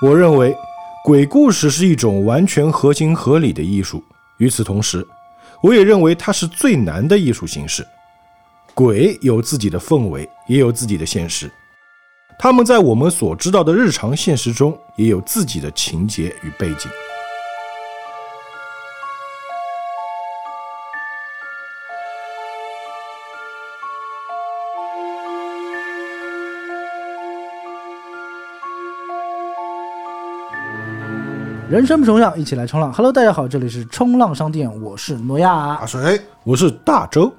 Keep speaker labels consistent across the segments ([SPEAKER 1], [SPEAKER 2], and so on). [SPEAKER 1] 我认为，鬼故事是一种完全合情合理的艺术。与此同时，我也认为它是最难的艺术形式。鬼有自己的氛围，也有自己的现实。他们在我们所知道的日常现实中，也有自己的情节与背景。
[SPEAKER 2] 人生不重要，一起来冲浪。Hello，大家好，这里是冲浪商店，我是诺亚
[SPEAKER 3] 打。水，
[SPEAKER 1] 我是大周，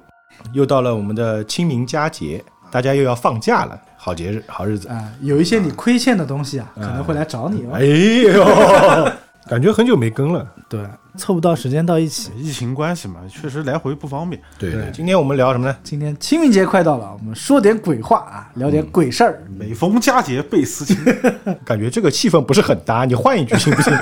[SPEAKER 1] 又到了我们的清明佳节，大家又要放假了，好节日，好日子。
[SPEAKER 2] 啊，有一些你亏欠的东西啊，可能会来找你哦
[SPEAKER 1] 哎。呦，感觉很久没更了。
[SPEAKER 2] 对，凑不到时间到一起。
[SPEAKER 3] 疫情关系嘛，确实来回不方便。
[SPEAKER 1] 对对，今天我们聊什么呢？
[SPEAKER 2] 今天清明节快到了，我们说点鬼话啊，聊点鬼事儿。
[SPEAKER 3] 每逢佳节倍思亲。
[SPEAKER 1] 感觉这个气氛不是很搭，你换一句行不行？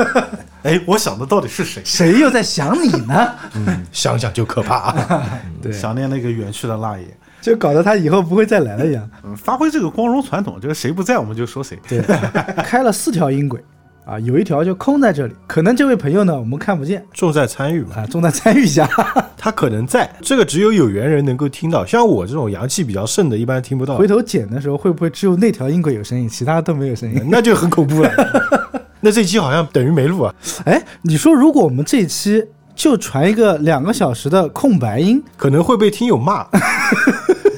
[SPEAKER 3] 哎，我想的到底是谁？
[SPEAKER 2] 谁又在想你呢？
[SPEAKER 1] 想想就可怕啊！
[SPEAKER 2] 对
[SPEAKER 3] 想念那个远去的那爷。
[SPEAKER 2] 就搞得他以后不会再来了一样。
[SPEAKER 3] 嗯，发挥这个光荣传统，就是谁不在我们就说谁。
[SPEAKER 2] 对， 开了四条音轨，啊，有一条就空在这里，可能这位朋友呢我们看不见
[SPEAKER 1] 重在参与吧，
[SPEAKER 2] 啊，重在参与一下。
[SPEAKER 1] 他可能在这个只有有缘人能够听到，像我这种阳气比较盛的，一般听 不到
[SPEAKER 2] 回，头剪的时候会不会只有那条音轨有声音，其他都没有声音？
[SPEAKER 1] 那就很恐怖了。 那这期好像等于没录啊，
[SPEAKER 2] 哎，你说如果我们这一期就传一个两个小时的空白 音，
[SPEAKER 1] 可能会被听友骂。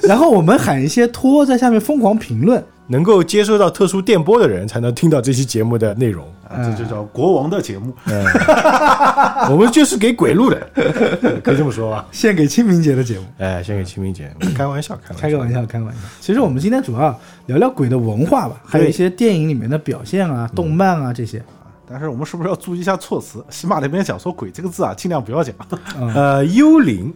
[SPEAKER 2] 然后我们喊一些托在下面疯狂评论，
[SPEAKER 1] 能够接收到特殊电波的人才能听到这期节目的内 容。
[SPEAKER 3] 啊，
[SPEAKER 2] 嗯
[SPEAKER 3] 这就叫国王的节目。
[SPEAKER 1] 我们就是给鬼录 的，可以这么说吧？
[SPEAKER 2] 献给清明节的节目。
[SPEAKER 1] 哎，献给清明节，开玩笑，开玩笑，
[SPEAKER 2] 开个玩笑，开个玩笑。其实我们今天主要聊聊鬼的文化吧，还有一些电影里面的表现啊、
[SPEAKER 1] 嗯
[SPEAKER 2] 动漫啊这些。
[SPEAKER 3] 但是我们是不是要注意一下措辞？喜马那边讲说“鬼”这个字啊，尽量不要讲。
[SPEAKER 1] 呃，幽灵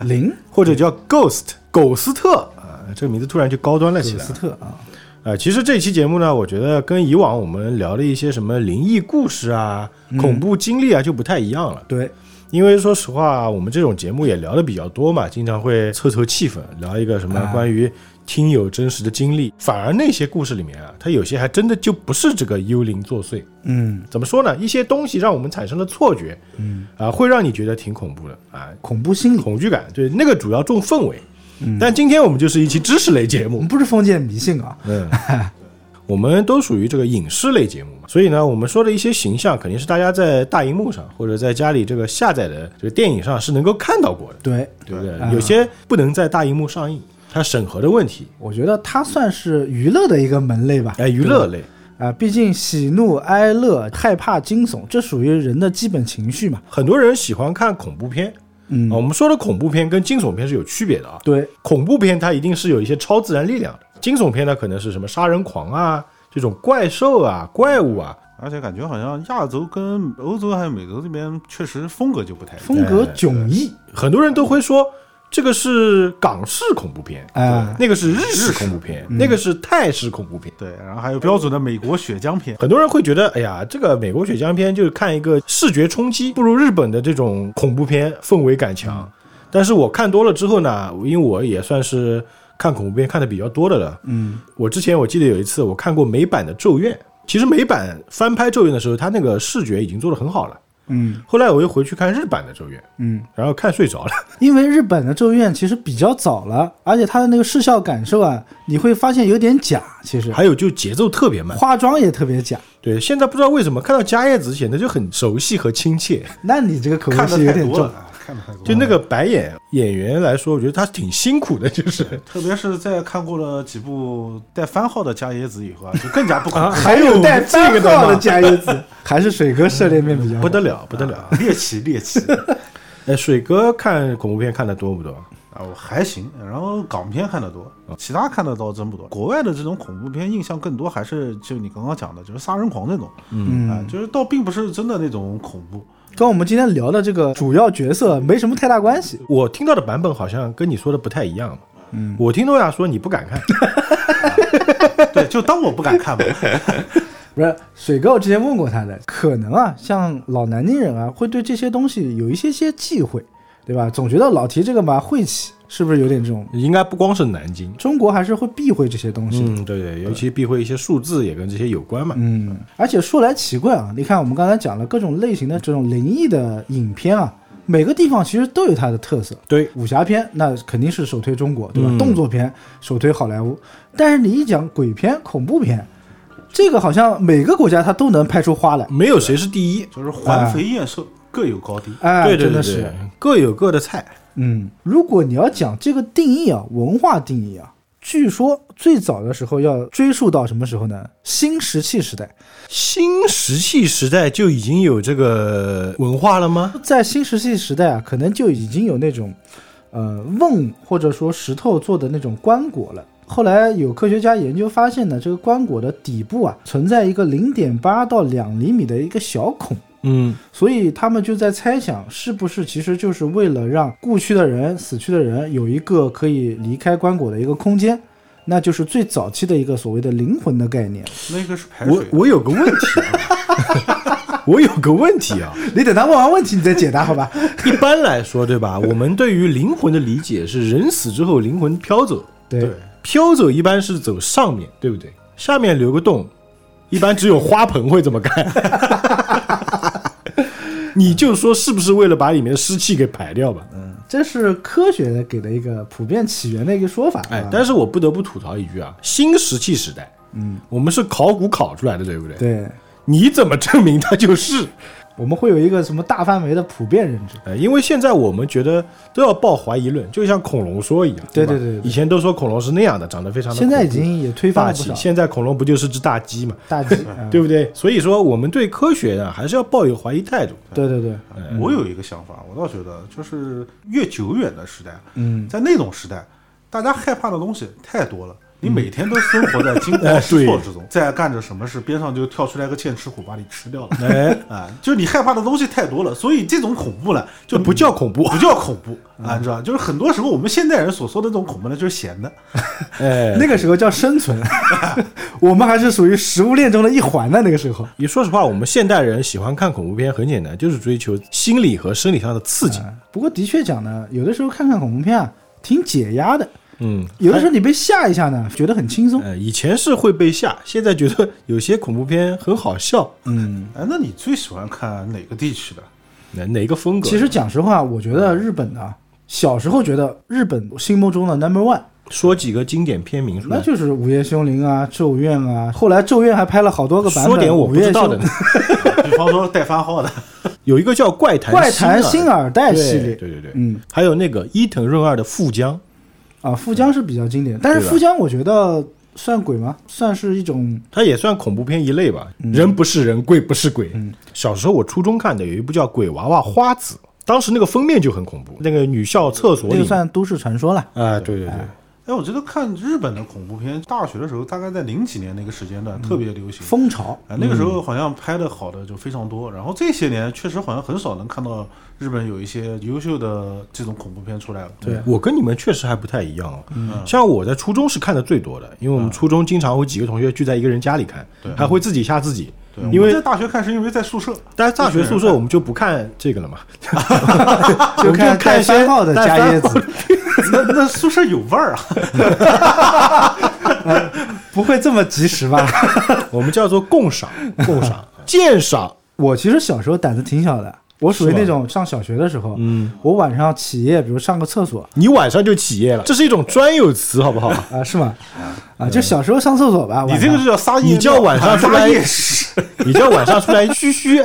[SPEAKER 2] 灵
[SPEAKER 1] 或者叫 ghost 狗斯特啊、这个名字突然就高端了起
[SPEAKER 2] 普
[SPEAKER 1] 来
[SPEAKER 2] 斯。特啊，
[SPEAKER 1] 呃，其实这期节目呢，我觉得跟以往我们聊的一些什么灵异故事啊、恐怖经历啊就不太一样了。
[SPEAKER 2] 对，
[SPEAKER 1] 因为说实话，我们这种节目也聊的比较多嘛，经常会凑凑气氛，聊一个什么关于听友真实的经历。反而那些故事里面啊，它有些还真的就不是这个幽灵作祟。
[SPEAKER 2] 嗯，
[SPEAKER 1] 怎么说呢？一些东西让我们产生了错觉，嗯啊、会让你觉得挺恐怖的啊，
[SPEAKER 2] 恐怖心理，
[SPEAKER 1] 恐惧感，对，那个主要重氛围。但今天我们就是一期知识类节
[SPEAKER 2] 我
[SPEAKER 1] 目
[SPEAKER 2] 们，不是封建迷信啊，
[SPEAKER 1] 嗯， 我们都属于这个影视类节目嘛，所以呢，我们说的一些形象肯定是大家在大荧幕上或者在家里这个下载的这个电影上是能够看到过的，
[SPEAKER 2] 对。
[SPEAKER 1] 对不对？有些不能在大荧幕上映，它审核的问题。
[SPEAKER 2] 我觉得它算是娱乐的一个门类吧，
[SPEAKER 1] 哎，娱乐类
[SPEAKER 2] 啊，毕竟喜怒哀乐、害怕、惊悚，这属于人的基本情绪嘛。
[SPEAKER 1] 很多人喜欢看恐怖片，
[SPEAKER 2] 嗯
[SPEAKER 1] 啊，我们说的恐怖片跟惊悚片是有区别的啊。
[SPEAKER 2] 对，
[SPEAKER 1] 恐怖片它一定是有一些超自然力量的，惊悚片呢可能是什么杀人狂啊，这种怪兽啊、怪物啊，
[SPEAKER 3] 而且感觉好像亚洲跟欧洲还有美洲这边确实风格就不太一样。
[SPEAKER 2] 风格迥异，
[SPEAKER 1] 很多人都会说这个是港式恐怖片，
[SPEAKER 2] 哎嗯
[SPEAKER 1] 那个是日式恐怖片，那个是泰式恐怖片。
[SPEAKER 3] 对，然后还有标准的美国血浆片，
[SPEAKER 1] 很多人会觉得，哎呀，这个美国血浆片就是看一个视觉冲击，不如日本的这种恐怖片氛围感
[SPEAKER 2] 嗯
[SPEAKER 1] 强。但是我看多了之后呢，因为我也算是看恐怖片看的比较多的了，
[SPEAKER 2] 嗯，
[SPEAKER 1] 我之前我记得有一次我看过美版的《咒怨》，其实美版翻拍《咒怨》的时候，它那个视觉已经做得很好了。
[SPEAKER 2] 嗯
[SPEAKER 1] 后来我又回去看日版的《咒怨》，
[SPEAKER 2] 嗯，
[SPEAKER 1] 然后看睡着了。
[SPEAKER 2] 因为日本的《咒怨》其实比较早了，而且它的那个视效感受啊，你会发现有点假，其实
[SPEAKER 1] 还有就节奏特别慢。
[SPEAKER 2] 化妆也特别假。
[SPEAKER 1] 对，现在不知道为什么看到加叶子显得就很熟悉和亲切。
[SPEAKER 2] 那你这个口
[SPEAKER 3] 看
[SPEAKER 2] 味
[SPEAKER 3] 的
[SPEAKER 2] 是有
[SPEAKER 3] 太
[SPEAKER 2] 点
[SPEAKER 3] 多
[SPEAKER 2] 重
[SPEAKER 3] 了，，啊看的太多了。
[SPEAKER 1] 就那个白眼演员来说，我觉得他挺辛苦的，就是
[SPEAKER 2] 嗯
[SPEAKER 3] 特别是在看过了几部带番号的加椰子以后啊，就更加不可能。
[SPEAKER 2] 还有带番号的加椰子，还是水哥涉猎面比较
[SPEAKER 1] 不
[SPEAKER 2] 好。
[SPEAKER 1] 得了，不得了。
[SPEAKER 3] 啊猎奇猎奇
[SPEAKER 2] 嗯
[SPEAKER 1] 哎，水哥看恐怖片看的多不多？
[SPEAKER 3] 啊，我还行。然后港片看得多，其他看得倒真不多。国外的这种恐怖片印象更多还是就你刚刚讲的，就是杀人狂那种，嗯啊，就是倒并不是真的那种恐怖。
[SPEAKER 2] 跟我们今天聊的这个主要角色没什么太大关系。
[SPEAKER 1] 我听到的版本好像跟你说的不太一样嗯，我听诺亚说你不 敢看，
[SPEAKER 3] 对，就当我不敢看吧。
[SPEAKER 2] 不是水哥，我之前问过他的，可能啊，像老南京人啊，会对这些东西有一些些忌讳对吧？总觉得老提这个嘛晦气，是不是有点这种？
[SPEAKER 1] 应该不光是南京。
[SPEAKER 2] 中国还是会避讳这些东西的。
[SPEAKER 1] 嗯，对对，尤其避讳一些数字也跟这些有关嘛。
[SPEAKER 2] 嗯，而且说来奇怪啊，你看我们刚才讲了各种类型的这种灵异的影片啊，每个地方其实都有它的特色。
[SPEAKER 1] 对，
[SPEAKER 2] 武侠片那肯定是首推中国，对吧？
[SPEAKER 1] 嗯
[SPEAKER 2] 动作片首推好莱坞，但是你一讲鬼片、恐怖片，这个好像每个国家它都能拍出花来。
[SPEAKER 1] 没有谁是第一，
[SPEAKER 3] 就是环肥燕瘦，各有高低。
[SPEAKER 2] 哎，
[SPEAKER 1] 对对
[SPEAKER 2] 真的
[SPEAKER 1] 对
[SPEAKER 2] 是
[SPEAKER 1] 对，，各有各的菜。
[SPEAKER 2] 嗯，如果你要讲这个定义啊，文化定义啊，据说最早的时候要追溯到什么时候呢？新石器时代。
[SPEAKER 1] 新石器时代就已经有这个文化了吗？
[SPEAKER 2] 在新石器时代啊，可能就已经有那种，呃，瓮或者说石头做的那种棺椁了。后来有科学家研究发现呢，这个棺椁的底部啊存在一个零点八到两厘米的一个小孔，
[SPEAKER 1] 嗯，
[SPEAKER 2] 所以他们就在猜想，是不是其实就是为了让故去的人、死去的人有一个可以离开棺椁的一个空间，那就是最早期的一个所谓的灵魂的概念。
[SPEAKER 3] 那个是排
[SPEAKER 1] 我
[SPEAKER 3] 水，
[SPEAKER 1] 我有个问题啊， 我有个问题啊。
[SPEAKER 2] 你等他问完问题，你再解答好吧？
[SPEAKER 1] 一般来说，对吧？我们对于灵魂的理解是，人死之后灵魂飘走，
[SPEAKER 2] 对
[SPEAKER 3] 对，
[SPEAKER 1] 飘走一般是走上面，对不对？下面留个洞，一般只有花盆会这么干。 你就说是不是为了把里面的湿气给排掉吧？
[SPEAKER 2] 这是科学的给的一个普遍起源的一个说法。
[SPEAKER 1] 哎
[SPEAKER 2] 啊，
[SPEAKER 1] 但是我不得不吐槽一句啊，新石器时代，嗯，我们是考古考出来的，对不对？
[SPEAKER 2] 对，
[SPEAKER 1] 你怎么证明它就是？
[SPEAKER 2] 我们会有一个什么大范围的普遍认知。
[SPEAKER 1] 呃，因为现在我们觉得都要抱怀疑论，就像恐龙说一样，
[SPEAKER 2] 对
[SPEAKER 1] 吧
[SPEAKER 2] 对对
[SPEAKER 1] 以
[SPEAKER 2] 对
[SPEAKER 1] 前都说恐龙是那样的，长得非常的
[SPEAKER 2] 现在已
[SPEAKER 1] 恐怖
[SPEAKER 2] 经也推翻
[SPEAKER 1] 大
[SPEAKER 2] 了不
[SPEAKER 1] 气，
[SPEAKER 2] 少
[SPEAKER 1] 现在恐龙不就是只大鸡嘛，
[SPEAKER 2] 大吉，嗯
[SPEAKER 1] 对不对？所以说我们对科学呢，还是要抱有怀疑态度。
[SPEAKER 2] 对对对，
[SPEAKER 3] 我有一个想法，我倒觉得就是越久远的时代，
[SPEAKER 2] 嗯，
[SPEAKER 3] 在那种时代，大家害怕的东西太多了。
[SPEAKER 2] 嗯
[SPEAKER 3] 你每天都生活在惊
[SPEAKER 2] 哎
[SPEAKER 3] 慌失措之中，在干着什么事，边上就跳出来个剑齿虎把你吃掉了。
[SPEAKER 1] 哎，
[SPEAKER 3] 啊，就是你害怕的东西太多了，所以这种恐怖呢，就
[SPEAKER 1] 不叫恐怖，
[SPEAKER 3] 不叫恐怖
[SPEAKER 2] 嗯
[SPEAKER 3] 啊，你知道吧？就是很多时候我们现代人所说的这种恐怖呢，就是闲的。
[SPEAKER 1] 哎，
[SPEAKER 2] 那个时候叫 生存，我们还是属于食物链中的一环的那个时候。
[SPEAKER 1] 也说实话，我们现代人喜欢看恐怖片，很简单，就是追求心理和生理上的刺激。
[SPEAKER 2] 嗯不过的确讲呢，有的时候看看恐怖片啊，挺解压的。
[SPEAKER 1] 嗯，
[SPEAKER 2] 有的时候你被吓一下呢，觉得很轻松。
[SPEAKER 1] 呃，以前是会被吓，现在觉得有些恐怖片很好笑。
[SPEAKER 2] 嗯，
[SPEAKER 3] 哎，那你最喜欢看哪个地区的？
[SPEAKER 1] 哪嗯哪个风格？
[SPEAKER 2] 其实讲实话，我觉得日本啊，小时候觉得日本心目中的 number one
[SPEAKER 1] 说几个经典片名出
[SPEAKER 2] 那
[SPEAKER 1] 来，
[SPEAKER 2] 就是《午夜凶铃》啊，《咒怨》啊。后来《咒怨》还拍了好多个版本。
[SPEAKER 1] 说点我不知道
[SPEAKER 2] 午
[SPEAKER 1] 的
[SPEAKER 2] 夜凶。。
[SPEAKER 3] 比方说带番号的，
[SPEAKER 1] 有一个叫《怪谈
[SPEAKER 2] 怪谈新
[SPEAKER 1] 耳
[SPEAKER 2] 耳带系列，
[SPEAKER 1] 对对对，
[SPEAKER 2] 嗯
[SPEAKER 1] 还有那个伊藤润二的《富江》，
[SPEAKER 2] 啊，富江是比较经典，但是
[SPEAKER 1] 对吧
[SPEAKER 2] 富江我觉得算鬼吗？算是一种
[SPEAKER 1] 它也算恐怖片一类吧。人不是人，鬼不是鬼。小时候我初中看的有一部叫《鬼娃娃花子》，当时那个封面就很恐怖，那个女校厕所
[SPEAKER 2] 那
[SPEAKER 1] 里
[SPEAKER 2] 个算都市传说了。
[SPEAKER 1] 啊，对对对，
[SPEAKER 3] 哎，我觉得看日本的恐怖片，大学的时候大概在零几年那个时间
[SPEAKER 1] 嗯
[SPEAKER 3] 段特别流行。
[SPEAKER 2] 风潮，
[SPEAKER 3] 啊，那个时候好像拍的好的就非常多，然后这些年确实好像很少能看到日本有一些优秀的这种恐怖片出来了。
[SPEAKER 2] 对
[SPEAKER 1] 哎我跟你们确实还不太一样哦。像我在初中是看的最多的，因为我们初中经常会几个同学聚在一个人家里看，还会自己吓自己。
[SPEAKER 3] 对，
[SPEAKER 1] 因
[SPEAKER 3] 我们
[SPEAKER 1] 为
[SPEAKER 3] 在大学看是因为在宿舍，
[SPEAKER 1] 但是大学宿舍我们就不看这个了嘛，
[SPEAKER 2] 就
[SPEAKER 1] 我们
[SPEAKER 2] 看
[SPEAKER 1] 看
[SPEAKER 2] 带
[SPEAKER 1] 一些
[SPEAKER 2] 番号的
[SPEAKER 1] 带
[SPEAKER 2] 加
[SPEAKER 1] 番
[SPEAKER 2] 椰
[SPEAKER 1] 号
[SPEAKER 2] 子，
[SPEAKER 3] 那那宿舍有味 儿啊。
[SPEAKER 2] 不会这么及时吧？
[SPEAKER 1] 我们叫做共赏、共赏、鉴赏。
[SPEAKER 2] 我其实小时候胆子挺小的，我属于
[SPEAKER 1] 是吧
[SPEAKER 2] 那种上小学的时候，
[SPEAKER 1] 嗯，
[SPEAKER 2] 我晚上起夜，比如上个厕所
[SPEAKER 1] 你晚上就起夜了，这是一种专有词，好不好？
[SPEAKER 2] 啊，是吗？啊，就小时候上厕所吧，
[SPEAKER 3] 你
[SPEAKER 2] 晚
[SPEAKER 3] 这个
[SPEAKER 2] 上
[SPEAKER 3] 就叫撒野，
[SPEAKER 1] 你叫晚上出来
[SPEAKER 3] 撒野屎。
[SPEAKER 1] 你叫晚上出来嘘嘘，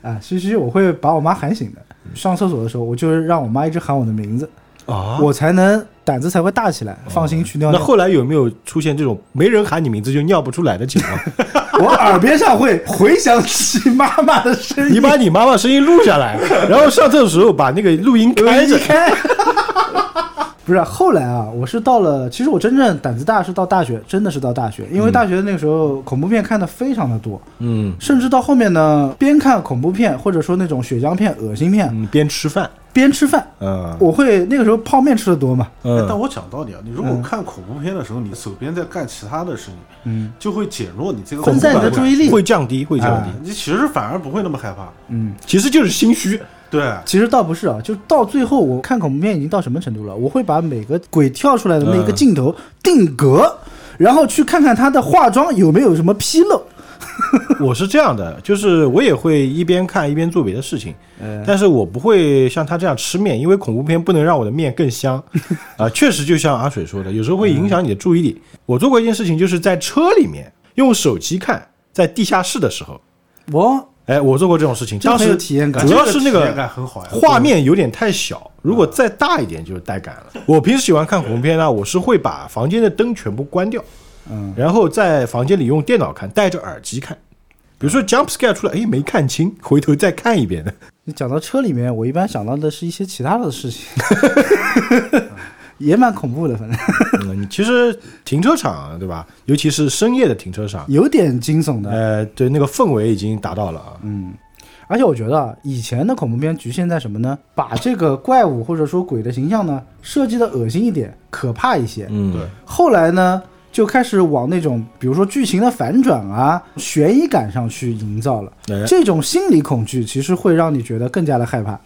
[SPEAKER 2] 啊，嘘嘘，我会把我妈喊醒的。
[SPEAKER 1] 嗯
[SPEAKER 2] 上厕所的时候，我就是让我妈一直喊我的名字，
[SPEAKER 1] 啊哦
[SPEAKER 2] 我才能胆子才会大起来，放心去尿
[SPEAKER 1] 那
[SPEAKER 2] 尿。
[SPEAKER 1] 后来有没有出现这种没人喊你名字就尿不出来的情况？
[SPEAKER 2] 我耳边上会回响起妈妈的声 音，
[SPEAKER 1] 你把你妈妈声音录下 来，然后上厕所的时候把那个录音开着
[SPEAKER 2] 一。开。不是，后来啊，我是到了，其实我真正胆子大是到大学，真的是到大学，因为大学那个时候恐怖片看的非常的多，
[SPEAKER 1] 嗯
[SPEAKER 2] 甚至到后面呢，边看恐怖片或者说那种血浆片、恶心片，
[SPEAKER 1] 嗯，边吃饭，
[SPEAKER 2] 边吃饭。
[SPEAKER 1] 嗯
[SPEAKER 2] 我会那个时候泡面吃的多嘛，
[SPEAKER 3] 哎但
[SPEAKER 1] 嗯，
[SPEAKER 3] 我讲道理啊，你如果看恐怖片的时候，你手边在干其他的事情，
[SPEAKER 2] 嗯，
[SPEAKER 3] 就会减弱你这个
[SPEAKER 2] 分散你的注意力。
[SPEAKER 1] 会降低，会降低
[SPEAKER 2] 啊，
[SPEAKER 3] 你其实反而不会那么害怕。
[SPEAKER 2] 嗯，
[SPEAKER 1] 其实就是心虚。
[SPEAKER 3] 对，
[SPEAKER 2] 其实倒不是啊，就到最后我看恐怖片已经到什么程度了，我会把每个鬼跳出来的每个镜头定格，然后去看看他的化妆有没有什么纰漏。
[SPEAKER 1] 我是这样的，就是我也会一边看一边做别的事情，
[SPEAKER 2] 呃，
[SPEAKER 1] 但是我不会像他这样吃面，因为恐怖片不能让我的面更 香。啊、确实就像阿水说的，有时候会影响你的注意力。我做过一件事情，就是在车里面用手机看，在地下室的时候，
[SPEAKER 2] 我
[SPEAKER 1] 哎，我做过这种事情。
[SPEAKER 2] 这
[SPEAKER 1] 当
[SPEAKER 2] 很有
[SPEAKER 1] 时
[SPEAKER 2] 体验感
[SPEAKER 1] 主。要是那
[SPEAKER 3] 这个体
[SPEAKER 1] 个
[SPEAKER 3] 验感很好呀。
[SPEAKER 1] 画面有点太小，如果再大一点就是带感
[SPEAKER 2] 嗯
[SPEAKER 1] 了。我平时喜欢看恐怖片呢，我是会把房间的灯全部关掉，
[SPEAKER 2] 嗯，
[SPEAKER 1] 然后在房间里用电脑看，戴着耳机看。比如
[SPEAKER 2] 嗯
[SPEAKER 1] 说 jump scare 出来，哎，没看清，回头再看一遍的。
[SPEAKER 2] 你讲到车里面，我一般想到的是一些其他的事情， 也蛮恐怖的，反正
[SPEAKER 1] 嗯，你其实停车场啊对吧？尤其是深夜的停车场，
[SPEAKER 2] 有点惊悚的。
[SPEAKER 1] 呃，对那个氛围已经达到了啊。
[SPEAKER 2] 嗯而且我觉得啊，以前的恐怖片局限在什么呢？把这个怪物或者说鬼的形象呢设计的恶心一点，可怕一些。
[SPEAKER 1] 嗯，
[SPEAKER 3] 对，
[SPEAKER 2] 后来呢，就开始往那种比如说剧情的反转啊、悬疑感上去营造了。
[SPEAKER 1] 哎
[SPEAKER 2] 这种心理恐惧其实会让你觉得更加的害怕。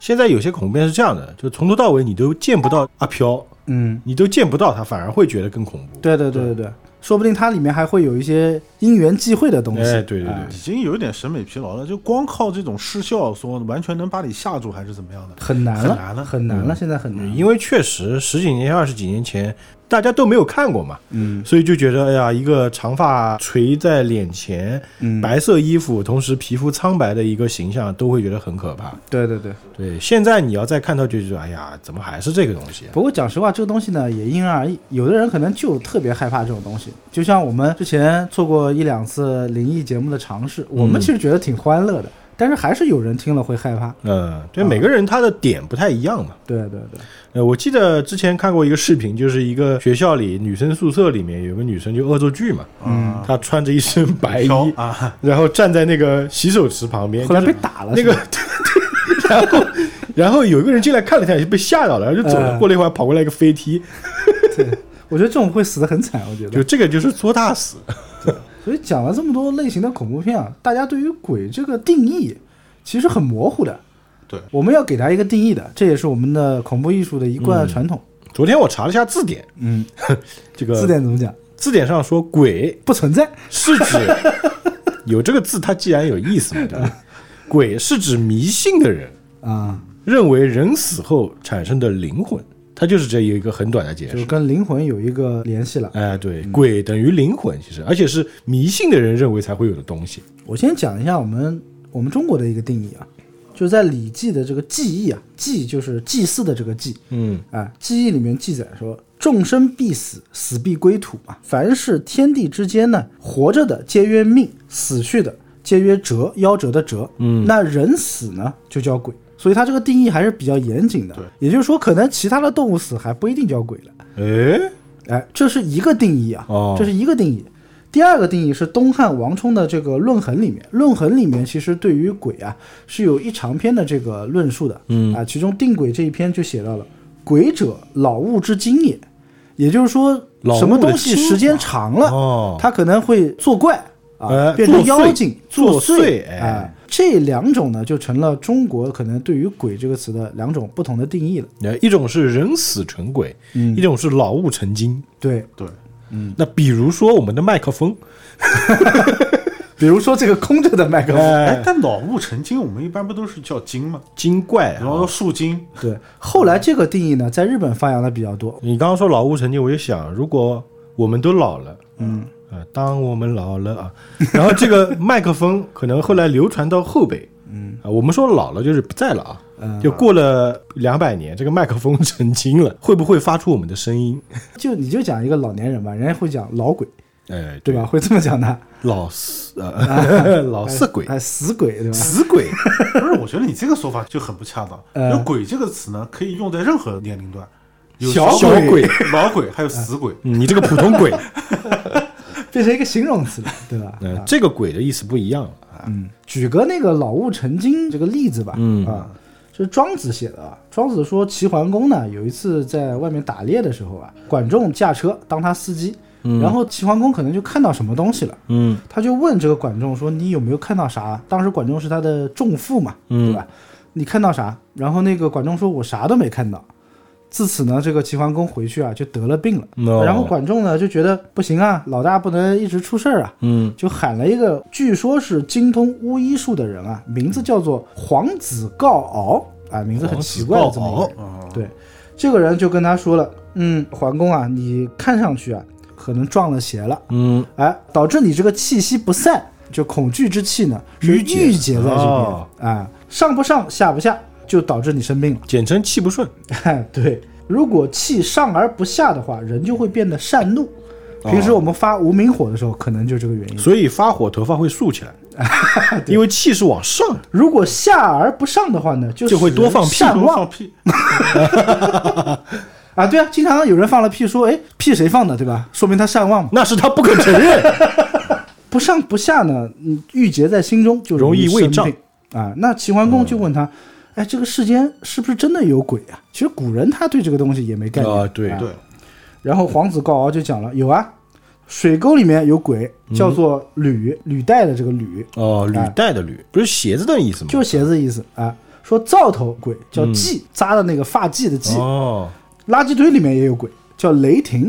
[SPEAKER 1] 现在有些恐怖片是这样的，就从头到尾你都见不到阿飘，
[SPEAKER 2] 嗯，
[SPEAKER 1] 你都见不到他，反而会觉得更恐怖。
[SPEAKER 2] 对对对对对，说不定它里面还会有一些因缘际会的东西。
[SPEAKER 1] 哎，对对对，
[SPEAKER 2] 啊
[SPEAKER 3] 已经有一点审美疲劳了，就光靠这种视效说完全能把你吓住，还是怎么样的？
[SPEAKER 2] 很难了，
[SPEAKER 3] 很难了
[SPEAKER 2] 很难了，现在很难了。
[SPEAKER 1] 因为确实十几年前、二十几年前大家都没有看过嘛，
[SPEAKER 2] 嗯
[SPEAKER 1] 所以就觉得哎呀，一个长发垂在脸前、
[SPEAKER 2] 嗯，
[SPEAKER 1] 白色衣服，同时皮肤苍白的一个形象，都会觉得很可怕。
[SPEAKER 2] 对对对。
[SPEAKER 1] 对，现在你要再看到就觉得哎呀，怎么还是这个东西啊？
[SPEAKER 2] 不过讲实话，这个东西呢也因人而异，有的人可能就特别害怕这种东西。就像我们之前做过一两次灵异节目的尝试，我们其实觉得挺欢乐的，但是还是有人听了会害怕。
[SPEAKER 1] 嗯，
[SPEAKER 2] 啊
[SPEAKER 1] 对，每个人他的点不太一样嘛。
[SPEAKER 2] 对对对，
[SPEAKER 1] 呃，我记得之前看过一个视频，就是一个学校里女生宿舍里面有个女生就恶作剧嘛，
[SPEAKER 2] 啊
[SPEAKER 3] 嗯，
[SPEAKER 1] 她穿哎着一身白衣，
[SPEAKER 3] 飘啊，
[SPEAKER 1] 然后站在那个洗手池旁边，
[SPEAKER 2] 后来
[SPEAKER 1] 就是
[SPEAKER 2] 被打 了。
[SPEAKER 1] 那个， 然后然后有一个人进来看了一下，就被吓到了，然后就走了。
[SPEAKER 2] 嗯
[SPEAKER 1] 过了一会儿，跑过来一个飞梯，
[SPEAKER 2] 是吧，对我觉得这种会死得很惨，我觉
[SPEAKER 1] 就
[SPEAKER 2] 得。
[SPEAKER 1] 这个就是作大死。
[SPEAKER 2] 所以讲了这么多类型的恐怖片啊，大家对于鬼这个定义其实很模糊的。
[SPEAKER 3] 对，
[SPEAKER 2] 我们要给它一个定义的，这也是我们的恐怖艺术的一贯传统。
[SPEAKER 1] 昨天我查了一下字典，
[SPEAKER 2] 嗯，
[SPEAKER 1] 这个
[SPEAKER 2] 字典怎么讲？
[SPEAKER 1] 字典上说“鬼
[SPEAKER 2] 不存在。”
[SPEAKER 1] 是 指有这个字，它既然有意思嘛，对吧？鬼是指迷信的人
[SPEAKER 2] 啊、
[SPEAKER 1] 认为人死后产生的灵魂，它就是这一个很短的解
[SPEAKER 2] 就
[SPEAKER 1] 释。
[SPEAKER 2] 跟灵魂有一个联系了。
[SPEAKER 1] 哎，对，鬼等于灵魂，其实而且是迷信的人认为才会有的东西。
[SPEAKER 2] 我先讲一下我们我们中国的一个定义啊，就是在《礼记》的这个记忆啊，祭就是祭祀的这个祭
[SPEAKER 1] 嗯，
[SPEAKER 2] 啊，记忆里面记载说，众生必死，死必归土嘛。凡是天地之间呢，活着的皆曰命，死去的皆曰折，夭折的折。嗯，那人死呢就叫鬼，所以它这个定义还是比较严谨的。
[SPEAKER 3] 对，
[SPEAKER 2] 也就是说，可能其他的动物死还不一定叫鬼了。
[SPEAKER 1] 哎，
[SPEAKER 2] 哎，这是一个定义啊，
[SPEAKER 1] 哦
[SPEAKER 2] 这是一个定义。第二个定义是东汉王充的这个《论衡》里面，《论衡》里面其实对于鬼啊是有一长篇的这个论述的，嗯啊，其中定鬼这一篇就写到了“鬼者，老物之精也”，也就是说
[SPEAKER 1] 老，
[SPEAKER 2] 什么
[SPEAKER 1] 物的
[SPEAKER 2] 东西
[SPEAKER 1] 精
[SPEAKER 2] 时间长了，
[SPEAKER 1] 哦
[SPEAKER 2] 它可能会作怪啊
[SPEAKER 1] 哎，
[SPEAKER 2] 变成
[SPEAKER 1] 作祟
[SPEAKER 2] 妖精
[SPEAKER 1] 作
[SPEAKER 2] 祟
[SPEAKER 1] 祟哎
[SPEAKER 2] 啊。这两种呢，就成了中国可能对于“鬼”这个词的两种不同的定义了。
[SPEAKER 1] 呃，一种是人死成鬼，一种是老物成精。
[SPEAKER 2] 对，
[SPEAKER 3] 对，
[SPEAKER 1] 那比如说我们的麦克风，
[SPEAKER 2] 比如说这个空着的麦克风，
[SPEAKER 3] 哎
[SPEAKER 1] 哎，，
[SPEAKER 3] 但老物成精，我们一般不都是叫精吗？
[SPEAKER 1] 精怪
[SPEAKER 3] 比
[SPEAKER 1] 啊、
[SPEAKER 3] 方说树精，
[SPEAKER 2] 对，后来这个定义呢，在日本发扬的比较多。
[SPEAKER 1] 你刚刚说老物成精，我就想，如果我们都老了，嗯，呃，当我们老了啊， 然后这个麦克风可能后来流传到后辈，嗯，啊，我们说老了就是不在了啊。
[SPEAKER 2] 嗯，
[SPEAKER 1] 就过了两百年，这个麦克风成精了， 会不会发出我们的声音？
[SPEAKER 2] 就你就讲一个老年人吧，人家会讲老鬼，
[SPEAKER 1] 哎，
[SPEAKER 2] 对吧？？会这么讲的，
[SPEAKER 1] 老死 呃，老色鬼，
[SPEAKER 2] 哎，死鬼，对吧？
[SPEAKER 1] 死鬼，
[SPEAKER 3] 不是？我觉得你这个说法就很不恰当。
[SPEAKER 2] 呃
[SPEAKER 3] 那“鬼”这个词呢，可以用在任何年龄段，有
[SPEAKER 1] 小
[SPEAKER 3] 小
[SPEAKER 1] 鬼、
[SPEAKER 3] 老鬼，还有死鬼。
[SPEAKER 1] 嗯你这个普通 鬼，
[SPEAKER 2] 变成一个形容词了，对吧？啊
[SPEAKER 1] 呃，这个鬼的意思不一样了。
[SPEAKER 2] 嗯，举个那个老物成精这个例子吧，
[SPEAKER 1] 嗯
[SPEAKER 2] 啊，这是庄子写的啊。庄子说齐桓公呢，有一次在外面打猎的时候啊，管仲驾车当他司机，然后齐桓公可能就看到什么东西了。
[SPEAKER 1] 嗯
[SPEAKER 2] 他就问这个管仲说：“你有没有看到啥？”当时管仲是他的仲父嘛，对吧？你看到啥？然后那个管仲说：“我啥都没看到。”自此呢，这个齐桓公回去啊就得了病了。
[SPEAKER 1] No
[SPEAKER 2] 然后管仲呢就觉得不行啊，老大不能一直出事儿啊，
[SPEAKER 1] 嗯，
[SPEAKER 2] 就喊了一个据说是精通巫医术的人啊，名字叫做黄子告敖啊，名字很奇怪的这么一个
[SPEAKER 1] 哦
[SPEAKER 2] 人。
[SPEAKER 3] 啊，
[SPEAKER 2] 对，这个人就跟他说了，嗯，桓公啊，你看上去啊可能撞了邪了，
[SPEAKER 1] 嗯，
[SPEAKER 2] 哎，导致你这个气息不散，就恐惧之气呢是
[SPEAKER 1] 郁结
[SPEAKER 2] 郁结在这边
[SPEAKER 1] 哦
[SPEAKER 2] 啊、上不上下不下，就导致你生病了。
[SPEAKER 1] 简称气不顺，
[SPEAKER 2] 哎，对，如果气上而不下的话，人就会变得善怒。
[SPEAKER 1] 哦
[SPEAKER 2] 平时我们发无名火的时候，可能就这个原因。
[SPEAKER 1] 所以发火头发会竖起来，因为气是往上的。
[SPEAKER 2] 如果下而不上的话呢，就
[SPEAKER 1] 就会
[SPEAKER 2] 使
[SPEAKER 1] 多
[SPEAKER 2] 人
[SPEAKER 1] 放屁
[SPEAKER 2] 善
[SPEAKER 3] 多
[SPEAKER 2] 嗯忘
[SPEAKER 3] 放屁，
[SPEAKER 2] 啊，对啊，经常有人放了屁说，哎，屁谁放的，对吧？说明他善忘嘛。
[SPEAKER 1] 那是他不肯承认。
[SPEAKER 2] 不上不下呢，嗯郁结在心中就
[SPEAKER 1] 容易
[SPEAKER 2] 生
[SPEAKER 1] 胃胀嗯
[SPEAKER 2] 病啊。那齐桓公就问他，哎，这个世间是不是真的有鬼啊？其实古人他对这个东西也没概念
[SPEAKER 1] 啊对
[SPEAKER 3] 对，
[SPEAKER 2] 然后黄子告敖就讲了，有啊，水沟里面有鬼，
[SPEAKER 1] 嗯
[SPEAKER 2] 叫做履履带的这个履，
[SPEAKER 1] 哦，履带的履不是鞋子的意思吗？
[SPEAKER 2] 啊就是鞋子意思啊。说灶头鬼叫髻，扎的那个发髻的髻。
[SPEAKER 1] 嗯哦，
[SPEAKER 2] 垃圾堆里面也有鬼，叫雷霆，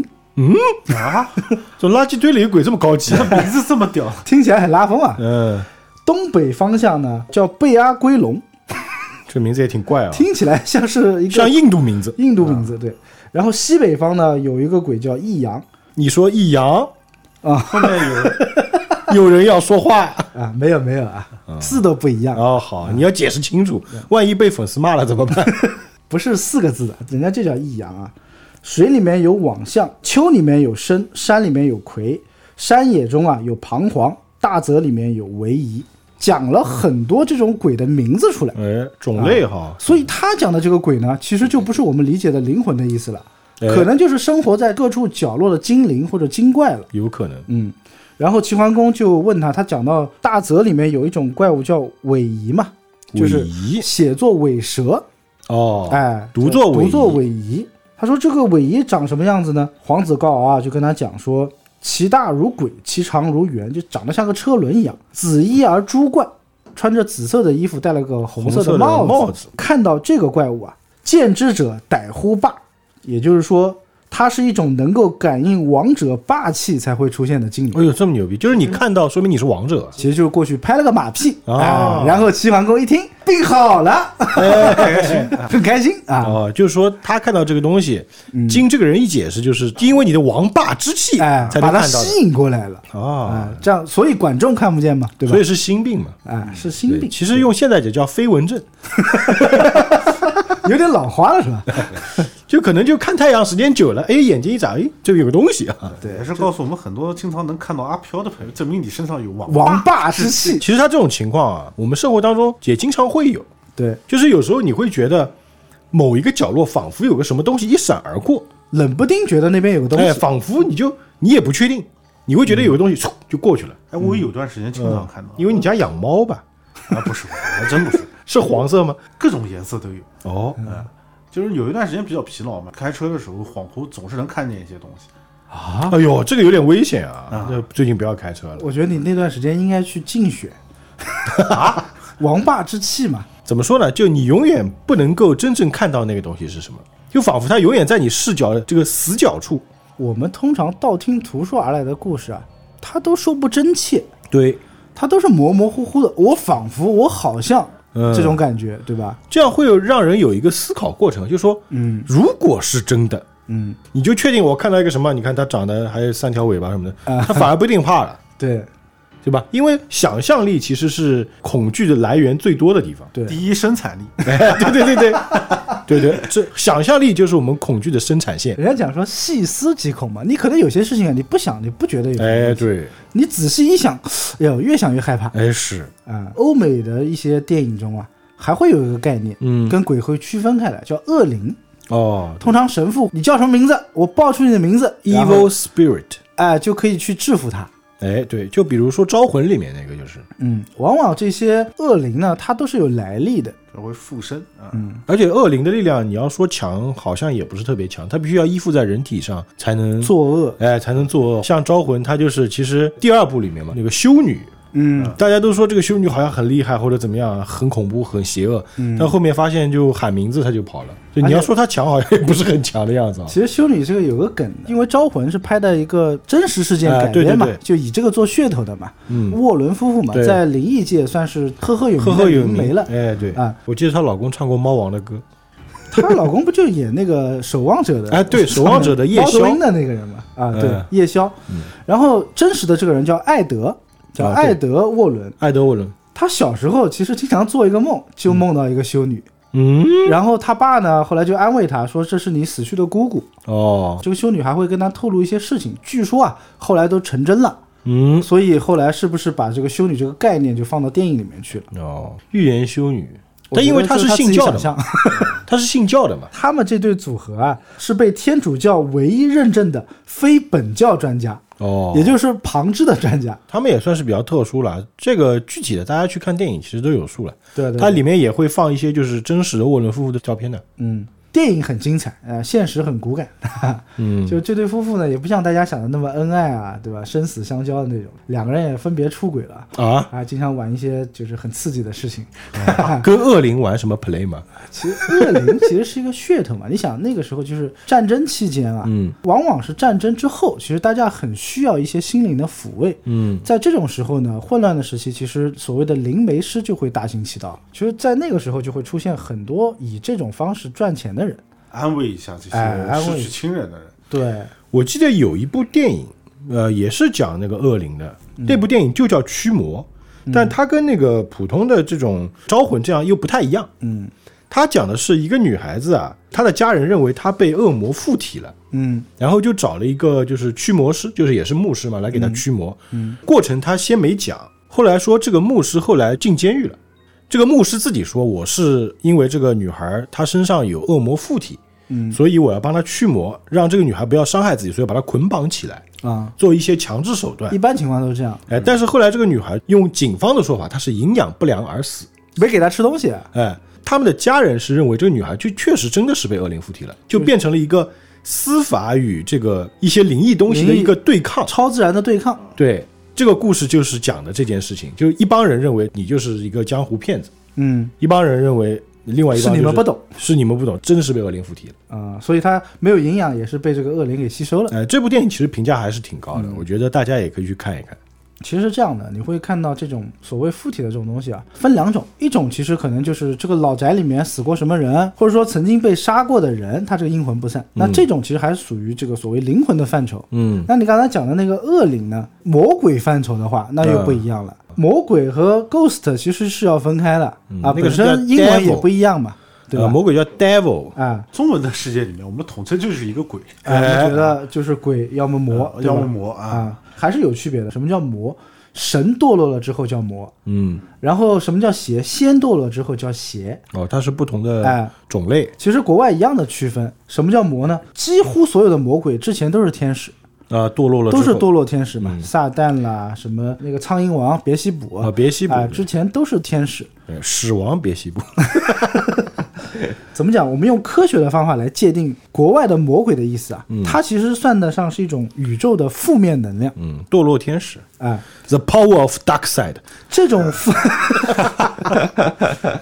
[SPEAKER 3] 啊，
[SPEAKER 1] 这垃圾堆里有鬼这么高级啊？
[SPEAKER 3] 名字这么屌，
[SPEAKER 2] 听起来很拉风啊。
[SPEAKER 1] 嗯，
[SPEAKER 2] 东北方向呢叫贝阿龟龙，
[SPEAKER 1] 这名字也挺怪啊，
[SPEAKER 2] 听起来像是一个
[SPEAKER 1] 像印度名字。
[SPEAKER 2] 印度名字对。然后西北方呢有一个鬼叫益阳
[SPEAKER 1] 你说一阳，
[SPEAKER 3] 后面有
[SPEAKER 1] 有人要说话。
[SPEAKER 2] 啊，没有没有啊，字都不一样，
[SPEAKER 1] 哦，好，你要解释清楚，
[SPEAKER 2] 嗯
[SPEAKER 1] 万一被粉丝骂了怎么 办？
[SPEAKER 2] 不是四个字的，人家就叫益阳啊。水里面有网象，丘里面有参，山里面有魁，山野中啊有彷徨，大泽里面有逶迤，讲了很多这种鬼的名字出来。
[SPEAKER 1] 哎，种类哈，
[SPEAKER 2] 所以他讲的这个鬼呢，其实就不是我们理解的灵魂的意思了，
[SPEAKER 1] 哎
[SPEAKER 2] 可能就是生活在各处角落的精灵或者精怪了。
[SPEAKER 1] 有可能。
[SPEAKER 2] 嗯，然后齐桓公就问他，他讲到大泽里面有一种怪物叫尾夷嘛，就是
[SPEAKER 1] 尾夷
[SPEAKER 2] 写作尾蛇，
[SPEAKER 1] 哦，
[SPEAKER 2] 哎，
[SPEAKER 1] 读作
[SPEAKER 2] 读
[SPEAKER 1] 尾
[SPEAKER 2] 作
[SPEAKER 1] 夷
[SPEAKER 2] 尾夷。他说这个尾夷长什么样子呢？黄子告啊，就跟他讲说，其大如鬼，其长如圆，就长得像个车轮一样，紫衣而朱冠，穿着紫色的衣服，戴了个红色
[SPEAKER 1] 红色的
[SPEAKER 2] 帽
[SPEAKER 1] 帽子
[SPEAKER 2] 看到这个怪物啊，见之者逮乎霸，也就是说，它是一种能够感应王者霸气才会出现的精灵。
[SPEAKER 1] 哎呦，这么牛逼！就是你看到，说明你是王者。啊
[SPEAKER 2] 其实就是过去拍了个马屁
[SPEAKER 1] 哦
[SPEAKER 2] 啊，然后齐桓公一听病好了， 很开心啊，
[SPEAKER 1] 哎
[SPEAKER 2] 嗯
[SPEAKER 1] 哦，就是说他看到这个东西，经这个人一解释，就是因为你的王霸之气
[SPEAKER 2] 哎，
[SPEAKER 1] 才能
[SPEAKER 2] 把他
[SPEAKER 1] 看到的
[SPEAKER 2] 吸引过来了
[SPEAKER 1] 哦，
[SPEAKER 2] 啊，这样所以管仲看不见嘛，对吧
[SPEAKER 1] 所以？是心病嘛。
[SPEAKER 2] 啊，是心
[SPEAKER 1] 对，
[SPEAKER 2] 病，
[SPEAKER 1] 其实用现在讲叫飞蚊症，
[SPEAKER 2] 有点老花了 是吧？
[SPEAKER 1] 就可能就看太阳时间久了，哎，眼睛一眨，哎，这有个东西啊。
[SPEAKER 2] 嗯
[SPEAKER 3] 也是告诉我们很多经常能看到阿飘的朋友，证明你身上有王
[SPEAKER 2] 王霸之气，
[SPEAKER 1] 其实他这种情况啊，我们生活当中也经常会有，
[SPEAKER 2] 对，
[SPEAKER 1] 就是有时候你会觉得某一个角落仿佛有个什么东西一闪而过，
[SPEAKER 2] 冷不丁觉得那边有个东
[SPEAKER 1] 哎，
[SPEAKER 2] 西，
[SPEAKER 1] 仿佛你就你也不确定，你会觉得有个东西嗖就过去了，
[SPEAKER 3] 哎，我有段时间经常看到，
[SPEAKER 1] 因为你家养猫吧，
[SPEAKER 3] 啊，不是我，还真不是，
[SPEAKER 1] 是黄色吗？
[SPEAKER 3] 各种颜色都有。嗯
[SPEAKER 1] 哦，
[SPEAKER 3] 就是有一段时间比较疲劳嘛，开车的时候恍惚总是能看见一些东西。
[SPEAKER 1] 哎呦，这个有点危险啊！这最近不要开车了。
[SPEAKER 2] 我觉得你那段时间应该去竞选，
[SPEAKER 1] 啊
[SPEAKER 2] 王霸之气嘛，
[SPEAKER 1] 怎么说呢？就你永远不能够真正看到那个东西是什么，就仿佛它永远在你视角的这个死角处。
[SPEAKER 2] 我们通常道听途说而来的故事啊，它都说不真切，
[SPEAKER 1] 对，
[SPEAKER 2] 它都是模模糊糊的，我仿佛我好像
[SPEAKER 1] 嗯
[SPEAKER 2] 这种感觉，对吧？
[SPEAKER 1] 这样会有让人有一个思考过程，就说，嗯，如果是真的，
[SPEAKER 2] 嗯，
[SPEAKER 1] 你就确定我看到一个什么，你看它长得还有三条尾巴什么的，它反而不一定怕了，
[SPEAKER 2] 对
[SPEAKER 1] 对吧？因为想象力其实是恐惧的来源最多的地方。
[SPEAKER 2] 对
[SPEAKER 3] 第一，生产力，
[SPEAKER 1] 对对对对对对，这想象力就是我们恐惧的生产线。
[SPEAKER 2] 人家讲说细思极恐嘛，你可能有些事情啊，你不想，你不觉得有什么
[SPEAKER 1] 哎，
[SPEAKER 2] 问题，
[SPEAKER 1] 对，
[SPEAKER 2] 你仔细一想，哎呦，越想越害怕啊、
[SPEAKER 1] 哎是，
[SPEAKER 2] 欧美的一些电影中啊，还会有一个概念，
[SPEAKER 1] 嗯
[SPEAKER 2] 跟鬼会区分开来，叫恶灵。
[SPEAKER 1] 哦
[SPEAKER 2] 通常神父，你叫什么名字？我报出你的名字然后
[SPEAKER 1] ，evil spirit。
[SPEAKER 2] 哎、就可以去制服它。
[SPEAKER 1] 哎，对，就比如说《招魂》里面那个就是，
[SPEAKER 2] 嗯，往往这些恶灵呢，它都是有来历的。
[SPEAKER 3] 就会附身啊。嗯，
[SPEAKER 1] 而且恶灵的力量，你要说强，好像也不是特别强，它必须要依附在人体上才能，
[SPEAKER 2] 作恶，
[SPEAKER 1] 哎，才能作恶。像《招魂》，它就是其实第二部里面嘛，那个修女
[SPEAKER 2] 嗯，
[SPEAKER 1] 大家都说这个修女好像很厉害，或者怎么样，很恐怖、很邪恶，
[SPEAKER 2] 嗯
[SPEAKER 1] 但后面发现就喊名字她就跑了。就你要说她强，好像也不是很强的样子啊。
[SPEAKER 2] 其实修女这个有个梗的，因为《招魂》是拍的一个真实事件
[SPEAKER 1] 哎
[SPEAKER 2] 改编嘛，
[SPEAKER 1] 对对对
[SPEAKER 2] 就以这个做噱头的嘛。
[SPEAKER 1] 嗯
[SPEAKER 2] 沃伦夫妇嘛，
[SPEAKER 1] 对
[SPEAKER 2] 在灵异界算是赫赫有名，
[SPEAKER 1] 赫赫有
[SPEAKER 2] 名没了。
[SPEAKER 1] 哎，对
[SPEAKER 2] 啊，
[SPEAKER 1] 我记得她老公唱过猫王的歌，
[SPEAKER 2] 她老公不就演那个《守 望者》的？
[SPEAKER 1] 哎对守望者的夜宵
[SPEAKER 2] 猫头鹰的那个人嘛？啊，对
[SPEAKER 1] 嗯，
[SPEAKER 2] 夜宵。然后真实的这个人叫艾德，叫
[SPEAKER 1] 啊对
[SPEAKER 2] 艾德沃伦。
[SPEAKER 1] 艾德沃伦。
[SPEAKER 2] 他小时候其实经常做一个梦，就梦到一个修女。
[SPEAKER 1] 嗯，
[SPEAKER 2] 然后他爸呢，后来就安慰他说：“这是你死去的姑姑。”
[SPEAKER 1] 哦，
[SPEAKER 2] 这个修女还会跟他透露一些事情，据说啊，后来都成真了。
[SPEAKER 1] 嗯，
[SPEAKER 2] 所以后来是不是把这个修女这个概念就放到电影里面去了？
[SPEAKER 1] 哦，预言修女，
[SPEAKER 2] 我
[SPEAKER 1] 但因为
[SPEAKER 2] 觉得
[SPEAKER 1] 是
[SPEAKER 2] 这
[SPEAKER 1] 信
[SPEAKER 2] 自己
[SPEAKER 1] 教
[SPEAKER 2] 想
[SPEAKER 1] 的嘛，
[SPEAKER 2] 象，
[SPEAKER 1] 她是信教的嘛，
[SPEAKER 2] 他们这对组合啊是被天主教唯一认证的非本教专家，
[SPEAKER 1] 哦，
[SPEAKER 2] 也就是旁支的专家。
[SPEAKER 1] 他们也算是比较特殊了。这个具体的大家去看电影其实都有数了，
[SPEAKER 2] 对对对
[SPEAKER 1] 它里面也会放一些就是真实的沃伦夫妇的照片的。
[SPEAKER 2] 嗯，电影很精彩，呃，现实很骨感。
[SPEAKER 1] 嗯，
[SPEAKER 2] 就这对夫妇呢，也不像大家想的那么恩爱啊，对吧？生死相交的那种，两个人也分别出轨了。
[SPEAKER 1] 啊，
[SPEAKER 2] 啊，经常玩一些就是很刺激的事情。
[SPEAKER 1] 跟恶灵玩什么 play 嘛？
[SPEAKER 2] 其实恶灵其实是一个噱头嘛。你想那个时候就是战争期间啊，
[SPEAKER 1] 嗯
[SPEAKER 2] 往往是战争之后，其实大家很需要一些心灵的抚慰。
[SPEAKER 1] 嗯，
[SPEAKER 2] 在这种时候呢，混乱的时期，其实所谓的灵媒师就会大行其道。其实，在那个时候就会出现很多以这种方式赚钱的人。
[SPEAKER 3] 安慰一下这
[SPEAKER 2] 哎
[SPEAKER 3] 些
[SPEAKER 2] 安
[SPEAKER 3] 失
[SPEAKER 2] 慰
[SPEAKER 3] 去亲人的人。
[SPEAKER 2] 对，
[SPEAKER 1] 我记得有一部电影，呃，也是讲那个恶灵的，
[SPEAKER 2] 嗯
[SPEAKER 1] 那部电影就叫《驱魔》，但它跟那个普通的这种招魂这样又不太一样。
[SPEAKER 2] 嗯
[SPEAKER 1] 它讲的是一个女孩子啊，她的家人认为她被恶魔附体了。
[SPEAKER 2] 嗯
[SPEAKER 1] 然后就找了一个就是驱魔师，就是也是牧师嘛，来给他驱魔。嗯，过程他先没讲，后来说这个牧师后来进监狱了。这个牧师自己说，我是因为这个女孩她身上有恶魔附体，
[SPEAKER 2] 嗯
[SPEAKER 1] 所以我要帮她驱魔，让这个女孩不要伤害自己，所以把她捆绑起来，
[SPEAKER 2] 啊，
[SPEAKER 1] 做一些强制手段
[SPEAKER 2] 一。般情况都是这样，
[SPEAKER 1] 哎，但是后来这个女孩用警方的说法，她是营养不良而死。
[SPEAKER 2] 没给他吃东西。
[SPEAKER 1] 哎，他们的家人是认为这个女孩就确实真的是被恶灵附体了，就变成了一个司法与这个一些灵异东西的一个对抗。
[SPEAKER 2] 超自然的对抗，
[SPEAKER 1] 对，这个故事就是讲的这件事情，就是一帮人认为你就是一个江湖骗子，
[SPEAKER 2] 嗯，
[SPEAKER 1] 一帮人认为另外一
[SPEAKER 2] 是
[SPEAKER 1] 帮、
[SPEAKER 2] 你们不，懂
[SPEAKER 1] 是你们不懂，真是被恶灵附体了。
[SPEAKER 2] 啊、所以他没有营养，也是被这个恶灵给吸收了。
[SPEAKER 1] 哎，这部电影其实评价还是挺高的，
[SPEAKER 2] 嗯
[SPEAKER 1] 我觉得大家也可以去看一看。
[SPEAKER 2] 其实是这样的，你会看到这种所谓附体的这种东西啊，分两种，一种其实可能就是这个老宅里面死过什么人，或者说曾经被杀过的人，他这个阴魂不散。那这种其实还是属于这个所谓灵魂的范畴。
[SPEAKER 1] 嗯，
[SPEAKER 2] 那你刚才讲的那个恶灵呢，魔鬼范畴的话，那又不一样
[SPEAKER 1] 嗯
[SPEAKER 2] 了。魔鬼和 ghost 其实是要分开的、啊，
[SPEAKER 1] 那个
[SPEAKER 2] 本
[SPEAKER 1] 是叫
[SPEAKER 2] 身英文
[SPEAKER 1] devil
[SPEAKER 2] 也不一样嘛，对
[SPEAKER 1] 呃
[SPEAKER 2] 吧？
[SPEAKER 1] 魔鬼叫 devil，
[SPEAKER 2] 啊，
[SPEAKER 3] 中文的世界里面，我们统称就是一个鬼，
[SPEAKER 1] 呃
[SPEAKER 2] 哎，我觉得就是鬼，要么魔，
[SPEAKER 3] 呃
[SPEAKER 2] 对吧
[SPEAKER 3] 要么魔啊。
[SPEAKER 2] 啊，还是有区别的。什么叫魔？神堕落了之后叫魔，
[SPEAKER 1] 嗯，
[SPEAKER 2] 然后什么叫邪？先堕落之后叫邪。
[SPEAKER 1] 哦，它是不同的
[SPEAKER 2] 哎
[SPEAKER 1] 种类。
[SPEAKER 2] 其实国外一样的区分，什么叫魔呢？几乎所有的魔鬼之前都是天使，
[SPEAKER 1] 啊、堕落了之
[SPEAKER 2] 都
[SPEAKER 1] 后嗯
[SPEAKER 2] 是堕落天使嘛，撒旦啦，什么那个苍蝇王别西卜
[SPEAKER 1] 啊别西卜
[SPEAKER 2] 啊，之前都是天使。
[SPEAKER 1] 哎死亡别西部。
[SPEAKER 2] 怎么讲？我们用科学的方法来界定国外的魔鬼的意思啊，
[SPEAKER 1] 嗯
[SPEAKER 2] 它其实算得上是一种宇宙的负面能量
[SPEAKER 1] 嗯，堕落天使
[SPEAKER 2] 啊。
[SPEAKER 1] ，The Power of Dark Side，
[SPEAKER 2] 这种负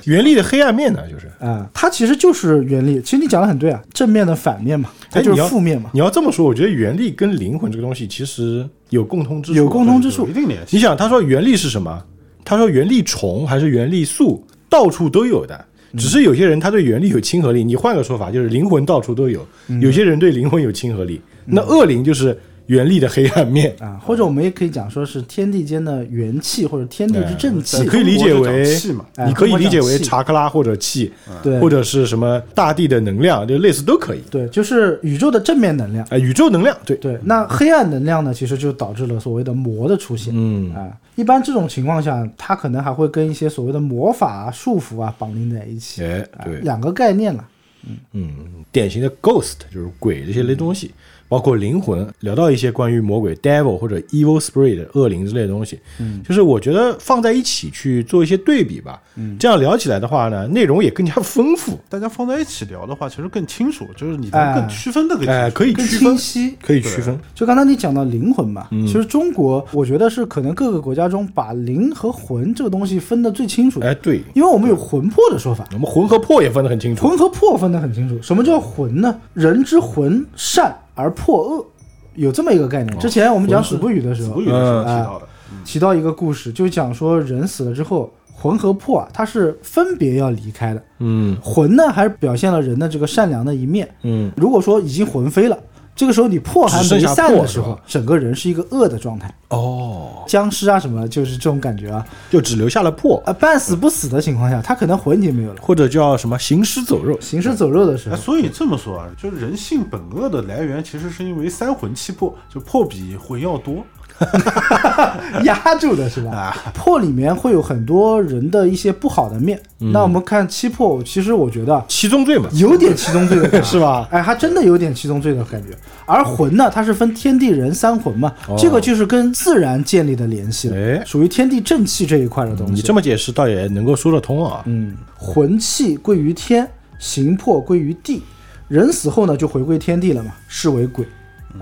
[SPEAKER 1] 原力的黑暗面呢，就是。
[SPEAKER 2] 啊，它其实就是原力。其实你讲的很对啊，正面的反面嘛，它
[SPEAKER 1] 哎
[SPEAKER 2] 就
[SPEAKER 1] 你
[SPEAKER 2] 是
[SPEAKER 1] 要
[SPEAKER 2] 负面嘛，
[SPEAKER 1] 你要这么说，我觉得原力跟灵魂这个东西其实有共通之处。
[SPEAKER 2] 有共通之处
[SPEAKER 3] 有一。定联系。
[SPEAKER 1] 你想，他说原力是什么？他说原力虫还是原力素，到处都有的。只是有些人他对原力有亲和力，你换个说法就是灵魂到处都有。有些人对灵魂有亲和力，那恶灵就是原力的黑暗面，
[SPEAKER 2] 啊，或者我们也可以讲说是天地间的元气，或者天地之正气
[SPEAKER 1] 你。可以理解为
[SPEAKER 3] 中国就讲气嘛
[SPEAKER 2] 哎
[SPEAKER 1] 你可以理解
[SPEAKER 2] 中国
[SPEAKER 1] 为
[SPEAKER 2] 讲气
[SPEAKER 1] 查克拉或者气，
[SPEAKER 2] 对
[SPEAKER 1] 或者是什么大地的能量，就类似都可以。
[SPEAKER 2] 对，就是宇宙的正面能量。
[SPEAKER 1] 啊，宇宙能量，对，
[SPEAKER 2] 对，那黑暗能量呢，其实就导致了所谓的魔的出现。
[SPEAKER 1] 嗯
[SPEAKER 2] 啊，一般这种情况下，它可能还会跟一些所谓的魔法啊、束缚啊绑定在一起，
[SPEAKER 1] 哎，
[SPEAKER 2] 啊
[SPEAKER 1] 对，
[SPEAKER 2] 两个概念了。
[SPEAKER 1] 嗯嗯，典型的 ghost 就是鬼这些类东西，包括灵魂，聊到一些关于魔鬼 devil 或者 evil spirit 恶灵之类的东西，嗯，就是我觉得放在一起去做一些对比吧，嗯，这样聊起来的话呢，内容也更加丰富，
[SPEAKER 3] 大家放在一起聊的话，其实更清楚，就是你
[SPEAKER 2] 哎
[SPEAKER 3] 能更区分这个。
[SPEAKER 1] 哎、可以
[SPEAKER 2] 更
[SPEAKER 1] 区分嗯
[SPEAKER 2] 清，晰。
[SPEAKER 1] 可以区分，
[SPEAKER 2] 就刚才你讲到灵魂嘛，其实中国我觉得是可能各个国家中把灵和魂这个东西分得最清楚的，
[SPEAKER 1] 哎，对，
[SPEAKER 2] 因为我们有魂魄的说法，
[SPEAKER 1] 我们魂和魄也分得很清楚，
[SPEAKER 2] 魂和魄分得很清楚。什么叫魂呢？人之魂善而魄恶，有这么一个概念。
[SPEAKER 1] 哦
[SPEAKER 2] 之前我们讲
[SPEAKER 1] 魂是
[SPEAKER 2] 古不语的时
[SPEAKER 3] 子
[SPEAKER 2] 候
[SPEAKER 3] 不语，的时候提到的，
[SPEAKER 2] 提到一个故事，就讲说人死了之后，魂和魄啊，它是分别要离开的。
[SPEAKER 1] 嗯
[SPEAKER 2] 魂呢，还是表现了人的这个善良的一面。
[SPEAKER 1] 嗯，
[SPEAKER 2] 如果说已经魂飞了，这个时候你魄还
[SPEAKER 1] 只
[SPEAKER 2] 没
[SPEAKER 1] 剩下
[SPEAKER 2] 散
[SPEAKER 1] 魄
[SPEAKER 2] 的
[SPEAKER 1] 是
[SPEAKER 2] 时候
[SPEAKER 1] 吧，
[SPEAKER 2] 整个人是一个恶的状态，
[SPEAKER 1] 哦，
[SPEAKER 2] 僵尸啊什么，就是这种感觉啊。
[SPEAKER 1] 就只留下了魄，
[SPEAKER 2] 啊，半死不死的情况下，他可能魂已经没有了。
[SPEAKER 1] 或者叫什么行尸走肉，
[SPEAKER 2] 行尸走肉的时
[SPEAKER 3] 哎，
[SPEAKER 2] 候，
[SPEAKER 3] 所以这么说啊，就是人性本恶的来源，其实是因为三魂七魄，就魄比魂要多。
[SPEAKER 2] 压住的是吧？
[SPEAKER 1] 啊
[SPEAKER 2] 魄里面会有很多人的一些不好的面。
[SPEAKER 1] 嗯
[SPEAKER 2] 那我们看七魄，其实我觉得啊
[SPEAKER 1] 七宗罪嘛，
[SPEAKER 2] 有点七宗罪的感 觉，
[SPEAKER 1] 是吧？
[SPEAKER 2] 哎，还真的有点七宗罪的感觉。而魂呢，它是分天地人三魂嘛，
[SPEAKER 1] 哦
[SPEAKER 2] 这个就是跟自然建立的联系了，
[SPEAKER 1] 哎
[SPEAKER 2] 属于天地正气这一块的东
[SPEAKER 1] 你
[SPEAKER 2] 西。
[SPEAKER 1] 这么解释倒也能够说得通啊，
[SPEAKER 2] 嗯，魂气归于天，形魄归于地，人死后呢就回归天地了嘛，视为鬼。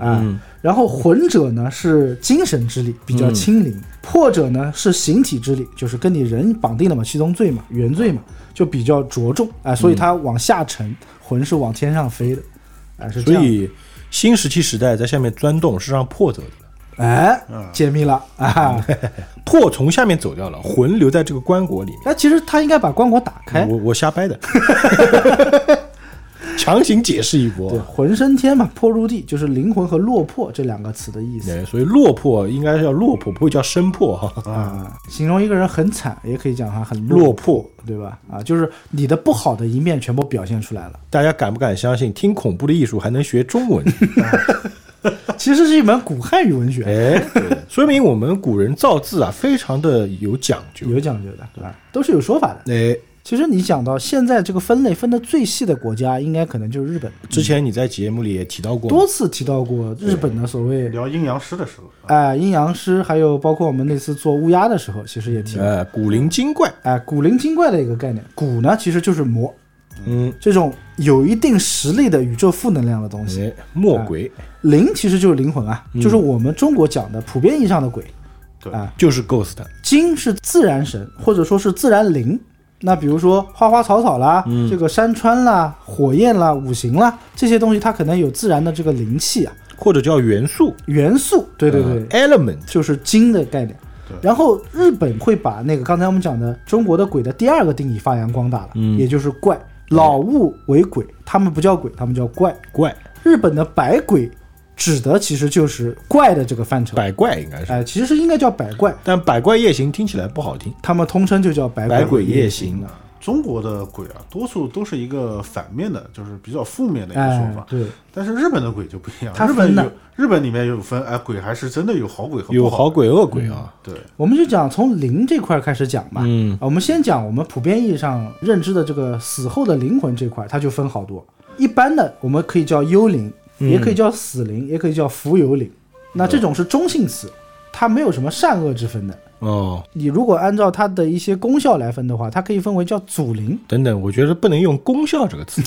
[SPEAKER 1] 嗯
[SPEAKER 2] 啊，然后魂者呢是精神之力，比较清
[SPEAKER 1] 嗯
[SPEAKER 2] 灵；魄者呢是形体之力，就是跟你人绑定了嘛，七宗罪嘛，原罪嘛，就比较着重啊，所以它往下沉，魂是往天上飞的，啊，是
[SPEAKER 1] 所
[SPEAKER 2] 这样。
[SPEAKER 1] 以新石器时代在下面钻洞是让魄走的。
[SPEAKER 2] 哎，解密了 啊！
[SPEAKER 1] 魄从下面走掉了，魂留在这个棺椁里面。
[SPEAKER 2] 那其实他应该把棺椁打开，
[SPEAKER 1] 我我瞎掰 的，强行解释一波啊
[SPEAKER 2] 对，。魂升天嘛，魄入地，就是灵魂和落魄这两个词的意思。
[SPEAKER 1] 对，哎所以落魄应该是叫落魄，不会叫生魄哈。
[SPEAKER 2] 啊，形容一个人很惨，也可以讲他很
[SPEAKER 1] 落，魄，
[SPEAKER 2] 对吧？啊，就是你的不好的一面全部表现出来了，
[SPEAKER 1] 大家敢不敢相信？听恐怖的艺术还能学中文？
[SPEAKER 2] 其实是一门古汉语文学，
[SPEAKER 1] 哎，对说明我们古人造字啊，非常的有讲究。
[SPEAKER 2] 有讲究的，对吧？都是有说法的。
[SPEAKER 1] 哎，
[SPEAKER 2] 其实你讲到现在这个分类分的最细的国家，应该可能就是日本，
[SPEAKER 1] 之前你在节目里也提到过，
[SPEAKER 2] 多次提到过日本的所谓。
[SPEAKER 3] 聊阴阳师的时候，啊
[SPEAKER 2] 哎，阴阳师，还有包括我们那次做乌鸦的时候，其实也提到。
[SPEAKER 1] 呃，古灵精怪，
[SPEAKER 2] 哎，古灵精怪的一个概念。古呢，其实就是魔，
[SPEAKER 1] 嗯，
[SPEAKER 2] 这种有一定实力的宇宙负能量的东西。
[SPEAKER 1] 哎，魔鬼
[SPEAKER 2] 灵其实就是灵魂啊，就是我们中国讲的普遍意义上的鬼。
[SPEAKER 3] 对
[SPEAKER 2] 啊，
[SPEAKER 1] 就是 ghost，
[SPEAKER 2] 精是自然神，或者说是自然灵。那比如说花花草草啦，这个山川啦、火焰啦、五行啦，这些东西它可能有自然的这个灵气啊、
[SPEAKER 1] 或者叫元素，
[SPEAKER 2] 元素。对对对，
[SPEAKER 1] 呃，element，
[SPEAKER 2] 就是精的概念。然后日本会把那个刚才我们讲的中国的鬼的第二个定义发扬光大了，也就是怪，老物为鬼，他们不叫鬼，他们叫怪。
[SPEAKER 1] 怪，
[SPEAKER 2] 日本的百鬼指的其实就是怪的这个范畴，
[SPEAKER 1] 百怪应该是。
[SPEAKER 2] 哎、其实应该叫百怪，
[SPEAKER 1] 但《百怪夜行》听起来不好听，
[SPEAKER 2] 他们通称就叫百
[SPEAKER 1] 《百鬼夜
[SPEAKER 2] 夜
[SPEAKER 1] 行》啊
[SPEAKER 2] 了。
[SPEAKER 3] 中国的鬼啊，多数都是一个反面的，就是比较负面的一个
[SPEAKER 2] 哎
[SPEAKER 3] 说法。，
[SPEAKER 2] 对，
[SPEAKER 3] 但是日本的鬼就不一样，
[SPEAKER 2] 它
[SPEAKER 3] 日本
[SPEAKER 2] 分的
[SPEAKER 3] 有日本里面有分，哎，鬼还是真的有好鬼和
[SPEAKER 1] 有
[SPEAKER 3] 不好
[SPEAKER 1] 好
[SPEAKER 3] 鬼。
[SPEAKER 1] 鬼恶鬼啊，
[SPEAKER 3] 对，
[SPEAKER 2] 我们就讲从灵这块开始讲吧。
[SPEAKER 1] 嗯
[SPEAKER 2] 啊，我们先讲我们普遍意义上认知的这个死后的灵魂这块，它就分好多。一般的我们可以叫幽灵，
[SPEAKER 3] 嗯
[SPEAKER 2] 也可以叫死灵，也可以叫浮游灵。那这种是中性词，它没有什么善恶之分的。
[SPEAKER 1] 哦，
[SPEAKER 2] 你如果按照它的一些功效来分的话，它可以分为叫祖灵，
[SPEAKER 1] 等等，我觉得不能用功效这个词，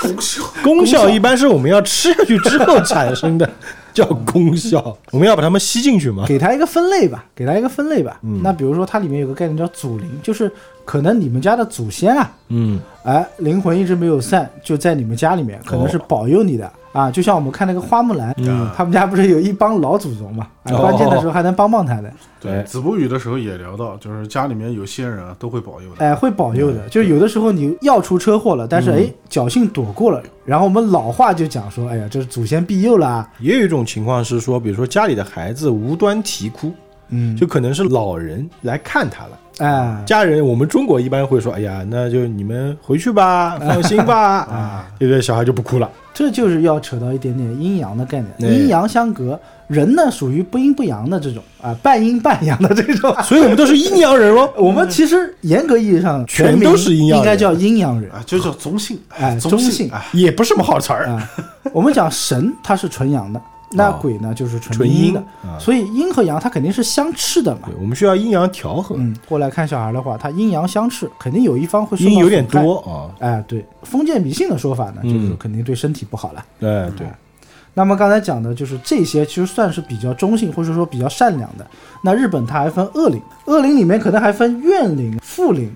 [SPEAKER 3] 功效
[SPEAKER 1] 功效一般是我们要吃下去之后产生的，叫功效，我们要把它们吸进去 嘛。
[SPEAKER 2] 给它一个分类吧，给它一个分类吧。那比如说它里面有个概念叫祖灵，就是可能你们家的祖先啊，
[SPEAKER 1] 嗯，
[SPEAKER 2] 哎，灵魂一直没有散，就在你们家里面，可能是保佑你的、啊。就像我们看那个花木兰，他们家不是有一帮老祖宗嘛、啊
[SPEAKER 1] 哦
[SPEAKER 2] 关键的时候还能帮帮他的，
[SPEAKER 1] 哎
[SPEAKER 3] 对，子不语的时候也聊到，就是家里面有些人啊都会保佑的。
[SPEAKER 2] 哎，会保佑的。就是有的时候你要出车祸了，但是哎，侥幸躲过了。然后我们老话就讲说，哎呀，这是祖先庇佑啦。
[SPEAKER 1] 也有一种情况是说，比如说家里的孩子无端啼哭，
[SPEAKER 2] 嗯，
[SPEAKER 1] 就可能是老人来看他了。
[SPEAKER 2] 哎，
[SPEAKER 1] 家人，我们中国一般会说，哎呀，那就你们回去 吧，放心吧，啊，对不对？小孩就不哭了。
[SPEAKER 2] 这就是要扯到一点点阴阳的概念，
[SPEAKER 1] 哎
[SPEAKER 2] 阴阳相隔。人呢属于不阴不阳的这种啊，半阴半阳的这 种。
[SPEAKER 1] 所以我们都是阴阳人哦喽。
[SPEAKER 2] 我们其实严格意义上
[SPEAKER 1] 全
[SPEAKER 2] 民
[SPEAKER 1] 都是阴阳
[SPEAKER 2] 应该
[SPEAKER 1] 人
[SPEAKER 2] 叫阴阳人。
[SPEAKER 3] 哎啊，就叫宗信，
[SPEAKER 2] 哎
[SPEAKER 3] 宗
[SPEAKER 2] 宗信
[SPEAKER 3] 哎，
[SPEAKER 1] 也不是什么好词儿，
[SPEAKER 2] 啊，我们讲神它是纯阳的， 那鬼呢就是纯
[SPEAKER 1] 哦纯阴
[SPEAKER 2] 的，
[SPEAKER 1] 啊
[SPEAKER 2] 所以阴和阳它肯定是相斥的嘛
[SPEAKER 1] 对。，我们需要阴阳调和，
[SPEAKER 2] 嗯，过来看小孩的话，他阴阳相斥，肯定有一方会受到
[SPEAKER 1] 阴有点
[SPEAKER 2] 损害。
[SPEAKER 1] 多啊，
[SPEAKER 2] 哎，对，封建迷信的说法呢，就是
[SPEAKER 1] 嗯
[SPEAKER 2] 肯定对身体不好了。
[SPEAKER 1] 哎对，
[SPEAKER 2] 那么刚才讲的就是这些，其实算是比较中性或者说比较善良的。那日本它还分恶灵，恶灵里面可能还分怨灵、富灵。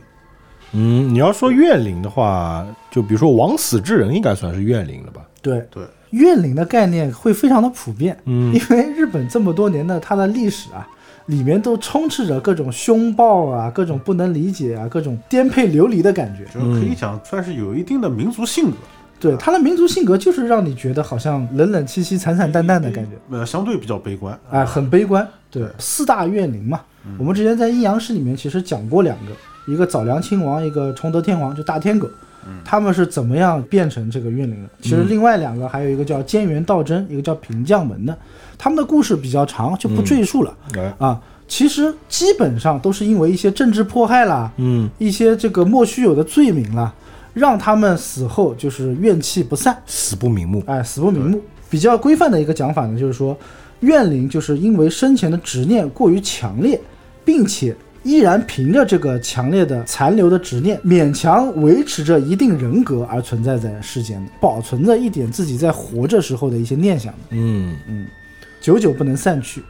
[SPEAKER 1] 嗯，你要说怨灵的话，就比如说枉死之人应该算是怨灵了吧？
[SPEAKER 2] 对，
[SPEAKER 3] 对，
[SPEAKER 2] 怨灵的概念会非常的普遍，
[SPEAKER 1] 嗯
[SPEAKER 2] 因为日本这么多年的它的历史啊，里面都充斥着各种凶暴啊、各种不能理解啊、各种颠沛流离的感觉。
[SPEAKER 3] 就是可以讲算是有一定的民族性格，
[SPEAKER 2] 对，他的民族性格就是让你觉得好像冷冷凄凄、惨惨淡淡的感觉，
[SPEAKER 3] 呃，相对比较悲观。
[SPEAKER 2] 哎，很悲观。对，四大怨灵嘛，我们之前在阴阳师里面其实讲过两个，一个早良亲王，一个崇德天皇，就大天狗。他们是怎么样变成这个怨灵的？其实另外两个还有一个叫菅原道真，一个叫平将门的，他们的故事比较长，就不赘述了、
[SPEAKER 1] 哎，
[SPEAKER 2] 啊。其实基本上都是因为一些政治迫害啦，
[SPEAKER 1] 嗯，
[SPEAKER 2] 一些这个莫须有的罪名啦，让他们死后就是怨气不散，
[SPEAKER 1] 死不瞑目，
[SPEAKER 2] 哎，死不瞑目。比较规范的一个讲法呢，就是说，怨灵就是因为生前的执念过于强烈，并且依然凭着这个强烈的残留的执念，勉强维持着一定人格而存在在世间的，保存着一点自己在活着时候的一些念想的，
[SPEAKER 1] 嗯，
[SPEAKER 2] 久久不能散去。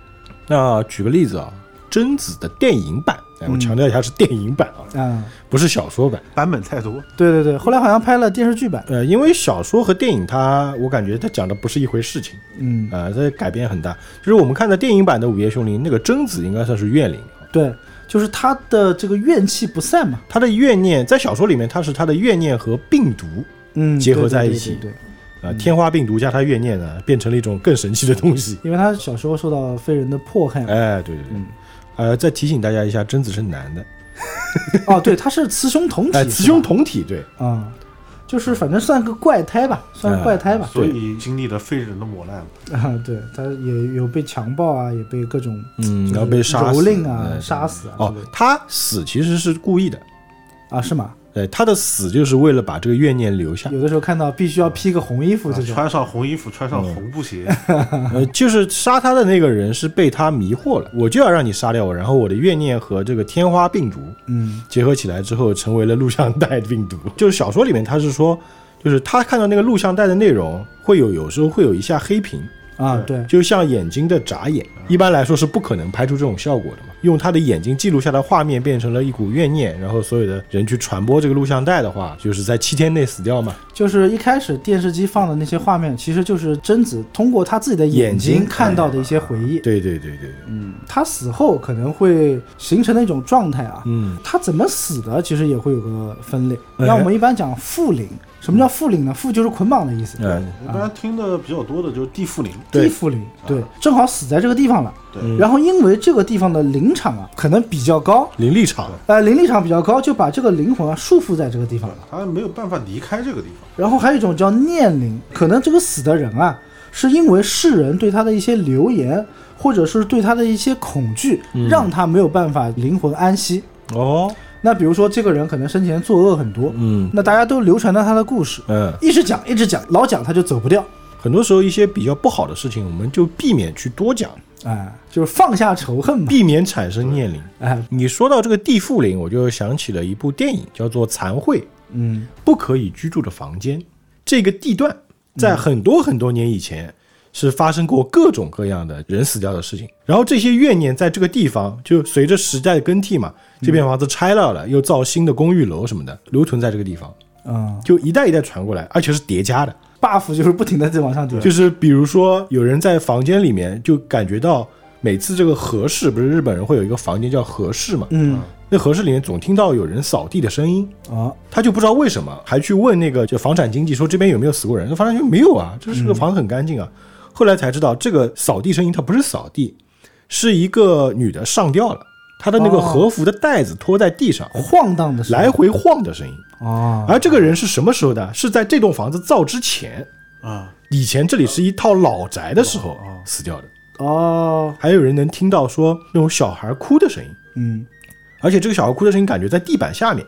[SPEAKER 1] 那举个例子啊，贞子的电影版，哎，我强调一下是电影版啊，
[SPEAKER 2] 啊、
[SPEAKER 1] 不是小说版。
[SPEAKER 3] 版本太多，
[SPEAKER 2] 对对对，后来好像拍了电视剧版，
[SPEAKER 1] 呃，因为小说和电影它，我感觉它讲的不是一回事情，
[SPEAKER 2] 嗯，
[SPEAKER 1] 啊，它改变很大。就是我们看的电影版的《午夜凶铃》，那个贞子应该算是怨灵。啊
[SPEAKER 2] 对，就是他的这个怨气不散嘛，
[SPEAKER 1] 她的怨念在小说里面，她是她的怨念和病毒
[SPEAKER 2] 嗯，
[SPEAKER 1] 结合
[SPEAKER 2] 对对
[SPEAKER 1] 在一
[SPEAKER 2] 对
[SPEAKER 1] 起
[SPEAKER 2] 对对
[SPEAKER 1] 啊、天花病毒加她怨念呢，变成了一种更神奇的东西。
[SPEAKER 2] 因为他小时候受到非人的迫害嘛，
[SPEAKER 1] 哎，对对对，
[SPEAKER 2] 嗯
[SPEAKER 1] 呃，再提醒大家一下，贞子是男的，
[SPEAKER 2] 哦，对，他是雌雄同体，
[SPEAKER 1] 哎，雌雄
[SPEAKER 2] 是吧
[SPEAKER 1] 同体，对，
[SPEAKER 2] 啊、就是反正算个怪胎吧，
[SPEAKER 1] 哎
[SPEAKER 2] 算怪胎吧，
[SPEAKER 3] 所以经历了非人的磨难。
[SPEAKER 2] 啊，对，他也有被强暴啊，也被各种
[SPEAKER 1] 嗯，然后被杀
[SPEAKER 2] 蹂
[SPEAKER 1] 死
[SPEAKER 2] 躏啊、
[SPEAKER 1] 哎
[SPEAKER 2] 杀死啊
[SPEAKER 1] 哦
[SPEAKER 2] 之类的，
[SPEAKER 1] 他死其实是故意的，
[SPEAKER 2] 啊，是吗？
[SPEAKER 1] 对，他的死就是为了把这个怨念留下。
[SPEAKER 2] 有的时候看到必须要披个红衣服
[SPEAKER 3] 啊
[SPEAKER 2] 这种，
[SPEAKER 3] 穿上红衣服，穿上红布鞋，
[SPEAKER 2] 嗯
[SPEAKER 1] 呃，就是杀他的那个人是被他迷惑了，我就要让你杀掉我，然后我的怨念和这个天花病毒
[SPEAKER 2] 嗯
[SPEAKER 1] 结合起来之后，成为了录像带病毒。就是小说里面他是说，就是他看到那个录像带的内容，会有有时候会有一下黑屏，
[SPEAKER 2] 啊，对，
[SPEAKER 1] 就像眼睛的眨眼，啊一般来说是不可能拍出这种效果的嘛。用他的眼睛记录下的画面变成了一股怨念，然后所有的人去传播这个录像带的话，就是在七天内死掉嘛。
[SPEAKER 2] 就是一开始电视机放的那些画面，其实就是贞子通过她自己的眼
[SPEAKER 1] 眼睛
[SPEAKER 2] 睛看到的一些回忆。
[SPEAKER 1] 对对对对对，嗯
[SPEAKER 2] 她死后可能会形成的一种状态啊，
[SPEAKER 1] 嗯，
[SPEAKER 2] 他怎么死的，其实也会有个分类。
[SPEAKER 1] 哎
[SPEAKER 2] 那我们一般讲缚领，什么叫缚领呢？缚就是捆绑的意思，
[SPEAKER 1] 嗯
[SPEAKER 3] 一般听的比较多的就是地缚灵，
[SPEAKER 2] 地
[SPEAKER 1] 对啊
[SPEAKER 2] 缚领，对，正好死在这个地方了。
[SPEAKER 3] 对
[SPEAKER 2] 然后因为这个地方的灵场啊，可能比较高，
[SPEAKER 1] 灵力场，
[SPEAKER 2] 呃，灵力场比较高，就把这个灵魂啊束缚在这个地方了。
[SPEAKER 3] 他没有办法离开这个地方。
[SPEAKER 2] 然后还有一种叫念灵，可能这个死的人啊，是因为世人对他的一些流言，或者是对他的一些恐惧，
[SPEAKER 1] 嗯
[SPEAKER 2] 让他没有办法灵魂安息。
[SPEAKER 1] 哦，
[SPEAKER 2] 那比如说，这个人可能生前作恶很多，
[SPEAKER 1] 嗯
[SPEAKER 2] 那大家都流传到他的故事，
[SPEAKER 1] 嗯，
[SPEAKER 2] 一直讲一直讲，老讲他就走不掉，
[SPEAKER 1] 很多时候一些比较不好的事情，我们就避免去多讲，
[SPEAKER 2] 哎，就是放下仇恨嘛，
[SPEAKER 1] 避免产生念灵。
[SPEAKER 2] 哎，
[SPEAKER 1] 你说到这个地缚灵，我就想起了一部电影，叫做《残会》。
[SPEAKER 2] 嗯，
[SPEAKER 1] 不可以居住的房间。这个地段在很多很多年以前是发生过各种各样的人死掉的事情，然后这些怨念在这个地方就随着时代的更替嘛，这片房子拆了了，又造新的公寓楼什么的，留存在这个地方，
[SPEAKER 2] 嗯
[SPEAKER 1] 就一代一代传过来，而且是叠加的。
[SPEAKER 2] ，buff 就是不停的在往上叠，
[SPEAKER 1] 就是比如说有人在房间里面就感觉到每次这个和室，不是日本人会有一个房间叫和室嘛，啊
[SPEAKER 2] 嗯，
[SPEAKER 1] 那和室里面总听到有人扫地的声音，
[SPEAKER 2] 哦，
[SPEAKER 1] 他就不知道为什么，还去问那个就房产经纪说这边有没有死过人，房产经纪没有啊，这是个房子很干净啊。后来才知道，这个扫地声音它不是扫地，是一个女的上吊了，她的那个
[SPEAKER 2] 哦
[SPEAKER 1] 和服的带子拖在地上，
[SPEAKER 2] 晃荡的
[SPEAKER 1] 来回晃的声音。
[SPEAKER 2] 哦，
[SPEAKER 1] 啊而这个人是什么时候的？是在这栋房子造之前，
[SPEAKER 3] 啊，
[SPEAKER 1] 以前这里是一套老宅的时候死掉的。
[SPEAKER 2] 哦，
[SPEAKER 1] 还有人能听到说那种小孩哭的声音，
[SPEAKER 2] 嗯，
[SPEAKER 1] 而且这个小孩哭的声音感觉在地板下面，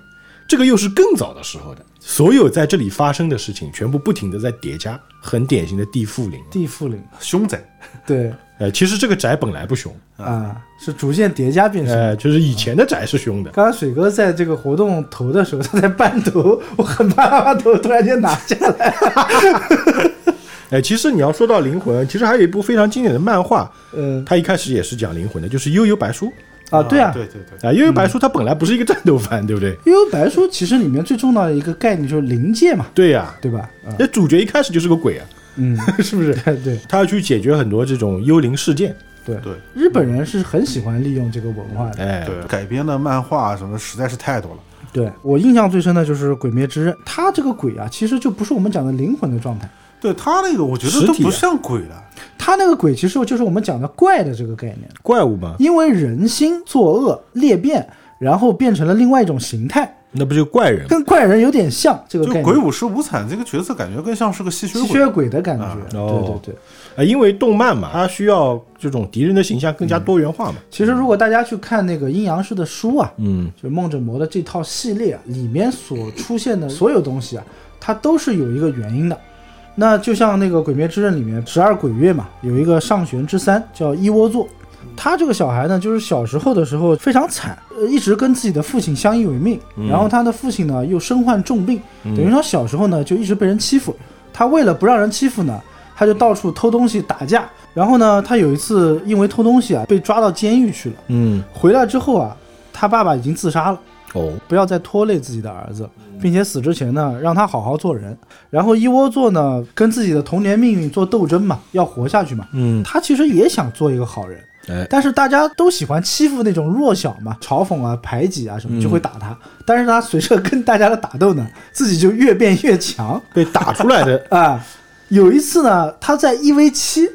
[SPEAKER 1] 这个又是更早的时候的。所有在这里发生的事情全部不停的在叠加，很典型的地缚灵。
[SPEAKER 2] 地缚灵，
[SPEAKER 3] 凶宅，
[SPEAKER 2] 对
[SPEAKER 1] 呃，其实这个宅本来不凶，
[SPEAKER 2] 啊，是逐渐叠加变成。
[SPEAKER 1] 呃，就是以前的宅是凶的，
[SPEAKER 2] 刚刚水哥在这个活动投的时候，他在半投，我很怕他把头突然间拿下来。
[SPEAKER 1] 哎，其实你要说到灵魂，其实还有一部非常经典的漫画，呃
[SPEAKER 2] 嗯
[SPEAKER 1] 它一开始也是讲灵魂的，就是《悠悠白书》
[SPEAKER 2] 啊，对啊，
[SPEAKER 3] 对对对，
[SPEAKER 1] 啊，《悠悠白书》它本来不是一个战斗番，对不对？
[SPEAKER 2] 因为白书其实里面最重要的一个概念就是灵界嘛，
[SPEAKER 1] 对呀、
[SPEAKER 2] 对吧？啊，
[SPEAKER 1] 那主角一开始就是个鬼啊，
[SPEAKER 2] 嗯，
[SPEAKER 1] 是不是？
[SPEAKER 2] 对对
[SPEAKER 1] 他要去解决很多这种幽灵事件，
[SPEAKER 2] 对
[SPEAKER 3] 对
[SPEAKER 2] 日本人是很喜欢利用这个文化的。
[SPEAKER 1] 哎，
[SPEAKER 3] 对，改编的漫画啊什么实在是太多了。
[SPEAKER 2] 对我印象最深的就是《鬼灭之刃》，它这个鬼啊，其实就不是我们讲的灵魂的状态，
[SPEAKER 3] 对他那个，我觉
[SPEAKER 1] 实
[SPEAKER 3] 得都
[SPEAKER 1] 体
[SPEAKER 3] 不
[SPEAKER 1] 啊
[SPEAKER 3] 像鬼了。
[SPEAKER 2] 它那个鬼其实就是我们讲的怪的这个概念，
[SPEAKER 1] 怪物嘛，
[SPEAKER 2] 因为人心作恶裂变，然后变成了另外一种形态，
[SPEAKER 1] 那不就怪人吗？
[SPEAKER 2] 跟怪人有点像这个
[SPEAKER 3] 就
[SPEAKER 2] 概念。
[SPEAKER 3] 鬼舞师无惨这个角色，感觉更像是个吸血
[SPEAKER 2] 吸
[SPEAKER 3] 鬼
[SPEAKER 2] 血。鬼的感觉，
[SPEAKER 1] 哦
[SPEAKER 2] 对对对。
[SPEAKER 1] 啊，因为动漫嘛，它需要这种敌人的形象更加多元化嘛。
[SPEAKER 2] 其实如果大家去看那个阴阳师的书啊，
[SPEAKER 1] 嗯，
[SPEAKER 2] 就是梦枕魔的这套系列啊，里面所出现的所有东西啊，它都是有一个原因的。那就像那个《鬼灭之刃》里面十二鬼月嘛，有一个上弦之三叫一窝座，他这个小孩呢，就是小时候的时候非常惨，呃，一直跟自己的父亲相依为命，然后他的父亲呢又身患重病，等于他小时候呢就一直被人欺负。他为了不让人欺负呢，他就到处偷东西打架。然后呢，他有一次因为偷东西啊被抓到监狱去了。
[SPEAKER 1] 嗯，
[SPEAKER 2] 回来之后啊，他爸爸已经自杀了，
[SPEAKER 1] 哦，
[SPEAKER 2] 不要再拖累自己的儿子，并且死之前呢，让他好好做人。然后一窝座呢，跟自己的童年命运做斗争嘛，要活下去嘛。
[SPEAKER 1] 嗯，
[SPEAKER 2] 他其实也想做一个好人，
[SPEAKER 1] 哎，
[SPEAKER 2] 但是大家都喜欢欺负那种弱小嘛，嘲讽啊、排挤啊
[SPEAKER 1] 嗯
[SPEAKER 2] 什么，就会打他。但是他随着跟大家的打斗呢， 自己就越变越强，
[SPEAKER 1] 被打出来的
[SPEAKER 2] 啊。有一次呢，他在一 v 七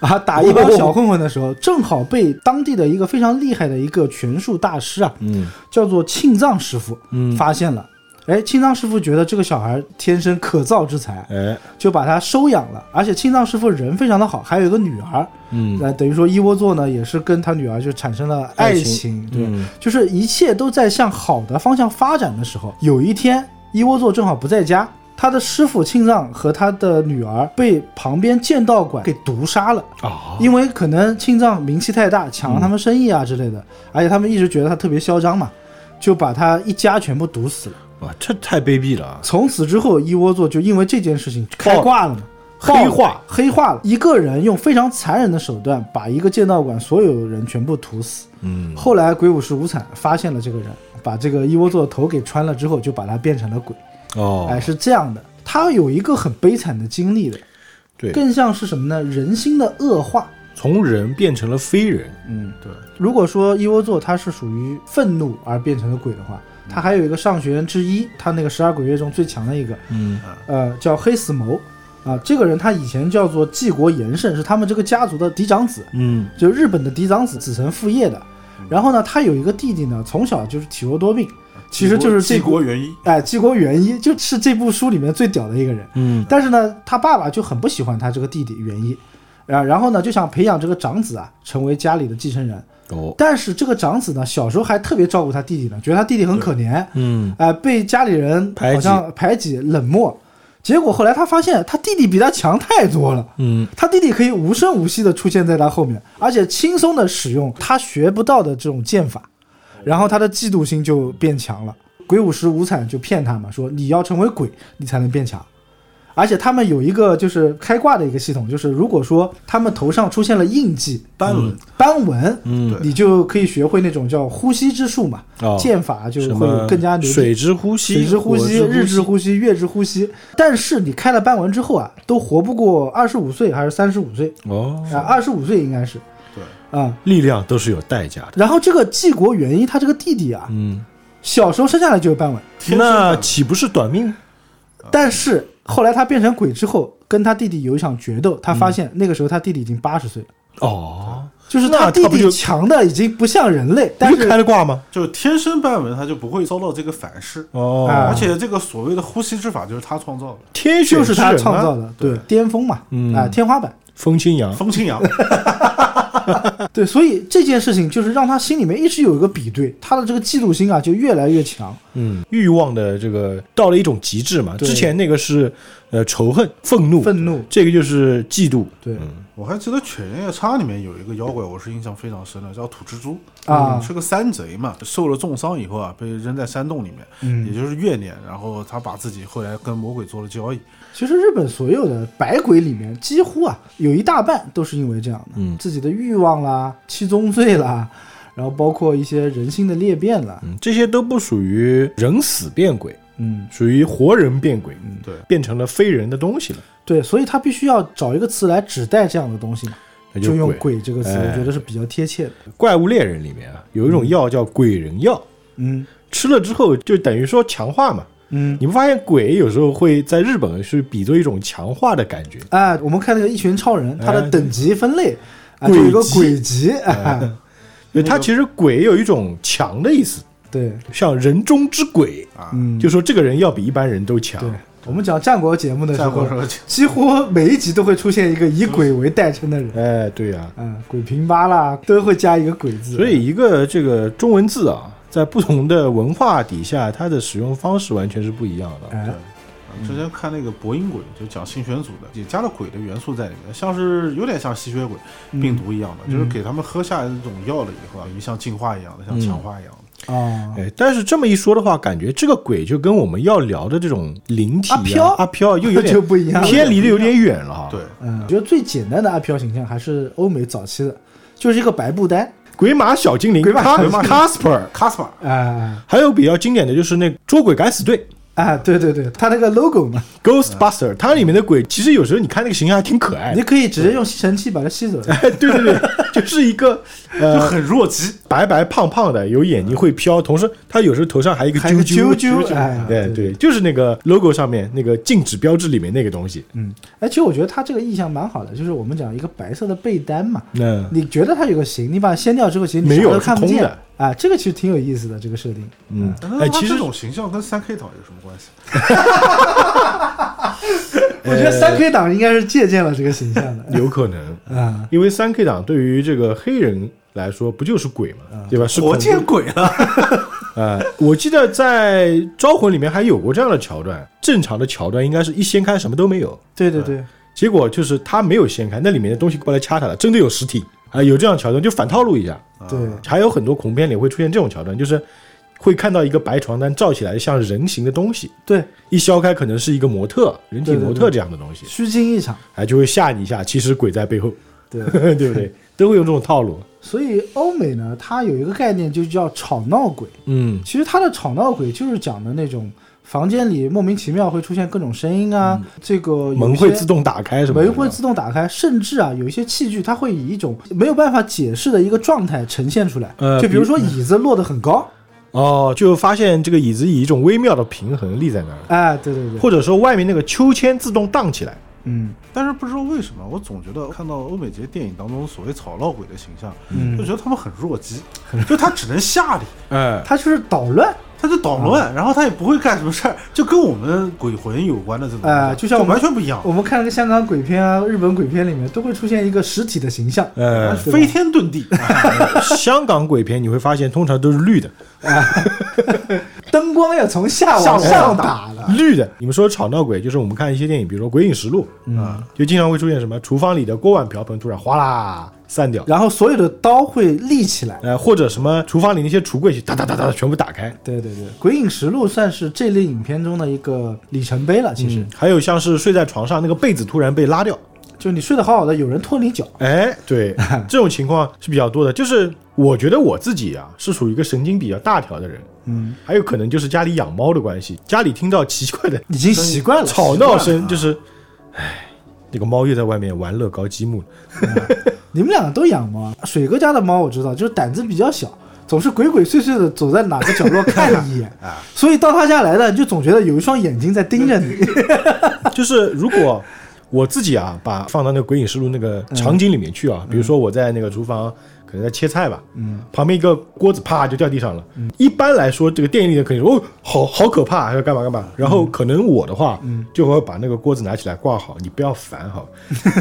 [SPEAKER 2] 啊打一帮小混混的时 候，正好被当地的一个非常厉害的一个拳术大师啊，
[SPEAKER 1] 嗯，
[SPEAKER 2] 叫做庆藏师傅，
[SPEAKER 1] 嗯
[SPEAKER 2] 发现了。哎，庆藏师傅觉得这个小孩天生可造之才，
[SPEAKER 1] 哎，
[SPEAKER 2] 就把他收养了。而且庆藏师傅人非常的好，还有一个女儿，
[SPEAKER 1] 嗯，
[SPEAKER 2] 那等于说一窝座呢也是跟他女儿就产生了爱情，对，
[SPEAKER 1] 嗯
[SPEAKER 2] 就是一切都在向好的方向发展的时候，有一天一窝座正好不在家，他的师傅庆藏和他的女儿被旁边剑道馆给毒杀了。
[SPEAKER 1] 啊，
[SPEAKER 2] 因为可能青藏名气太大，抢了他们生意啊之类的，而且他们一直觉得他特别嚣张嘛，就把他一家全部毒死了。
[SPEAKER 1] 哇，这太卑鄙了啊！
[SPEAKER 2] 从此之后，一窝座就因为这件事情开挂了嘛，
[SPEAKER 1] 黑
[SPEAKER 2] 爆了
[SPEAKER 1] 化
[SPEAKER 2] 黑化了。一个人用非常残忍的手段把一个剑道馆所有人全部屠死。
[SPEAKER 1] 嗯，
[SPEAKER 2] 后来鬼舞师无惨发现了这个人，把这个一窝座的头给穿了之后，就把他变成了鬼。哎，
[SPEAKER 1] 哦，
[SPEAKER 2] 是这样的，他有一个很悲惨的经历的，
[SPEAKER 1] 对，
[SPEAKER 2] 更像是什么呢？人心的恶化。
[SPEAKER 1] 从人变成了非人，
[SPEAKER 2] 嗯，
[SPEAKER 3] 对，
[SPEAKER 2] 如果说一窝座它是属于愤怒而变成的鬼的话，它还有一个上学之一，它那个十二鬼月中最强的一个，
[SPEAKER 1] 嗯
[SPEAKER 2] 呃，叫黑死谋，啊、这个人他以前叫做纪国延盛，是他们这个家族的嫡长子，
[SPEAKER 1] 嗯，
[SPEAKER 2] 就日本的嫡长子子承父业的。
[SPEAKER 3] 嗯
[SPEAKER 2] 然后呢，他有一个弟弟呢，从小就是体弱多病，其实就是这
[SPEAKER 3] 啊纪
[SPEAKER 2] 部
[SPEAKER 3] 国原因。
[SPEAKER 2] 哎纪国原一，就是这部书里面最屌的一个人。
[SPEAKER 1] 嗯，
[SPEAKER 2] 但是呢，他爸爸就很不喜欢他这个弟弟原一，啊，然后呢就想培养这个长子啊成为家里的继承人。
[SPEAKER 1] 哦，
[SPEAKER 2] 但是这个长子呢，小时候还特别照顾他弟弟呢，觉得他弟弟很可怜，哎、
[SPEAKER 1] 嗯，
[SPEAKER 2] 被家里人
[SPEAKER 1] 排挤
[SPEAKER 2] 好像排挤、冷漠。结果后来他发现他弟弟比他强太多了，
[SPEAKER 1] 嗯，
[SPEAKER 2] 他弟弟可以无声无息地出现在他后面，而且轻松地使用他学不到的这种剑法，然后他的嫉妒心就变强了。鬼舞师无惨就骗他嘛，说你要成为鬼，你才能变强。而且他们有一个就是开挂的一个系统，就是如果说他们头上出现了印记、
[SPEAKER 3] 斑纹
[SPEAKER 2] 斑纹，
[SPEAKER 1] 嗯
[SPEAKER 3] 对
[SPEAKER 2] 你就可以学会那种叫呼吸之术嘛，
[SPEAKER 1] 哦
[SPEAKER 2] 剑法就
[SPEAKER 1] 什
[SPEAKER 2] 会
[SPEAKER 1] 么
[SPEAKER 2] 更加牛逼。
[SPEAKER 1] 水之呼吸，
[SPEAKER 2] 水之呼
[SPEAKER 1] 火
[SPEAKER 2] 吸、
[SPEAKER 1] 之
[SPEAKER 2] 日之呼吸、月之呼吸，但是你开了斑纹之后啊，都活不过二十五岁还是三十五岁
[SPEAKER 1] 哦，
[SPEAKER 2] 啊？二十五岁应该是
[SPEAKER 3] 对，
[SPEAKER 2] 啊。
[SPEAKER 1] 力量都是有代价的。
[SPEAKER 2] 然后这个纪国元一他这个弟弟啊，
[SPEAKER 1] 嗯，
[SPEAKER 2] 小时候生下来就有斑纹，
[SPEAKER 3] 天生
[SPEAKER 1] 那
[SPEAKER 3] 的
[SPEAKER 1] 岂不是短命？哦
[SPEAKER 2] 但是后来他变成鬼之后，跟他弟弟有一场决斗，他
[SPEAKER 1] 嗯
[SPEAKER 2] 发现那个时候他弟弟已经八十岁了，
[SPEAKER 1] 哦，
[SPEAKER 2] 就是
[SPEAKER 1] 那
[SPEAKER 2] 他弟
[SPEAKER 1] 他不就
[SPEAKER 2] 弟强的已经不像人类，但
[SPEAKER 1] 不就是开了挂吗？
[SPEAKER 3] 就是天生斑纹，他就不会遭到这个反噬。
[SPEAKER 1] 哦，
[SPEAKER 2] 啊
[SPEAKER 3] 而且这个所谓的呼吸之法就是他创造的，
[SPEAKER 1] 天选
[SPEAKER 2] 就是
[SPEAKER 1] 之
[SPEAKER 2] 他
[SPEAKER 1] 人啊
[SPEAKER 2] 创造的，对巅峰嘛，
[SPEAKER 1] 嗯
[SPEAKER 2] 啊天花板。
[SPEAKER 1] 风清扬，
[SPEAKER 3] 风清扬。
[SPEAKER 1] 嗯
[SPEAKER 2] 对，所以这件事情就是让他心里面一直有一个比对，他的这个嫉妒心啊就越来越强。
[SPEAKER 1] 嗯，欲望的这个到了一种极致嘛。
[SPEAKER 2] 对
[SPEAKER 1] 之前那个是呃仇恨、愤怒，
[SPEAKER 2] 愤怒
[SPEAKER 1] 这个就是嫉妒。
[SPEAKER 2] 对
[SPEAKER 3] 我还记得《犬夜叉》里面有一个妖怪，我是印象非常深的，叫土蜘蛛嗯
[SPEAKER 2] 啊
[SPEAKER 3] 是个山贼嘛，受了重伤以后啊，被扔在山洞里面，
[SPEAKER 2] 嗯
[SPEAKER 3] 也就是怨念，然后他把自己后来跟魔鬼做了交易，
[SPEAKER 2] 其实日本所有的百鬼里面，几乎啊有一大半都是因为这样的，
[SPEAKER 1] 嗯
[SPEAKER 2] 自己的欲望啦、七宗罪啦， 然后包括一些人性的裂变啦，
[SPEAKER 1] 嗯，这些都不属于人死变鬼，
[SPEAKER 2] 嗯，
[SPEAKER 1] 属于活人变鬼，嗯
[SPEAKER 3] 对，
[SPEAKER 1] 变成了非人的东西了，
[SPEAKER 2] 对，所以他必须要找一个词来指代这样的东西嘛，
[SPEAKER 1] 那
[SPEAKER 2] 就用
[SPEAKER 1] 哎鬼。
[SPEAKER 2] “鬼”这个词，
[SPEAKER 1] 哎
[SPEAKER 2] 我觉得是比较贴切的。
[SPEAKER 1] 怪物猎人里面啊，有一种药叫鬼人药，
[SPEAKER 2] 嗯
[SPEAKER 1] 吃了之后就等于说强化嘛。
[SPEAKER 2] 嗯，
[SPEAKER 1] 你不发现鬼有时候会在日本是比作一种强化的感觉？
[SPEAKER 2] 哎，我们看那个《一拳超人》，他
[SPEAKER 1] 哎
[SPEAKER 2] 的等级分类啊，就有一个鬼级啊，
[SPEAKER 1] 对，它其实鬼有一种强的意思，
[SPEAKER 2] 对，
[SPEAKER 1] 像人中之鬼，
[SPEAKER 3] 啊
[SPEAKER 2] 嗯，
[SPEAKER 1] 就说这个人要比一般人都强
[SPEAKER 2] 对。。我们讲战国节目的时
[SPEAKER 3] 战国
[SPEAKER 2] 候
[SPEAKER 3] 时，候
[SPEAKER 2] 几乎每一集都会出现一个以鬼为代称的人。
[SPEAKER 1] 哎，对呀、
[SPEAKER 2] 嗯，鬼平八啦，都会加一个鬼字。
[SPEAKER 1] 所以一个这个中文字啊，在不同的文化底下，它的使用方式完全是不一样的。
[SPEAKER 2] 哎，
[SPEAKER 3] 之前看那个《博音鬼》，就讲性选组的，也加了鬼的元素在里面，像是有点像吸血鬼、病毒一样
[SPEAKER 2] 嗯
[SPEAKER 3] 的，就是给他们喝下一种药了以后啊，就像进化一样的，像强化一样的。
[SPEAKER 2] 啊，
[SPEAKER 1] 哎，但是这么一说的话，感觉这个鬼就跟我们要聊的这种灵体、啊、
[SPEAKER 2] 阿飘
[SPEAKER 1] 阿飘又有点
[SPEAKER 2] 就不一样了
[SPEAKER 1] 偏离的有点远了哈。
[SPEAKER 3] 对，
[SPEAKER 2] 嗯，我觉得最简单的阿飘形象还是欧美早期的，就是一个白布单
[SPEAKER 1] 鬼马小精灵，
[SPEAKER 2] 鬼马
[SPEAKER 1] 卡
[SPEAKER 2] 小精灵
[SPEAKER 1] Casper，
[SPEAKER 3] 卡斯巴
[SPEAKER 2] 啊
[SPEAKER 1] 还有比较经典的就是那个捉鬼敢死队
[SPEAKER 2] 啊，对对对，他那个 logo 嘛，
[SPEAKER 1] Ghostbuster，它里面的鬼其实有时候你看那个形象还挺可爱
[SPEAKER 2] 你
[SPEAKER 1] 的。
[SPEAKER 2] 可以直接用吸尘器把它吸走。
[SPEAKER 1] 哎，对对对，就是一 个
[SPEAKER 3] 就
[SPEAKER 1] 呃
[SPEAKER 3] 很弱鸡，
[SPEAKER 1] 白白胖胖的，有眼睛会飘，同时它有时候头上还有一个
[SPEAKER 2] 还有
[SPEAKER 1] 啾
[SPEAKER 2] 个
[SPEAKER 1] 啾
[SPEAKER 2] 啾啾哎
[SPEAKER 1] 哎，
[SPEAKER 2] 对
[SPEAKER 1] 对，就是那个 logo 上面那个禁止标志里面那个东西。
[SPEAKER 2] 嗯，哎，其实我觉得他这个意象蛮好的，就是我们讲一个白色的被单嘛，
[SPEAKER 1] 那
[SPEAKER 2] 你觉得它有个形，你把它掀掉之后，其实你
[SPEAKER 1] 嗯没
[SPEAKER 2] 啥
[SPEAKER 1] 有
[SPEAKER 2] 都
[SPEAKER 1] 是
[SPEAKER 2] 看不
[SPEAKER 1] 空
[SPEAKER 2] 见
[SPEAKER 1] 的
[SPEAKER 2] 啊，这个其实挺有意思的这个设定。
[SPEAKER 1] 嗯，
[SPEAKER 2] 啊
[SPEAKER 3] 那
[SPEAKER 1] 哎，
[SPEAKER 3] 他
[SPEAKER 1] 其实
[SPEAKER 3] 这种形象跟三 K 党有什么关系？
[SPEAKER 2] 我觉得三 K 党应该是借鉴了这个形象 的
[SPEAKER 1] 有可能，
[SPEAKER 2] 啊。
[SPEAKER 1] 因为三 K 党对于这个黑人来说，不就是鬼
[SPEAKER 2] 嗯
[SPEAKER 1] 嘛，对吧？是
[SPEAKER 3] 我
[SPEAKER 1] 恐怖
[SPEAKER 3] 见鬼了！
[SPEAKER 1] 呃，我记得在《招魂》里面还有过这样的桥段。正常的桥段应该是一掀开什么都没有，
[SPEAKER 2] 对对对，
[SPEAKER 1] 结果就是他没有掀开，那里面的东西过来掐他了，真的有实体啊、有这样的桥段，就反套路一下。
[SPEAKER 3] 啊
[SPEAKER 2] 对，
[SPEAKER 1] 还有很多恐怖片里会出现这种桥段，就是会看到一个白床单罩起来像人形的东西，
[SPEAKER 2] 对，
[SPEAKER 1] 一削开可能是一个模特、人体
[SPEAKER 2] 对对
[SPEAKER 1] 模特这样的东西，
[SPEAKER 2] 虚惊一场。
[SPEAKER 1] 哎，就会吓你一下，其实鬼在背后，
[SPEAKER 2] 对，
[SPEAKER 1] 对不对？都会用这种套路。
[SPEAKER 2] 所以欧美呢，它有一个概念就叫吵闹鬼。
[SPEAKER 1] 嗯，
[SPEAKER 2] 其实它的吵闹鬼就是讲的那种房间里莫名其妙会出现各种声音啊，这个有一些
[SPEAKER 1] 嗯门会自动打开什么的？
[SPEAKER 2] 门会自动打开，甚至啊有一些器具它会以一种没有办法解释的一个状态呈现出来。
[SPEAKER 1] 呃
[SPEAKER 2] 就比如说椅子落得很高，
[SPEAKER 1] 哦，就发现这个椅子以一种微妙的平衡立在那儿。
[SPEAKER 2] 哎，对对对，
[SPEAKER 1] 或者说外面那个秋千自动荡起来。
[SPEAKER 2] 嗯
[SPEAKER 3] 但是不知道为什么，我总觉得看到欧美这些电影当中所谓草闹鬼的形象，就
[SPEAKER 2] 嗯，
[SPEAKER 3] 觉得他们很弱鸡，就他只能吓你，
[SPEAKER 1] 哎，
[SPEAKER 2] 它就是捣乱。
[SPEAKER 3] 他就捣
[SPEAKER 2] 嗯
[SPEAKER 3] 乱，然后他也不会干什么事儿，就跟我们鬼魂有关的这种东西，
[SPEAKER 2] 哎就像我们
[SPEAKER 3] 完全不一
[SPEAKER 1] 啊
[SPEAKER 3] 样。
[SPEAKER 2] 我们看那个香港鬼片啊、日本鬼片里面都会出现一个实体的形象，
[SPEAKER 1] 呃，
[SPEAKER 2] 对吧
[SPEAKER 3] 哎飞天 遁地，
[SPEAKER 1] 香港鬼片你会发现通常都是绿 的，
[SPEAKER 2] 灯光要从下往
[SPEAKER 3] 向上
[SPEAKER 2] 上打了。
[SPEAKER 1] 绿的。你们说吵闹鬼，就是我们看一些电影，比如说《鬼影实录》，啊
[SPEAKER 2] 嗯，
[SPEAKER 1] 就经常会出现什么厨房里的锅碗瓢盆突然哗啦散 掉，
[SPEAKER 2] 然后所有的刀会立起来。
[SPEAKER 1] 呃，或者什么厨房里那些橱柜哒哒哒哒全部打开。
[SPEAKER 2] 对对对，《鬼影实录》算是这类影片中的一个里程碑了。其实，
[SPEAKER 1] 嗯，还有像是睡在床上那个被子突然被拉掉，
[SPEAKER 2] 就你睡得好好的，有人拖你脚，
[SPEAKER 1] 哎， 对，这种情况是比较多的。就是我觉得我自己啊，是属于一个神经比较大条的人，
[SPEAKER 2] 嗯，
[SPEAKER 1] 还有可能就是家里养猫的关系，家里听到奇怪的
[SPEAKER 2] 已经习惯了。
[SPEAKER 1] 吵闹声就是，唉，那个猫又在外面玩乐高积木了。
[SPEAKER 2] 你们两个都养猫啊，水哥家的猫我知道，就是胆子比较小，总是鬼鬼祟祟的走在哪个角落看一眼，所以到他家来了，你就总觉得有一双眼睛在盯着你。
[SPEAKER 1] 就是如果
[SPEAKER 2] 嗯
[SPEAKER 1] 我自己啊，把放到那个《鬼影实录》那个场景里面去啊，比如说我在那个厨房可能在切菜吧，嗯，旁边一个锅子啪就掉地上了。
[SPEAKER 2] 嗯
[SPEAKER 1] 一般来说，这个电影里的肯定说哦，好好可怕，要干嘛干
[SPEAKER 2] 嗯
[SPEAKER 1] 嘛。然后可能我的话，就会把那个锅子拿起来挂好，你不要烦哈。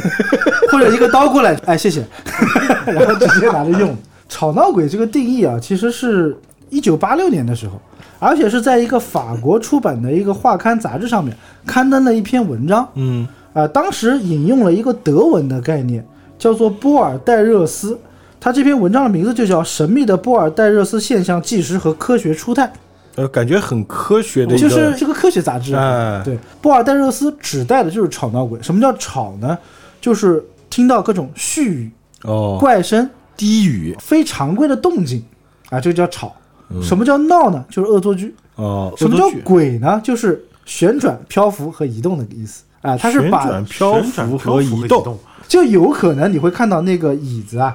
[SPEAKER 2] 或者一个刀过来，哎，谢谢， 然后直接拿着用。吵闹鬼这个定义啊，其实是一九八六年的时候，而且是在一个法国出版的一个画刊杂志上面刊登了一篇文章。
[SPEAKER 1] 嗯，
[SPEAKER 2] 啊、当时引用了一个德文的概念，叫做波尔代热斯。他这篇文章的名字就叫《神秘的波尔代热斯现象纪实和科学初探
[SPEAKER 1] 呃，感觉很科学的》，一
[SPEAKER 2] 就
[SPEAKER 1] 个，
[SPEAKER 2] 是这个科学杂志啊。
[SPEAKER 1] 哎，
[SPEAKER 2] 对，波尔代热斯指代的就是吵闹鬼。什么叫吵呢？就是听到各种絮语、
[SPEAKER 1] 哦，
[SPEAKER 2] 怪声、
[SPEAKER 1] 低语
[SPEAKER 2] 非常规的动静啊，这个叫吵。
[SPEAKER 1] 嗯
[SPEAKER 2] 什么叫闹呢？就是恶作剧。
[SPEAKER 1] 哦，
[SPEAKER 2] 什么
[SPEAKER 3] 恶
[SPEAKER 2] 叫
[SPEAKER 3] 作剧
[SPEAKER 2] 鬼呢？就是旋转、漂浮和移动的意思啊。它是
[SPEAKER 1] 旋
[SPEAKER 2] 把
[SPEAKER 1] 转漂
[SPEAKER 3] 旋转
[SPEAKER 1] 浮
[SPEAKER 3] 漂
[SPEAKER 1] 和
[SPEAKER 3] 浮
[SPEAKER 1] 移
[SPEAKER 3] 移
[SPEAKER 1] 动，
[SPEAKER 2] 就有可能你会看到那个椅子啊，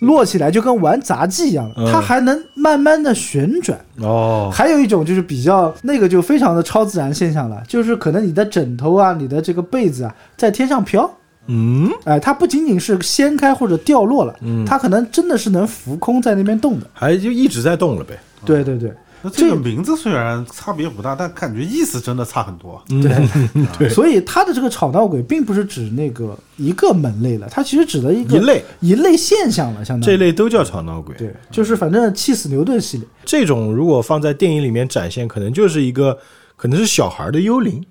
[SPEAKER 2] 摞起来就跟玩杂技一样，
[SPEAKER 1] 嗯
[SPEAKER 2] 它还能慢慢的旋转。
[SPEAKER 1] 哦，
[SPEAKER 2] 还有一种就是比较那个就非常的超自然现象了，就是可能你的枕头啊、你的这个被子啊在天上飘，
[SPEAKER 1] 嗯，
[SPEAKER 2] 哎、它不仅仅是掀开或者掉落了，它可能真的是能浮空在那边动的。
[SPEAKER 1] 还就一直在动了呗。
[SPEAKER 2] 对对对。
[SPEAKER 3] 那这个名字虽然差别不大，但感觉意思真的差很多。
[SPEAKER 2] 嗯
[SPEAKER 1] 嗯
[SPEAKER 2] 对，所以它的这个吵闹鬼并不是指那个一个门类了，它其实指的一个
[SPEAKER 1] 一类
[SPEAKER 2] 一类现象了，相当
[SPEAKER 1] 这
[SPEAKER 2] 于
[SPEAKER 1] 类都叫吵闹鬼。
[SPEAKER 2] 对，就是反正气死牛顿系列，
[SPEAKER 1] 这种如果放在电影里面展现，可能就是一个可能是小孩的幽灵，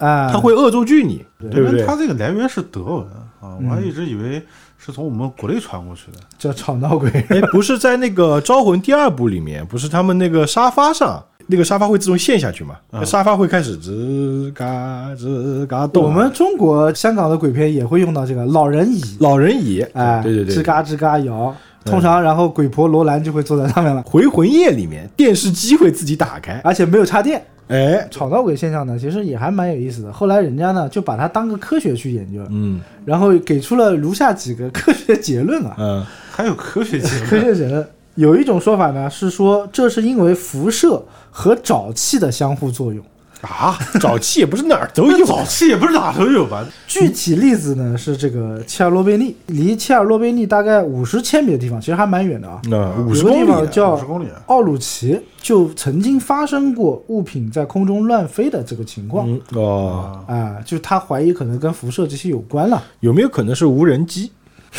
[SPEAKER 2] 啊，
[SPEAKER 1] 他会恶作剧你，嗯对不
[SPEAKER 3] 因为
[SPEAKER 1] 对
[SPEAKER 3] 它？这个来源是德文啊，
[SPEAKER 2] 嗯
[SPEAKER 3] 我还一直以为是从我们国内传过去的。
[SPEAKER 2] 叫吵闹鬼，
[SPEAKER 1] 哎，不是在那个《招魂》第二部里面，不是他们那个沙发上，那个沙发会自动陷下去嘛？那沙发会开始吱嘎吱嘎动啊。
[SPEAKER 2] 我们中国香港的鬼片也会用到这个老人椅，
[SPEAKER 1] 老人椅，
[SPEAKER 2] 哎，
[SPEAKER 1] 对对对
[SPEAKER 2] 吱
[SPEAKER 1] 对，
[SPEAKER 2] 嘎吱嘎摇，通常然后鬼婆罗兰就会坐在上面了，
[SPEAKER 1] 《回魂夜》里面电视机会自己打开，
[SPEAKER 2] 而且没有插电。
[SPEAKER 1] 哎，
[SPEAKER 2] 吵闹鬼现象呢，其实也还蛮有意思的。后来人家呢就把它当个科学去研究了，
[SPEAKER 1] 嗯
[SPEAKER 2] 然后给出了如下几个科学结论啊。
[SPEAKER 1] 嗯，
[SPEAKER 3] 还有科学界
[SPEAKER 2] 科学人有一种说法呢，是说这是因为辐射和沼气的相互作用。
[SPEAKER 3] 啊，
[SPEAKER 1] 沼气也不是哪儿都
[SPEAKER 3] 那
[SPEAKER 1] 有，
[SPEAKER 3] 早期也不是哪都有吧？
[SPEAKER 2] 具体例子呢是这个切尔诺贝利，离切尔诺贝利大概五十千米的地方，其实还蛮远的 啊。
[SPEAKER 1] 那嗯五十
[SPEAKER 2] 有个
[SPEAKER 1] 公里
[SPEAKER 2] 地方
[SPEAKER 1] 呢，
[SPEAKER 2] 叫
[SPEAKER 3] 50公里啊
[SPEAKER 2] 奥鲁奇，就曾经发生过物品在空中乱飞的这个情况
[SPEAKER 1] 嗯哦，
[SPEAKER 2] 啊、就他怀疑可能跟辐射这些有关了。
[SPEAKER 1] 有没有可能是无人机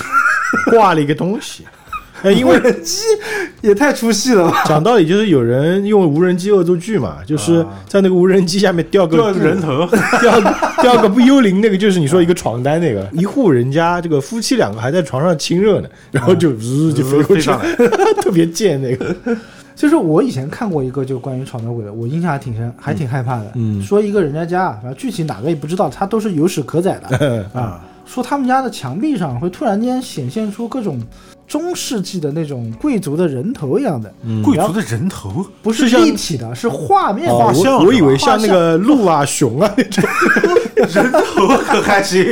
[SPEAKER 1] 挂了一个东西？哎，因为
[SPEAKER 2] 鸡也太出戏了吧！
[SPEAKER 1] 讲道理就是有人用无人机恶作剧嘛，就是在那个无人机下面 掉个
[SPEAKER 3] 掉呃 人头，
[SPEAKER 1] 掉掉个不幽灵，那个就是你说一个床单那个，一户人家这个夫妻两个还在床上亲热呢，然后
[SPEAKER 3] 嗯
[SPEAKER 1] 就日就飞过
[SPEAKER 3] 飞
[SPEAKER 1] 去
[SPEAKER 3] 上
[SPEAKER 1] 了，
[SPEAKER 3] 来
[SPEAKER 1] 特别贱那 个。
[SPEAKER 2] 就是我以前看过一个就关于吵闹鬼的，我印象还挺深，还挺害怕的。嗯，说一个人家家，啊，反正具体哪个也不知道，他都是有史可载的
[SPEAKER 1] 嗯
[SPEAKER 2] 啊。说他们家的墙壁上会突然间显现出各种中世纪的那种贵族的人头一样的，
[SPEAKER 1] 嗯
[SPEAKER 3] 贵族的 人头，
[SPEAKER 2] 不
[SPEAKER 1] 是
[SPEAKER 2] 是
[SPEAKER 1] 像
[SPEAKER 2] 立体的，是画面
[SPEAKER 1] 哦
[SPEAKER 2] 化
[SPEAKER 3] 像
[SPEAKER 1] 我
[SPEAKER 3] 是吧
[SPEAKER 1] 我以为像那个鹿啊、熊啊那 种
[SPEAKER 3] 人头可开心。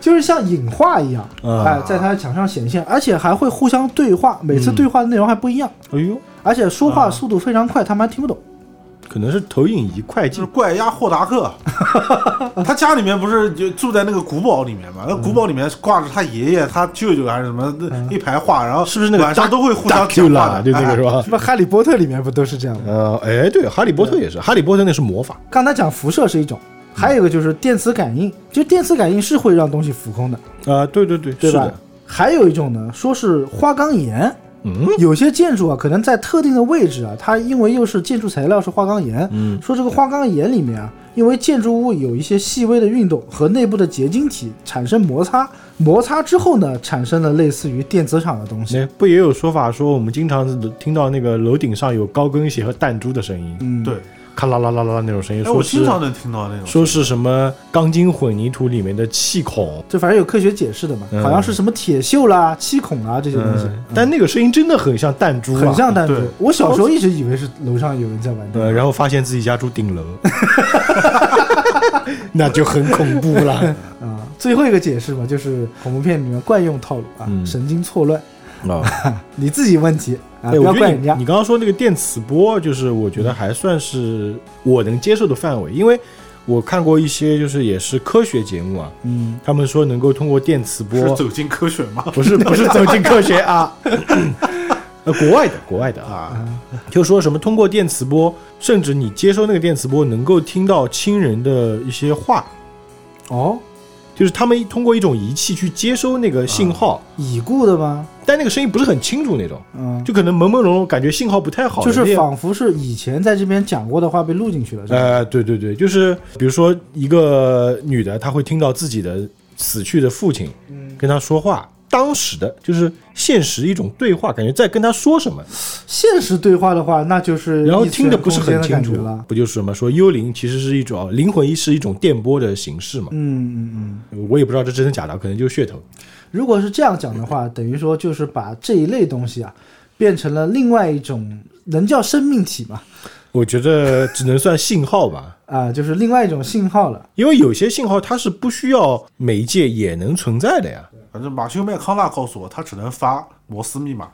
[SPEAKER 2] 就是像影画一样，哎、
[SPEAKER 1] 啊
[SPEAKER 2] 在他的墙上显现，而且还会互相对话，每次对话的内容还不一样，
[SPEAKER 1] 哎呦，
[SPEAKER 2] 而且说话速度非常快，他们还听不懂。
[SPEAKER 1] 可能是投影仪快
[SPEAKER 3] 就
[SPEAKER 1] 进
[SPEAKER 3] 是。怪鸭霍达克，他家里面不是就住在那个古堡里面嘛？那古堡里面挂着他爷爷、他舅舅还是什么那一排画，然后
[SPEAKER 1] 嗯是不是那个
[SPEAKER 3] 晚上
[SPEAKER 1] 大
[SPEAKER 3] 都会互相
[SPEAKER 1] Dracula，
[SPEAKER 3] 讲话的？哎
[SPEAKER 1] 就那 个是
[SPEAKER 3] 吧？
[SPEAKER 1] 吧
[SPEAKER 2] 什？么《哈利波特》里面不都是这样吗？
[SPEAKER 1] 呃，哎，对，哈利波特也是，哈利波特那是魔法，
[SPEAKER 2] 刚才讲辐射是一种，还有一个就是电磁感应，就电磁感应是会让东西浮空的，
[SPEAKER 1] 啊，对对对，
[SPEAKER 2] 对
[SPEAKER 1] 是
[SPEAKER 2] 吧
[SPEAKER 1] 的，？
[SPEAKER 2] 还有一种呢，说是花岗岩，
[SPEAKER 1] 嗯，
[SPEAKER 2] 有些建筑啊，可能在特定的位置啊，它因为又是建筑材料是花岗岩，嗯，说这个花岗岩里面啊，因为建筑物有一些细微的运动和内部的结晶体产生摩擦，摩擦之后呢，产生了类似于电磁场的东西，
[SPEAKER 1] 那哎不也有说法说我们经常听到那个楼顶上有高跟鞋和弹珠的声音，
[SPEAKER 2] 嗯，
[SPEAKER 3] 哎对，，
[SPEAKER 1] 咔啦啦啦啦那种声音，
[SPEAKER 3] 哎，我
[SPEAKER 1] 说是
[SPEAKER 3] 经常能听到那种
[SPEAKER 1] 说是什么钢筋混凝土里面的气孔，
[SPEAKER 2] 这反正有科学解释的嘛，
[SPEAKER 1] 嗯
[SPEAKER 2] 好像是什么铁锈啦、气孔啊啦这些东西，
[SPEAKER 1] 嗯，但那个声音真的很像弹珠、啊，
[SPEAKER 2] 很像弹珠
[SPEAKER 3] 对。
[SPEAKER 2] 我小时候一直以为是楼上有人在玩弹珠
[SPEAKER 1] 呃，然后发现自己家住顶楼， 那就很恐怖 了。
[SPEAKER 2] 啊。最后一个解释嘛，就是恐怖片里面惯用套路啊，
[SPEAKER 1] 嗯
[SPEAKER 2] 神经错乱，
[SPEAKER 1] 啊，
[SPEAKER 2] 你自己问题啊，
[SPEAKER 1] 哎，
[SPEAKER 2] 不
[SPEAKER 1] 我
[SPEAKER 2] 要
[SPEAKER 1] 觉得
[SPEAKER 2] 怪
[SPEAKER 1] 你
[SPEAKER 2] 人家
[SPEAKER 1] 你。刚刚说那个电磁波，就是我觉得还算是我能接受的范围，因为我看过一些就是也是科学节目啊，
[SPEAKER 2] 嗯，
[SPEAKER 1] 他们说能够通过电磁
[SPEAKER 3] 是
[SPEAKER 1] 波，
[SPEAKER 3] 走进科学吗？
[SPEAKER 1] 不是不是走进科学啊，呃，国外的国外的啊，
[SPEAKER 3] 啊，
[SPEAKER 1] 就说什么通过电磁波，甚至你接收那个电磁波，能够听到亲人的一些话，
[SPEAKER 2] 哦，
[SPEAKER 1] 就是他们通过一种仪器去接收那个信号，
[SPEAKER 2] 已故的吗？
[SPEAKER 1] 但那个声音不是很清楚那种，
[SPEAKER 2] 嗯，
[SPEAKER 1] 就可能朦朦胧胧，感觉信号不太好，
[SPEAKER 2] 就
[SPEAKER 1] 有
[SPEAKER 2] 是
[SPEAKER 1] 点
[SPEAKER 2] 仿佛是以前在这边讲过的话被录进去了，是吧？
[SPEAKER 1] 呃，对对对，就是比如说一个女的，她会听到自己的死去的父亲
[SPEAKER 2] 嗯，
[SPEAKER 1] 跟她说话，当时的就是现实一种对话，感觉在跟她说什么，
[SPEAKER 2] 现实对话的话，那就是
[SPEAKER 1] 然后
[SPEAKER 2] 异次
[SPEAKER 1] 听
[SPEAKER 2] 元
[SPEAKER 1] 得不是很
[SPEAKER 2] 空
[SPEAKER 1] 清
[SPEAKER 2] 间的
[SPEAKER 1] 楚
[SPEAKER 2] 感觉了。，
[SPEAKER 1] 不就是什么说幽灵其实是一种哦灵魂是一种电波的形式嘛？
[SPEAKER 2] 嗯嗯嗯，
[SPEAKER 1] 我也不知道这真的假的，可能就是噱头。
[SPEAKER 2] 如果是这样讲的话，等于说就是把这一类东西啊，变成了另外一种，能叫生命体嘛？
[SPEAKER 1] 我觉得只能算信号吧，
[SPEAKER 2] 啊，就是另外一种信号了。
[SPEAKER 1] 因为有些信号它是不需要媒介也能存在的呀。
[SPEAKER 3] 反正马修麦康纳告诉我，他只能发摩斯密码。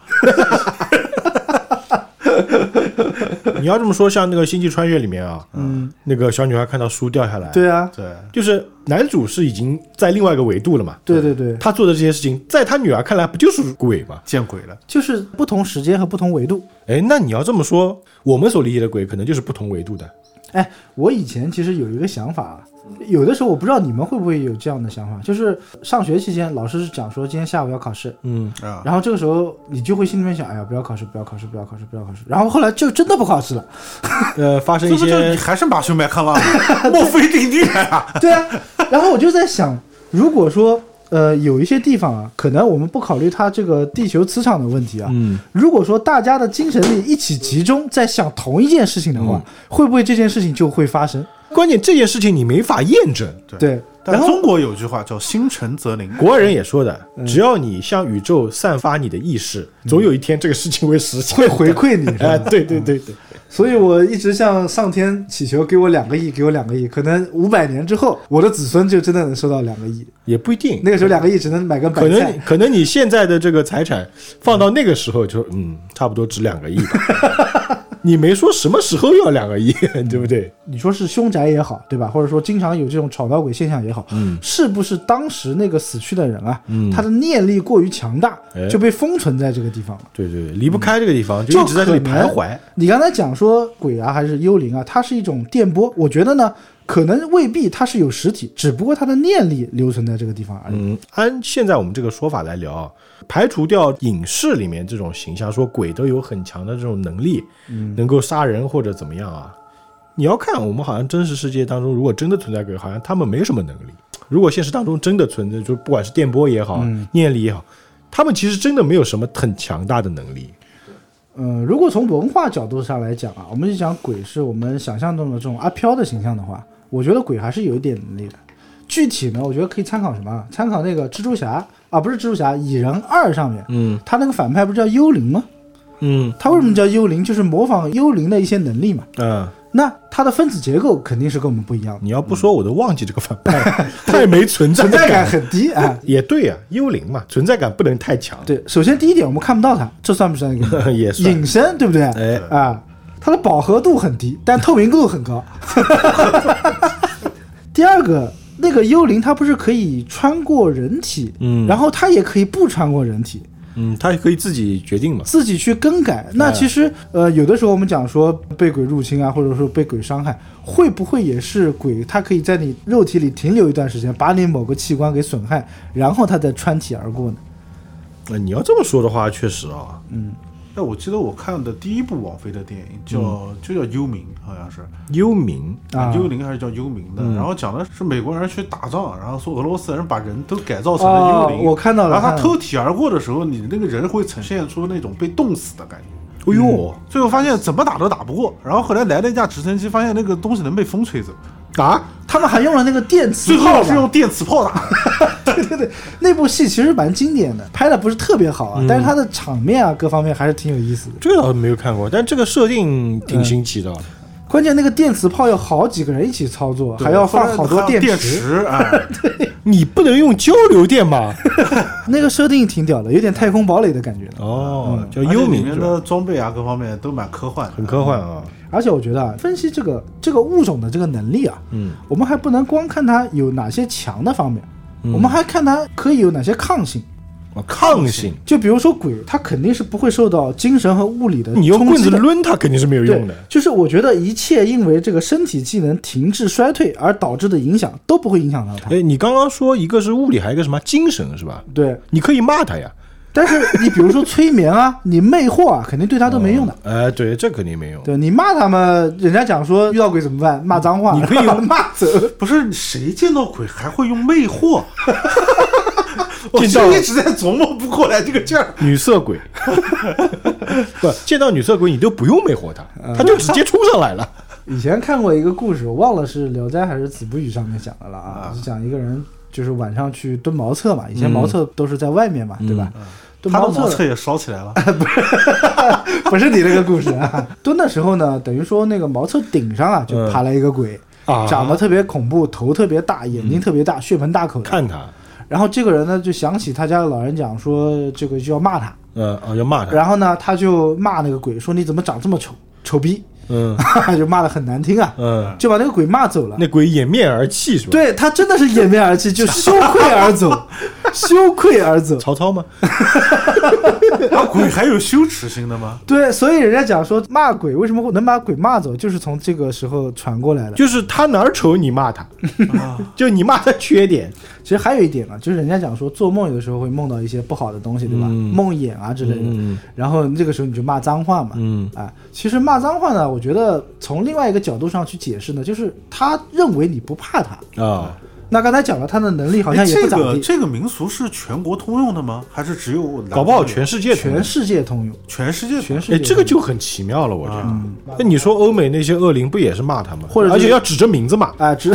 [SPEAKER 1] 你要这么说，像那个《星际穿越》里面啊，
[SPEAKER 2] 嗯，
[SPEAKER 1] 那个小女孩看到书掉下来，
[SPEAKER 2] 对啊，
[SPEAKER 3] 对，
[SPEAKER 1] 就是男主是已经在另外一个维度了嘛，
[SPEAKER 2] 对对对，
[SPEAKER 1] 他做的这些事情，在他女儿看来不就是鬼吗？
[SPEAKER 3] 见鬼了，
[SPEAKER 2] 就是不同时间和不同维度。
[SPEAKER 1] 哎，那你要这么说，我们所理解的鬼可能就是不同维度的。
[SPEAKER 2] 哎，我以前其实有一个想法啊，有的时候我不知道你们会不会有这样的想法，就是上学期间老师是讲说今天下午要考试，
[SPEAKER 1] 嗯，
[SPEAKER 3] 啊，
[SPEAKER 2] 然后这个时候你就会心里面想，哎呀，不要考试，不要考试，不要考试，不要考试。然后后来就真的不考试了。
[SPEAKER 1] 呃，发生
[SPEAKER 3] 这
[SPEAKER 1] 一
[SPEAKER 3] 不就是
[SPEAKER 1] 些，
[SPEAKER 3] 你还是马修麦康纳 吗？墨菲定律啊！
[SPEAKER 2] 对啊，然后我就在想，如果说呃有一些地方啊，可能我们不考虑它这个地球磁场的问题啊，
[SPEAKER 1] 嗯，
[SPEAKER 2] 如果说大家的精神力一起集中在想同一件事情的
[SPEAKER 3] 嗯
[SPEAKER 2] 话，会不会这件事情就会发生？
[SPEAKER 1] 关键这件事情你没法验证。
[SPEAKER 3] 对
[SPEAKER 2] 对，
[SPEAKER 3] 但
[SPEAKER 2] 然后
[SPEAKER 3] 中国有句话叫“心诚则灵
[SPEAKER 1] 国外人也说的，
[SPEAKER 3] 嗯
[SPEAKER 1] 只要你向宇宙散发你的意识，总有一天这个事情会实现。
[SPEAKER 2] 会回馈
[SPEAKER 3] 嗯
[SPEAKER 2] 你，是
[SPEAKER 1] 哎，
[SPEAKER 2] 吧？
[SPEAKER 1] 对对对对，
[SPEAKER 2] 所以我一直向上天祈求，给我两个亿，给我两个亿。可能五百年之后，我的子孙就真的能收到两个亿。
[SPEAKER 1] 也不一定，
[SPEAKER 2] 那个时候，两个亿只能买根白
[SPEAKER 1] 可能
[SPEAKER 2] 菜。
[SPEAKER 1] 可能你现在的这个财产放到那个时候就，嗯，差不多值两个亿吧。 你没说什么时候要两个亿，对不对？
[SPEAKER 2] 你说是凶宅也好，对吧？或者说经常有这种吵闹鬼现象也好，
[SPEAKER 1] 嗯
[SPEAKER 2] 是不是当时那个死去的人啊，
[SPEAKER 1] 嗯
[SPEAKER 2] 他的念力过于强大
[SPEAKER 1] 哎，
[SPEAKER 2] 就被封存在这个地方了？
[SPEAKER 1] 对对，对离不开这个地方，
[SPEAKER 2] 就
[SPEAKER 1] 一直在这里
[SPEAKER 2] 可能
[SPEAKER 1] 徘徊。
[SPEAKER 2] 你刚才讲说鬼啊还是幽灵啊，它是一种电波，我觉得呢，可能未必它是有实体，只不过它的念力留存在这个地方而已。
[SPEAKER 1] 嗯，按现在我们这个说法来聊啊，排除掉影视里面这种形象，说鬼都有很强的这种能力，
[SPEAKER 2] 嗯
[SPEAKER 1] 能够杀人或者怎么样啊？你要看我们好像真实世界当中，如果真的存在鬼，好像他们没什么能力。如果现实当中真的存在，就不管是电波也好，
[SPEAKER 2] 嗯
[SPEAKER 1] 念力也好，他们其实真的没有什么很强大的能力。
[SPEAKER 2] 嗯，如果从文化角度上来讲啊，我们就讲鬼是我们想象中的这种阿飘的形象的话，我觉得鬼还是有一点能力的。具体呢，我觉得可以参考什么啊？参考那个蜘蛛侠啊，不是蜘蛛侠，蚁人二上面，
[SPEAKER 1] 嗯
[SPEAKER 2] 他那个反派不是叫幽灵吗？
[SPEAKER 1] 嗯
[SPEAKER 2] 他为什么叫幽灵？就是模仿幽灵的一些能力嘛。
[SPEAKER 1] 啊、
[SPEAKER 2] 那它的分子结构肯定是跟我们不一样的，
[SPEAKER 1] 你要不说我都忘记这个反派了，太没存在
[SPEAKER 2] 嗯 存在感
[SPEAKER 1] 感。
[SPEAKER 2] 很低啊。
[SPEAKER 1] 也对啊，幽灵嘛，存在感不能太强。
[SPEAKER 2] 对，首先第一点，我们看不到它，这算不算一 个
[SPEAKER 1] 也算
[SPEAKER 2] 隐身，对不对？
[SPEAKER 1] 哎
[SPEAKER 2] 啊，它的饱和度很低，但透明度很高。 第二个，那个幽灵它不是可以穿过人体，
[SPEAKER 1] 嗯
[SPEAKER 2] 然后它也可以不穿过人体，
[SPEAKER 1] 嗯，他可以自己决定嘛。
[SPEAKER 2] 自己去更改。那
[SPEAKER 1] 哎
[SPEAKER 2] 其实，呃，有的时候我们讲说被鬼入侵啊，或者说被鬼伤害，会不会也是鬼？它可以在你肉体里停留一段时间，把你某个器官给损害，然后它再穿体而过呢？
[SPEAKER 1] 呃，你要这么说的话，确实啊，”。
[SPEAKER 3] 哎，我记得我看的第一部王菲的电影叫
[SPEAKER 2] 嗯
[SPEAKER 3] 就叫《幽冥》，好像是
[SPEAKER 1] 幽冥，
[SPEAKER 2] 啊，
[SPEAKER 3] 幽灵还是叫幽冥
[SPEAKER 2] 嗯
[SPEAKER 3] 的。然后讲的是美国人去打仗，然后说俄罗斯人把人都改造成了幽
[SPEAKER 2] 哦，
[SPEAKER 3] 灵。
[SPEAKER 2] 我看到了，
[SPEAKER 3] 然后他
[SPEAKER 2] 看到了
[SPEAKER 3] 偷体而过的时候，你那个人会呈现出那种被冻死的感觉。
[SPEAKER 1] 哎呦、
[SPEAKER 3] 最后发现怎么打都打不过，然后后来来了一架直升机，发现那个东西能被风吹走，
[SPEAKER 1] 啊，
[SPEAKER 2] 他们还用了那个电磁
[SPEAKER 3] 最
[SPEAKER 2] 炮
[SPEAKER 3] 后是
[SPEAKER 2] 吧
[SPEAKER 3] 用电磁炮打。
[SPEAKER 2] 对对对，那部戏其实蛮经典的，拍的不是特别好
[SPEAKER 1] 嗯
[SPEAKER 2] 啊，但是它的场面啊各方面还是挺有意思的。
[SPEAKER 1] 这个倒是没有看过，但这个设定挺新奇的。
[SPEAKER 2] 关键那个电磁炮要好几个人一起操作，还要放好多
[SPEAKER 3] 电
[SPEAKER 2] 池。
[SPEAKER 3] 池啊， 哎
[SPEAKER 1] 你不能用交流电吧？
[SPEAKER 2] 那个设定挺屌的，有点太空堡垒的感觉 的。
[SPEAKER 1] 哦，叫
[SPEAKER 3] 而且
[SPEAKER 1] 幽
[SPEAKER 3] 里
[SPEAKER 1] 冥
[SPEAKER 3] 面
[SPEAKER 1] 是吧，
[SPEAKER 3] 的装备啊各方面都蛮科幻的，
[SPEAKER 1] 很科幻啊。
[SPEAKER 2] 而且我觉得啊，分析这个这个物种的这个能力啊，
[SPEAKER 1] 嗯
[SPEAKER 2] 我们还不能光看它有哪些强的方面，
[SPEAKER 1] 嗯
[SPEAKER 2] 我们还看它可以有哪些抗性。
[SPEAKER 1] 啊，抗性，
[SPEAKER 2] 就比如说鬼，它肯定是不会受到精神和物理的
[SPEAKER 1] 你用
[SPEAKER 2] 冲
[SPEAKER 1] 棍
[SPEAKER 2] 击
[SPEAKER 1] 子
[SPEAKER 2] 的。
[SPEAKER 1] 抡它肯定是没有
[SPEAKER 2] 对
[SPEAKER 1] 用的，，
[SPEAKER 2] 就是我觉得一切因为这个身体机能停滞衰退而导致的影响都不会影响到它。
[SPEAKER 1] 哎，你刚刚说一个是物理，还有一个什么精神是吧？
[SPEAKER 2] 对，
[SPEAKER 1] 你可以骂他呀，
[SPEAKER 2] 但是你比如说催眠啊， 你魅惑啊，肯定对他都没用的。
[SPEAKER 1] 哎、对，这肯定没用。
[SPEAKER 2] 对你骂他们，人家讲说遇到鬼怎么办？骂脏话，
[SPEAKER 1] 你可以
[SPEAKER 2] 把他 骂走。
[SPEAKER 3] 不是谁见到鬼还会用 魅惑？我
[SPEAKER 1] 见到
[SPEAKER 3] 就一直在琢磨不过来这个劲儿。
[SPEAKER 1] 女色 鬼，不见到女色鬼你都不用魅惑她，她就直接冲上来了。
[SPEAKER 2] 以前看过一个故事，我忘了是《聊斋》还是《子不语》上面讲的了啊，是讲一个人就是晚上去蹲茅厕嘛，以前茅厕都是在外面嘛，对吧？蹲
[SPEAKER 3] 他
[SPEAKER 2] 茅
[SPEAKER 3] 的茅
[SPEAKER 2] 厕
[SPEAKER 3] 厕也烧起 来了，
[SPEAKER 2] 不是你那个故事啊。蹲的时候呢，等于说那个茅厕顶上啊，就爬来一个鬼，
[SPEAKER 1] 嗯啊
[SPEAKER 2] 长得特别恐怖，头特别大，眼睛特别大，血盆大口的。
[SPEAKER 1] 看她，
[SPEAKER 2] 然后这个人呢，就想起他家的老人讲说，这个就要骂他。
[SPEAKER 1] 嗯、啊，要骂她，
[SPEAKER 2] 然后呢，他就骂那个鬼说：“你怎么长这么丑，丑逼
[SPEAKER 1] 嗯！”
[SPEAKER 2] 就骂的很难听啊，
[SPEAKER 1] 嗯，
[SPEAKER 2] 就把那个鬼骂走了。
[SPEAKER 1] 那鬼掩面而泣是吧？，
[SPEAKER 2] 对他真的是掩面而泣，就羞愧而走， 羞愧而走。
[SPEAKER 1] 曹操吗？
[SPEAKER 3] 啊，鬼还有羞耻心的吗？
[SPEAKER 2] 对，所以人家讲说骂鬼为什么会能把鬼骂走，就是从这个时候传过来的。
[SPEAKER 1] 就是他哪儿丑你 骂他，
[SPEAKER 3] 啊，
[SPEAKER 1] 就你骂他缺点，
[SPEAKER 2] 其实还有一点呢，就是人家讲说做梦有的时候会梦到一些不好的东西，对吧？
[SPEAKER 1] 嗯
[SPEAKER 2] 梦魇啊之类的。
[SPEAKER 1] 嗯
[SPEAKER 2] 然后这个时候你就骂脏话嘛。
[SPEAKER 1] 嗯
[SPEAKER 2] 啊，其实骂脏话呢，我觉得从另外一个角度上去解释呢，就是他认为你不怕他。
[SPEAKER 1] 啊，
[SPEAKER 2] 那刚才讲了，他的能力好
[SPEAKER 3] 哎
[SPEAKER 2] 像也
[SPEAKER 3] 这
[SPEAKER 2] 不咋
[SPEAKER 3] 个
[SPEAKER 2] 地，
[SPEAKER 3] 这个民俗是全国通用的吗？还是只有我南
[SPEAKER 1] 搞不好
[SPEAKER 3] 方有
[SPEAKER 1] 全世界同
[SPEAKER 2] 全世界通用。
[SPEAKER 3] 全世界
[SPEAKER 2] 全
[SPEAKER 3] 全
[SPEAKER 2] 世
[SPEAKER 1] 哎，
[SPEAKER 2] 界嗯
[SPEAKER 1] 这个就很奇妙了，我觉得
[SPEAKER 3] 啊。
[SPEAKER 1] 那你说欧美那些恶灵不也是骂他吗？
[SPEAKER 2] 或者就
[SPEAKER 1] 而
[SPEAKER 2] 是
[SPEAKER 1] 且要指着名字骂，
[SPEAKER 2] 啊，只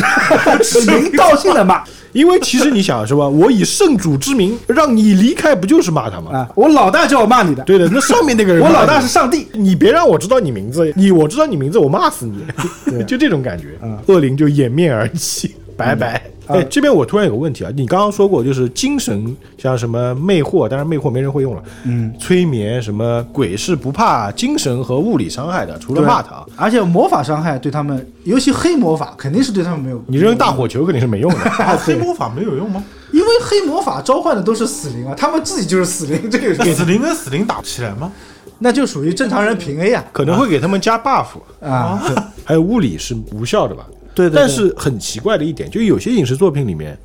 [SPEAKER 2] 指名道姓的骂
[SPEAKER 1] 因为其实你想是吧？我以圣主之名让你离开，不就是骂他吗？
[SPEAKER 2] 啊，我老大叫我骂你的，
[SPEAKER 1] 对的，那上面那个人，
[SPEAKER 2] 我老大是上帝。
[SPEAKER 1] 你别让我知道你名字，你我知道你名字，我骂 死你，就这种感觉。恶灵就掩面而泣，拜拜。
[SPEAKER 2] 嗯
[SPEAKER 1] 哎，这边我突然有个问题啊，你刚刚说过，就是精神像什么魅惑，当然魅惑没人会用了，嗯，催眠什么鬼是不怕精神和物理伤害的，除了骂他啊，
[SPEAKER 2] 而且魔法伤害对他们，尤其黑魔法肯定是对他们没有。
[SPEAKER 1] 你扔大火球肯定是没用的。
[SPEAKER 3] 啊，黑魔法没有用吗？
[SPEAKER 2] 因为黑魔法召唤的都是死灵啊，他们自己就是死灵，这个有什么
[SPEAKER 3] 死灵跟死灵打不起来 吗？
[SPEAKER 2] 那就属于正常人平 A 啊
[SPEAKER 1] 可能会给他们加 buff，
[SPEAKER 2] 啊，
[SPEAKER 1] 还有物理是无效的吧？
[SPEAKER 2] 对对对
[SPEAKER 1] 但是很奇怪的一点，就有些影视作品里面，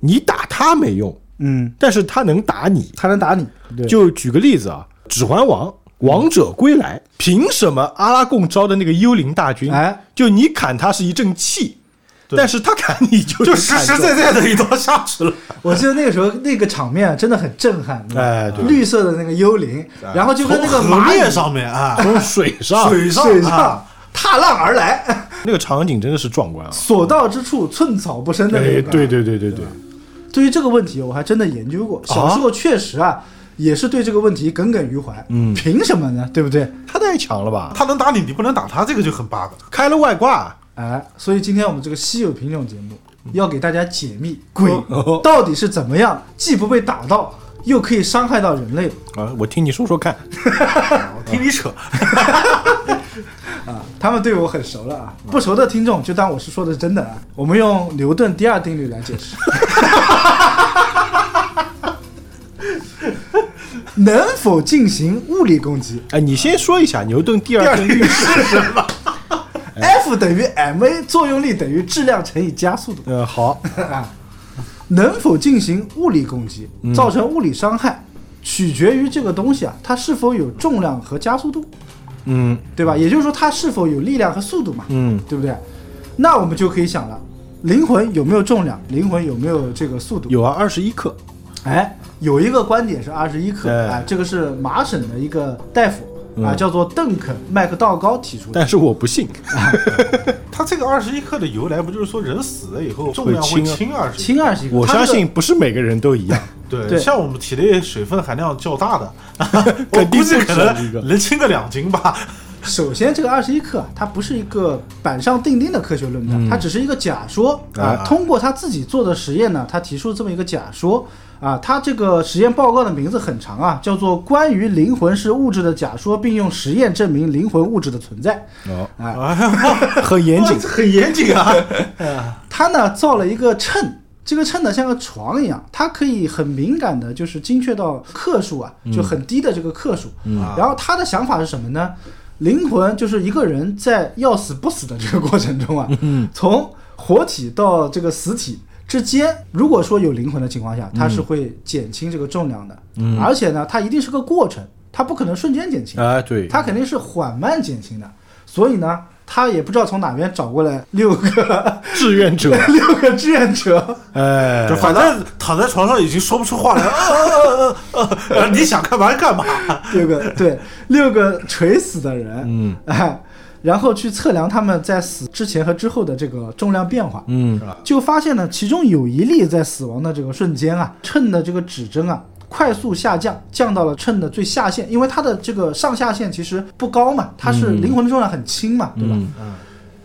[SPEAKER 1] 你打他没用，
[SPEAKER 2] 嗯，
[SPEAKER 1] 但是他能打你。
[SPEAKER 2] 他能打你，对，
[SPEAKER 1] 就举个例子啊，《指环王》《王者归来》，凭什么阿拉贡招的那个幽灵大军，
[SPEAKER 2] 哎，
[SPEAKER 1] 就你砍他是一阵气，
[SPEAKER 3] 对
[SPEAKER 1] 但是他砍你就
[SPEAKER 3] 就
[SPEAKER 1] 就
[SPEAKER 3] 实实在在的一刀下去了。
[SPEAKER 2] 我记得那个时候那个场面真的很震撼，对吧
[SPEAKER 1] 哎对
[SPEAKER 2] 绿色的那个幽灵，然后 就跟那个
[SPEAKER 3] 从
[SPEAKER 2] 蚂
[SPEAKER 3] 河
[SPEAKER 2] 蚁
[SPEAKER 3] 面上面 啊，
[SPEAKER 1] 从水上，
[SPEAKER 3] 水上
[SPEAKER 2] 水
[SPEAKER 3] 啊
[SPEAKER 2] 上踏浪而来，
[SPEAKER 1] 那个场景真的是壮观啊！
[SPEAKER 2] 所到之处寸草不生的那
[SPEAKER 1] 哎，
[SPEAKER 2] 种。
[SPEAKER 1] 对对对对对，
[SPEAKER 2] 对于这个问题，我还真的研究过，小时候确实啊，也是对这个问题耿耿于怀。嗯，凭什么呢？对不对？
[SPEAKER 1] 他太强了吧？
[SPEAKER 3] 他能打你，你不能打他，这个就很 bug。
[SPEAKER 1] 开了外挂，
[SPEAKER 2] 哎，所以今天我们这个稀有品种节目要给大家解密鬼到底是怎么样，既不被打到，又可以伤害到人类的
[SPEAKER 1] 啊，我听你说说看，
[SPEAKER 3] 我听你扯，
[SPEAKER 2] 啊。他们对我很熟了啊，不熟的听众就当我是说的是真的啊。我们用牛顿第二定律来解释。能否进行物理攻击
[SPEAKER 1] 哎，你先说一下牛顿第二定律是什么？
[SPEAKER 2] ？F 等于 ma，作用力等于质量乘以加速度。
[SPEAKER 1] 呃，好，
[SPEAKER 2] 啊， 能否进行物理攻击，
[SPEAKER 1] 嗯
[SPEAKER 2] 造成物理伤害，取决于这个东西啊，它是否有重量和加速度，
[SPEAKER 1] 嗯
[SPEAKER 2] 对吧？也就是说，它是否有力量和速度嘛，
[SPEAKER 1] 嗯，
[SPEAKER 2] 对不对？那我们就可以想了，灵魂有没有重量？灵魂有没有这个速度？
[SPEAKER 1] 有啊，二十一克，
[SPEAKER 2] 哎，有一个观点是二十一克
[SPEAKER 1] 哎
[SPEAKER 2] 啊，这个是麻省的一个大夫啊，
[SPEAKER 1] 嗯
[SPEAKER 2] 叫做邓肯麦克道高提出的。
[SPEAKER 1] 但是我不信，
[SPEAKER 3] 他这个二十一克的由来不就是说人死了以后重量会
[SPEAKER 1] 会
[SPEAKER 3] 轻二十？
[SPEAKER 2] 氢二十一克，
[SPEAKER 1] 我
[SPEAKER 2] 它这
[SPEAKER 1] 相
[SPEAKER 2] 个
[SPEAKER 1] 信不是每个人都一样。
[SPEAKER 3] 对，
[SPEAKER 2] 对
[SPEAKER 3] 像我们体内水分含量较大的，我
[SPEAKER 1] 肯定
[SPEAKER 3] 估计
[SPEAKER 1] 不止
[SPEAKER 3] 可
[SPEAKER 1] 一个
[SPEAKER 3] 能能轻个两斤吧。
[SPEAKER 2] 首先，这个二十一课啊它不是一个板上钉钉的科学论断，它只是一个假说啊。通过他自己做的实验呢，他提出这么一个假说啊。他这个实验报告的名字很长啊，叫做《关于灵魂是物质的假说，并用实验证明灵魂物质的存在》
[SPEAKER 1] 哦，
[SPEAKER 2] 啊。
[SPEAKER 1] 很严谨
[SPEAKER 3] 哇，这很严谨啊。
[SPEAKER 2] 他呢造了一个秤，这个秤呢像个床一样，它可以很敏感的，就是精确到克数啊，就很低的这个克数。然后他的想法是什么呢？灵魂就是一个人在要死不死的这个过程中啊，从活体到这个死体。之间，如果说有灵魂的情况下，它是会减轻这个重量的，而且呢，它一定是个过程，它不可能瞬间减轻，
[SPEAKER 1] 啊，对，
[SPEAKER 2] 它肯定是缓慢减轻的。所以呢，他也不知道从哪边找过来六个
[SPEAKER 1] 志愿 者，
[SPEAKER 2] 六个志愿者，
[SPEAKER 1] 哎
[SPEAKER 3] 就，反正躺在床上已经说不出话来了呃呃，呃呃呃你想干嘛干嘛。
[SPEAKER 2] 六个对六个垂死的人，嗯、然后去测量他们在死之前和之后的这个重量变化，
[SPEAKER 1] 嗯，
[SPEAKER 2] 就发现呢，其中有一例在死亡的这个瞬间啊，秤的这个指针啊。快速下降，降到了秤的最下限，因为它的这个上下限其实不高嘛，它是灵魂的重量很轻嘛，对吧？
[SPEAKER 1] 嗯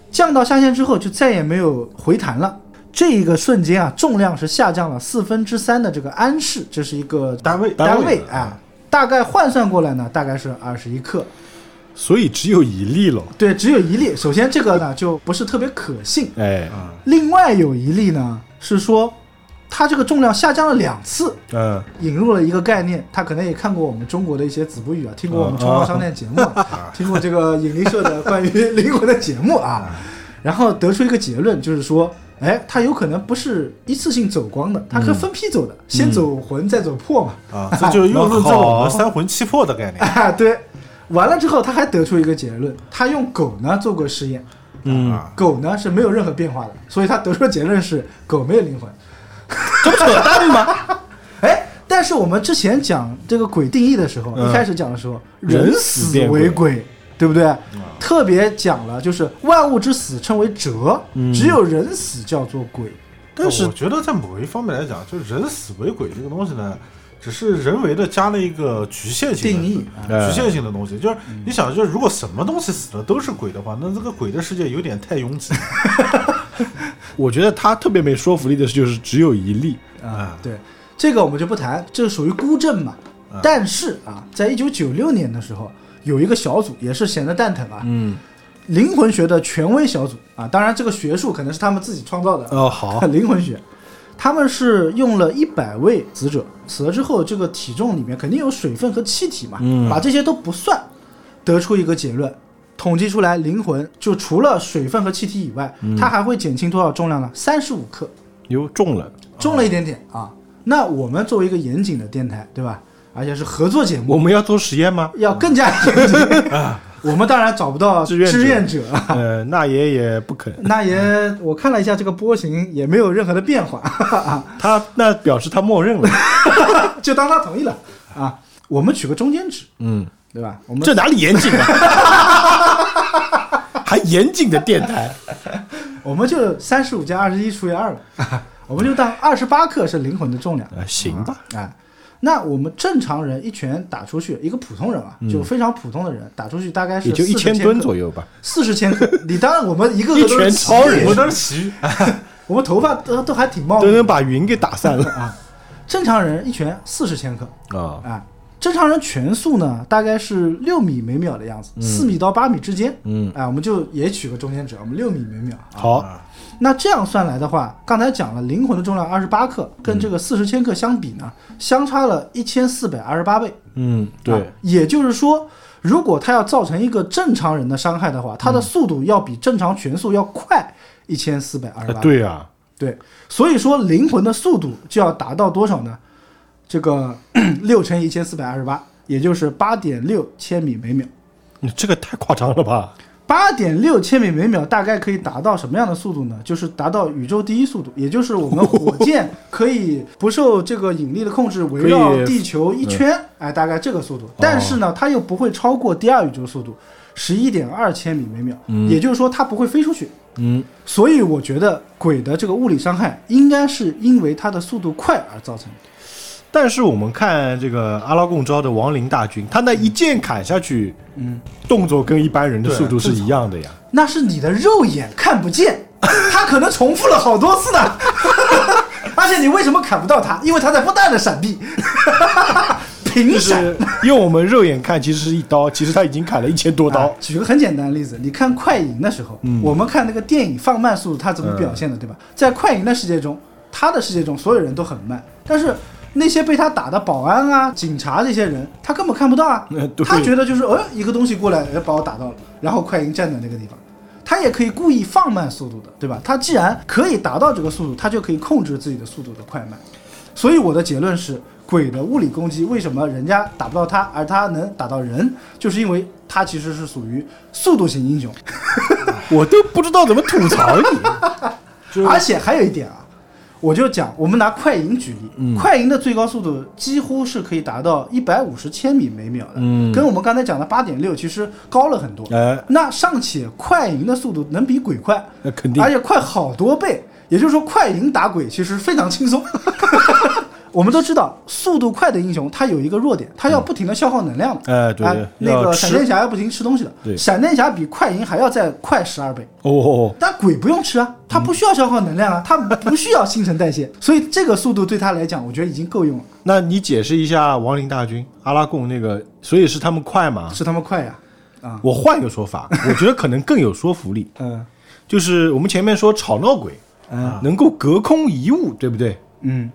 [SPEAKER 2] 降到下限之后就再也没有回弹了。这一个瞬间啊，重量是下降了四分之三的这个安氏，这是一个
[SPEAKER 3] 单位
[SPEAKER 2] 单
[SPEAKER 3] 单位
[SPEAKER 2] 啊，大概换算过来呢，大概是二十一克。
[SPEAKER 1] 所以只有一例了，
[SPEAKER 2] 对，只有一例。首先这个呢就不是特别可信，
[SPEAKER 1] 哎，
[SPEAKER 2] 另外有一例呢是说，它这个重量下降了两次，
[SPEAKER 1] 嗯，
[SPEAKER 2] 引入了一个概念，他可能也看过我们中国的一些子不语啊，听过我们《冲浪商店》节目，
[SPEAKER 3] 哦
[SPEAKER 2] 啊，听过这个引力社 的关于灵魂的节目
[SPEAKER 3] 嗯
[SPEAKER 2] 啊， 然后得出一个结论，就是说，哎，它有可能不是一次性走光的，它可以分批走的，先走魂再走魄嘛。
[SPEAKER 3] 嗯啊，这就是又论证了我们三魂七魄的概念。
[SPEAKER 2] 啊，对，完了之后他还得出一个结论，他用狗呢做过实验，
[SPEAKER 1] 嗯，
[SPEAKER 3] 啊，
[SPEAKER 2] 狗呢是没有任何变化的，所以他得出的结论是狗没有灵魂。
[SPEAKER 1] 这不扯淡吗？
[SPEAKER 2] 哎，但是我们之前讲这个鬼定义的时候，一开始讲的时候，
[SPEAKER 1] 嗯人
[SPEAKER 2] 人
[SPEAKER 1] 死
[SPEAKER 2] 死
[SPEAKER 1] 变
[SPEAKER 2] 为
[SPEAKER 1] 鬼嗯
[SPEAKER 2] 鬼，对不对？特别讲了，就是万物之死称为折，
[SPEAKER 1] 嗯
[SPEAKER 2] 只有人死叫做鬼。
[SPEAKER 1] 但是
[SPEAKER 3] 我觉得在某一方面来讲，就是人死为鬼这个东西呢，只是人为的加了一个局限性的
[SPEAKER 2] 定义
[SPEAKER 1] 啊
[SPEAKER 3] 局限性的东西。就是你想，就是如果什么东西死了都是鬼的话，那这个鬼的世界有点太拥 挤
[SPEAKER 1] 我觉得他特别没说服力的是，就是只有一例，
[SPEAKER 3] 啊。
[SPEAKER 2] 对，这个我们就不谈，这个属于孤证嘛。但是啊，在一九九六年的时候，有一个小组也是闲得蛋疼啊，
[SPEAKER 1] 嗯，
[SPEAKER 2] 灵魂学的权威小组啊，当然这个学术可能是他们自己创造的啊，，
[SPEAKER 1] 哦，好
[SPEAKER 2] 灵魂学，他们是用了一百位死者，死了之后，这个体重里面肯定有水分和气体嘛，把这些都不算，得出一个结论，统计出来灵魂就除了水分和气体以外，它还会减轻多少重量呢？三十五克，
[SPEAKER 1] 又中了，
[SPEAKER 2] 重了一点点
[SPEAKER 1] 哦
[SPEAKER 2] 啊。那我们作为一个严谨的电台，对吧？而且是合作节目，
[SPEAKER 1] 我们要做实验 吗？
[SPEAKER 2] 要更加严谨。 我们当然找不到
[SPEAKER 1] 志愿者
[SPEAKER 2] 志愿者，
[SPEAKER 1] 呃，那爷也不肯，
[SPEAKER 2] 那也我看了一下这个波形，也没有任何的变化。
[SPEAKER 1] 他那表示他默认了，
[SPEAKER 2] 就当他同意了啊。我们取个中间值，
[SPEAKER 1] 嗯，
[SPEAKER 2] 对吧？我们
[SPEAKER 1] 这哪里严 谨啊？还严谨的电台，
[SPEAKER 2] 我们就三十五加二十一除以二了， 我们就当二十八克是灵魂的重量。
[SPEAKER 1] 呃，行吧，
[SPEAKER 2] 哎，那我们正常人一拳打出去，一个普通人啊，就非常普通的人打出去大概是
[SPEAKER 1] 嗯也就一千吨左
[SPEAKER 2] 右，
[SPEAKER 1] 右吧。
[SPEAKER 2] 四十千克。你当然我们一个个
[SPEAKER 1] 一
[SPEAKER 2] 都是
[SPEAKER 1] 拳
[SPEAKER 2] 奇
[SPEAKER 1] 超人
[SPEAKER 3] 我
[SPEAKER 2] 人，
[SPEAKER 3] 都是奇遇，
[SPEAKER 2] 我们头发都都还挺茂
[SPEAKER 1] 都
[SPEAKER 2] 密
[SPEAKER 1] 能
[SPEAKER 2] 的。
[SPEAKER 1] 把云给打散了啊！
[SPEAKER 2] 正常人一拳四十千克，
[SPEAKER 1] 啊，
[SPEAKER 2] 啊，正常人全速呢大概是六米每秒的样子，四、米到八米之间。
[SPEAKER 1] 嗯，
[SPEAKER 2] 啊，我们就也取个中间值，我们六米每秒。啊
[SPEAKER 1] 好，
[SPEAKER 2] 那这样算来的话，刚才讲了灵魂的重量二十八克，跟
[SPEAKER 1] 嗯
[SPEAKER 2] 这个四十千克相比呢，相差了一千四百二十八倍。
[SPEAKER 1] 嗯，
[SPEAKER 2] 啊
[SPEAKER 1] 对，
[SPEAKER 2] 也就是说，如果它要造成一个正常人的伤害的话，它
[SPEAKER 1] 嗯
[SPEAKER 2] 的速度要比正常全速要快一千四百二十
[SPEAKER 1] 啊
[SPEAKER 2] 八。
[SPEAKER 1] 对啊，
[SPEAKER 2] 对，所以说灵魂的速度就要达到多少呢？这个 六乘一千四百二十八，也就是八点六千米每秒。
[SPEAKER 1] 你这个太夸张了吧？
[SPEAKER 2] 八点六千米每秒大概可以达到什么样的速度呢？就是达到宇宙第一速度，也就是 我们火箭可以不受这个引力的控制围绕
[SPEAKER 1] 可以嗯哦
[SPEAKER 2] 地球一圈，哎，大概这个速度。但是呢，它又不会超过第二宇宙速度，十一点二千米每秒，也就是说它不会飞出去。
[SPEAKER 1] 嗯，
[SPEAKER 2] 所以我觉得鬼的这个物理伤害应该是因为它的速度快而造成的。
[SPEAKER 1] 但是我们看这个阿拉贡招的亡灵大军，他那一剑砍下去，嗯，动作跟一般人的速度是一样的呀。
[SPEAKER 2] 那是你的肉眼看不 见，他可能重复了好多次呢。而且你为什么砍不到他？因为他在不断的 闪避，
[SPEAKER 1] 就
[SPEAKER 2] 平闪。
[SPEAKER 1] 是因为我们肉眼看其实是一刀，其实他已经砍了一千多刀
[SPEAKER 2] 啊。举个很简单的例子，你看快影的时候，
[SPEAKER 1] 嗯
[SPEAKER 2] 我们看那个电影放慢速度，它怎么表现的，对吧？在快影的世界中，他的世界中所有人都很慢，但是那些被他打的保安啊、警察这些人，他根本看不到啊
[SPEAKER 1] 呃。 对
[SPEAKER 2] 他觉得就是，哎，一个东西过来，哎，把我打到了，然后快银站在那个地方。他也可以故意放慢速度的，对吧？他既然可以达到这个速度，他就可以控制自己的速度的快慢。所以我的结论是，鬼的物理攻击为什么人家打不到他，而他能打到人，就是因为他其实是属于速度型英雄。
[SPEAKER 1] 我都不知道怎么吐槽你。
[SPEAKER 2] 而且还有一点啊，我就讲，我们拿快银举例，快银的最高速度几乎是可以达到一百五十千米每秒的，
[SPEAKER 1] 嗯
[SPEAKER 2] 跟我们刚才讲的八点六其实高了很多。
[SPEAKER 1] 哎
[SPEAKER 2] 那尚且快银的速度能比鬼快，
[SPEAKER 1] 那肯定
[SPEAKER 2] 而且快好多倍。也就是说，快银打鬼其实非常轻 松。我们都知道，速度快的英雄他有一个弱点，他要不停的消耗能量的。
[SPEAKER 1] 哎对
[SPEAKER 2] 啊
[SPEAKER 1] 对
[SPEAKER 2] 那
[SPEAKER 1] 要
[SPEAKER 2] 个
[SPEAKER 1] 吃
[SPEAKER 2] 闪电侠要不停吃东西
[SPEAKER 1] 对
[SPEAKER 2] 的。闪电侠比快银还要再快十二倍。
[SPEAKER 1] 哦，
[SPEAKER 2] 但鬼不用吃啊，它不需要消耗能量啊，它不需要新陈代谢， 所以这个速度对它来讲，我觉得已经够用了，
[SPEAKER 1] 那你解释一下亡灵大军阿拉贡那个，所以是他们快吗？
[SPEAKER 2] 是他妈快呀、啊，
[SPEAKER 1] 我换一个说法， 我觉得可能更有说服力。
[SPEAKER 2] 嗯
[SPEAKER 1] 就是我们前面说吵闹鬼，
[SPEAKER 2] 嗯
[SPEAKER 1] 能够隔空一物，对不对？
[SPEAKER 2] 嗯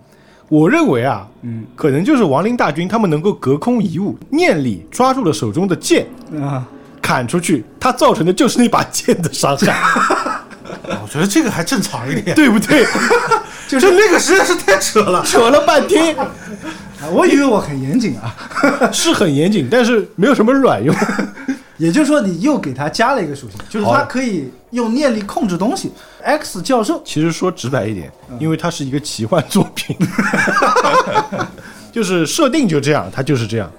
[SPEAKER 1] 我认为啊，
[SPEAKER 2] 嗯
[SPEAKER 1] 可能就是亡灵大军他们能够隔空一物，念力抓住了手中的剑，
[SPEAKER 2] 啊，
[SPEAKER 1] 砍出去，它造成的就是那把剑的伤害，
[SPEAKER 3] 哦我觉得这个还正常一 点，
[SPEAKER 1] 对不对？
[SPEAKER 3] 就是那个实在是太扯了。
[SPEAKER 1] 扯了半天
[SPEAKER 2] 啊我以为我很严谨啊，
[SPEAKER 1] 是很严谨，但是没有什么卵用。
[SPEAKER 2] 也就是说你又给它加了一个属性，就是
[SPEAKER 1] 好
[SPEAKER 2] 它
[SPEAKER 1] 的
[SPEAKER 2] 可以用念力控制东西。X 教授，
[SPEAKER 1] 其实说直白一点，因为它是一个奇幻作品，就是设定就这样，它就是这样。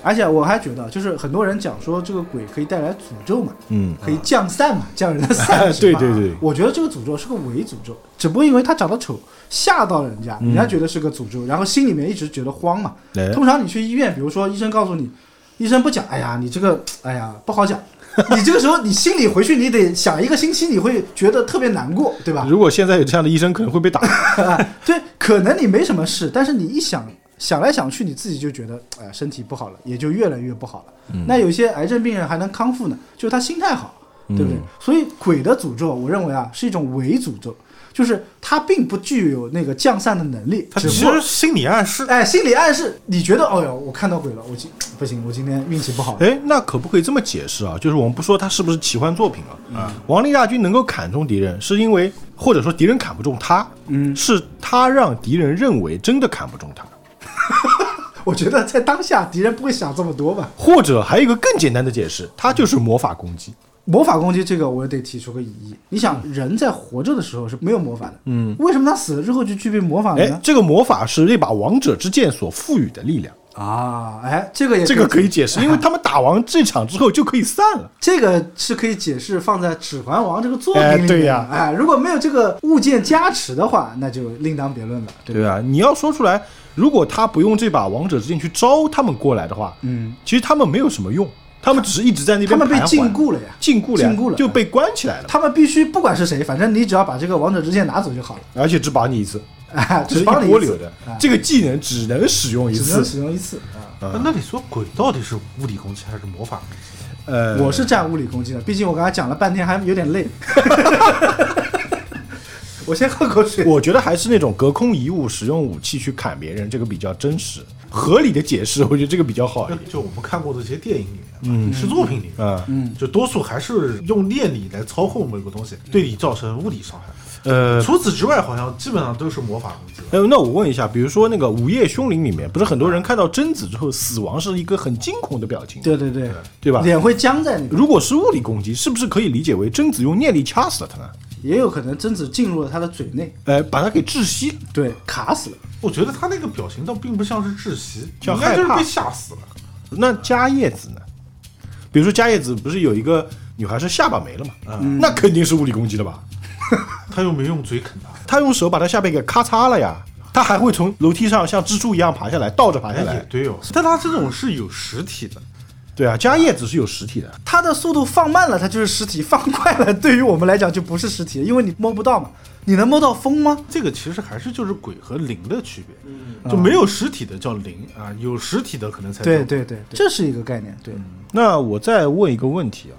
[SPEAKER 2] 而且我还觉得，就是很多人讲说这个鬼可以带来诅咒嘛，
[SPEAKER 1] 嗯，
[SPEAKER 2] 可以降散嘛，降人 的散
[SPEAKER 1] 对
[SPEAKER 2] 是吧
[SPEAKER 1] 对对
[SPEAKER 2] 我觉得这个诅咒是个伪诅咒，只不过因为他长得丑吓到了人家，人家觉得是个诅咒，然后心里面一直觉得慌嘛。
[SPEAKER 1] 嗯哎
[SPEAKER 2] 通常你去医院，比如说医生告诉你，医生不讲，哎呀，你这个，哎呀，不好讲。 你这个时候，你心里回去，你得想一个星期，你会觉得特别难过，对吧？
[SPEAKER 1] 如果现在有这样的医生，可能会被打。
[SPEAKER 2] 对，可能你没什么事，但是你一想想来想去，你自己就觉得，哎、呀，身体不好了，也就越来越不好了。
[SPEAKER 3] 嗯
[SPEAKER 2] 那有些癌症病人还能康复呢，就是他心态好，
[SPEAKER 3] 嗯
[SPEAKER 2] 对不对？所以鬼的诅咒，我认为啊，是一种伪诅咒，就是他并不具有那个降散的能力，
[SPEAKER 3] 他
[SPEAKER 2] 只
[SPEAKER 3] 其
[SPEAKER 2] 不过
[SPEAKER 3] 实。心理暗示，
[SPEAKER 2] 哎，心理暗示，你觉得，哦哟，我看到鬼了，我今不行，我今天运气不好。
[SPEAKER 1] 哎，那可不可以这么解释啊？就是我们不说它是不是奇幻作品
[SPEAKER 2] 嗯
[SPEAKER 1] 啊，亡灵大军能够砍中敌人，是因为或者说敌人砍不中他，嗯，是他让敌人认为真的砍不中他。
[SPEAKER 2] 我觉得在当下，敌人不会想这么多吧？
[SPEAKER 1] 或者还有一个更简单的解释，它就是魔法攻击。
[SPEAKER 2] 魔法攻击这个，我得提出个异议。你想，人在活着的时候是没有魔法的，嗯，为什么他死了之后就具备魔法了
[SPEAKER 1] 哎
[SPEAKER 2] 呢？，
[SPEAKER 1] 这个魔法是那把王者之剑所赋予的力量，
[SPEAKER 2] 啊，哎，这个也
[SPEAKER 1] 这个可以，解 释，因为他们打完这场之后就可以散了。
[SPEAKER 2] 这个是可以解释放在《指环王》这个作品里
[SPEAKER 1] 哎
[SPEAKER 2] 面的。
[SPEAKER 1] 对呀
[SPEAKER 2] 哎，如果没有这个物件加持的话，那就另当别论了，对吧？
[SPEAKER 1] 对啊，你要说出来，如果他不用这把王者之剑去招他们过来的话，
[SPEAKER 2] 嗯，
[SPEAKER 1] 其实他们没有什么用，他们只是一直在那边
[SPEAKER 2] 他们被
[SPEAKER 1] 徘徊
[SPEAKER 2] 禁锢了呀，
[SPEAKER 1] 禁锢了呀，
[SPEAKER 2] 禁锢了嗯
[SPEAKER 1] 就被关起来了，
[SPEAKER 2] 他们必须不管是谁，反正你只要把这个王者之剑拿走就好了。
[SPEAKER 1] 而且只把你一次，
[SPEAKER 2] 哎，
[SPEAKER 1] 只是
[SPEAKER 2] 只
[SPEAKER 1] 一
[SPEAKER 2] 帮你
[SPEAKER 1] 波
[SPEAKER 2] 一
[SPEAKER 1] 流
[SPEAKER 2] 次
[SPEAKER 1] 的，，
[SPEAKER 2] 哎
[SPEAKER 1] 这个技能只能使用一
[SPEAKER 2] 只能
[SPEAKER 1] 次。
[SPEAKER 2] 使用一次啊。
[SPEAKER 3] 呃那你说鬼到底是物理攻击还是魔法攻击？
[SPEAKER 1] 呃，
[SPEAKER 2] 我是占物理攻击的，毕竟我刚才讲了半天，还有点 累。我先喝口水。
[SPEAKER 1] 我觉得还是那种隔空一物使用武器去砍别人，这个比较真实、合理的解释，我觉得这个比较好一
[SPEAKER 2] 嗯
[SPEAKER 1] 点。
[SPEAKER 3] 就我们看过的这些电影里面嘛，影视作品里面，
[SPEAKER 1] 啊、
[SPEAKER 3] 就多数还是用念力来操控某个东西，对你造成物理伤害。
[SPEAKER 1] 呃，
[SPEAKER 3] 除此之外，好像基本上都是魔法攻击了。
[SPEAKER 1] 哎，那我问一下，比如说那个《午夜凶铃》里面，不是很多人看到贞子之后，死亡是一个很惊恐的表情，
[SPEAKER 2] 对对对，
[SPEAKER 1] 对吧？
[SPEAKER 2] 脸会僵在那边。
[SPEAKER 1] 如果是物理攻击，是不是可以理解为贞子用念力掐死了他呢？
[SPEAKER 2] 也有可能贞子进入了他的嘴内，
[SPEAKER 1] 呃，把他给窒息了。
[SPEAKER 2] 对，卡死了。
[SPEAKER 3] 我觉得他那个表情倒并不像是窒息，
[SPEAKER 1] 像
[SPEAKER 3] 应该
[SPEAKER 1] 害
[SPEAKER 3] 就是
[SPEAKER 1] 怕
[SPEAKER 3] 被吓死了。
[SPEAKER 1] 那加叶子呢？比如说加叶子不是有一个女孩是下巴没了嘛？那肯定是物理攻击了吧？
[SPEAKER 3] 他又没用嘴啃他，
[SPEAKER 1] 他用手把她下巴给咔嚓了呀，他还会从楼梯上像蜘蛛一样爬下来，倒着爬下
[SPEAKER 3] 哎，也
[SPEAKER 1] 来。
[SPEAKER 3] 对哦，但它这种是有实体的，
[SPEAKER 1] 对啊，加叶子是有实体的，
[SPEAKER 2] 它的速度放慢了，它就是尸体；放快了，对于我们来讲就不是尸体，因为你摸不到嘛。你能摸到风吗？
[SPEAKER 3] 这个其实还是就是鬼和灵的区别，就没有实体的叫灵啊，有实体的可能才叫
[SPEAKER 2] 对对对，这是一个概念。对，
[SPEAKER 1] 那我再问一个问题啊，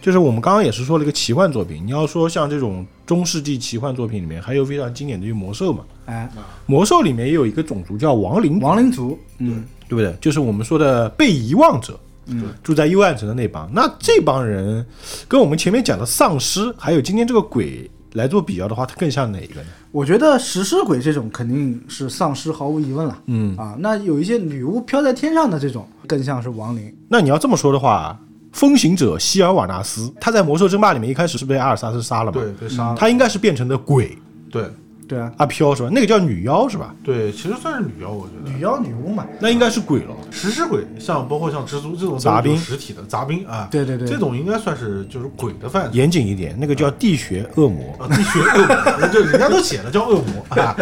[SPEAKER 1] 就是我们刚刚也是说了一个奇幻作品，你要说像这种中世纪奇幻作品里面，还有非常经典的就是魔兽嘛，
[SPEAKER 2] 哎，
[SPEAKER 1] 魔兽里面也有一个种族叫亡灵族，
[SPEAKER 2] 亡灵族，嗯，
[SPEAKER 1] 对不对？就是我们说的被遗忘者，嗯，住在幽暗城的那帮。那这帮人跟我们前面讲的丧尸，还有今天这个鬼来做比较的话，它更像哪一个呢？
[SPEAKER 2] 我觉得食尸鬼这种肯定是丧尸，毫无疑问了。
[SPEAKER 1] 嗯
[SPEAKER 2] 啊，那有一些女巫飘在天上的这种，更像是亡灵。
[SPEAKER 1] 那你要这么说的话，风行者希尔瓦纳斯，他在魔兽争霸里面一开始是被阿尔萨斯杀了嘛？
[SPEAKER 3] 对被杀了，
[SPEAKER 1] 他应该是变成的鬼
[SPEAKER 3] 对
[SPEAKER 2] 对啊，
[SPEAKER 1] 阿飘是吧？那个叫女妖是吧？
[SPEAKER 3] 对，其实算是女妖，我觉得。
[SPEAKER 2] 女妖女巫嘛，
[SPEAKER 1] 那应该是鬼了。
[SPEAKER 3] 食尸鬼像包括像蜘蛛这种
[SPEAKER 1] 杂兵
[SPEAKER 3] 都是有实体的杂兵啊，
[SPEAKER 2] 对对对
[SPEAKER 3] 这种应该算是就是鬼的范畴。
[SPEAKER 1] 严谨一点，那个叫地穴恶魔。
[SPEAKER 3] 啊，地穴恶魔，就人家都写了叫恶魔啊。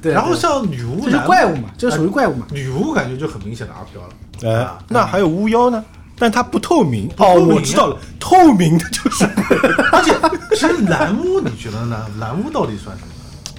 [SPEAKER 2] 对
[SPEAKER 3] 然后像女巫
[SPEAKER 2] 这是
[SPEAKER 3] 男
[SPEAKER 2] 怪物嘛，这属于怪物嘛。
[SPEAKER 3] 女巫感觉就很明显的阿飘了。
[SPEAKER 1] 哎
[SPEAKER 3] 啊，
[SPEAKER 1] 那还有巫妖呢？但它不透明
[SPEAKER 3] 透明
[SPEAKER 1] 哦，我知道了，透明的就是鬼。
[SPEAKER 3] 而且其实男巫，你觉得呢？男巫到底算什么？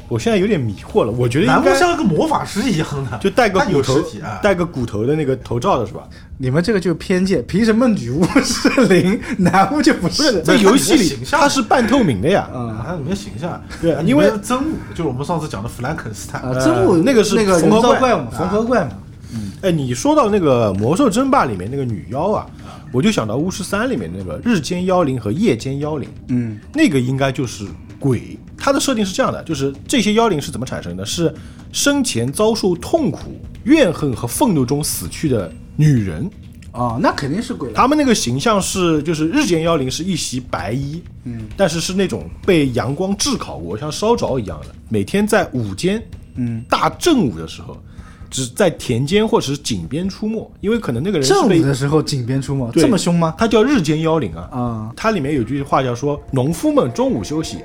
[SPEAKER 1] 我现在有点迷惑了，我觉得
[SPEAKER 3] 男
[SPEAKER 1] 应
[SPEAKER 3] 巫
[SPEAKER 1] 该
[SPEAKER 3] 像个魔法师一样的，
[SPEAKER 1] 就戴个
[SPEAKER 3] 他
[SPEAKER 1] 骨
[SPEAKER 3] 有
[SPEAKER 1] 头
[SPEAKER 3] 实体啊，，
[SPEAKER 1] 戴个骨头的那个头罩的是吧？
[SPEAKER 2] 你们这个就是偏见，凭什么女巫是灵，男巫就不是啊灵？
[SPEAKER 1] 在游戏
[SPEAKER 3] 它里面
[SPEAKER 1] 里
[SPEAKER 3] 形象
[SPEAKER 1] 它是半透明的呀，
[SPEAKER 3] 啊，它里面形象
[SPEAKER 1] 对
[SPEAKER 3] 啊
[SPEAKER 1] 因为
[SPEAKER 3] 里面真武就是我们上次讲的弗兰肯斯坦
[SPEAKER 2] 啊，，真物
[SPEAKER 1] 呃那个是
[SPEAKER 2] 那个
[SPEAKER 1] 缝合
[SPEAKER 2] 人造
[SPEAKER 1] 怪
[SPEAKER 2] 怪物嘛，缝合怪嘛。
[SPEAKER 3] 嗯
[SPEAKER 1] 哎，你说到那个魔兽争霸里面那个女妖啊，我就想到巫师三里面那个日间妖灵和夜间妖灵，
[SPEAKER 2] 嗯，
[SPEAKER 1] 那个应该就是鬼。它的设定是这样的，就是这些妖灵是怎么产生的？是生前遭受痛苦、怨恨和愤怒中死去的女人。
[SPEAKER 2] 哦，那肯定是鬼了。
[SPEAKER 1] 她们那个形象是，就是日间妖灵是一袭白衣，嗯，但是是那种被阳光炙烤过，像烧着一样的。每天在午间，嗯，大正午的时候，只在田间或者是井边出没，因为可能那个人是
[SPEAKER 2] 正
[SPEAKER 1] 被
[SPEAKER 2] 午的时候井边出没，
[SPEAKER 1] 对
[SPEAKER 2] 这么凶吗？
[SPEAKER 1] 它叫日间妖灵啊，
[SPEAKER 2] 啊
[SPEAKER 1] 它里面有句话叫说，农夫们中午休息，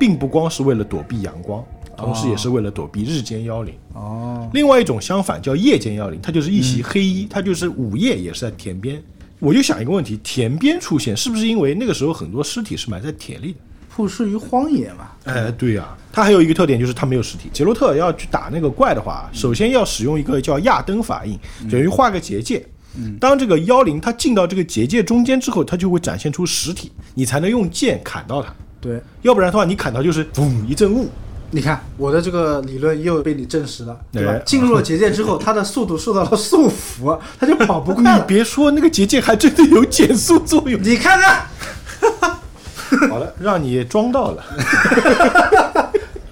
[SPEAKER 1] 并不光是为了躲避阳光，同时也是为了躲避日间妖灵。
[SPEAKER 2] 哦，
[SPEAKER 1] 另外一种相反叫夜间妖灵，它就是一袭黑衣，它就是午夜也是在田边。我就想一个问题：田边出现是不是因为那个时候很多尸体是埋在田里的？
[SPEAKER 2] 曝尸于荒野嘛。
[SPEAKER 1] 哎，对呀、它还有一个特点就是它没有尸体。杰洛特要去打那个怪的话，
[SPEAKER 2] 嗯
[SPEAKER 1] 首先要使用一个叫亚登法印，等于画个结界。
[SPEAKER 2] 嗯
[SPEAKER 1] 当这个妖灵它进到这个结界中间之后，它就会展现出实体，你才能用剑砍到它。
[SPEAKER 2] 对，
[SPEAKER 1] 要不然的话，你砍到就是嗡一阵雾，
[SPEAKER 2] 你看我的这个理论又被你证实了，对吧
[SPEAKER 1] 哎？
[SPEAKER 2] 进入了结界之 后，它的速度受到了束 缚，它就跑不
[SPEAKER 1] 你
[SPEAKER 2] 快了。
[SPEAKER 1] 别说，那个结界还真的有减速作 用。
[SPEAKER 2] 你看啊看，
[SPEAKER 1] 好了，让你装到 了。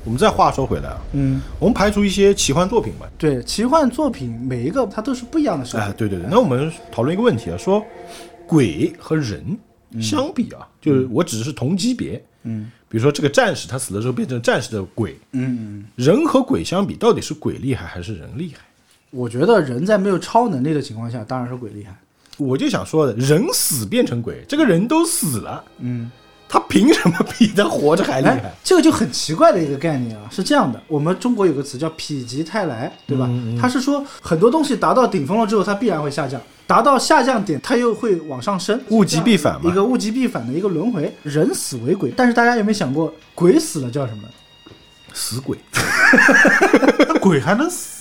[SPEAKER 1] 我们再话说回来啊，
[SPEAKER 2] 嗯，
[SPEAKER 1] 我们排除一些奇幻作品吧。
[SPEAKER 2] 对，奇幻作品每一个它都是不一样的设
[SPEAKER 1] 哎，
[SPEAKER 2] 定。
[SPEAKER 1] 对对对，那我们讨论一个问题啊，说鬼和人相比啊，就是我只是同级别，嗯，比如说这个战士他死了之后变成战士的鬼，
[SPEAKER 2] 嗯，嗯
[SPEAKER 1] 人和鬼相比，到底是鬼厉害还是人厉害？
[SPEAKER 2] 我觉得人在没有超能力的情况下，当然是鬼厉害。
[SPEAKER 1] 我就想说的，人死变成鬼，这个人都死了，
[SPEAKER 2] 嗯，
[SPEAKER 1] 他凭什么比他活着还厉害
[SPEAKER 2] 哎？，这个就很奇怪的一个概念啊，是这样的，我们中国有个词叫否极泰来，对吧？
[SPEAKER 1] 嗯
[SPEAKER 2] 它是说很多东西达到顶峰了之后，它必然会下降，达到下降点，它又会往上升，
[SPEAKER 1] 物极必反嘛
[SPEAKER 2] 一个物极必反的一个轮回，人死为鬼。但是大家有没有想过，鬼死了叫什么？
[SPEAKER 1] 死鬼，
[SPEAKER 3] 那鬼还能死？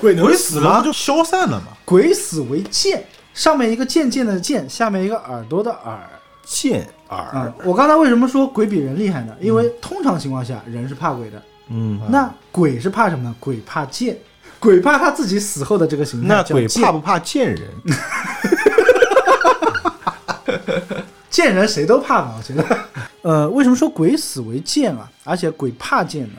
[SPEAKER 1] 鬼能
[SPEAKER 3] 鬼
[SPEAKER 1] 死
[SPEAKER 3] 死
[SPEAKER 1] 吗
[SPEAKER 3] 了不？就消散了嘛？
[SPEAKER 2] 鬼死为剑，上面一个渐渐的剑，下面一个耳朵的耳。
[SPEAKER 1] 剑
[SPEAKER 2] 啊、
[SPEAKER 1] 耳，
[SPEAKER 2] 我刚才为什么说鬼比人厉害呢？因为通常情况下，人是怕鬼的。
[SPEAKER 1] 嗯，
[SPEAKER 2] 那鬼是怕什么呢？鬼怕剑， 鬼怕他自己死后的这个形象。
[SPEAKER 1] 那
[SPEAKER 2] 叫
[SPEAKER 1] 鬼
[SPEAKER 2] 剑
[SPEAKER 1] 怕不怕见人？
[SPEAKER 2] 见人谁都怕嘛，我觉得。 呃，为什么说鬼死为剑啊？而且鬼怕剑呢？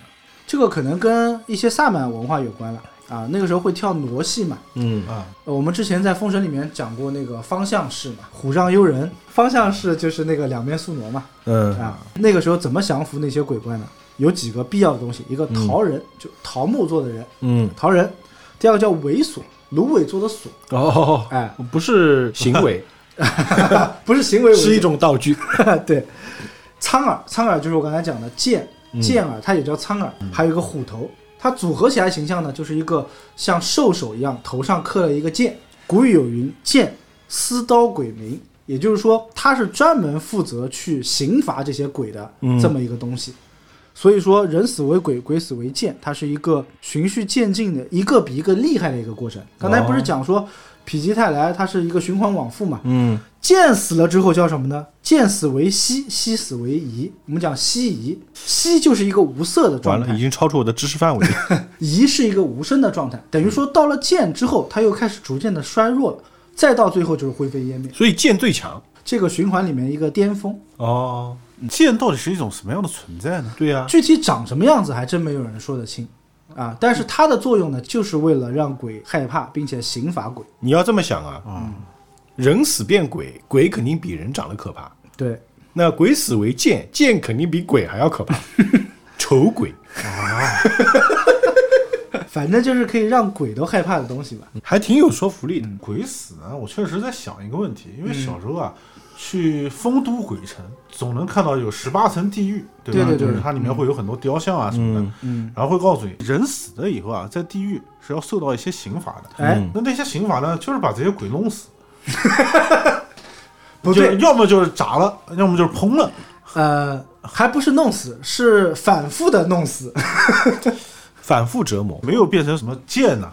[SPEAKER 2] 这个可能跟一些萨满文化有关了啊。那个时候会跳傩戏嘛。
[SPEAKER 1] 嗯，
[SPEAKER 3] 啊，
[SPEAKER 2] 呃我们之前在《封神》里面讲过那个方向式嘛，虎杖悠仁。方向式就是那个两面宿傩嘛。
[SPEAKER 1] 嗯，
[SPEAKER 2] 啊，那个时候怎么降服那些鬼怪呢？有几个必要的东西，一个桃仁，就桃木做的人，
[SPEAKER 1] 嗯，
[SPEAKER 2] 桃仁；第二个叫猥琐，芦苇做的锁，
[SPEAKER 1] 哦，
[SPEAKER 2] 哎，
[SPEAKER 1] 不是行为，
[SPEAKER 2] 不是行为猥琐，
[SPEAKER 1] 是一种道具。
[SPEAKER 2] 对，
[SPEAKER 1] 嗯
[SPEAKER 2] 苍耳，苍耳就是我刚才讲的剑，剑耳，它也叫苍耳，还有一个虎头，它组合起来形象呢，就是一个像兽首一样，头上刻了一个剑。古语有云：“剑司刀鬼民”，也就是说，它是专门负责去刑罚这些鬼的
[SPEAKER 1] 嗯
[SPEAKER 2] 这么一个东西。所以说，人死为鬼，鬼死为剑，它是一个循序渐进的，一个比一个厉害的一个过程。刚才不
[SPEAKER 1] 哦
[SPEAKER 2] 是讲说否极泰来，它是一个循环往复嘛？
[SPEAKER 1] 嗯，
[SPEAKER 2] 剑死了之后叫什么呢？剑死为息，息死为夷。我们讲息夷，息就是一个无色的
[SPEAKER 1] 完
[SPEAKER 2] 状
[SPEAKER 1] 了，已
[SPEAKER 2] 态，
[SPEAKER 1] 经超出我的知识范围了。
[SPEAKER 2] 夷是一个无声的状态。等于说到了剑之后，它又开始逐渐的衰弱了，再到最后就是灰飞烟灭。
[SPEAKER 1] 所以剑最强
[SPEAKER 2] 这个循环里面一个巅峰，
[SPEAKER 1] 哦，
[SPEAKER 2] 嗯
[SPEAKER 3] 剑到底是一种什么样的存在呢？
[SPEAKER 1] 对呀、啊
[SPEAKER 2] 具体长什么样子还真没有人说得清啊。但是它的作用呢，就是为了让鬼害怕，并且刑罚鬼。
[SPEAKER 1] 你要这么想啊，人死变鬼，鬼肯定比人长得可怕。
[SPEAKER 2] 对，
[SPEAKER 1] 那鬼死为剑，剑肯定比鬼还要可怕，丑鬼。
[SPEAKER 2] 反正就是可以让鬼都害怕的东西吧。
[SPEAKER 1] 还挺有说服力的。
[SPEAKER 3] 鬼死呢？我确实在想一个问题，因
[SPEAKER 2] 嗯
[SPEAKER 3] 为小时候啊，去丰都鬼城总能看到有十八层地狱，吧？
[SPEAKER 2] 对对对嗯
[SPEAKER 3] 就是它里面会有很多雕像啊什么的，嗯，然后会告诉你，人死了以后啊，在地狱是要受到一些刑罚的。
[SPEAKER 2] 哎，
[SPEAKER 3] 那那些刑罚呢，就是把这些鬼弄死，
[SPEAKER 2] 不
[SPEAKER 3] 就
[SPEAKER 2] 对
[SPEAKER 3] 是，要么就是炸了，要么就是烹了。
[SPEAKER 2] 呃，还不是弄死，是反复的弄死。
[SPEAKER 1] 反复折磨。
[SPEAKER 3] 没有变成什么剑呐、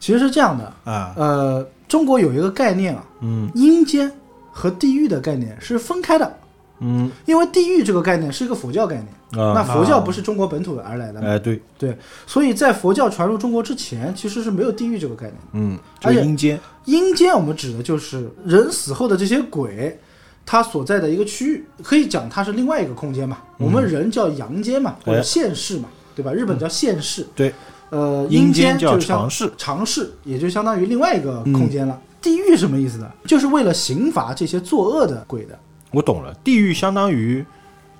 [SPEAKER 2] 其实是这样的，
[SPEAKER 3] 啊，
[SPEAKER 2] 呃，中国有一个概念啊，嗯，阴间和地狱的概念是分开的，
[SPEAKER 1] 嗯，
[SPEAKER 2] 因为地狱这个概念是一个佛教概念，
[SPEAKER 1] 啊
[SPEAKER 2] 那佛教不是中国本土而来的嘛，
[SPEAKER 1] 哎，对，
[SPEAKER 2] 对，所以在佛教传入中国之前，其实是没有地狱这个概念的。
[SPEAKER 1] 嗯，就
[SPEAKER 2] 而且
[SPEAKER 1] 阴间，
[SPEAKER 2] 阴间我们指的就是人死后的这些鬼，它所在的一个区域，可以讲它是另外一个空间嘛。我们人叫阳间嘛，或者
[SPEAKER 1] 嗯哎
[SPEAKER 2] 现世嘛，对吧？日本叫现世，
[SPEAKER 1] 对，
[SPEAKER 2] 呃，
[SPEAKER 1] 阴
[SPEAKER 2] 阴
[SPEAKER 1] 间叫
[SPEAKER 2] 就相
[SPEAKER 1] 常嗯世，
[SPEAKER 2] 常世也就相当于另外一个空间了。地狱什么意思呢？就是为了刑罚这些作恶的鬼的。
[SPEAKER 1] 我懂了。地狱相当于，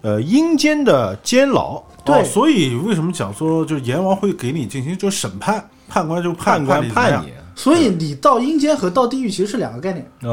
[SPEAKER 1] 呃，阴间的监牢，
[SPEAKER 2] 对
[SPEAKER 3] 哦所以为什么讲说就是阎王会给你进行就是审判，判官就判
[SPEAKER 1] 判官
[SPEAKER 3] 你
[SPEAKER 1] 判
[SPEAKER 3] 怎么
[SPEAKER 1] 你
[SPEAKER 3] 样
[SPEAKER 2] 所以你到阴间和到地狱其实是两个概念
[SPEAKER 1] 啊。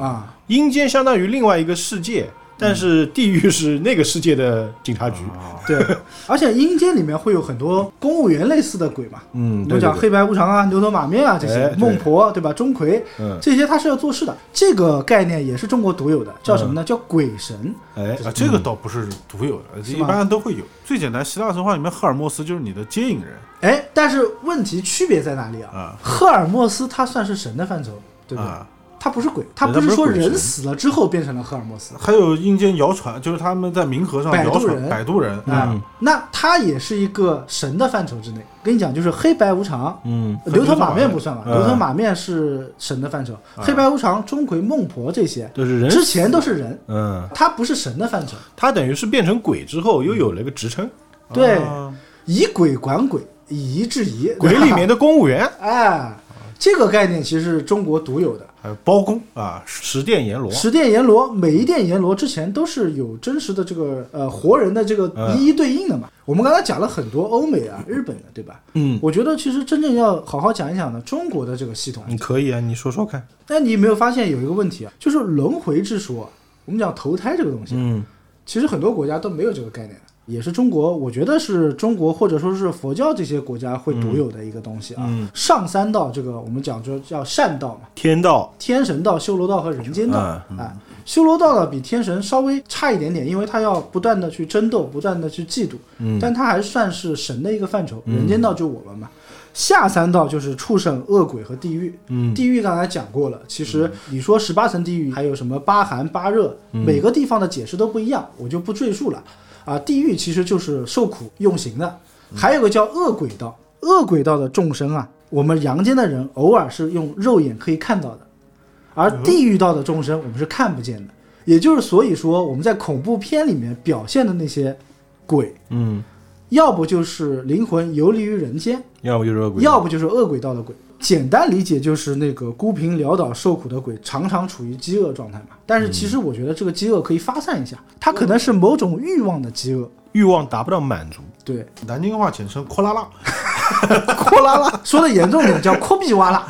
[SPEAKER 2] 啊。
[SPEAKER 1] 阴间相当于另外一个世界，但是地狱是那个世界的警察局。
[SPEAKER 2] 对， 而且阴间里面会有很多公务员类似的鬼嘛，
[SPEAKER 1] 嗯
[SPEAKER 2] 我们讲黑白无常啊、牛头马面啊这些
[SPEAKER 1] 哎，对
[SPEAKER 2] 孟婆对吧？钟馗
[SPEAKER 1] 嗯，
[SPEAKER 2] 这些他是要做事的。这个概念也是中国独有的，叫什么呢？
[SPEAKER 1] 嗯
[SPEAKER 2] 叫鬼神。
[SPEAKER 1] 哎，
[SPEAKER 3] 啊，这个倒不是独有的，呃一
[SPEAKER 2] 吗
[SPEAKER 3] 般都会有。最简单，希腊神话里面赫尔墨斯就是你的接引人，
[SPEAKER 2] 哎，但是问题区别在哪里啊
[SPEAKER 3] 啊？
[SPEAKER 2] 赫尔墨斯他算是神的范畴，对不对
[SPEAKER 3] 啊？
[SPEAKER 2] 他不是鬼，他
[SPEAKER 3] 对
[SPEAKER 2] 不是
[SPEAKER 3] 他不
[SPEAKER 2] 说
[SPEAKER 3] 是鬼神
[SPEAKER 2] 人死了之后变成了赫尔墨斯
[SPEAKER 3] 还有阴间谣传，就是他们在冥河上
[SPEAKER 2] 摆渡
[SPEAKER 3] 谣传
[SPEAKER 2] 人
[SPEAKER 3] 摆渡人嗯
[SPEAKER 2] 啊，那他也是一个神的范畴之内。跟你讲，就是黑白无常，
[SPEAKER 1] 嗯，
[SPEAKER 2] 牛头马面不算吧？
[SPEAKER 1] 嗯
[SPEAKER 2] 牛头马面是神的范畴，黑白无常、钟馗、孟婆这些
[SPEAKER 1] 都是人
[SPEAKER 2] 之前都是人，
[SPEAKER 1] 嗯，
[SPEAKER 2] 他不是神的范畴。
[SPEAKER 1] 他等于是变成鬼之后又有了个职称，
[SPEAKER 2] 对，
[SPEAKER 3] 啊
[SPEAKER 2] 以鬼管鬼，以夷制夷，
[SPEAKER 1] 鬼里面的公务员，
[SPEAKER 2] 哎，这个概念其实是中国独有的。
[SPEAKER 3] 还有包公啊，
[SPEAKER 1] 十殿阎罗，
[SPEAKER 2] 十殿阎罗，每一殿阎罗之前都是有真实的这个呃活人的这个
[SPEAKER 1] 嗯
[SPEAKER 2] 一一对应的嘛。我们刚才讲了很多欧美啊、日本的，对吧？
[SPEAKER 1] 嗯，
[SPEAKER 2] 我觉得其实真正要好好讲一讲呢，中国的这个系统。
[SPEAKER 1] 你可以啊，你说说看。
[SPEAKER 2] 那你有没有发现有一个问题啊？就是轮回之说，我们讲投胎这个东西，啊
[SPEAKER 1] 嗯，
[SPEAKER 2] 其实很多国家都没有这个概念的，也是中国，我觉得是中国或者说是佛教这些国家会
[SPEAKER 1] 嗯
[SPEAKER 2] 独有的一个东西啊。上三道这个我们讲就叫善道嘛，
[SPEAKER 1] 天道，
[SPEAKER 2] 天神道、修罗道和人间道
[SPEAKER 1] 啊
[SPEAKER 2] 啊、修罗道呢比天神稍微差一点点，因为它要不断的去争斗，不断的去嫉妒，但它还算是神的一个范畴。人间道就我们嘛。下三道就是畜生、恶鬼和地狱。嗯，地狱刚才讲过了，其实你说十八层地狱，还有什么八寒、八热，每个地方的解释都不一样，我就不赘述了。啊，地狱其实就是受苦用刑的，还有个叫恶鬼道。恶鬼道的众生啊，我们阳间的人偶尔是用肉眼可以看到的，
[SPEAKER 1] 嗯
[SPEAKER 2] 而地狱道的众生我们是看不见的。也就是所以说，我们在恐怖片里面表现的那些鬼，
[SPEAKER 1] 嗯，
[SPEAKER 2] 要不就是灵魂游离于人间，
[SPEAKER 1] 要不就是恶鬼，
[SPEAKER 2] 要不就是恶鬼道的鬼。简单理解就是那个孤贫潦倒受苦的鬼，常常处于饥饿状态嘛。但是其实
[SPEAKER 1] 嗯
[SPEAKER 2] 我觉得这个饥饿可以发散一下，它可能是某种欲望的饥 饿。
[SPEAKER 1] 欲望达不到满足，
[SPEAKER 2] 对，
[SPEAKER 3] 南京话简称“阔拉拉
[SPEAKER 2] 阔拉拉，说的严重点叫阔比 哇啦。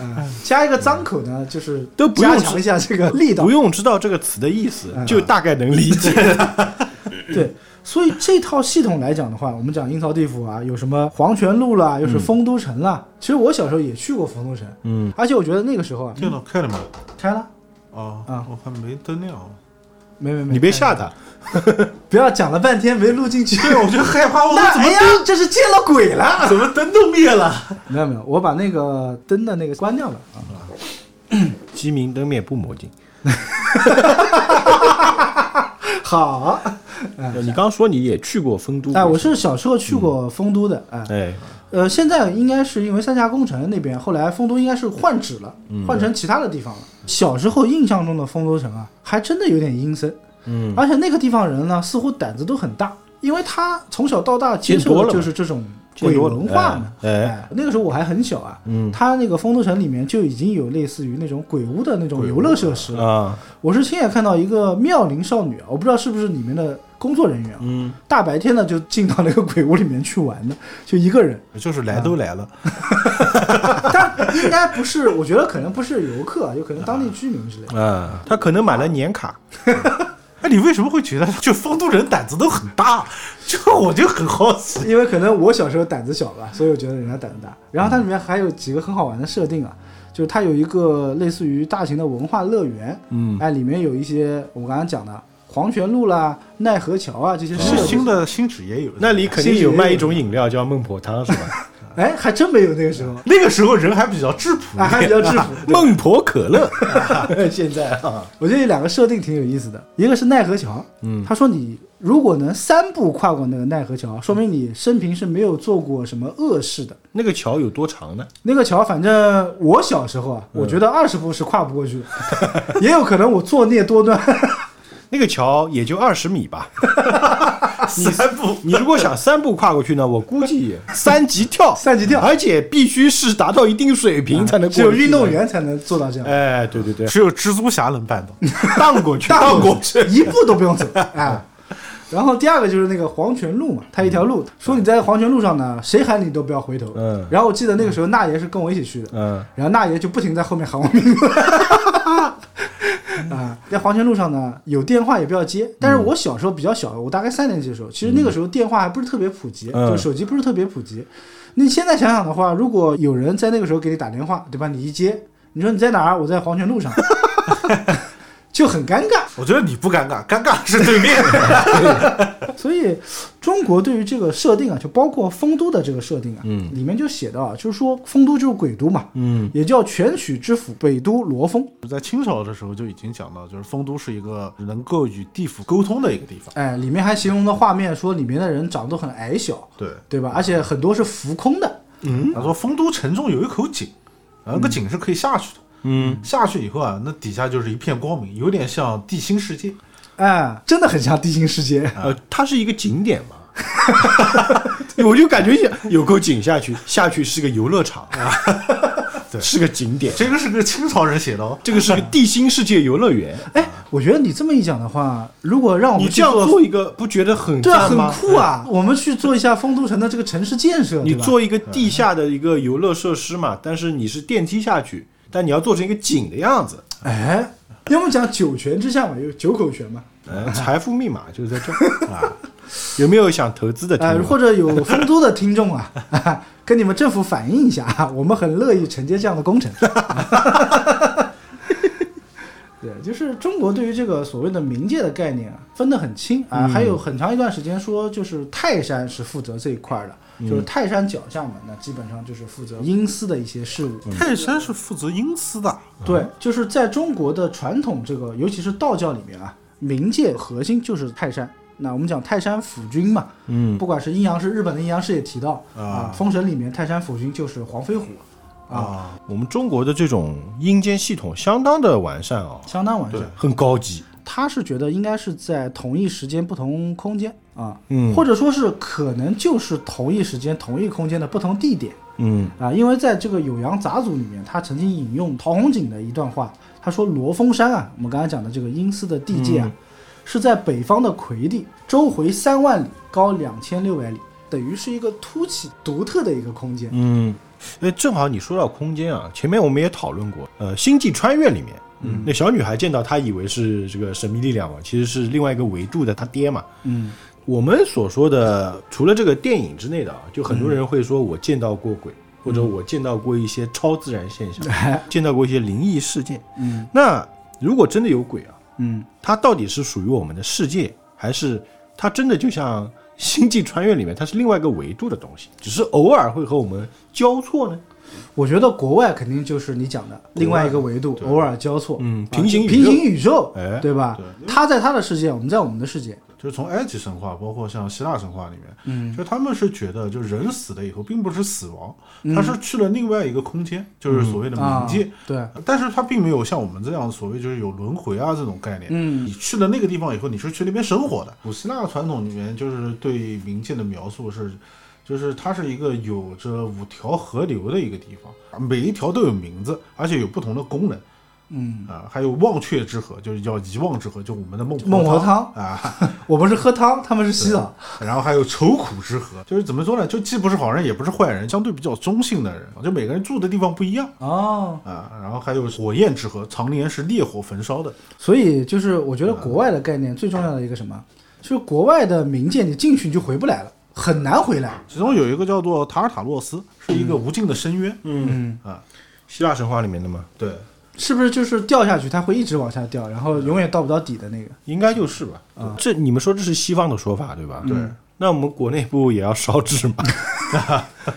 [SPEAKER 2] 嗯加一个脏口呢，就是
[SPEAKER 1] 都不用
[SPEAKER 2] 加强一下这个力道
[SPEAKER 1] 不。用知道这个词的意思，就大概能理解。
[SPEAKER 2] 对，所以这套系统来讲的话，我们讲阴曹地府啊，有什么黄泉路啦，又是丰都城啦。其实我小时候也去过丰都城，
[SPEAKER 1] 嗯，
[SPEAKER 2] 而且我觉得那个时候啊，
[SPEAKER 3] 电脑开了吗？
[SPEAKER 2] 开了，
[SPEAKER 3] 哦，
[SPEAKER 2] 啊
[SPEAKER 3] 我还没哦灯亮。
[SPEAKER 2] 没没 没，
[SPEAKER 1] 你别
[SPEAKER 2] 开了
[SPEAKER 1] 吓他，
[SPEAKER 2] 不要讲了半天没录进去。
[SPEAKER 3] 对，我就害怕，我
[SPEAKER 2] 那
[SPEAKER 3] 说怎
[SPEAKER 2] 哎
[SPEAKER 3] 么
[SPEAKER 2] 呀，这是见了鬼了！
[SPEAKER 3] 怎么灯都灭了？
[SPEAKER 2] 没有没有，我把那个灯的那个关 掉了啊。
[SPEAKER 1] 鸡鸣灯灭不魔镜。
[SPEAKER 2] 好，
[SPEAKER 1] 你刚说你也去过丰都，
[SPEAKER 2] 哎，我是小时候去过丰都的，哎，
[SPEAKER 1] 哎，
[SPEAKER 2] 呃，现在应该是因为三峡工程那边，后来丰都应该是换址了，
[SPEAKER 1] 嗯
[SPEAKER 2] 换成其他的地方了。小时候印象中的丰都城啊，还真的有点阴森，
[SPEAKER 1] 嗯，
[SPEAKER 2] 而且那个地方人呢，似乎胆子都很大，因为他从小到大接
[SPEAKER 1] 见多
[SPEAKER 2] 受
[SPEAKER 1] 了嘛
[SPEAKER 2] 的就是这种
[SPEAKER 1] 见
[SPEAKER 2] 鬼
[SPEAKER 1] 多了
[SPEAKER 2] 文化嘛。
[SPEAKER 1] 哎哎
[SPEAKER 2] 那个时候我还很小啊，
[SPEAKER 1] 嗯
[SPEAKER 2] 他那个丰都城里面就已经有类似于那种鬼屋的那种游乐设施了。
[SPEAKER 1] 啊，
[SPEAKER 2] 我是亲眼看到一个妙龄少女啊，我不知道是不是里面的工作人员啊，
[SPEAKER 1] 嗯，
[SPEAKER 2] 大白天的就进到那个鬼屋里面去玩的，就一个人。
[SPEAKER 3] 就是来都来了，
[SPEAKER 2] 但应该不是，我觉得可能不是游客，有可能当地居民之类的。
[SPEAKER 1] 啊，他可能买了年卡，
[SPEAKER 3] 哎，你为什么会觉得就丰都人胆子都很大？就我就很好奇。
[SPEAKER 2] 因为可能我小时候胆子小吧，所以我觉得人家胆子大。然后它里面还有几个很好玩的设定啊，就是它有一个类似于大型的文化乐园，
[SPEAKER 1] 嗯，
[SPEAKER 2] 哎，里面有一些我刚刚讲的黄泉路啦、奈何桥啊这些设
[SPEAKER 3] 哦是
[SPEAKER 2] 施
[SPEAKER 3] 新。的新址也有，
[SPEAKER 1] 那里肯定有卖一种饮料叫孟婆汤是吧？
[SPEAKER 2] 哎，还真没有那个时候，
[SPEAKER 3] 那个时候人还比较质朴
[SPEAKER 2] 啊，
[SPEAKER 3] 一
[SPEAKER 2] 还比
[SPEAKER 3] 点。
[SPEAKER 2] 较质朴。
[SPEAKER 1] 孟婆可乐，
[SPEAKER 2] 现在啊，我觉得有两个设定挺有意思的，一个是奈何桥，
[SPEAKER 1] 嗯
[SPEAKER 2] 他说你如果能三步跨过那个奈何桥，说明你生平是没有做过什么恶事的。
[SPEAKER 1] 那个桥有多长呢？
[SPEAKER 2] 那个桥，反正我小时候啊，
[SPEAKER 1] 嗯
[SPEAKER 2] 我觉得二十步是跨不过去的， 也有可能我作孽多端。
[SPEAKER 1] 那个桥也就二十米吧。
[SPEAKER 3] 三步，
[SPEAKER 1] 你如果想三步跨过去呢，我估计三级跳，啊
[SPEAKER 2] 三级跳
[SPEAKER 1] 而且必须是达到一定水平才能过。
[SPEAKER 2] 只有运动，员才能做到这样，
[SPEAKER 1] 哎，对对对，
[SPEAKER 3] 只有蜘蛛侠能办到。
[SPEAKER 1] 荡过去，
[SPEAKER 2] 大
[SPEAKER 1] 荡过
[SPEAKER 2] 过
[SPEAKER 1] 去，
[SPEAKER 2] 去，一步都不用走啊。然后第二个就是那个黄泉路嘛，它一条路，说你在黄泉路上呢，谁喊你都不要回头。
[SPEAKER 1] 嗯
[SPEAKER 2] 然后我记得那个时候那爷是跟我一起去的，
[SPEAKER 1] 嗯
[SPEAKER 2] 然后那爷就不停在后面喊我名字。 啊，在黄泉路上呢，有电话也不要接。
[SPEAKER 1] 嗯
[SPEAKER 2] 但是我小时候比较小，我大概三年级的时候，其实那个时候电话还不是特别普及，
[SPEAKER 1] 嗯
[SPEAKER 2] 就手机不是特别普及。你现在想想的话，如果有人在那个时候给你打电话，对吧？你一接，你说你在哪儿？我在黄泉路上， 就很尴尬。
[SPEAKER 3] 我觉得你不尴尬， 尴尬是对面。
[SPEAKER 2] 所以，中国对于这个设定啊，就包括丰都的这个设定啊，
[SPEAKER 1] 嗯
[SPEAKER 2] 里面就写到啊，就是说丰都就是鬼都嘛，
[SPEAKER 1] 嗯
[SPEAKER 2] 也叫全曲之府，北都罗峰。
[SPEAKER 3] 在清朝的时候就已经讲到，就是丰都是一个能够与地府沟通的一个地方。
[SPEAKER 2] 哎，里面还形容的画面说里面的人长得都很矮小，
[SPEAKER 3] 对，
[SPEAKER 2] 对吧？而且很多是浮空的，
[SPEAKER 3] 嗯，他说丰都城中有一口井，然后那个井是可以下去的。
[SPEAKER 1] 嗯，
[SPEAKER 3] 下去以后啊，那底下就是一片光明，有点像地心世界。
[SPEAKER 2] 哎，真的很像地心世界。
[SPEAKER 1] 呃，它是一个景点 嘛。我就感觉有有口井下去，下去是个游乐场，
[SPEAKER 3] 对
[SPEAKER 1] 啊是个景点，
[SPEAKER 3] 这个是个清朝人写的哦。
[SPEAKER 1] 这个是个地心世界游乐园。
[SPEAKER 2] 哎，我觉得你这么一讲的话，如果让我们
[SPEAKER 1] 你
[SPEAKER 2] 去
[SPEAKER 1] 这样
[SPEAKER 2] 做，
[SPEAKER 1] 哦做一个，不觉得很
[SPEAKER 2] 对啊，
[SPEAKER 1] 赞
[SPEAKER 2] 很
[SPEAKER 1] 吗？哎
[SPEAKER 2] 酷啊！我们去做一下丰都城的这个城市建设，
[SPEAKER 1] 你
[SPEAKER 2] 对吧
[SPEAKER 1] 做一个地下的一个游乐设施嘛，但是你是电梯下去，但你要做成一个井的样子。
[SPEAKER 2] 哎，要么讲九泉之下嘛，有九口泉嘛，
[SPEAKER 1] 呃，财富密码就是在这儿啊。有没有想投资的听啊
[SPEAKER 2] 呃，
[SPEAKER 1] 友？
[SPEAKER 2] 或者有丰都的听众啊， 跟你们政府反映一下， 啊，我们很乐意承接这样的工程。 对，就是中国对于这个所谓的冥界的概念啊，分得很清
[SPEAKER 1] 嗯
[SPEAKER 2] 啊，还有很长一段时间说就是泰山是负责这一块儿的，
[SPEAKER 1] 嗯
[SPEAKER 2] 就是泰山脚下嘛，那基本上就是负责阴司的一些事务。
[SPEAKER 1] 嗯
[SPEAKER 3] 泰山是负责阴司的，
[SPEAKER 2] 对，就是在中国的传统这个，尤其是道教里面啊，冥界核心就是泰山。那我们讲泰山府君嘛，
[SPEAKER 1] 嗯，
[SPEAKER 2] 不管是阴阳师，日本的阴阳师也提到
[SPEAKER 3] 啊
[SPEAKER 2] 啊，封神里面泰山府君就是黄飞虎，
[SPEAKER 3] 啊，
[SPEAKER 1] 我们中国的这种阴间系统相当的完善哦，
[SPEAKER 2] 相当完善
[SPEAKER 3] 对。
[SPEAKER 1] 很高级。
[SPEAKER 2] 他是觉得应该是在同一时间不同空间啊，
[SPEAKER 1] 嗯
[SPEAKER 2] 或者说是可能就是同一时间同一空间的不同地点
[SPEAKER 1] 嗯
[SPEAKER 2] 啊，因为在这个《酉阳杂俎》里面，他曾经引用陶弘景的一段话，他说罗峰山啊，我们刚才讲的这个阴司的地
[SPEAKER 1] 嗯
[SPEAKER 2] 界啊，是在北方的魁地，周回三万里，高两千六百里，等于是一个凸起独特的一个空间。
[SPEAKER 1] 嗯，哎，正好你说到空间啊，前面我们也讨论过，呃，《星际穿越》里面嗯，那小女孩见到他以为是这个神秘力量嘛，其实是另外一个维度的他爹嘛。
[SPEAKER 2] 嗯，
[SPEAKER 1] 我们所说的除了这个电影之内的啊，就很多人会说我见到过鬼，
[SPEAKER 2] 嗯
[SPEAKER 1] 或者我见到过一些超自然现象， 见到过一些灵异事件。
[SPEAKER 2] 嗯
[SPEAKER 1] 那如果真的有鬼啊，
[SPEAKER 2] 嗯，
[SPEAKER 1] 它到底是属于我们的世界，还是它真的就像《星际穿越》里面，它是另外一个维度的东西，只是偶尔会和我们交错呢？
[SPEAKER 2] 我觉得国外肯定就是你讲的另外一个维度，偶尔交错。
[SPEAKER 1] 嗯
[SPEAKER 2] 啊
[SPEAKER 1] 平行宇宙
[SPEAKER 2] 平行宇宙
[SPEAKER 1] 哎，
[SPEAKER 2] 对吧？他在他的世界，我们在我们的世界。
[SPEAKER 3] 就是从埃及神话，包括像希腊神话里面，
[SPEAKER 2] 嗯
[SPEAKER 3] 就他们是觉得，就人死了以后，并不是死亡，他是去了另外一个空间，就是所谓的
[SPEAKER 2] 啊
[SPEAKER 3] 冥界。，
[SPEAKER 2] 对，
[SPEAKER 3] 但是他并没有像我们这样所谓就是有轮回啊这种概念。
[SPEAKER 2] 嗯
[SPEAKER 3] 你去了那个地方以后，你是去那边生活的。古希腊传统里面就是对冥界的描述是，就是它是一个有着五条河流的一个地方，每一条都有名字，而且有不同的功能
[SPEAKER 2] 嗯，
[SPEAKER 3] 啊、还有忘却之河，就是叫遗忘之河，就我们的孟
[SPEAKER 2] 孟婆
[SPEAKER 3] 婆汤
[SPEAKER 2] 汤，
[SPEAKER 3] 啊。
[SPEAKER 2] 我们是喝汤，他们是洗澡。
[SPEAKER 3] 然后还有愁苦之河，就是怎么说呢？就既不是好人，也不是坏人，相对比较中性的人，就每个人住的地方不一样
[SPEAKER 2] 哦，
[SPEAKER 3] 啊。然后还有火焰之河，常年是烈火焚烧的。
[SPEAKER 2] 所以就是我觉得国外的概念最重要的一个什么，就是国外的冥界，你进去你就回不来了，很难回来。
[SPEAKER 3] 其中有一个叫做塔尔塔洛斯，是一个无尽的深渊。
[SPEAKER 2] 嗯，
[SPEAKER 3] 啊，
[SPEAKER 1] 希腊神话里面的吗？
[SPEAKER 3] 对，
[SPEAKER 2] 是不是就是掉下去，它会一直往下掉，然后永远到不到底的那个？
[SPEAKER 1] 应该就是吧。这你们说这是西方的说法对吧？
[SPEAKER 3] 对。
[SPEAKER 1] 那我们国内不也要烧纸吗？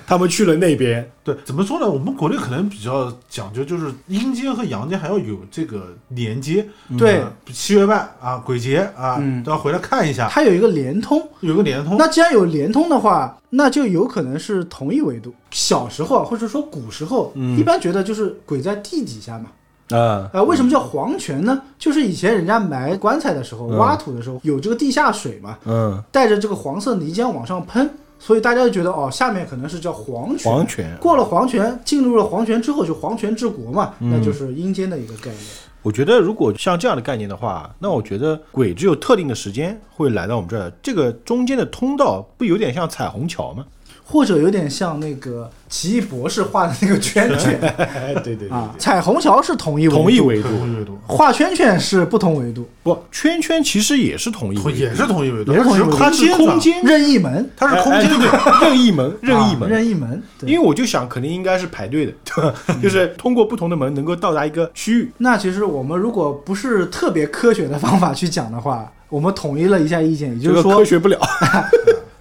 [SPEAKER 1] 他们去了那边，
[SPEAKER 3] 对，怎么说呢？我们国内可能比较讲究，就是阴间和阳间还要有这个连接。
[SPEAKER 2] 嗯对
[SPEAKER 3] 啊七月半啊，鬼节啊，
[SPEAKER 2] 嗯
[SPEAKER 3] 都要回来看一下，
[SPEAKER 2] 它有一个联通。
[SPEAKER 3] 有个联通。
[SPEAKER 2] 那既然有联通的话，那就有可能是同一维度。小时候啊或者说古时候，
[SPEAKER 1] 嗯
[SPEAKER 2] 一般觉得就是鬼在地底下嘛。
[SPEAKER 1] 啊、
[SPEAKER 2] 呃，为什么叫黄泉呢？就是以前人家埋棺材的时候、
[SPEAKER 1] 嗯
[SPEAKER 2] 挖土的时候有这个地下水嘛，
[SPEAKER 1] 嗯，
[SPEAKER 2] 带着这个黄色泥浆往上喷，所以大家就觉得哦，下面可能是叫黄泉。
[SPEAKER 1] 黄泉。
[SPEAKER 2] 过了黄泉，进入了黄泉之后，就黄泉之国嘛，
[SPEAKER 1] 嗯
[SPEAKER 2] 那就是阴间的一个概念。
[SPEAKER 1] 我觉得如果像这样的概念的话，那我觉得鬼只有特定的时间会来到我们这儿，这个中间的通道不有点像彩虹桥吗？
[SPEAKER 2] 或者有点像那个奇异博士画的那个圈圈
[SPEAKER 1] 哎，对对
[SPEAKER 2] 啊，彩虹桥是同一维度
[SPEAKER 1] 同一维度
[SPEAKER 3] 同一维度，啊
[SPEAKER 2] 画圈圈是不同维度，
[SPEAKER 1] 不，圈圈其实也是同一维度，
[SPEAKER 3] 同也是同一维度，
[SPEAKER 2] 也是同一维度
[SPEAKER 3] 它
[SPEAKER 1] 它
[SPEAKER 3] 只是
[SPEAKER 1] 是
[SPEAKER 3] 空
[SPEAKER 1] 空间，
[SPEAKER 3] 间转，
[SPEAKER 2] 任意门，
[SPEAKER 3] 它是空
[SPEAKER 1] 哎哎
[SPEAKER 3] 间转。
[SPEAKER 1] 对任意门，哎任意
[SPEAKER 2] 啊
[SPEAKER 1] 门。
[SPEAKER 2] 任意嗯门。
[SPEAKER 1] 因为
[SPEAKER 2] 对，
[SPEAKER 1] 我就想，肯定应该是排队的， 对吧？就是通过不同的门能够到达一个区域。
[SPEAKER 2] 那其实我们如果不是特别科学的方法去讲的话，我们统一了一下意见，也
[SPEAKER 1] 这
[SPEAKER 2] 就是
[SPEAKER 1] 个科
[SPEAKER 2] 说，
[SPEAKER 1] 学不 了，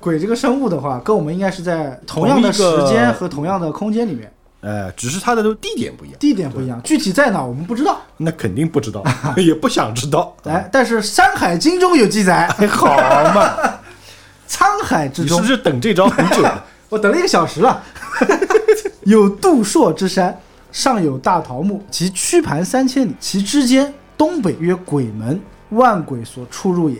[SPEAKER 2] 鬼这个生物的话，跟我们应该是在同样的时
[SPEAKER 1] 同一个
[SPEAKER 2] 间和同样的空间里面，哎
[SPEAKER 1] 呃，只是它的地点不一样，
[SPEAKER 2] 地点不一样，具体在哪儿我们不知道。
[SPEAKER 1] 那肯定不知 道，也不想知道。哎
[SPEAKER 2] 哎，但是《山海经》中有 记载，好 嘛，沧海之
[SPEAKER 1] 你是
[SPEAKER 2] 中
[SPEAKER 1] 不，是等这招很久 了？
[SPEAKER 2] 我等了一个小时了。 有杜朔之山，上有大桃木，其曲盘三千里，其之间东北曰鬼门，万鬼所出入也。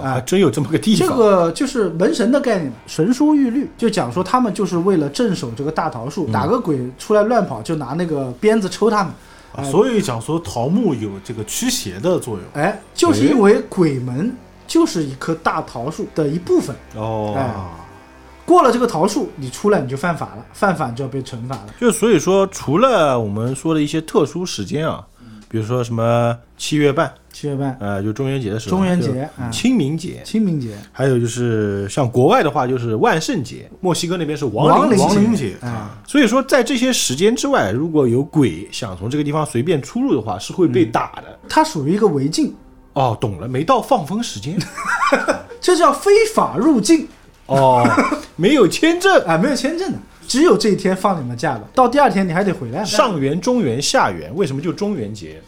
[SPEAKER 1] 啊，还真有这么个地
[SPEAKER 2] 哎这
[SPEAKER 1] 方。
[SPEAKER 2] 个就是门神的概念嘛，神书玉律就讲说他们就是为了镇守这个大桃
[SPEAKER 1] 嗯
[SPEAKER 2] 树，打个鬼出来乱跑，就拿那个鞭子抽他们。
[SPEAKER 3] 啊，所以讲说桃木有这个驱邪的作用。
[SPEAKER 2] 哎，就是因为鬼
[SPEAKER 3] 哎
[SPEAKER 2] 门就是一棵大桃树的一部分。
[SPEAKER 1] 哦
[SPEAKER 2] 哎，过了这个桃树，你出来你就犯法了，犯法你就要被惩罚了。
[SPEAKER 1] 就所以说，除了我们说的一些特殊时间啊，比如说什么七月半，
[SPEAKER 2] 七月
[SPEAKER 3] 哎
[SPEAKER 2] 半，
[SPEAKER 1] 呃，就中元节的时候，
[SPEAKER 2] 中元节
[SPEAKER 1] 就
[SPEAKER 2] 啊
[SPEAKER 1] 清明节，
[SPEAKER 2] 清明节，
[SPEAKER 1] 还有就是像国外的话，就是万圣节，墨西哥那边是
[SPEAKER 2] 亡
[SPEAKER 1] 亡灵
[SPEAKER 2] 灵
[SPEAKER 1] 亡灵
[SPEAKER 3] 节啊
[SPEAKER 2] 哎，
[SPEAKER 1] 所以说，在这些时间之外，如果有鬼想从这个地方随便出入的话，是会被打的。
[SPEAKER 2] 它属于一个违禁，
[SPEAKER 1] 哦，懂了，没到放风时间。
[SPEAKER 2] 这叫非法入境
[SPEAKER 1] 哦，没有签证，
[SPEAKER 2] 啊、没有签证的，只有这一天放你们假了，到第二天你还得回来。
[SPEAKER 1] 上元、中元、下元，为什么就中元节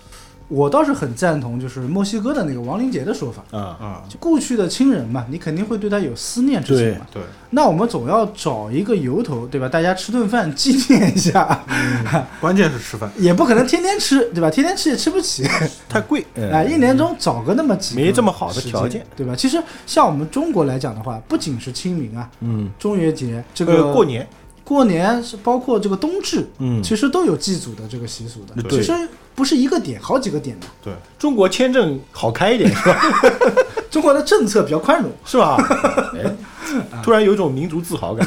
[SPEAKER 2] 我倒是很赞同，就是墨西哥的那个亡灵节的说法，
[SPEAKER 1] 啊？
[SPEAKER 3] 啊，
[SPEAKER 2] 就过去的亲人嘛，你肯定会对他有思念之情嘛。
[SPEAKER 3] 对，
[SPEAKER 2] 那我们总要找一个由头，对吧？大家吃顿饭纪念一下，
[SPEAKER 3] 关键是吃饭。
[SPEAKER 2] 也不可能天天吃，对吧？天天吃也吃不起，
[SPEAKER 1] 太贵，
[SPEAKER 2] 啊，
[SPEAKER 1] 哎
[SPEAKER 2] 一年中找个那么几个
[SPEAKER 1] 没这么好的条
[SPEAKER 2] 时间
[SPEAKER 1] 件，
[SPEAKER 2] 对吧？其实像我们中国来讲的话，不仅是清明啊、
[SPEAKER 1] 嗯，
[SPEAKER 2] 中元节，这
[SPEAKER 1] 这
[SPEAKER 2] 个、
[SPEAKER 1] 过年，
[SPEAKER 2] 过年是包括这个冬至，
[SPEAKER 1] 嗯
[SPEAKER 2] 其实都有祭祖的这个习俗的，
[SPEAKER 1] 对
[SPEAKER 2] 其实不是一个点，好几个点的。
[SPEAKER 3] 对，
[SPEAKER 1] 中国签证好开一 点是吧？
[SPEAKER 2] 中国的政策比较宽容，
[SPEAKER 1] 是 吧？哎，突然有一种民 族自豪感。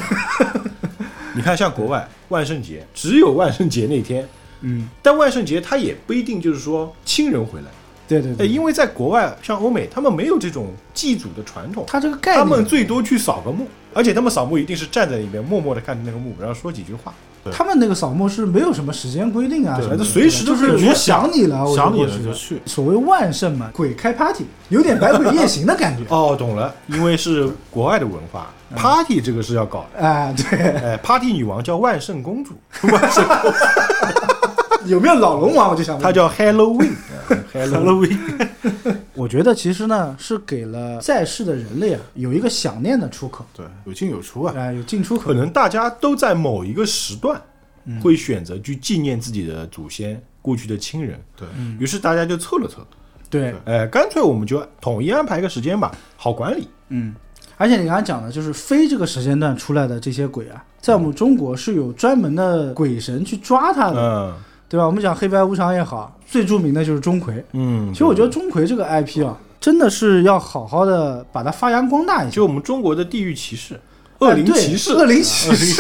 [SPEAKER 1] 你看，像国外万圣节，只有万圣节那天，
[SPEAKER 2] 嗯，
[SPEAKER 1] 但万圣节它也不一定就是说亲人回来，
[SPEAKER 2] 对对
[SPEAKER 1] 哎，
[SPEAKER 2] 对，
[SPEAKER 1] 因为在国外像欧美，他们没有这种祭祖的传统，
[SPEAKER 2] 它这个概
[SPEAKER 1] 他
[SPEAKER 2] 念，
[SPEAKER 1] 们最多去扫个墓，而且他们扫墓一定是站在里面默默的看着那个墓，然后说几句话。
[SPEAKER 2] 他们那个扫墓是没有什么时间规定啊，
[SPEAKER 3] 对
[SPEAKER 2] 什么的
[SPEAKER 1] 对随时
[SPEAKER 2] 就
[SPEAKER 1] 都
[SPEAKER 2] 是
[SPEAKER 1] 可以。
[SPEAKER 2] 我
[SPEAKER 3] 去
[SPEAKER 2] 想你了，我
[SPEAKER 3] 想你
[SPEAKER 2] 过
[SPEAKER 3] 了
[SPEAKER 2] 去
[SPEAKER 3] 就去。
[SPEAKER 2] 所谓万圣嘛，鬼开 party，有点百鬼夜行的感觉
[SPEAKER 1] 哦，懂了，因为是国外的文化，party 这个是要搞的。
[SPEAKER 2] 啊，对，
[SPEAKER 1] 哎 ，party 女王叫万圣公主，
[SPEAKER 2] 有没有老龙王？我就想问。
[SPEAKER 1] 她叫 Halloween，Halloween
[SPEAKER 2] 我觉得其实呢，是给了在世的人类啊有一个想念的出口，
[SPEAKER 3] 对，有进有出
[SPEAKER 2] 啊、
[SPEAKER 3] 啊。
[SPEAKER 2] 有进出
[SPEAKER 1] 可
[SPEAKER 2] 口。
[SPEAKER 1] 能大家都在某一个时段会选择去纪念自己的祖先、过去的亲人，
[SPEAKER 3] 对，
[SPEAKER 2] 嗯
[SPEAKER 1] 于是大家就凑了凑，
[SPEAKER 2] 对
[SPEAKER 3] 对，
[SPEAKER 1] 哎，干脆我们就统一安排个时间吧，好管理。
[SPEAKER 2] 嗯，而且你刚才讲的，就是非这个时间段出来的这些鬼啊，在我们中国是有专门的鬼神去抓他的，
[SPEAKER 1] 嗯
[SPEAKER 2] 对吧？我们讲黑白无常也好，最著名的就是钟馗。
[SPEAKER 1] 嗯，
[SPEAKER 2] 其实我觉得钟馗这个 IP 啊，真的是要好好的把它发扬光大一下。
[SPEAKER 1] 就我们中国的地域歧视、恶灵
[SPEAKER 2] 哎对
[SPEAKER 1] 骑士，
[SPEAKER 2] 恶灵骑士，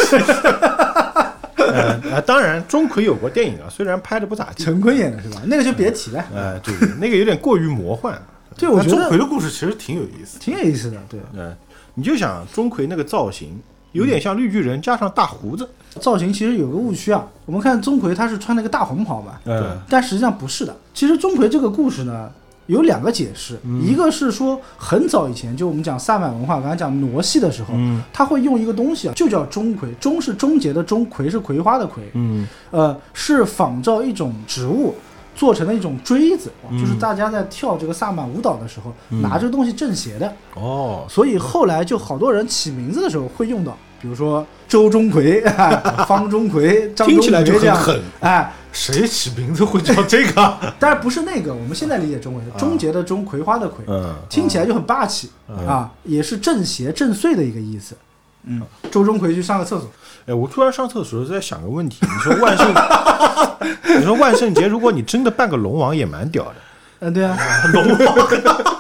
[SPEAKER 1] 呃呃，当然钟馗有过电影啊，虽然拍的不咋地，
[SPEAKER 2] 陈坤演的是吧？那个就别提了。
[SPEAKER 1] 呃，对，那个有点过于魔幻。
[SPEAKER 2] 对，我
[SPEAKER 3] 那
[SPEAKER 2] 觉
[SPEAKER 3] 钟
[SPEAKER 2] 得
[SPEAKER 3] 馗的故事其实挺有意思的。
[SPEAKER 2] 挺有意思的。对，
[SPEAKER 1] 嗯，你就想钟馗那个造型，有点像绿巨人加上大胡子。
[SPEAKER 2] 造型其实有个误区啊。我们看钟馗他是穿了一个大红袍嘛，
[SPEAKER 1] 嗯，
[SPEAKER 2] 但实际上不是的。其实钟馗这个故事呢，有两个解释，
[SPEAKER 1] 嗯
[SPEAKER 2] 一个是说很早以前，就我们讲萨满文化，刚才讲傩戏的时候，
[SPEAKER 1] 嗯
[SPEAKER 2] 他会用一个东西啊，就叫钟馗，钟是终结的钟，馗是葵花的葵，
[SPEAKER 1] 嗯
[SPEAKER 2] 呃，是仿照一种植物。做成的一种锥子，
[SPEAKER 1] 嗯
[SPEAKER 2] 就是大家在跳这个萨满舞蹈的时候、
[SPEAKER 1] 嗯
[SPEAKER 2] 拿这个东西正邪的，
[SPEAKER 1] 哦，
[SPEAKER 2] 所以后来就好多人起名字的时候会用到，比如说周钟馗、 啊、方钟 馗、张
[SPEAKER 1] 听
[SPEAKER 2] 钟
[SPEAKER 1] 起来
[SPEAKER 2] 馗
[SPEAKER 1] 就
[SPEAKER 2] 这
[SPEAKER 1] 很
[SPEAKER 2] 样，
[SPEAKER 1] 狠。
[SPEAKER 2] 哎，
[SPEAKER 3] 谁起名字会叫这个啊？
[SPEAKER 2] 当然不是那个，我们现在理解中文，终结的终，葵花的葵，
[SPEAKER 1] 啊嗯，
[SPEAKER 2] 听起来就很霸气
[SPEAKER 1] 嗯
[SPEAKER 2] 啊，也是正邪正祟的一个意思。嗯，周钟馗去上个厕所，
[SPEAKER 1] 哎，我突然上厕所在想个问题，你说万 圣，你说万圣节，如果你真的扮个龙王，也蛮屌的。
[SPEAKER 2] 嗯，对啊，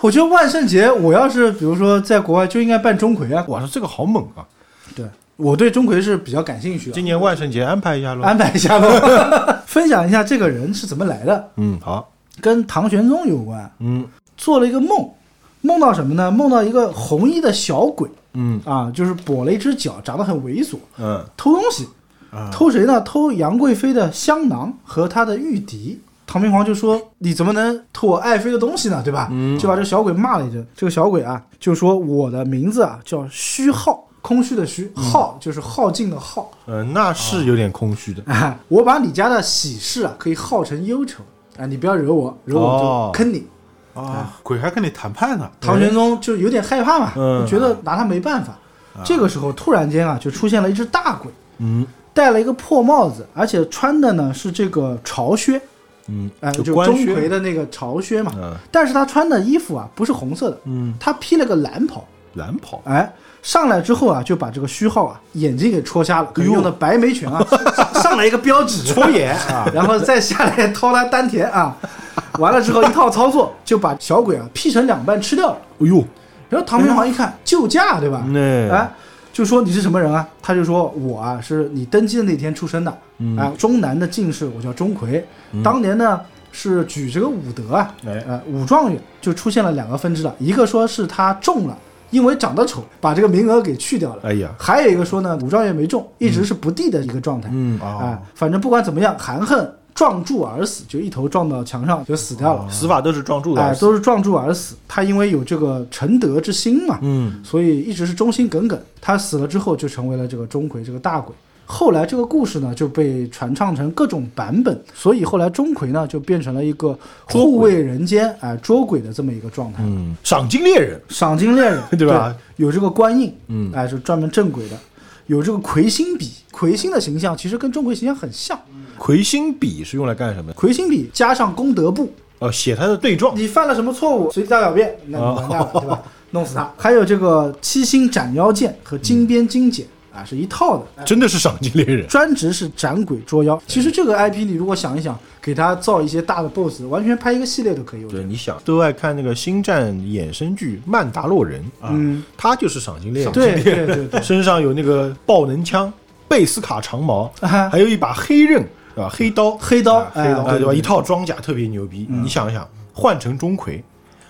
[SPEAKER 2] 我觉得万圣节我要是比如说在国外就应该办钟馗啊，
[SPEAKER 1] 哇，这个好猛啊！
[SPEAKER 2] 对我对钟馗是比较感兴趣的
[SPEAKER 1] 今，年万圣节安排一下喽。
[SPEAKER 2] 安排一下吧， 分享一下这个人是怎么来的，
[SPEAKER 1] 嗯，好，
[SPEAKER 2] 跟唐玄宗有关，
[SPEAKER 1] 嗯
[SPEAKER 2] 做了一个梦，梦到什么呢？梦到一个红衣的小鬼
[SPEAKER 1] 嗯
[SPEAKER 2] 啊，就是跛了一只脚，长得很猥琐，
[SPEAKER 1] 嗯，
[SPEAKER 2] 偷东西，
[SPEAKER 1] 啊
[SPEAKER 2] 偷谁呢？偷杨贵妃的香囊和她的玉笛。唐明皇就说：“你怎么能偷我爱妃的东西呢？对吧？”
[SPEAKER 1] 嗯
[SPEAKER 2] 就把这个小鬼骂了一顿。这个小鬼啊，就说：“我的名字啊叫虚耗，空虚的虚，
[SPEAKER 1] 嗯
[SPEAKER 2] 耗就是耗尽的耗。
[SPEAKER 1] 呃，那是有点空虚的。
[SPEAKER 2] 啊，我把你家的喜事啊，可以耗成忧愁啊，你不要惹我，惹我
[SPEAKER 1] 哦
[SPEAKER 2] 就坑你。
[SPEAKER 3] 啊，鬼还跟你谈判呢？
[SPEAKER 2] 唐玄宗就有点害怕嘛，
[SPEAKER 1] 嗯
[SPEAKER 2] 觉得拿他没办法。这个时候突然间啊，就出现了一只大鬼，
[SPEAKER 1] 嗯
[SPEAKER 2] 戴了一个破帽子，而且穿的呢是这个朝靴，
[SPEAKER 1] 嗯，
[SPEAKER 2] 哎、就
[SPEAKER 1] 官
[SPEAKER 2] 钟馗
[SPEAKER 1] 宣。
[SPEAKER 2] 的那个朝靴嘛。
[SPEAKER 1] 嗯
[SPEAKER 2] 但是他穿的衣服啊不是红色的，
[SPEAKER 1] 嗯，
[SPEAKER 2] 他披了个蓝袍。
[SPEAKER 1] 蓝袍。
[SPEAKER 2] 哎，上来之后啊，就把这个虚号啊眼睛给戳
[SPEAKER 1] 哎
[SPEAKER 2] 瞎了，可能用的白 眉拳啊，上来一个标指戳眼啊，然后再下来掏他丹田啊，完了之后一套操作就把小鬼啊劈成两半吃掉了。
[SPEAKER 1] 哎呦，
[SPEAKER 2] 然后唐明皇一
[SPEAKER 1] 嗯
[SPEAKER 2] 看救驾，对吧？
[SPEAKER 1] 那
[SPEAKER 2] 哎，就说你是什么人啊？他就说我啊是你登基的那天出生的，
[SPEAKER 1] 嗯
[SPEAKER 2] 啊，中南的进士，我叫钟馗，当年呢是举这个武德啊，
[SPEAKER 1] 哎
[SPEAKER 2] 呃，武状元就出现了两个分支了，一个说是他中了，因为长得丑，把这个名额给去掉了，
[SPEAKER 1] 哎呀，
[SPEAKER 2] 还有一个说呢，武状元没中，一直是不第的一个状态，
[SPEAKER 1] 嗯
[SPEAKER 2] 啊、
[SPEAKER 3] 啊，
[SPEAKER 2] 反正不管怎么样，含恨撞柱而死，就一头撞到墙上就死掉了，
[SPEAKER 1] 死法都是撞柱的。
[SPEAKER 2] 哎、都是撞柱而死。他因为有这个承德之心嘛，
[SPEAKER 1] 嗯
[SPEAKER 2] 所以一直是忠心耿耿。他死了之后，就成为了这个钟馗这个大鬼。后来这个故事呢就被传唱成各种版本，所以后来钟馗呢就变成了一个护卫人间哎、捉鬼的这么一个状态。
[SPEAKER 1] 嗯，赏金猎人。
[SPEAKER 2] 赏金猎人
[SPEAKER 1] 对吧？
[SPEAKER 2] 有这个官印，
[SPEAKER 1] 嗯
[SPEAKER 2] 哎、是专门镇鬼的。有这个魁星笔，魁星的形象其实跟钟馗形象很像。
[SPEAKER 1] 魁星笔是用来干什么的？
[SPEAKER 2] 魁星笔加上功德簿，
[SPEAKER 1] 哦，写他的对撞。
[SPEAKER 2] 你犯了什么错误，随地大小便，那你完蛋了，对吧？弄死他。还有这个七星斩妖剑和
[SPEAKER 1] 嗯
[SPEAKER 2] 金鞭金剪、啊，是一套的，
[SPEAKER 1] 真的是赏金猎人。
[SPEAKER 2] 专职是斩鬼捉妖。其实这个 IP 你如果想一想，给他造一些大的 BOSS，完全拍一个系列都可以。我觉
[SPEAKER 1] 对，
[SPEAKER 2] 得，
[SPEAKER 1] 你想都爱看那个《星战》衍生剧《曼达洛人》啊，
[SPEAKER 2] 嗯，
[SPEAKER 1] 他就是赏金猎人，
[SPEAKER 2] 对对对对，
[SPEAKER 1] 身上有那个爆能枪、贝斯卡长矛，
[SPEAKER 2] 啊
[SPEAKER 1] 还有一把黑刃，对吧？黑刀，
[SPEAKER 2] 黑刀，
[SPEAKER 3] 黑刀
[SPEAKER 2] 哎嗯
[SPEAKER 1] 啊，对吧？一套装甲特别牛逼，你想一想，换成钟馗，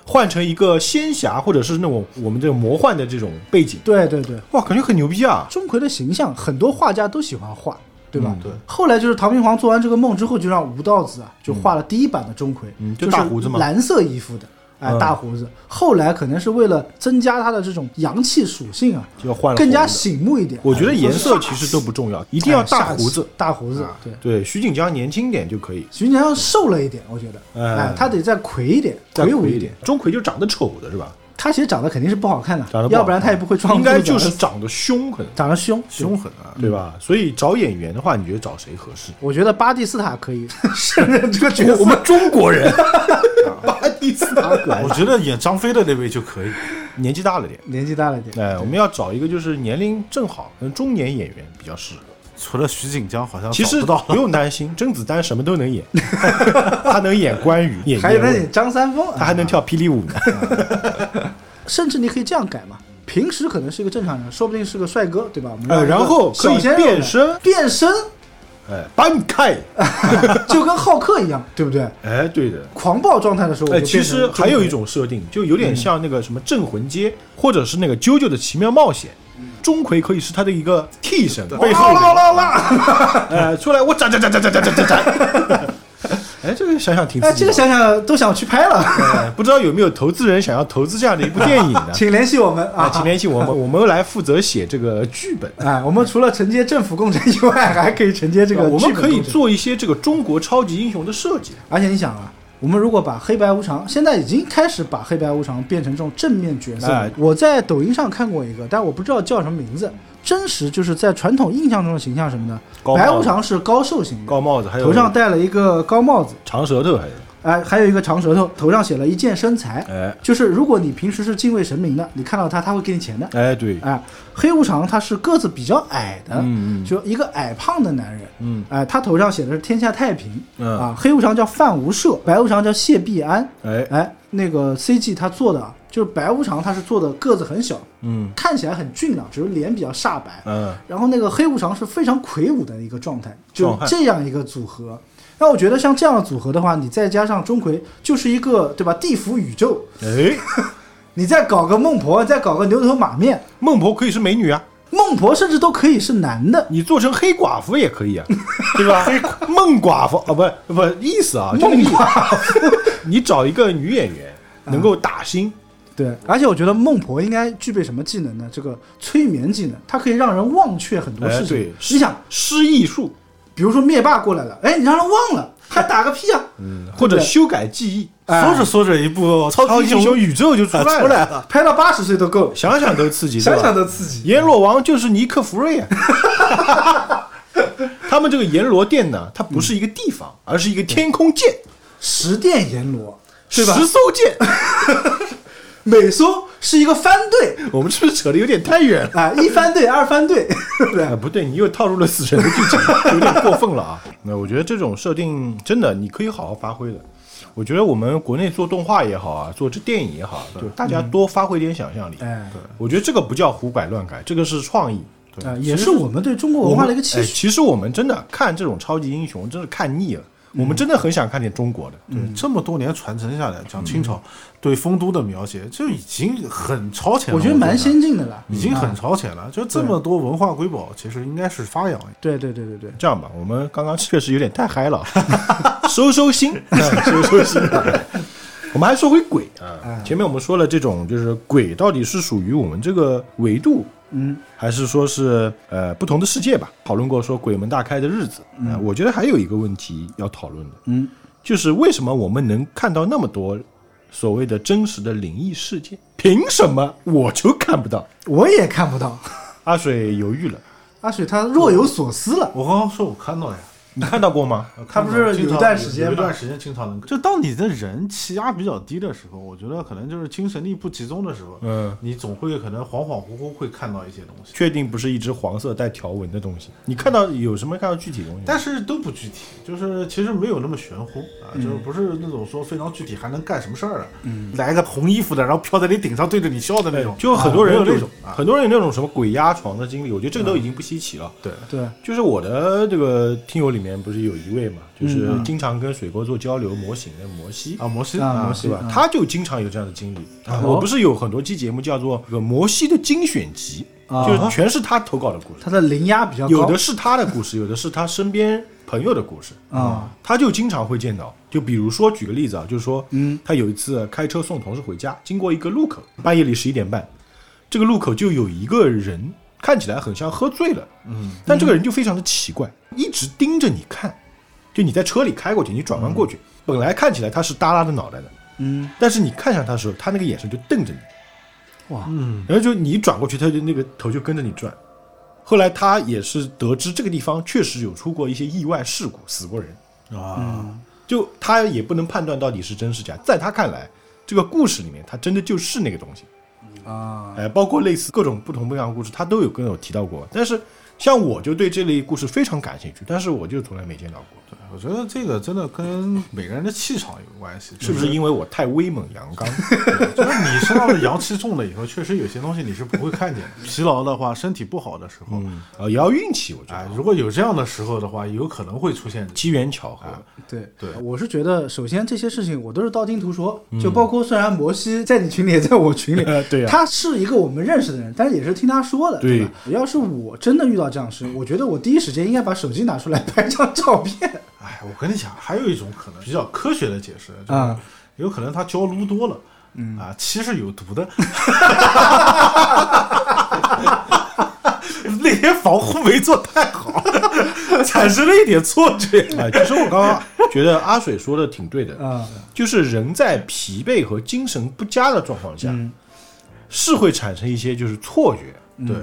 [SPEAKER 1] 换成一个仙侠或者是那种我们这种魔幻的这种背景，
[SPEAKER 2] 对对对，
[SPEAKER 1] 哇，感觉很牛逼啊！
[SPEAKER 2] 钟馗的形象很多画家都喜欢画，对吧？
[SPEAKER 1] 嗯
[SPEAKER 3] 对，
[SPEAKER 2] 后来就是唐明皇做完这个梦之后，就让吴道子啊就画了第一版的钟馗，
[SPEAKER 1] 嗯就
[SPEAKER 2] 就是
[SPEAKER 1] 大胡子嘛
[SPEAKER 2] 蓝色衣服的，哎、
[SPEAKER 1] 嗯
[SPEAKER 2] 大胡子。后来可能是为了增加他的这种阳气属性啊，
[SPEAKER 1] 就要换了
[SPEAKER 2] 更加哎
[SPEAKER 1] 红的
[SPEAKER 2] 醒目一点。
[SPEAKER 1] 我觉得颜色其实都不重要，一定要
[SPEAKER 2] 哎
[SPEAKER 1] 大
[SPEAKER 2] 下
[SPEAKER 1] 胡子嗯
[SPEAKER 2] 气。大胡子
[SPEAKER 3] 啊，
[SPEAKER 2] 对。
[SPEAKER 1] 对，徐锦江年轻点就可以，
[SPEAKER 2] 徐锦江瘦了一点，我觉得，
[SPEAKER 1] 哎
[SPEAKER 2] 哎，他得再魁一点，
[SPEAKER 1] 再
[SPEAKER 2] 魁梧
[SPEAKER 1] 魁一
[SPEAKER 2] 点。。
[SPEAKER 1] 钟馗就长得丑的是吧？
[SPEAKER 2] 他其实长得肯定是不好看的，
[SPEAKER 1] 长得不好看
[SPEAKER 2] 要不然他也不会装。
[SPEAKER 1] 应该就是长得凶嗯狠，
[SPEAKER 2] 长得凶。
[SPEAKER 3] 凶狠啊！
[SPEAKER 1] 对吧？所以找演员的话，你觉得找谁合适？
[SPEAKER 2] 我觉得巴蒂斯塔可以胜任这个角 色。
[SPEAKER 1] 我们中国 人，巴蒂斯塔可爱
[SPEAKER 3] 我觉得演张飞的那位就可以，
[SPEAKER 1] 年纪大了点。
[SPEAKER 2] 年纪大了一点，
[SPEAKER 1] 哎，我们要找一个就是年龄正好，嗯，中年演员比较适合。
[SPEAKER 3] 除了徐锦江好像
[SPEAKER 1] 其
[SPEAKER 3] 找
[SPEAKER 1] 实
[SPEAKER 3] 不到
[SPEAKER 1] 不用担心，甄子丹什么都能 演，他能演关羽，演
[SPEAKER 2] 还有
[SPEAKER 1] 叶
[SPEAKER 2] 那
[SPEAKER 1] 问，
[SPEAKER 2] 点张三丰，哎
[SPEAKER 1] 他还能跳霹雳舞呢。
[SPEAKER 2] 甚至你可以这样改嘛。平时可能是一个正常人，说不定是个帅哥，对吧？我们
[SPEAKER 1] 呃
[SPEAKER 2] 让一
[SPEAKER 1] 然
[SPEAKER 2] 个
[SPEAKER 1] 后可以
[SPEAKER 2] 小鲜肉
[SPEAKER 1] 变身
[SPEAKER 2] 来，变身
[SPEAKER 1] 哎，搬开！
[SPEAKER 2] 就跟浩克一样，对不对？
[SPEAKER 1] 哎，对的。
[SPEAKER 2] 狂暴状态的时候，我
[SPEAKER 1] 哎，
[SPEAKER 2] 就
[SPEAKER 1] 其
[SPEAKER 2] 变成
[SPEAKER 1] 实还有一
[SPEAKER 2] 中
[SPEAKER 1] 种设定，就有
[SPEAKER 2] 嗯
[SPEAKER 1] 点像那个什么《镇魂街》，或者是那个《啾啾的奇妙冒险》。钟馗可以是他的一个替身，背后
[SPEAKER 2] 啦啦
[SPEAKER 1] 人，
[SPEAKER 2] 啦啦！
[SPEAKER 1] 哎，出来我斩斩斩斩斩斩斩斩斩。哎，这个想想挺
[SPEAKER 2] 哎，
[SPEAKER 1] 刺激
[SPEAKER 2] 这
[SPEAKER 1] 的
[SPEAKER 2] 个。想想都想去 拍了，
[SPEAKER 1] 哎不知道有没有投资人想要投资这样的一部电影呢？
[SPEAKER 2] 请联系我们
[SPEAKER 1] 啊，
[SPEAKER 2] 啊！
[SPEAKER 1] 请联系我们，我们来负责写这个剧本。
[SPEAKER 2] 哎，我们除了承接政府工程以外，还可以承 接这个
[SPEAKER 1] 啊我
[SPEAKER 2] 剧
[SPEAKER 1] 们
[SPEAKER 2] 本
[SPEAKER 1] 可以
[SPEAKER 2] 工程。
[SPEAKER 1] 做一些这个中国超级英雄的设计。
[SPEAKER 2] 而且你想啊，我们如果把黑白无常，现在已经开始把黑白无常变成这种正面角色了。
[SPEAKER 1] 哎
[SPEAKER 2] 我在抖音上看过一个，但我不知道叫什么名字。真实就是在传统印象中的形象什么呢？
[SPEAKER 1] 高帽
[SPEAKER 2] 白无常是高瘦型的，
[SPEAKER 1] 高帽子，还有
[SPEAKER 2] 嗯头上戴了一个高帽子，
[SPEAKER 1] 长舌头，还有
[SPEAKER 2] 哎、还有一个长舌头，头上写了一见生财。
[SPEAKER 1] 哎
[SPEAKER 2] 就是如果你平时是敬畏神明的，你看到他他会给你钱的。
[SPEAKER 1] 哎，对，
[SPEAKER 2] 哎，黑无常他是个子比较矮的，
[SPEAKER 1] 嗯嗯
[SPEAKER 2] 就一个矮胖的男人。
[SPEAKER 1] 嗯，
[SPEAKER 2] 哎，他头上写的是天下太平。
[SPEAKER 1] 嗯
[SPEAKER 2] 啊，黑无常叫范无赦，白无常叫谢必安。
[SPEAKER 1] 哎
[SPEAKER 2] 哎，那个 CG 他做的啊，就是白无常他是做的个子很小，
[SPEAKER 1] 嗯
[SPEAKER 2] 看起来很俊朗，只是脸比较煞白。
[SPEAKER 1] 嗯，
[SPEAKER 2] 然后那个黑无常是非常魁梧的一个状态，就
[SPEAKER 1] 壮汉
[SPEAKER 2] 这样一个组合。那我觉得像这样的组合的话，你再加上钟馗，就是一个对吧？地府宇宙，
[SPEAKER 1] 哎，
[SPEAKER 2] 你再搞个孟婆，再搞个牛头马面，
[SPEAKER 1] 孟婆可以是美女啊，
[SPEAKER 2] 孟婆甚至都可以是男的，
[SPEAKER 1] 你做成黑寡妇也可以 啊，对吧？黑孟寡妇啊，不不意思啊，就那个意思。 你找一个女演员能够打星，
[SPEAKER 2] 对，而且我觉得孟婆应该具备什么技能呢？这个催眠技能，它可以让人忘却很多
[SPEAKER 1] 哎
[SPEAKER 2] 事情。
[SPEAKER 1] 对
[SPEAKER 2] 你想，
[SPEAKER 1] 失忆术，
[SPEAKER 2] 比如说灭霸过来了，哎，你让人忘 了，还打个屁啊！
[SPEAKER 1] 或者
[SPEAKER 2] 对
[SPEAKER 1] 修改记忆，
[SPEAKER 3] 说着说着一部
[SPEAKER 1] 哎超
[SPEAKER 3] 超级哎
[SPEAKER 1] 级英雄宇宙就出来
[SPEAKER 3] 出来了，
[SPEAKER 2] 拍到八十岁都够了，
[SPEAKER 1] 想想都刺激，对
[SPEAKER 2] 想
[SPEAKER 1] 吧
[SPEAKER 2] 想都刺激。
[SPEAKER 1] 阎罗王就是尼克弗 瑞啊。他们这个阎罗殿呢，它不是一个地方，而是一个天空舰，
[SPEAKER 2] 十殿阎罗，
[SPEAKER 1] 十
[SPEAKER 2] 对吧？
[SPEAKER 1] 艘舰。
[SPEAKER 2] 每艘是一个番队，
[SPEAKER 1] 我们是不是扯得有点太远了？
[SPEAKER 2] 啊，一番队、二番队， 对不对？
[SPEAKER 1] 啊，不对，你又套入了死神的剧情，有点过分了啊！那我觉得这种设定真的你可以好好发挥的。我觉得我们国内做动画也好啊，做这电影也好啊，就大家多发挥点想象力。
[SPEAKER 2] 嗯哎，
[SPEAKER 1] 我觉得这个不叫胡改乱改，这个是创意。
[SPEAKER 2] 啊，也是我们对中国文化的一个期
[SPEAKER 1] 哎
[SPEAKER 2] 许。
[SPEAKER 1] 其实我们真的看这种超级英雄，真是看腻了。我
[SPEAKER 2] 嗯
[SPEAKER 1] 们真的很想看点中国的。
[SPEAKER 3] 对，嗯这么多年传承下来，讲清朝对丰都的描写，就已经很超
[SPEAKER 1] 哎
[SPEAKER 3] 前了。
[SPEAKER 2] 我
[SPEAKER 3] 我
[SPEAKER 2] 觉得蛮先进的了，
[SPEAKER 3] 已
[SPEAKER 1] 嗯
[SPEAKER 3] 经很
[SPEAKER 2] 啊
[SPEAKER 3] 超前了。就这么多文化瑰宝，其实应该是发扬一下。
[SPEAKER 2] 对对对对对。
[SPEAKER 1] 这样吧，我们刚刚确实有点太嗨 了，收收心，哎收收心。 我们还说回鬼啊，前面我们说了，这种就是鬼到底是属于我们这个维度，嗯，还是说是呃不同的世界吧？讨论过说鬼门大开的日子，啊，我觉得还有一个问题要讨论的，
[SPEAKER 2] 嗯，
[SPEAKER 1] 就是为什么我们能看到那么多所谓的真实的灵异事件？凭什么我就看不到？
[SPEAKER 2] 我也看不到，
[SPEAKER 1] 阿水犹豫了，
[SPEAKER 2] 阿水他若有所思了。
[SPEAKER 3] 我刚刚说我看到呀，
[SPEAKER 1] 你看到过吗？
[SPEAKER 3] 我看到
[SPEAKER 2] 他不是
[SPEAKER 3] 经常
[SPEAKER 2] 有一段时间吗
[SPEAKER 3] 有一段时间经常能。就当你的人气压比较低的时候，我觉得可能就是精神力不集中的时候，
[SPEAKER 1] 嗯，
[SPEAKER 3] 你总会可能恍恍惚惚会看到一些东西，
[SPEAKER 1] 确定不是一只黄色带条纹的东西？你看到有什么看到具体东西吗？
[SPEAKER 3] 但是都不具体，就是其实没有那么玄乎啊，就是不是那种说非常具体还能干什么事儿的，嗯，来个红衣服的，然后飘在你顶上对着你笑的那种，
[SPEAKER 1] 就很多人
[SPEAKER 3] 啊
[SPEAKER 1] 有
[SPEAKER 3] 没
[SPEAKER 1] 那
[SPEAKER 3] 有那
[SPEAKER 1] 种
[SPEAKER 3] 种，啊，
[SPEAKER 1] 很多
[SPEAKER 3] 嗯
[SPEAKER 1] 人有那种什么鬼压床的经历，我觉得这个都已经不稀奇了。
[SPEAKER 3] 对，
[SPEAKER 2] 对，
[SPEAKER 1] 就是我的这个听友里面不是有一位嘛，就是经常跟水哥做交流模型的摩西，
[SPEAKER 3] 嗯啊，哦摩西
[SPEAKER 2] 啊摩
[SPEAKER 1] 是
[SPEAKER 2] 西
[SPEAKER 1] 吧？他就经常有这样的经历。啊我不是有很多期节目叫做《这个摩西的精选集》，
[SPEAKER 3] 啊
[SPEAKER 1] 就是全是他投稿的故事，
[SPEAKER 2] 他的灵压比较高，
[SPEAKER 1] 有的是他的故事，有的是他身边朋友的故事。
[SPEAKER 2] 啊、
[SPEAKER 1] 他就经常会见到，就比如说举个例子啊，就是说，嗯，他有一次开车送同事回家，经过一个路口，半夜里十一点半，这个路口就有一个人看起来很像喝醉了，嗯，但这个人就非常的奇怪，一直盯着你看，就你在车里开过去，你转弯过去，本来看起来他是耷拉着脑袋的，
[SPEAKER 2] 嗯，
[SPEAKER 1] 但是你看向他的时候，他那个眼神就瞪着你，
[SPEAKER 2] 哇，
[SPEAKER 1] 嗯，然后就你一转过去，他就那个头就跟着你转。后来他也是得知这个地方确实有出过一些意外事故，死过人。
[SPEAKER 3] 啊，
[SPEAKER 1] 就他也不能判断到底是真是假，在他看来，这个故事里面他真的就是那个东西
[SPEAKER 2] 嗯
[SPEAKER 1] 啊，哎，包括类似各种不同不一样的故事，他都有跟我提到过。但是像我就对这类故事非常感兴趣，但是我就从来没见到过，
[SPEAKER 3] 我觉得这个真的跟每个人的气场有关系，
[SPEAKER 1] 是不是因为我太威猛阳刚？
[SPEAKER 3] 就是你身上的阳气重了以后，确实有些东西你是不会看见的。疲劳的话，身体不好的时候，
[SPEAKER 1] 嗯，啊，也要运气，我觉
[SPEAKER 3] 哎
[SPEAKER 1] 得，
[SPEAKER 3] 如果有这样的时候的话，有可能会出现。
[SPEAKER 1] 机缘巧合。
[SPEAKER 2] 对
[SPEAKER 3] 对
[SPEAKER 2] 我是觉得首先这些事情我都是道听途说，就包括虽然摩西在你群里也在我群里，
[SPEAKER 1] 嗯对啊呀
[SPEAKER 2] 他是一个我们认识的人，但是也是听他说的，
[SPEAKER 1] 对
[SPEAKER 2] 吧？要是我真的遇到这样的事情，我觉得我第一时间应该把手机拿出来拍张照片，
[SPEAKER 3] 哎，我跟你讲，还有一种可能比较科学的解释，就是
[SPEAKER 2] 啊
[SPEAKER 3] 有可能他交撸多了，啊，漆是有毒的。那天防护没做太好，产生了一点错觉。
[SPEAKER 1] 啊，其实我刚刚觉得阿水说的挺对
[SPEAKER 3] 嗯
[SPEAKER 1] 的，
[SPEAKER 2] 啊
[SPEAKER 1] 就是人在疲惫和精神不佳的状况下，
[SPEAKER 3] 嗯
[SPEAKER 1] 是会产生一些就是错觉，
[SPEAKER 3] 对，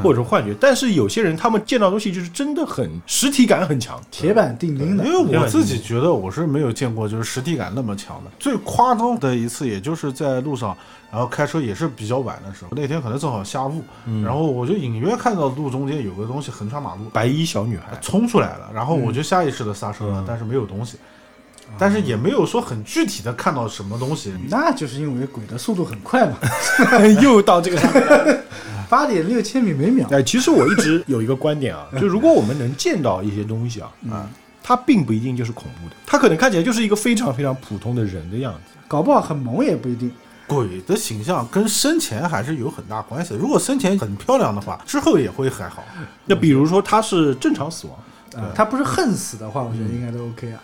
[SPEAKER 1] 或者说幻觉。但是有些人他们见到东西就是真的很实体感很强，
[SPEAKER 2] 铁板钉钉
[SPEAKER 3] 因
[SPEAKER 2] 的，
[SPEAKER 3] 为我自己觉得我是没有见过就是实体感那么强的。最夸张的一次，也就是在路上，然后开车也是比较晚的时候，那天可能正好下雾，然后我就隐约看到路中间有个东西横穿马路，
[SPEAKER 1] 白衣小女孩，
[SPEAKER 3] 冲出来了，然后我就下意识的刹车了，但是没有东西。但是也没有说很具体的看到什么东西，
[SPEAKER 2] 那就是因为鬼的速度很 快嘛，
[SPEAKER 1] 又到这个上面来了。
[SPEAKER 2] 八点六千米每 秒，
[SPEAKER 1] 哎，其实我一直有一个观点啊，就如果我们能见到一些东西啊，
[SPEAKER 3] 嗯
[SPEAKER 1] 啊，它并不一定就是恐怖的，它可能看起来就是一个非常非常普通的人的样子。
[SPEAKER 2] 搞不好很萌也不一定。
[SPEAKER 3] 鬼的形象跟生前还是有很大关系的。如果生前很漂亮的话，之后也会还好。
[SPEAKER 1] 那比如说他是正常死亡，
[SPEAKER 2] 啊，他不是恨死的话，我
[SPEAKER 1] 嗯
[SPEAKER 2] 觉得应该都 OK 啊。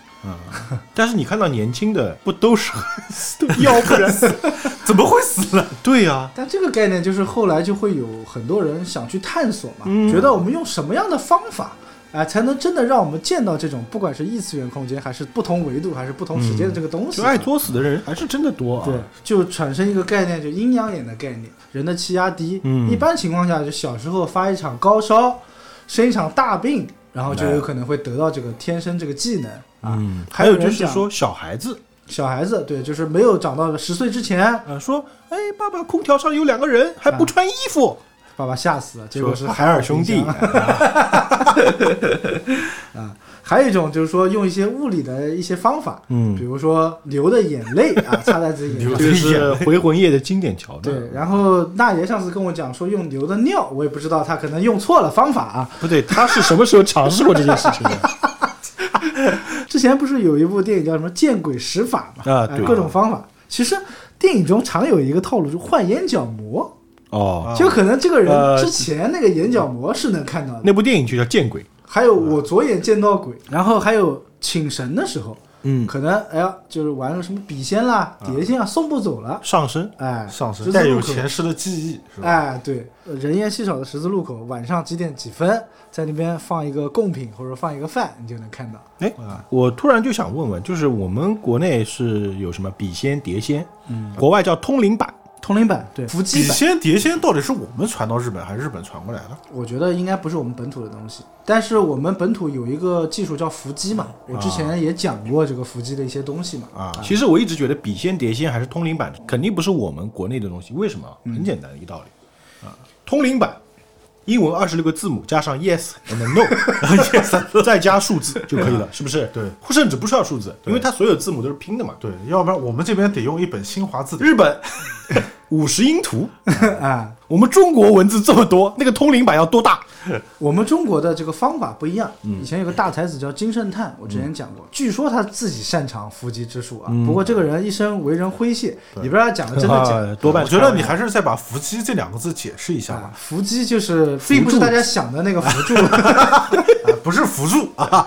[SPEAKER 1] 但是你看到年轻的不都是 都要不然
[SPEAKER 3] 怎么会死呢？
[SPEAKER 1] 对呀、
[SPEAKER 2] 但这个概念就是后来就会有很多人想去探索嘛，
[SPEAKER 1] 嗯
[SPEAKER 2] 觉得我们用什么样的方法，哎、才能真的让我们见到这种不管是异次元空间，还是不同维度，还是不同时间的这个东
[SPEAKER 1] 嗯
[SPEAKER 2] 西。
[SPEAKER 1] 就爱作死的人还是真的多啊。
[SPEAKER 2] 对，就产生一个概念，就阴阳眼的概念。人的气压低，
[SPEAKER 1] 嗯
[SPEAKER 2] 一般情况下就小时候发一场高烧，生一场大病，然后就有可能会得到这个天生这个技能啊。
[SPEAKER 1] 嗯，还
[SPEAKER 2] 还有
[SPEAKER 1] 有
[SPEAKER 2] 人
[SPEAKER 1] 就是
[SPEAKER 2] 讲
[SPEAKER 1] 说小孩子，
[SPEAKER 2] 小孩子对，就是没有长到十岁之前，
[SPEAKER 1] 呃，说，哎，爸爸，空调上有两个人还不穿衣服，
[SPEAKER 2] 爸爸吓死了，结果
[SPEAKER 1] 说
[SPEAKER 2] 是
[SPEAKER 1] 海尔兄弟， 啊
[SPEAKER 2] 还有一种就是说用一些物理的一些方法，
[SPEAKER 1] 嗯
[SPEAKER 2] 比如说流的眼泪 啊，擦在自己眼
[SPEAKER 1] 这个
[SPEAKER 2] 上。
[SPEAKER 1] 是回魂夜的经典桥段。
[SPEAKER 2] 对，然后大爷上次跟我讲说用流的尿，我也不知道他可能用错了方法啊。
[SPEAKER 1] 不对，他是什么时候尝试过这件事情的？
[SPEAKER 2] 之前不是有一部电影叫什么《见鬼十法》嘛？
[SPEAKER 1] 啊
[SPEAKER 2] 哎
[SPEAKER 1] 对
[SPEAKER 2] 各种方法。其实电影中常有一个套路，就换眼角膜，
[SPEAKER 1] 哦，
[SPEAKER 2] 就可能这个人
[SPEAKER 1] 呃嗯
[SPEAKER 2] 之前那个眼角膜是能看到的。
[SPEAKER 1] 那部电影就叫《见鬼》。
[SPEAKER 2] 还有我左眼见到鬼，然后还有请神的时候，
[SPEAKER 1] 嗯，
[SPEAKER 2] 可能哎呀，就是玩个什么笔仙啦、碟仙啊，送不走了，
[SPEAKER 1] 上身
[SPEAKER 2] 哎，
[SPEAKER 3] 上身
[SPEAKER 2] 十字
[SPEAKER 3] 带
[SPEAKER 2] 路
[SPEAKER 3] 有
[SPEAKER 2] 口
[SPEAKER 3] 前世的记忆，是吧？
[SPEAKER 2] 哎，对，呃人烟稀少的十字路口，晚上几点几分，在那边放一个贡品或者放一个饭，你就能看到。
[SPEAKER 1] 哎，我突然就想问问，就是我们国内是有什么笔仙、碟仙，嗯，国外叫通灵板，
[SPEAKER 2] 通灵版对伏
[SPEAKER 3] 笔
[SPEAKER 2] 击版，
[SPEAKER 3] 仙、碟仙到底是我们传到日本，还是日本传过来的？
[SPEAKER 2] 我觉得应该不是我们本土的东西，但是我们本土有一个技术叫伏击嘛，我之前也讲过这个伏击的一些东西嘛。
[SPEAKER 3] 啊，
[SPEAKER 1] 其实我一直觉得笔仙、碟仙还是通灵版，肯定不是我们国内的东西。为什么？很简单的一个道理，通灵版，英文二十六个字母加上 yes and no，yes 再加数字就可以了，是不是？
[SPEAKER 3] 对，
[SPEAKER 1] 甚至不需要数字，因为它所有字母都是拼的嘛。
[SPEAKER 3] 对，要不然我们这边得用一本新华字典。
[SPEAKER 1] 日本五十音图，
[SPEAKER 2] 哎
[SPEAKER 4] 啊，
[SPEAKER 1] 我们中国文字这么多，那个通灵板要多大？
[SPEAKER 2] 我们中国的这个方法不一样。以前有个大才子叫金圣叹，我之前讲过，据说他自己擅长伏击之术啊。不过这个人一生为人诙谐，你不知道他讲的真的假的。
[SPEAKER 1] 啊多半
[SPEAKER 3] 我
[SPEAKER 1] 是
[SPEAKER 3] 觉得你还是再把“伏击”这两个字解释一下
[SPEAKER 2] 啊，，
[SPEAKER 3] 吧
[SPEAKER 2] 伏击就是并不是大家想的那个扶助。
[SPEAKER 3] 啊不是辅助啊，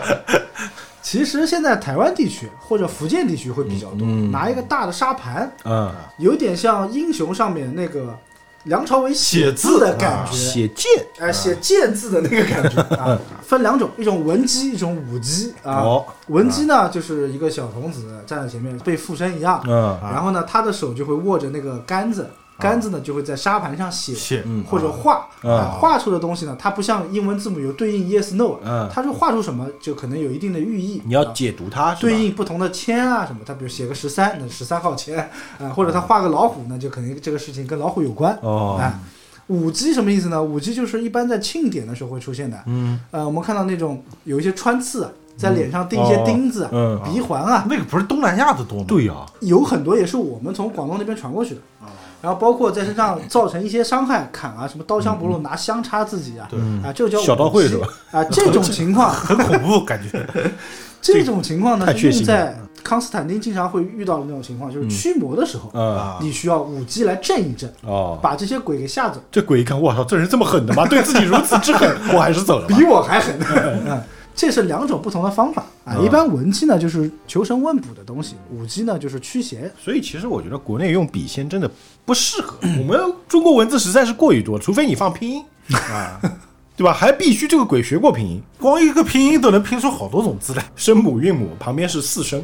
[SPEAKER 2] 其实现在台湾地区或者福建地区会比较多，拿一个大的沙盘，
[SPEAKER 1] 嗯，
[SPEAKER 2] 有点像英雄上面那个梁朝伟
[SPEAKER 3] 写
[SPEAKER 2] 字
[SPEAKER 3] 字
[SPEAKER 2] 的感觉，
[SPEAKER 1] 写啊剑
[SPEAKER 2] 哎，写剑字的那个感觉 啊，分两种，一种文姬，一种武姬啊。
[SPEAKER 1] 哦
[SPEAKER 2] 文姬呢，就是一个小童子站在前面，被附身一样，
[SPEAKER 1] 嗯啊
[SPEAKER 2] 然后呢，他的手就会握着那个杆子，杆子呢就会在沙盘上写
[SPEAKER 3] 写
[SPEAKER 2] 或者画
[SPEAKER 1] 嗯
[SPEAKER 2] 啊，画出的东西呢，它不像英文字母有对应 yes no，
[SPEAKER 1] 嗯
[SPEAKER 2] 它就画出什么就可能有一定的寓意。
[SPEAKER 1] 你要
[SPEAKER 2] 啊
[SPEAKER 1] 解读它是吧
[SPEAKER 2] 对应不同的签啊什么，他比如写个十三，那十三号签啊、或者他画个老虎，那就肯定这个事情跟老虎有关。
[SPEAKER 1] 哦
[SPEAKER 2] 啊，舞姬什么意思呢？舞姬就是一般在庆典的时候会出现的。
[SPEAKER 1] 嗯，
[SPEAKER 2] 呃，我们看到那种有一些穿刺啊，在脸上钉一些钉子啊、
[SPEAKER 1] 嗯
[SPEAKER 2] 鼻环啊，
[SPEAKER 3] 那个不是东南亚的多吗？
[SPEAKER 1] 对呀，
[SPEAKER 2] 有很多也是我们从广东那边传过去的。
[SPEAKER 1] 哦
[SPEAKER 2] 然后包括在身上造成一些伤害，砍啊，什么刀枪不入，拿香插自己啊，啊，这个叫
[SPEAKER 1] 嗯小刀会
[SPEAKER 2] 舞姬
[SPEAKER 1] 是吧？
[SPEAKER 2] 啊，这种情况，
[SPEAKER 3] 很恐怖感觉。
[SPEAKER 2] 这种情况呢
[SPEAKER 1] 太，血腥了
[SPEAKER 2] 是用在康斯坦丁经常会遇到的那种情况，就是驱魔的时候，
[SPEAKER 1] 嗯
[SPEAKER 3] 啊
[SPEAKER 2] 你需要舞姬来震一震，
[SPEAKER 1] 哦，
[SPEAKER 2] 把这些鬼给吓走。
[SPEAKER 1] 这鬼一看，我操，这人这么狠的吗？对自己如此之狠， 我还是走了吧。
[SPEAKER 2] 比我还狠。嗯 这是两种不同的方法啊。
[SPEAKER 1] 嗯
[SPEAKER 2] 一般文姬呢就是求神问卜的东西，武姬呢就是驱邪。
[SPEAKER 1] 所以其实我觉得国内用笔仙真的不适 合，我们中国文字实在是过于多，除非你放拼音 啊，对吧？还必须这个鬼学过拼音，
[SPEAKER 3] 光一个拼音都能拼出好多 种字来。
[SPEAKER 1] 声母韵母旁边是四声，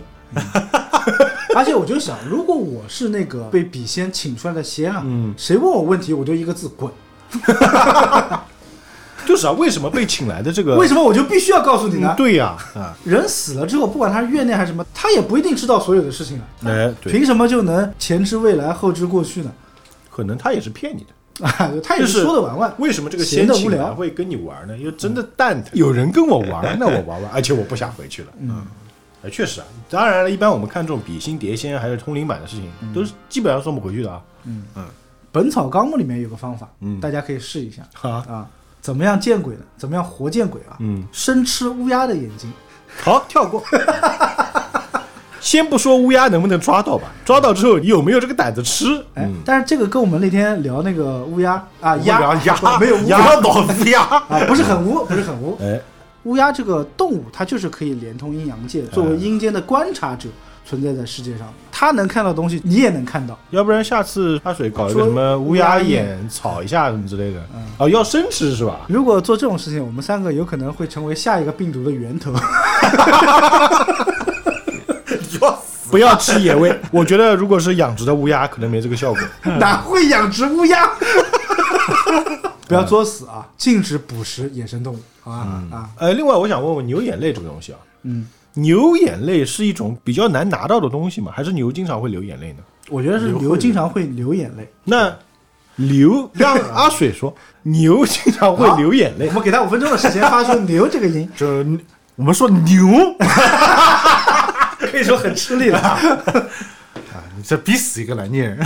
[SPEAKER 2] 而且我就想，如果我是那个被笔仙请出来的仙啊，谁问我问题，我就一个字滚。
[SPEAKER 1] 就是啊，为什么被请来的这个？
[SPEAKER 2] 为什么我就必须要告诉你呢
[SPEAKER 1] 嗯？对呀、
[SPEAKER 2] 人死了之后，不管他是怨念还是什么，他也不一定知道所有的事情啊。
[SPEAKER 1] 哎，对，
[SPEAKER 2] 凭什么就能前知未来后知过去呢？
[SPEAKER 1] 可能他也是骗你的。
[SPEAKER 2] 啊， 他也
[SPEAKER 1] 就是
[SPEAKER 2] 说的玩玩。
[SPEAKER 1] 为什么这个
[SPEAKER 2] 闲
[SPEAKER 1] 仙
[SPEAKER 2] 得
[SPEAKER 1] 请
[SPEAKER 2] 无
[SPEAKER 1] 来
[SPEAKER 2] 聊
[SPEAKER 1] 会跟你玩呢？因为真的蛋疼。有人跟我玩，那我玩 玩，而且我不想回去了。嗯，哎，确实啊。当然了，一般我们看这种比心碟仙还有通灵板的事情，都是基本上送不回去的啊。
[SPEAKER 2] 《本草纲目》里面有个方法，
[SPEAKER 1] 嗯
[SPEAKER 2] 大家可以试一下
[SPEAKER 1] 啊，
[SPEAKER 2] 啊。怎么样见鬼呢？怎么样活见鬼啊？
[SPEAKER 1] 嗯，
[SPEAKER 2] 生吃乌鸦的眼睛，
[SPEAKER 1] 好，跳过。 先不说乌鸦能不能抓到吧，抓到之后你有没有这个胆子吃？嗯
[SPEAKER 2] 哎，但是这个跟我们那天聊那个乌鸦啊
[SPEAKER 3] 乌
[SPEAKER 2] 鸭
[SPEAKER 3] 鸦
[SPEAKER 2] 啊
[SPEAKER 3] 鸭
[SPEAKER 2] 没有乌鸦
[SPEAKER 3] 鸭脑子鸭，
[SPEAKER 2] 啊，不是很乌，不是很乌。
[SPEAKER 1] 哎，
[SPEAKER 2] 乌鸦这个动物，它就是可以连通阴阳界，
[SPEAKER 1] 嗯
[SPEAKER 2] 作为阴间的观察者存在在世界上，它能看到的东西，你也能看到。
[SPEAKER 1] 要不然下次阿水搞一个
[SPEAKER 2] 说
[SPEAKER 1] 什么乌鸦
[SPEAKER 2] 乌鸦
[SPEAKER 1] 眼炒一下什么之类的。哦，要生吃是吧？
[SPEAKER 2] 如果做这种事情，我们三个有可能会成为下一个病毒的源头。
[SPEAKER 3] 要死！
[SPEAKER 1] 不要吃野味。 我觉得如果是养殖的乌鸦，可能没这个效果。
[SPEAKER 2] 哪会养殖乌鸦？ 不要作死啊！禁止捕食野生动物，好吧？啊，
[SPEAKER 1] 呃，另外我想问问牛眼泪这个东西啊，
[SPEAKER 2] 嗯，
[SPEAKER 1] 牛眼泪是一种比较难拿到的东西吗？还是牛经常会流眼泪呢？
[SPEAKER 2] 我觉得是牛经常会流眼泪。
[SPEAKER 1] 那牛 让阿水说，牛经常会流眼泪
[SPEAKER 2] 我。们给他五分钟的时间发出“牛”这个 音，
[SPEAKER 3] 这我们说牛，
[SPEAKER 2] 可以说很吃 力了。
[SPEAKER 3] 啊你这逼死一个南京人。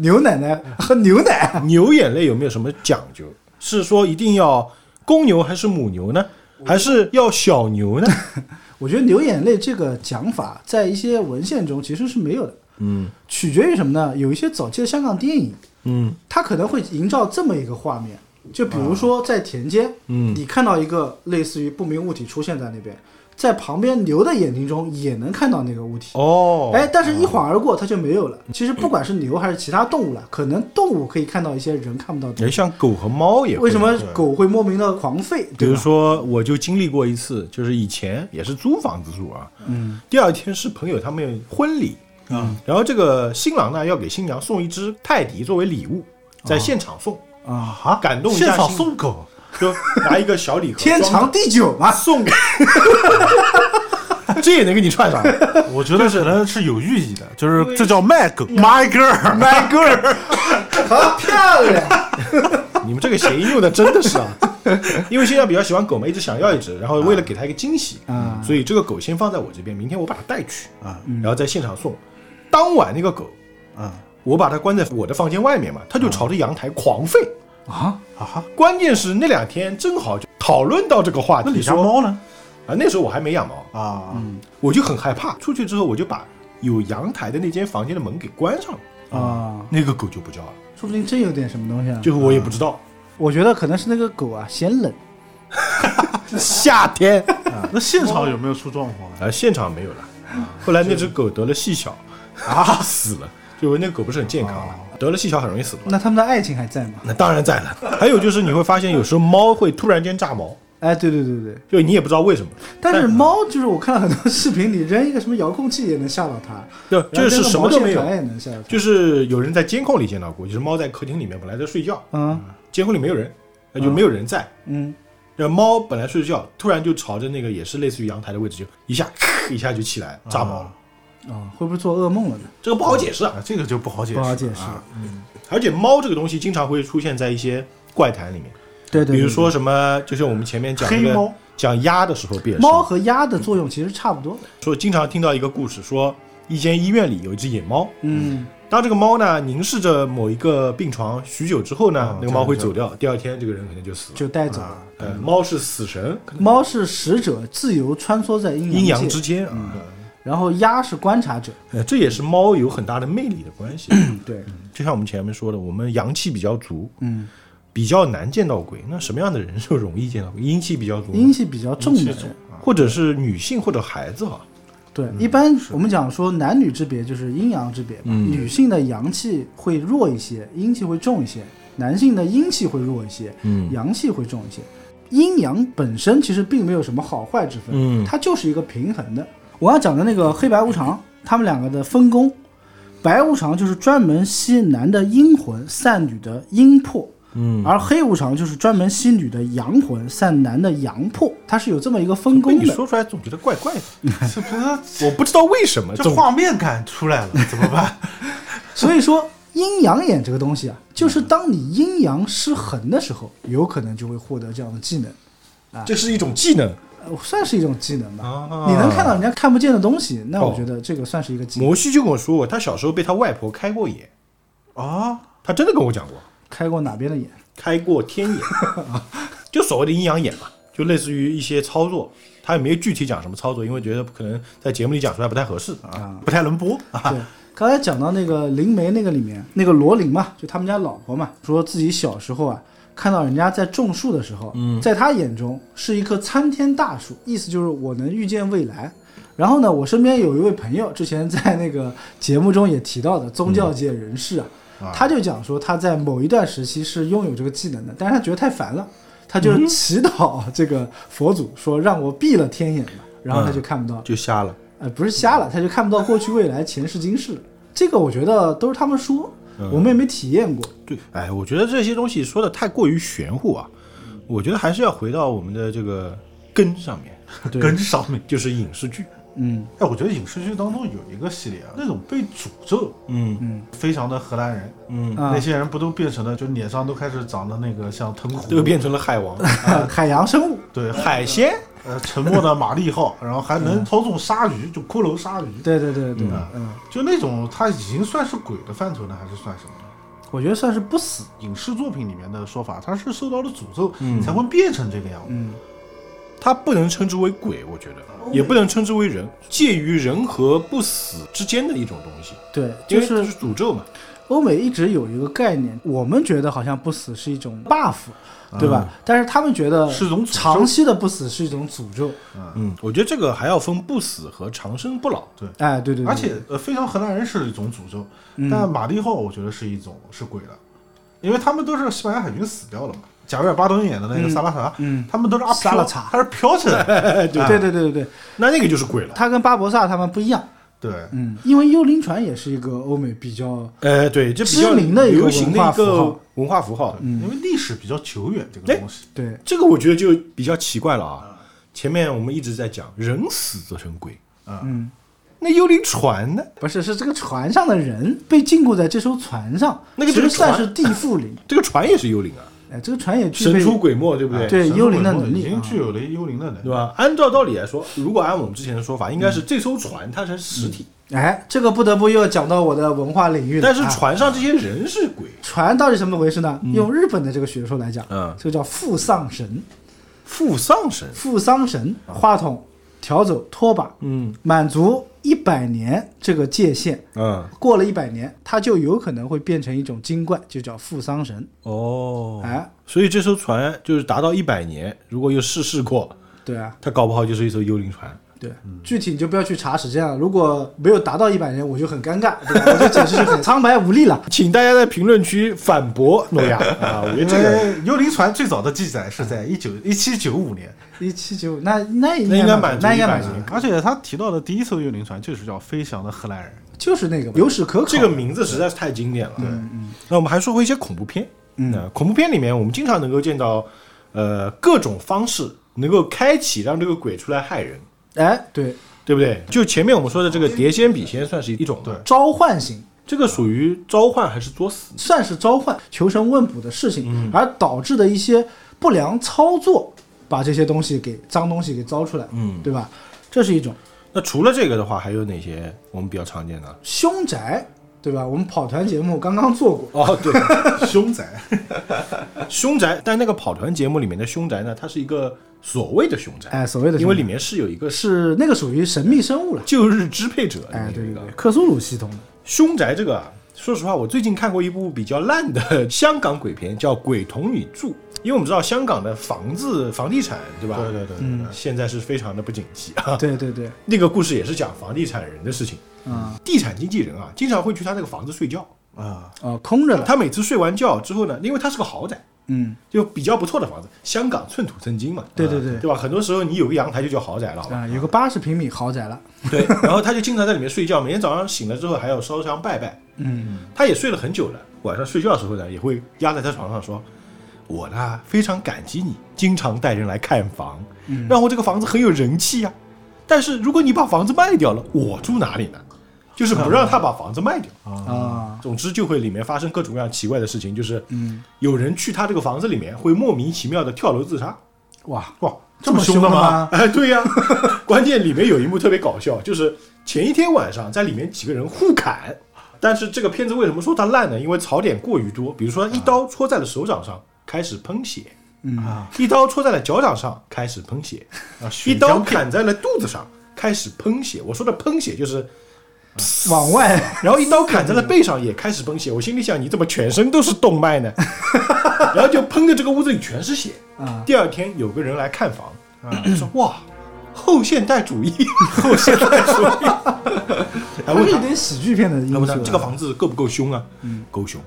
[SPEAKER 2] 牛奶奶喝牛奶，
[SPEAKER 1] 牛眼泪有没有什么讲究？是说一定要公牛还是母牛呢？还是要小牛呢？
[SPEAKER 2] 我觉得流眼泪这个讲法在一些文献中其实是没有的。嗯，取决于什么呢？有一些早期的香港电影，
[SPEAKER 1] 嗯，
[SPEAKER 2] 它可能会营造这么一个画面，就比如说在田间，嗯，你看到一个类似于不明物体出现在那边，在旁边牛的眼睛中也能看到那个物体。
[SPEAKER 1] 哦，嗯
[SPEAKER 2] 哎，但是一晃而过，它就没有了。其实不管是牛还是其他动物了，可能动物可以看到一些人看不到的东西
[SPEAKER 1] 哎，像狗和猫也会
[SPEAKER 2] 为什么狗会莫名的狂吠？
[SPEAKER 1] 比
[SPEAKER 2] 对
[SPEAKER 1] 如
[SPEAKER 2] 吧？
[SPEAKER 1] 说，我就经历过一次，就是以前也是租房子住啊，嗯，第二天是朋友他们婚礼，嗯，然后这个新郎呢要给新娘送一只泰迪作为礼物，在现场送，
[SPEAKER 3] 啊
[SPEAKER 1] 感动一下
[SPEAKER 3] 现场
[SPEAKER 1] 心
[SPEAKER 3] 送狗，
[SPEAKER 1] 就拿一个小 礼盒
[SPEAKER 2] 天长地久 嘛
[SPEAKER 1] 装，送给，这也能给你串上，啊
[SPEAKER 3] 我觉得可能是有寓意的，就是这叫卖狗，my girl，my girl，
[SPEAKER 2] 好漂亮！
[SPEAKER 1] 你们这个谐音用的真的是啊， 因为新娘比较喜欢狗嘛，一直想要一只，然后为了给她一个惊喜，
[SPEAKER 2] 啊
[SPEAKER 3] 嗯
[SPEAKER 1] 所以这个狗先放在我这边，明天我把它带去，
[SPEAKER 3] 啊
[SPEAKER 1] 然后在现场送。当晚那个狗，
[SPEAKER 3] 嗯
[SPEAKER 1] 我把它关在我的房间外面嘛，它就朝着阳台狂吠。
[SPEAKER 3] 啊 啊哈，
[SPEAKER 1] 关键是那两天正好就讨论到这个话
[SPEAKER 3] 那
[SPEAKER 1] 题，
[SPEAKER 3] 你家
[SPEAKER 1] 说
[SPEAKER 3] 猫呢？
[SPEAKER 1] 啊，那时候我还没养猫，
[SPEAKER 3] 啊，
[SPEAKER 2] 嗯
[SPEAKER 1] 我就很害怕。出去之后，我就把有阳台的那间房间的门给关上了，
[SPEAKER 2] 啊，
[SPEAKER 1] 那个狗就不叫了。
[SPEAKER 2] 说不定真有点什么东西啊。
[SPEAKER 1] 最后我也不知 道，
[SPEAKER 2] 我觉得可能是那个狗啊嫌冷，
[SPEAKER 1] 夏天
[SPEAKER 3] 啊那现场有没有出状况呢？
[SPEAKER 1] 啊，现场没有了。后来那只狗得了细小，啊，死了。就那狗不是很健康了，
[SPEAKER 2] 哦
[SPEAKER 1] 得了细小很容易死的嘛。
[SPEAKER 2] 那他们的爱情还在吗？
[SPEAKER 1] 那当然在了。还有就是你会发现，有时候猫会突然间炸毛，
[SPEAKER 2] 哎，对对对对，
[SPEAKER 1] 就你也不知道为什么。
[SPEAKER 2] 但是猫就是我看了很多视频，你扔一个什么遥控器也能吓到它，
[SPEAKER 1] 就就是什么都没
[SPEAKER 2] 然后扔个毛线
[SPEAKER 1] 有，
[SPEAKER 2] 团也能吓到它。
[SPEAKER 1] 就是有人在监控里见到过，就是猫在客厅里面本来在睡觉，
[SPEAKER 2] 嗯
[SPEAKER 1] 监控里没有人，那就没有人在。
[SPEAKER 2] 嗯，
[SPEAKER 1] 然后猫本来睡着觉，突然就朝着那个也是类似于阳台的位置，就一下咔一下就起来炸毛了，嗯
[SPEAKER 2] 哦，会不会做噩梦了呢？
[SPEAKER 1] 这个不好解释啊。
[SPEAKER 3] 啊，这个就不好解释，
[SPEAKER 2] 不好解释
[SPEAKER 3] 啊
[SPEAKER 1] 而且猫这个东西经常会出现在一些怪谈里面，
[SPEAKER 2] 对对，
[SPEAKER 1] 比如说什么，就像我们前面讲那
[SPEAKER 3] 黑
[SPEAKER 1] 个
[SPEAKER 3] 猫
[SPEAKER 1] 讲鸭的时候，不也是
[SPEAKER 2] 猫
[SPEAKER 1] 吗
[SPEAKER 2] 和鸭的作用其实差不多的。
[SPEAKER 1] 说经常听到一个故事，说一间医院里有一只野猫，
[SPEAKER 2] 嗯，
[SPEAKER 1] 当这个猫呢凝视着某一个病床许久之后呢
[SPEAKER 2] 啊
[SPEAKER 3] 嗯，
[SPEAKER 1] 那个猫会走掉，第二天这个人可能就死了。
[SPEAKER 2] 就带走了。
[SPEAKER 1] 呃，猫是死神，
[SPEAKER 2] 猫是使者，自由穿梭在阴
[SPEAKER 1] 阴阳
[SPEAKER 2] 界
[SPEAKER 1] 之间啊，
[SPEAKER 2] 嗯然后鸭是观察者。
[SPEAKER 1] 呃这也是猫有很大的魅力的关系。
[SPEAKER 2] 对，
[SPEAKER 1] 就像我们前面说的，我们阳气比较足，
[SPEAKER 2] 嗯，
[SPEAKER 1] 比较难见到鬼。那什么样的人就容易见到鬼？阴气比较足，
[SPEAKER 2] 嗯阴气比较重的
[SPEAKER 3] 阴气重
[SPEAKER 2] 人。
[SPEAKER 1] 或者是女性或者孩子哈。
[SPEAKER 2] 对，
[SPEAKER 1] 嗯
[SPEAKER 2] 一般我们讲说男女之别就是阴阳之别嘛，
[SPEAKER 1] 嗯
[SPEAKER 2] 女性的阳气会弱一些，阴气会重一些；男性的阴气会弱一些，
[SPEAKER 1] 嗯
[SPEAKER 2] 阳气会重一些。阴阳本身其实并没有什么好坏之分，
[SPEAKER 1] 嗯
[SPEAKER 2] 它就是一个平衡的。我要讲的那个黑白无常，他们两个的分工，白无常就是专门吸男的阴魂，散女的阴魄。
[SPEAKER 1] 嗯，
[SPEAKER 2] 而黑无常就是专门吸女的阳魂，散男的阳魄，它是有这么一个分
[SPEAKER 1] 被
[SPEAKER 2] 工
[SPEAKER 1] 你
[SPEAKER 2] 的。
[SPEAKER 1] 说出来总觉得怪怪的，
[SPEAKER 3] 这不是
[SPEAKER 1] 我不知道为什 么，
[SPEAKER 3] 这
[SPEAKER 1] 总
[SPEAKER 3] 画面感出来了，怎么办？
[SPEAKER 2] 所以说，阴阳眼这个东西啊，就是当你阴阳失衡的时候，有可能就会获得这样的技能，
[SPEAKER 1] 这是一种技能，
[SPEAKER 2] 呃算是一种技能吧。
[SPEAKER 1] 啊
[SPEAKER 2] 你能看到人家看不见的东西，那
[SPEAKER 1] 哦
[SPEAKER 2] 我觉得这个算是一个技能。
[SPEAKER 1] 摩西就跟我说过，他小时候被他外婆开过眼，
[SPEAKER 3] 啊，
[SPEAKER 1] 他真的跟我讲过，
[SPEAKER 2] 开过哪边的眼？
[SPEAKER 1] 开过天眼， 就所谓的阴阳眼嘛，就类似于一些操作，他也没有具体讲什么操作，因为觉得可能在节目里讲出来不太合适啊，不太能播啊。
[SPEAKER 2] 对，刚才讲到那个灵媒那个里面，那个罗琳嘛，就他们家老婆嘛，说自己小时候啊，看到人家在种树的时候，在他眼中是一棵参天大树，意思就是我能预见未来。然后呢，我身边有一位朋友，之前在那个节目中也提到的宗教界人士啊，他就讲说他在某一段时期是拥有这个技能的，但是他觉得太烦了，他就祈祷这个佛祖说让我闭了天眼吧，然后他就看不到
[SPEAKER 1] 就瞎了，
[SPEAKER 2] 呃，不是瞎了，他就看不到过去、未来、前世、今世了。这个我觉得都是他们说，
[SPEAKER 3] 嗯
[SPEAKER 2] 我们也没体验过。
[SPEAKER 1] 对，哎，我觉得这些东西说的太过于玄乎啊，我觉得还是要回到我们的这个根上面，
[SPEAKER 2] 对
[SPEAKER 3] 跟上面。
[SPEAKER 1] 就是影视剧，
[SPEAKER 2] 嗯，
[SPEAKER 3] 哎，我觉得影视剧当中有一个系列啊，那种被诅咒，
[SPEAKER 1] 嗯
[SPEAKER 3] 非常的荷兰人，
[SPEAKER 1] 嗯，
[SPEAKER 2] 啊
[SPEAKER 3] 那些人不都变成了，就脸上都开始长了那个像藤壶，
[SPEAKER 1] 都变成了海王、
[SPEAKER 2] 海洋生物，
[SPEAKER 3] 对，
[SPEAKER 1] 海鲜，
[SPEAKER 3] 呃，沉默的马力号，然后还能操纵鲨鱼，就骷髅鲨鱼，
[SPEAKER 2] 嗯对对对对，
[SPEAKER 3] 啊
[SPEAKER 2] 嗯，
[SPEAKER 3] 就那种他已经算是鬼的范畴呢，还是算什么呢？
[SPEAKER 2] 我觉得算是不死。
[SPEAKER 3] 影视作品里面的说法，他是受到了诅咒、才会变成这个样子。
[SPEAKER 2] 嗯，
[SPEAKER 1] 它不能称之为鬼，我觉得也不能称之为人，介于人和不死之间的一种东西，
[SPEAKER 2] 对，
[SPEAKER 1] 因
[SPEAKER 2] 就
[SPEAKER 1] 为这
[SPEAKER 2] 是
[SPEAKER 1] 是诅咒嘛。
[SPEAKER 2] 欧美一直有一个概念，我们觉得好像不死是一种 buff，对嗯吧？但是他们觉得
[SPEAKER 3] 嗯是一种诅咒
[SPEAKER 2] 长期的不死是一种诅咒。
[SPEAKER 1] 嗯，我觉得这个还要分不死和长生不老。
[SPEAKER 2] 哎，对对对，
[SPEAKER 3] 而且呃，非常荷兰人是一种诅咒，
[SPEAKER 2] 嗯
[SPEAKER 3] 但马力号我觉得是一种是鬼的，因为他们都是西班牙海军死掉了嘛。贾维尔·巴登演的那个萨拉查，
[SPEAKER 2] 嗯
[SPEAKER 3] 他们都是阿飘
[SPEAKER 2] 萨拉查
[SPEAKER 3] 他是飘起来 的，
[SPEAKER 2] 哎对对对对对，
[SPEAKER 1] 那那个就是鬼了。
[SPEAKER 2] 他跟巴博萨他们不一样。
[SPEAKER 3] 对，
[SPEAKER 2] 嗯，因为幽灵船也是一个欧美比较
[SPEAKER 1] 呃，对，这比较
[SPEAKER 2] 知名的一个
[SPEAKER 1] 流行的一
[SPEAKER 2] 文化符
[SPEAKER 1] 个
[SPEAKER 2] 号
[SPEAKER 1] 文化符号。
[SPEAKER 2] 嗯
[SPEAKER 3] 因为历史比较久远这个
[SPEAKER 2] 哎
[SPEAKER 3] 东西，
[SPEAKER 2] 对
[SPEAKER 1] 这个我觉得就比较奇怪了啊。前面我们一直在讲人死则成鬼，啊
[SPEAKER 2] 嗯，
[SPEAKER 1] 那幽灵船呢？
[SPEAKER 2] 不是，是这个船上的人被禁锢在这艘船上，
[SPEAKER 1] 那个
[SPEAKER 2] 其
[SPEAKER 1] 就是
[SPEAKER 2] 实算
[SPEAKER 1] 船
[SPEAKER 2] 是地缚灵。
[SPEAKER 1] 这个船也是幽灵啊。
[SPEAKER 2] 哎，这个船也具
[SPEAKER 1] 神
[SPEAKER 2] 备
[SPEAKER 1] 出鬼没，对不对？
[SPEAKER 2] 对
[SPEAKER 3] 神出
[SPEAKER 2] 幽灵的
[SPEAKER 3] 鬼没
[SPEAKER 2] 能力啊
[SPEAKER 3] 已经具有了幽灵的能
[SPEAKER 1] 对
[SPEAKER 3] 力。
[SPEAKER 1] 吧？按照道理来说，如果按我们之前的说法，应该
[SPEAKER 2] 嗯
[SPEAKER 1] 是这艘船它才是实体，
[SPEAKER 2] 哎，这个不得不又讲到我的文化领域了。
[SPEAKER 1] 但是
[SPEAKER 2] 啊
[SPEAKER 1] 船上这些人是鬼，
[SPEAKER 2] 船到底怎么回事呢？用日本的这个学说来讲，
[SPEAKER 1] 嗯，
[SPEAKER 2] 这个叫父丧神。
[SPEAKER 1] 负丧神，
[SPEAKER 2] 父丧神，话筒、笤帚、拖把，
[SPEAKER 1] 啊嗯
[SPEAKER 2] 满足一百年这个界限，
[SPEAKER 1] 嗯，
[SPEAKER 2] 过了一百年，它就有可能会变成一种精怪，就叫父丧神。
[SPEAKER 1] 哦，
[SPEAKER 2] 哎，
[SPEAKER 1] 所以这艘船就是达到一百年，如果有试试过，
[SPEAKER 2] 对啊，
[SPEAKER 1] 它搞不好就是一艘幽灵船。
[SPEAKER 2] 对，
[SPEAKER 1] 嗯
[SPEAKER 2] 具体你就不要去查时间了。如果没有达到一百年，我就很尴尬，对吧？ 我就解释就很苍白无力了。
[SPEAKER 1] 请大家在评论区反驳诺亚啊！我觉得
[SPEAKER 3] 因
[SPEAKER 1] 这个
[SPEAKER 3] 为幽灵船最早的记载是在一九一七九五年，
[SPEAKER 2] 一七九，那那应
[SPEAKER 1] 那应该
[SPEAKER 2] 满
[SPEAKER 1] 满足
[SPEAKER 2] 那应该
[SPEAKER 1] 100
[SPEAKER 2] 满足，
[SPEAKER 1] 年
[SPEAKER 3] 而且他提到的第一艘幽灵船就是叫飞翔的荷兰人。
[SPEAKER 2] 就是那个嘛有史可考。
[SPEAKER 1] 这个名字实在是太经典了。对，那我们还说回一些恐怖片。嗯、恐怖片里面我们经常能够见到，呃，各种方式能够开启让这个鬼出来害人，
[SPEAKER 2] 哎，对，
[SPEAKER 1] 对不对？就前面我们说的这个碟仙笔仙算是一种，
[SPEAKER 3] 对
[SPEAKER 2] 召唤型
[SPEAKER 1] 这个属于召唤还是作死？
[SPEAKER 2] 算是召唤、求神问卜的事情，
[SPEAKER 1] 嗯
[SPEAKER 2] 而导致的一些不良操作，把这些东西给脏东西给招出来，
[SPEAKER 1] 嗯，
[SPEAKER 2] 对吧？这是一种
[SPEAKER 1] 那除了这个的话，还有哪些我们比较常见的？
[SPEAKER 2] 凶宅，对吧？我们跑团节目刚刚做过，
[SPEAKER 1] 哦，对，
[SPEAKER 3] 凶宅，
[SPEAKER 1] 凶宅，但那个跑团节目里面的凶宅呢，它是一个所谓的凶宅，
[SPEAKER 2] 哎，所谓的
[SPEAKER 1] 因为
[SPEAKER 2] 凶
[SPEAKER 1] 里面是有一个
[SPEAKER 2] 宅是那个属于神秘生物了，
[SPEAKER 1] 旧日支配者，
[SPEAKER 2] 哎，对
[SPEAKER 1] 这
[SPEAKER 2] 对
[SPEAKER 1] 个
[SPEAKER 2] 对，克苏鲁系统的，
[SPEAKER 1] 凶宅这个啊，说实话，我最近看过一部比较烂的香港鬼片，叫《鬼同你住》，因为我们知道香港的房子房地产，对吧？
[SPEAKER 3] 对对对对
[SPEAKER 1] 嗯，现在是非常的不景气 啊。
[SPEAKER 2] 对对对，
[SPEAKER 1] 那个故事也是讲房地产人的事情，
[SPEAKER 2] 啊、
[SPEAKER 1] 地产经纪人啊，经常会去他那个房子睡觉。
[SPEAKER 3] 啊，
[SPEAKER 2] 哦，空着了，
[SPEAKER 1] 他每次睡完觉之后呢，因为它是个豪宅，
[SPEAKER 2] 嗯，
[SPEAKER 1] 就比较不错的房子，香港寸土寸金嘛，啊
[SPEAKER 2] 对对对
[SPEAKER 1] 对吧？很多时候你有个阳台就叫豪宅了，好吧？
[SPEAKER 2] 啊、有个八十平米豪宅了，
[SPEAKER 1] 对，然后他就经常在里面睡觉，每天早上醒了之后还要烧香拜拜。嗯，他也睡了很久了，晚上睡觉的时候呢，也会压在他床上说：“我呢非常感激你，经常带人来看房，
[SPEAKER 2] 嗯
[SPEAKER 1] 让我这个房子很有人气啊。但是如果你把房子卖掉了，我住哪里呢？就是不让他把房子卖掉。
[SPEAKER 2] 啊、
[SPEAKER 1] 总之就会里面发生各种各样奇怪的事情，就是
[SPEAKER 2] 嗯，
[SPEAKER 1] 有人去他这个房子里面会莫名其妙的跳楼自杀。
[SPEAKER 2] 哇，
[SPEAKER 1] 哇，
[SPEAKER 2] 这么凶
[SPEAKER 3] 的
[SPEAKER 2] 的
[SPEAKER 3] 吗？
[SPEAKER 2] 吗？
[SPEAKER 1] 哎，对呀、 关键里面有一幕特别搞笑，就是前一天晚上在里面几个人互砍，但是这个片子为什么说它烂呢？因为槽点过于多，比如说一刀戳在了手掌上，开始喷血；
[SPEAKER 2] 嗯，
[SPEAKER 1] 一刀戳在了脚掌上，开始喷血；
[SPEAKER 3] 啊
[SPEAKER 1] 一刀砍在了肚子上，开始喷血。我说的喷血就是，
[SPEAKER 2] 往外，
[SPEAKER 1] 然后一刀砍在了背上也开始喷血。我心里想，你怎么全身都是动脉呢？ 然后就喷的这个屋子里全是血。
[SPEAKER 2] 啊、
[SPEAKER 1] 第二天有个人来看房，啊、说哇，后现代主义， 后现代主义，还
[SPEAKER 2] 还
[SPEAKER 1] 问
[SPEAKER 2] 是有
[SPEAKER 1] 他，
[SPEAKER 2] 点喜剧片的因
[SPEAKER 1] 还
[SPEAKER 2] 素
[SPEAKER 1] 问他
[SPEAKER 2] 啊。
[SPEAKER 1] 哎这个房子够不够凶啊？够凶，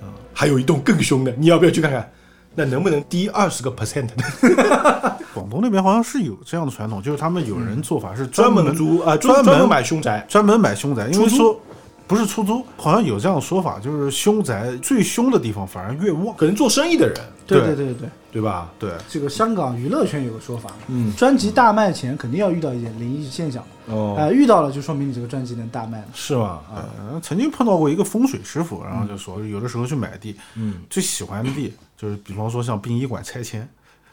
[SPEAKER 1] 啊，还有一栋更凶的，你要不要去看看？那能不能低二十个 percent 的？
[SPEAKER 3] 广东那边好像是有这样的传统，就是他们有人做法是
[SPEAKER 1] 专
[SPEAKER 3] 门
[SPEAKER 1] 门租啊，
[SPEAKER 3] 专
[SPEAKER 1] 专
[SPEAKER 3] 门
[SPEAKER 1] 门买凶宅，
[SPEAKER 3] 专门买凶宅，因为
[SPEAKER 1] 出租
[SPEAKER 3] 说不是出租，好像有这样的说法，就是凶宅最凶的地方反而越旺。
[SPEAKER 1] 可能做生意的人，
[SPEAKER 2] 对
[SPEAKER 3] 对
[SPEAKER 2] 对对对，
[SPEAKER 1] 对吧？
[SPEAKER 3] 对，
[SPEAKER 2] 这个香港娱乐圈有个说法嘛，嗯，专辑大卖前肯定要遇到一点灵异现象的，
[SPEAKER 1] 哦
[SPEAKER 2] 呃，遇到了就说明你这个专辑能大卖了。
[SPEAKER 1] 是吗？啊
[SPEAKER 3] 呃，曾经碰到过一个风水师傅，然后就说有的时候去买地，嗯，最喜欢的地就是比方说像殡仪馆拆迁，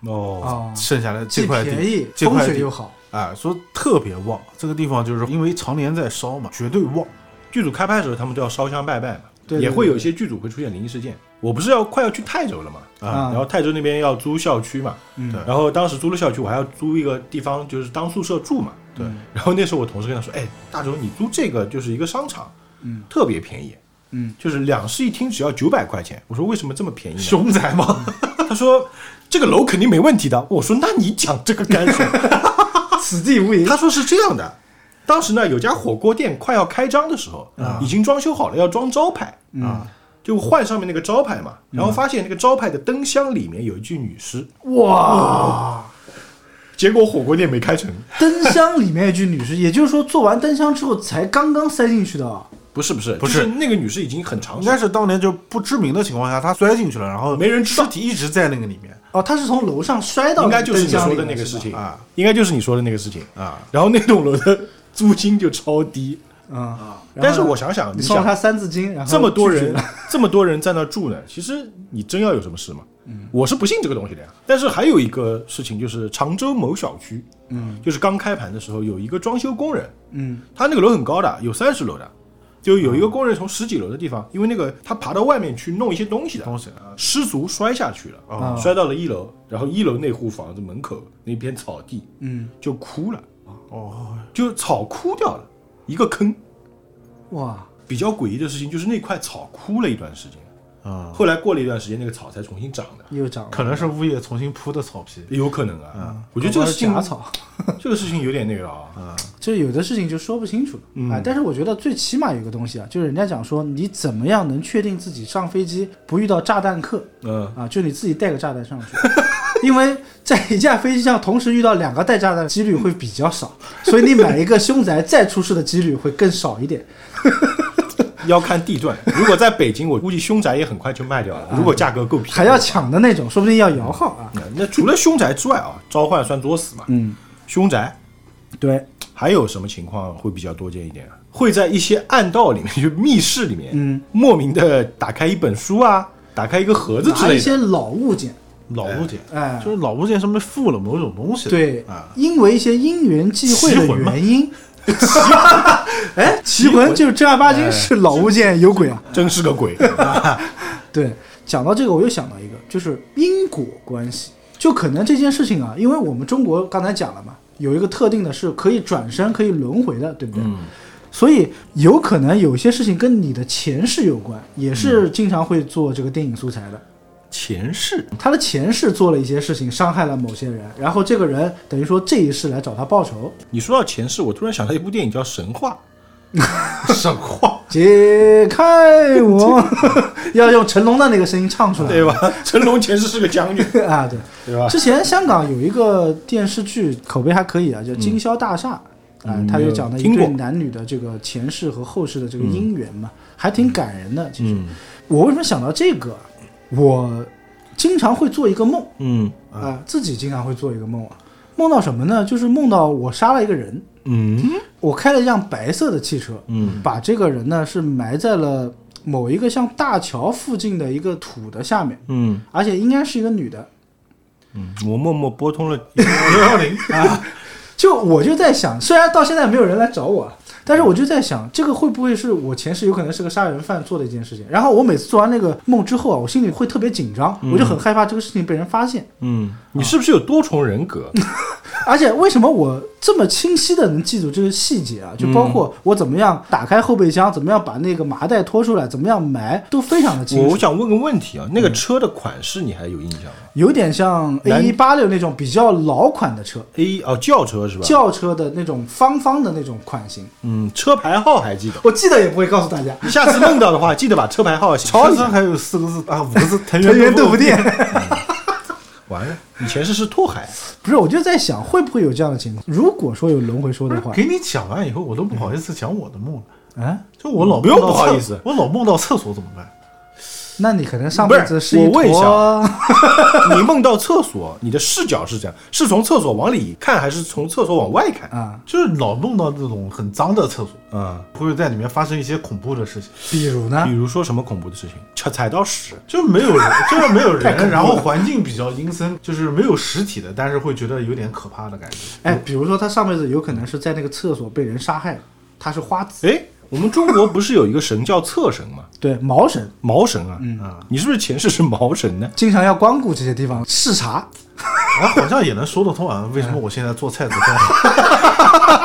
[SPEAKER 1] 哦，
[SPEAKER 3] 剩下来
[SPEAKER 2] 既
[SPEAKER 3] 这块
[SPEAKER 2] 便宜
[SPEAKER 3] 地，，这
[SPEAKER 2] 风
[SPEAKER 3] 块
[SPEAKER 2] 水
[SPEAKER 3] 地
[SPEAKER 2] 又好，
[SPEAKER 3] 啊，说特别旺，这个地方就是因为常年在烧嘛，绝对旺。
[SPEAKER 1] 剧组开拍的时候他们都要烧香拜拜嘛，
[SPEAKER 2] 对对
[SPEAKER 1] 也会
[SPEAKER 2] 对
[SPEAKER 1] 有一些剧组会出现灵异事件。我不是要快要去泰州了嘛，
[SPEAKER 2] 啊
[SPEAKER 1] 然后泰州那边要租校区嘛，
[SPEAKER 2] 嗯
[SPEAKER 1] 然后当时租了校区，我还要租一个地方，就是当宿舍住嘛。
[SPEAKER 3] 对，
[SPEAKER 1] 然后那时候我同事跟他说：“哎，大周，你租这个就是一个商场，
[SPEAKER 2] 嗯，
[SPEAKER 1] 特别便宜，
[SPEAKER 2] 嗯，
[SPEAKER 1] 就是两室一厅只要九百块钱。”我说：“为什么这么便宜呢？”
[SPEAKER 3] 凶宅嘛，
[SPEAKER 1] 他说：“这个楼肯定没问题的。”我说：“那你讲这个干什么？”
[SPEAKER 2] 此地无银。
[SPEAKER 1] 他说是这样的，当时呢有家火锅店快要开张的时候，
[SPEAKER 2] 啊
[SPEAKER 1] 已经装修好了，要装招牌
[SPEAKER 2] 嗯
[SPEAKER 1] 啊，就换上面那个招牌嘛，然后发现那个招牌的灯箱里面有一具女尸，
[SPEAKER 2] 哇，
[SPEAKER 1] 结果火锅店没开成。
[SPEAKER 2] 灯箱里面有具女尸，也就是说做完灯箱之后才刚刚塞进去的啊。
[SPEAKER 1] 不是不是
[SPEAKER 3] 不
[SPEAKER 1] 就是
[SPEAKER 3] 是
[SPEAKER 1] 那个女士已经很长
[SPEAKER 3] 应
[SPEAKER 1] 时间
[SPEAKER 3] 该是当年就不知名的情况下，他摔进去了，然后
[SPEAKER 1] 没人知
[SPEAKER 3] 尸
[SPEAKER 1] 道，
[SPEAKER 3] 体一直在那个里面
[SPEAKER 2] 哦，他是从楼上摔到
[SPEAKER 1] 应该就是你
[SPEAKER 2] 灯箱
[SPEAKER 1] 说
[SPEAKER 2] 里
[SPEAKER 1] 的
[SPEAKER 2] 面
[SPEAKER 1] 那个
[SPEAKER 2] 是
[SPEAKER 1] 事
[SPEAKER 2] 吧
[SPEAKER 1] 情
[SPEAKER 3] 啊，
[SPEAKER 1] 应该就是你说的那个事情。
[SPEAKER 3] 啊，
[SPEAKER 1] 然后那栋楼的租金就超低，
[SPEAKER 2] 嗯，然后
[SPEAKER 1] 啊但是我想想，你
[SPEAKER 2] 你送了
[SPEAKER 1] 想
[SPEAKER 2] 他三字经， 然后
[SPEAKER 1] 这么多
[SPEAKER 2] 拒绝
[SPEAKER 1] 人
[SPEAKER 2] 了，
[SPEAKER 1] 这么多人在那住呢，其实你真要有什么事嘛，我是不信这个东西的呀。但是还有一个事情，就是常州某小区，嗯，就是刚开盘的时候，有一个装修工人，
[SPEAKER 2] 嗯，
[SPEAKER 1] 他那个楼很高的，有三十楼的，就有一个工人从十几楼的地方，因为那个他爬到外面去弄一些东西的，
[SPEAKER 3] 东西啊，
[SPEAKER 1] 失足摔下去了，
[SPEAKER 2] 哦
[SPEAKER 1] 摔到了一楼，然后一楼那户房子门口那片草地，
[SPEAKER 2] 嗯，
[SPEAKER 1] 就枯了，
[SPEAKER 3] 哦，
[SPEAKER 1] 就草枯掉了，一个坑。
[SPEAKER 2] 哇，
[SPEAKER 1] 比较诡异的事情就是那块草枯了一段时间，
[SPEAKER 3] 啊、
[SPEAKER 1] 后来过了一段时间，那个草才重新长的，
[SPEAKER 2] 又长了，
[SPEAKER 3] 可能是物业重新铺的草皮，
[SPEAKER 1] 有可能啊。我觉得这个事情
[SPEAKER 2] 嗯搞不，好是假草，
[SPEAKER 1] 这个事情有点那个了啊。
[SPEAKER 2] 就有的事情就说不清楚了、
[SPEAKER 1] 嗯
[SPEAKER 2] 啊。但是我觉得最起码有个东西啊，就是人家讲说你怎么样能确定自己上飞机不遇到炸弹客
[SPEAKER 1] 嗯，
[SPEAKER 2] 啊？就你自己带个炸弹上 去。因为在一架飞机上同时遇到两个带炸弹的几率会比较少，所以你买一个凶宅再出事的几率会更少一点。
[SPEAKER 1] 要看地段。如果在北京，我估计凶宅也很快就卖掉了，如果价格够便宜。
[SPEAKER 2] 嗯还要抢的那种，说不定要摇号啊。
[SPEAKER 1] 嗯？那除了凶宅之外啊，召唤算作死嘛？
[SPEAKER 2] 嗯，
[SPEAKER 1] 凶宅
[SPEAKER 2] 对，
[SPEAKER 1] 还有什么情况会比较多见一点啊？会在一些暗道里面，就密室里面，
[SPEAKER 2] 嗯，
[SPEAKER 1] 莫名的打开一本书啊，打开一个盒子之
[SPEAKER 2] 拿一
[SPEAKER 1] 类的。
[SPEAKER 2] 些老物件，
[SPEAKER 3] 老物件，
[SPEAKER 2] 哎
[SPEAKER 3] 就是老物件上面附了某种东西，
[SPEAKER 2] 对
[SPEAKER 3] 啊，，
[SPEAKER 2] 因为一些因缘际会的
[SPEAKER 3] 奇魂吗
[SPEAKER 2] 原因。哎，奇魂就是正儿八经是老物件有鬼啊！
[SPEAKER 1] 真是个鬼！
[SPEAKER 2] 对，讲到这个，我又想到一个，就是因果关系。就可能这件事情啊，因为我们中国刚才讲了嘛，有一个特定的是可以转生、可以轮回的，对不对？所以有可能有些事情跟你的前世有关，也是经常会做这个电影素材的。
[SPEAKER 1] 前世
[SPEAKER 2] 他的前世做了一些事情，伤害了某些人，然后这个人等于说这一世来找他报仇。
[SPEAKER 1] 你说到前世，我突然想到一部电影叫《神话
[SPEAKER 3] 神 话，
[SPEAKER 2] 解开 我，要用成龙的那个声音唱出》，来，
[SPEAKER 1] 对吧？ 成龙前世是个将军，
[SPEAKER 2] 啊，对。
[SPEAKER 1] 对吧？
[SPEAKER 2] 之前香港有一个电视剧口碑还可以啊，叫《经销大厦》，啊
[SPEAKER 1] 嗯，
[SPEAKER 2] 他就讲的一
[SPEAKER 1] 听过嗯
[SPEAKER 2] 对男女的这个前世和后世的这个姻缘嘛，还挺感人的。其实，我为什么想到这个？我经常会做一个梦，
[SPEAKER 1] 嗯
[SPEAKER 2] 啊、自己经常会做一个梦啊，梦到什么呢？就是梦到我杀了一个人，
[SPEAKER 1] 嗯
[SPEAKER 2] 我开了一辆白色的汽车，
[SPEAKER 1] 嗯
[SPEAKER 2] 把这个人呢是埋在了某一个像大桥附近的一个土的下面，
[SPEAKER 1] 嗯
[SPEAKER 2] 而且应该是一个女的。
[SPEAKER 1] 嗯，我默默拨通 了
[SPEAKER 3] 幺幺零
[SPEAKER 2] 就我就在想，虽然到现在没有人来找我啊，但是我就在想，这个会不会是我前世有可能是个杀人犯做的一件事情？然后我每次做完那个梦之后啊，我心里会特别紧张，我就很害怕这个事情被人发现。
[SPEAKER 1] 嗯，啊你是不是有多重人格？
[SPEAKER 2] 而且为什么我这么清晰的能记住这个细节啊？就包括我怎么样打开后备箱，怎么样把那个麻袋拖出来，怎么样埋，都非常的清
[SPEAKER 1] 我我
[SPEAKER 2] 楚。
[SPEAKER 1] 想问个问题啊，那个车的款式你还有印象吗
[SPEAKER 2] 有点像 A 一八六那种比较老款的车，
[SPEAKER 1] ？A 哦，轿车是吧？
[SPEAKER 2] 轿车的那种方方的那种款型，
[SPEAKER 1] 嗯，车牌号还记得。
[SPEAKER 2] 我记得也不会告诉大家。
[SPEAKER 1] 你 下次梦到的话，记得把车牌号写
[SPEAKER 3] 乔
[SPEAKER 1] 上。
[SPEAKER 3] 治还有四个字啊，五个字，藤
[SPEAKER 2] 藤
[SPEAKER 3] 原
[SPEAKER 2] 原豆
[SPEAKER 3] 豆
[SPEAKER 2] 腐店，
[SPEAKER 1] 完了，你前世是拓海，
[SPEAKER 2] 不是，我就在想会不会有这样的情况。如果说有轮回说的话，
[SPEAKER 3] 给你讲完以后，我都不好意思讲我的梦了。
[SPEAKER 2] 啊，
[SPEAKER 3] 就我老
[SPEAKER 1] 不用
[SPEAKER 3] 梦到
[SPEAKER 1] 不好
[SPEAKER 3] 厕
[SPEAKER 1] 意思
[SPEAKER 3] 我老梦到厕所怎么办？
[SPEAKER 2] 那你可能上
[SPEAKER 1] 不
[SPEAKER 2] 辈
[SPEAKER 1] 是
[SPEAKER 2] 子一
[SPEAKER 1] 我问一下
[SPEAKER 2] 坨，
[SPEAKER 1] 你梦到厕所，你的视角是这样，是从厕所往里看，还是从厕所往外看？
[SPEAKER 2] 啊，
[SPEAKER 3] 就是老梦到那种很脏的厕所，
[SPEAKER 1] 啊，
[SPEAKER 3] 会在里面发生一些恐怖的事情，
[SPEAKER 2] 比如呢
[SPEAKER 1] 比，如说什么恐怖的事情，踩踩到屎，
[SPEAKER 3] 就是没有人，就是没 有人，然后环境比较阴森，就是没有实体的，但是会觉得有点可怕的感觉。
[SPEAKER 2] 哎，比如说他上辈子有可能是在那个厕所被人杀害了，他是花子，
[SPEAKER 1] 哎，我们中国不是有一个神叫厕神吗？
[SPEAKER 2] 对，毛神
[SPEAKER 1] 毛神啊，
[SPEAKER 3] 嗯
[SPEAKER 1] 啊，你是不是前世是毛神呢？
[SPEAKER 2] 经常要光顾这些地方视察，
[SPEAKER 3] 啊，好像也能说得通啊，为什么我现在做菜做 饭？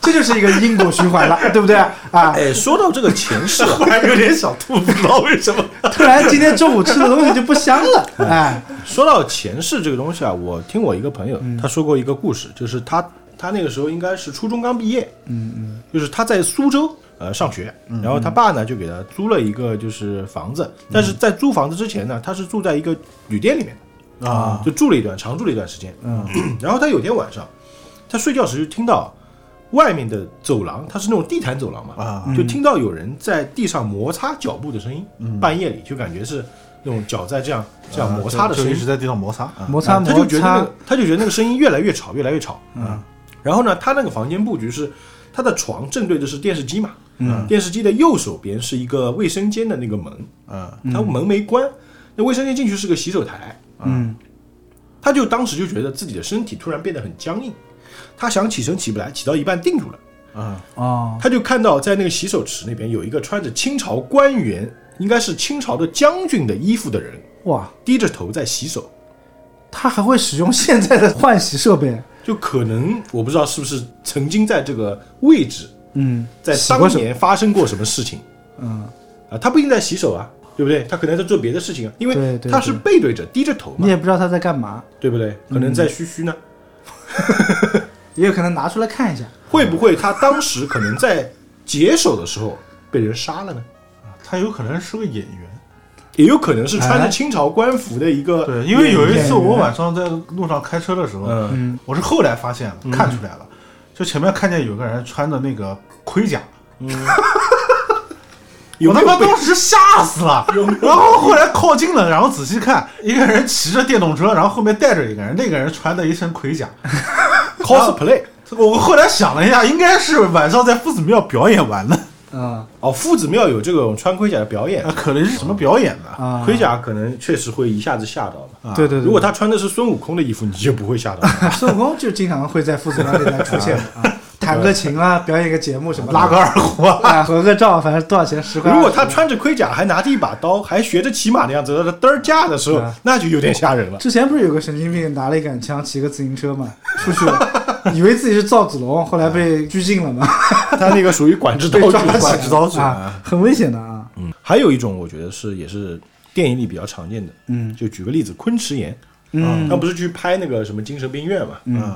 [SPEAKER 2] 这就是一个因果循 环了，对不对啊？
[SPEAKER 1] 哎，说到这个前世 啊，
[SPEAKER 3] 突然有点想吐，不知道为什么。
[SPEAKER 2] 突然今天中午吃的东西就不香了，哎，
[SPEAKER 1] 说到前世这个东西啊，我听我一个朋友
[SPEAKER 3] 嗯
[SPEAKER 1] 他说过一个故事，就是他他那个时候应该是初中刚毕业，嗯嗯，就是他在苏州呃上学，
[SPEAKER 3] 嗯
[SPEAKER 1] 然后他爸呢就给他租了一个就是房子，但是在租房子之前呢，他是住在一个旅店里面的
[SPEAKER 3] 啊，
[SPEAKER 1] 就住了一段长住了一段时间，嗯， 然后他有天晚上他睡觉时就听到外面的走廊，它是那种地毯走廊嘛，
[SPEAKER 3] 啊
[SPEAKER 1] 就听到有人在地上摩擦脚步的声音，
[SPEAKER 3] 嗯
[SPEAKER 1] 半夜里就感觉是那种脚在这样这样摩擦的
[SPEAKER 3] 啊就
[SPEAKER 1] 声
[SPEAKER 3] 就
[SPEAKER 1] 音
[SPEAKER 3] 一直，在地上摩擦啊。
[SPEAKER 2] 摩擦
[SPEAKER 1] 哎他就
[SPEAKER 2] 摩
[SPEAKER 1] 觉得那
[SPEAKER 2] 擦
[SPEAKER 1] 啊个，他就觉得那个声音越来越吵，越来越吵。嗯，然后呢，他那个房间布局是他的床正对着是电视机嘛，嗯，电视机的右手边是一个卫生间的那个门，
[SPEAKER 3] 嗯，
[SPEAKER 1] 他门没关，那卫生间进去是个洗手台，啊
[SPEAKER 2] 嗯，
[SPEAKER 1] 他就当时就觉得自己的身体突然变得很僵硬，他想起身起不来，起到一半定住了，
[SPEAKER 3] 嗯，
[SPEAKER 2] 哦，
[SPEAKER 1] 他就看到在那个洗手池那边有一个穿着清朝官员，应该是清朝的将军的衣服的人，
[SPEAKER 2] 哇，
[SPEAKER 1] 低着头在洗手，
[SPEAKER 2] 他还会使用现在的换洗设备，
[SPEAKER 1] 就可能我不知道是不是曾经在这个位置，
[SPEAKER 2] 嗯，
[SPEAKER 1] 在
[SPEAKER 2] 洗过
[SPEAKER 1] 当
[SPEAKER 2] 手，
[SPEAKER 1] 年发生过什么事情
[SPEAKER 2] 嗯，
[SPEAKER 1] 啊？他不一定在洗手啊，对不对？他可能在做别的事情啊，因
[SPEAKER 2] 对
[SPEAKER 1] 为
[SPEAKER 2] 对
[SPEAKER 1] 他是
[SPEAKER 2] 对嗯
[SPEAKER 1] 背对着低着头
[SPEAKER 2] 你
[SPEAKER 1] 嘛，
[SPEAKER 2] 也不知道他在干嘛，
[SPEAKER 1] 对不对？可能在嘘嘘呢，
[SPEAKER 2] 也有可能拿出来看一下，
[SPEAKER 1] 会不会他当时可能在解手的时候被人杀了呢？
[SPEAKER 3] 他有可能是个演员。
[SPEAKER 1] 也有可能是穿着
[SPEAKER 2] 哎
[SPEAKER 1] 清朝官服的一个，
[SPEAKER 3] 对，因为有一
[SPEAKER 2] 演
[SPEAKER 3] 次
[SPEAKER 2] 员
[SPEAKER 3] 我晚上在路上开车的时候，嗯
[SPEAKER 1] 嗯
[SPEAKER 2] 嗯，
[SPEAKER 3] 我是后来发现了，看出来了，就前面看见有个人穿的那个盔甲，
[SPEAKER 1] 有
[SPEAKER 3] 我
[SPEAKER 1] 没
[SPEAKER 3] 他妈
[SPEAKER 1] 有被啊
[SPEAKER 3] 当时吓死 了。然后后来靠近了，然后仔细看，一个人骑着电动车，然后后面带着一个人，那个人穿的一身盔甲。
[SPEAKER 1] cosplay？
[SPEAKER 3] 我后来想了一下，应该是晚上在夫子庙表演完了，
[SPEAKER 2] 啊
[SPEAKER 1] 哦，夫子庙有这种穿盔甲的表演
[SPEAKER 3] 啊，可能是什么表演呢？
[SPEAKER 2] 啊，
[SPEAKER 1] 盔甲可能确实会一下子吓到嘛。
[SPEAKER 2] 对对对，
[SPEAKER 1] 如果他穿的是孙悟空的衣服，你就不会吓到。
[SPEAKER 2] 啊孙悟空就经常会在父子庙里面出 现的啊，弹个琴啊，表演个节目什么的，
[SPEAKER 3] 拉个二胡，
[SPEAKER 2] 啊，合个照，反正多少钱十块。
[SPEAKER 1] 如果他穿着盔甲，还拿着一把刀，还学着骑马的样子，他嘚儿架的时候
[SPEAKER 2] 啊，
[SPEAKER 1] 那就有点吓人了。
[SPEAKER 2] 之前不是有个神经病拿了一杆枪骑个自行车嘛，出去了， 以为自己是赵子龙，后来被拘 禁了嘛，
[SPEAKER 1] 他那个属于管制 刀
[SPEAKER 2] 被
[SPEAKER 1] 具
[SPEAKER 2] 抓起来
[SPEAKER 1] 管
[SPEAKER 2] 了
[SPEAKER 1] 制刀具。
[SPEAKER 2] 啊，很危险的啊。
[SPEAKER 1] 嗯，还有一种我觉得是也是电影里比较常见的，
[SPEAKER 2] 嗯
[SPEAKER 1] 就举个例子，昆池岩，
[SPEAKER 2] 嗯
[SPEAKER 1] 他，不是去拍那个什么精神病院嘛，
[SPEAKER 3] 嗯，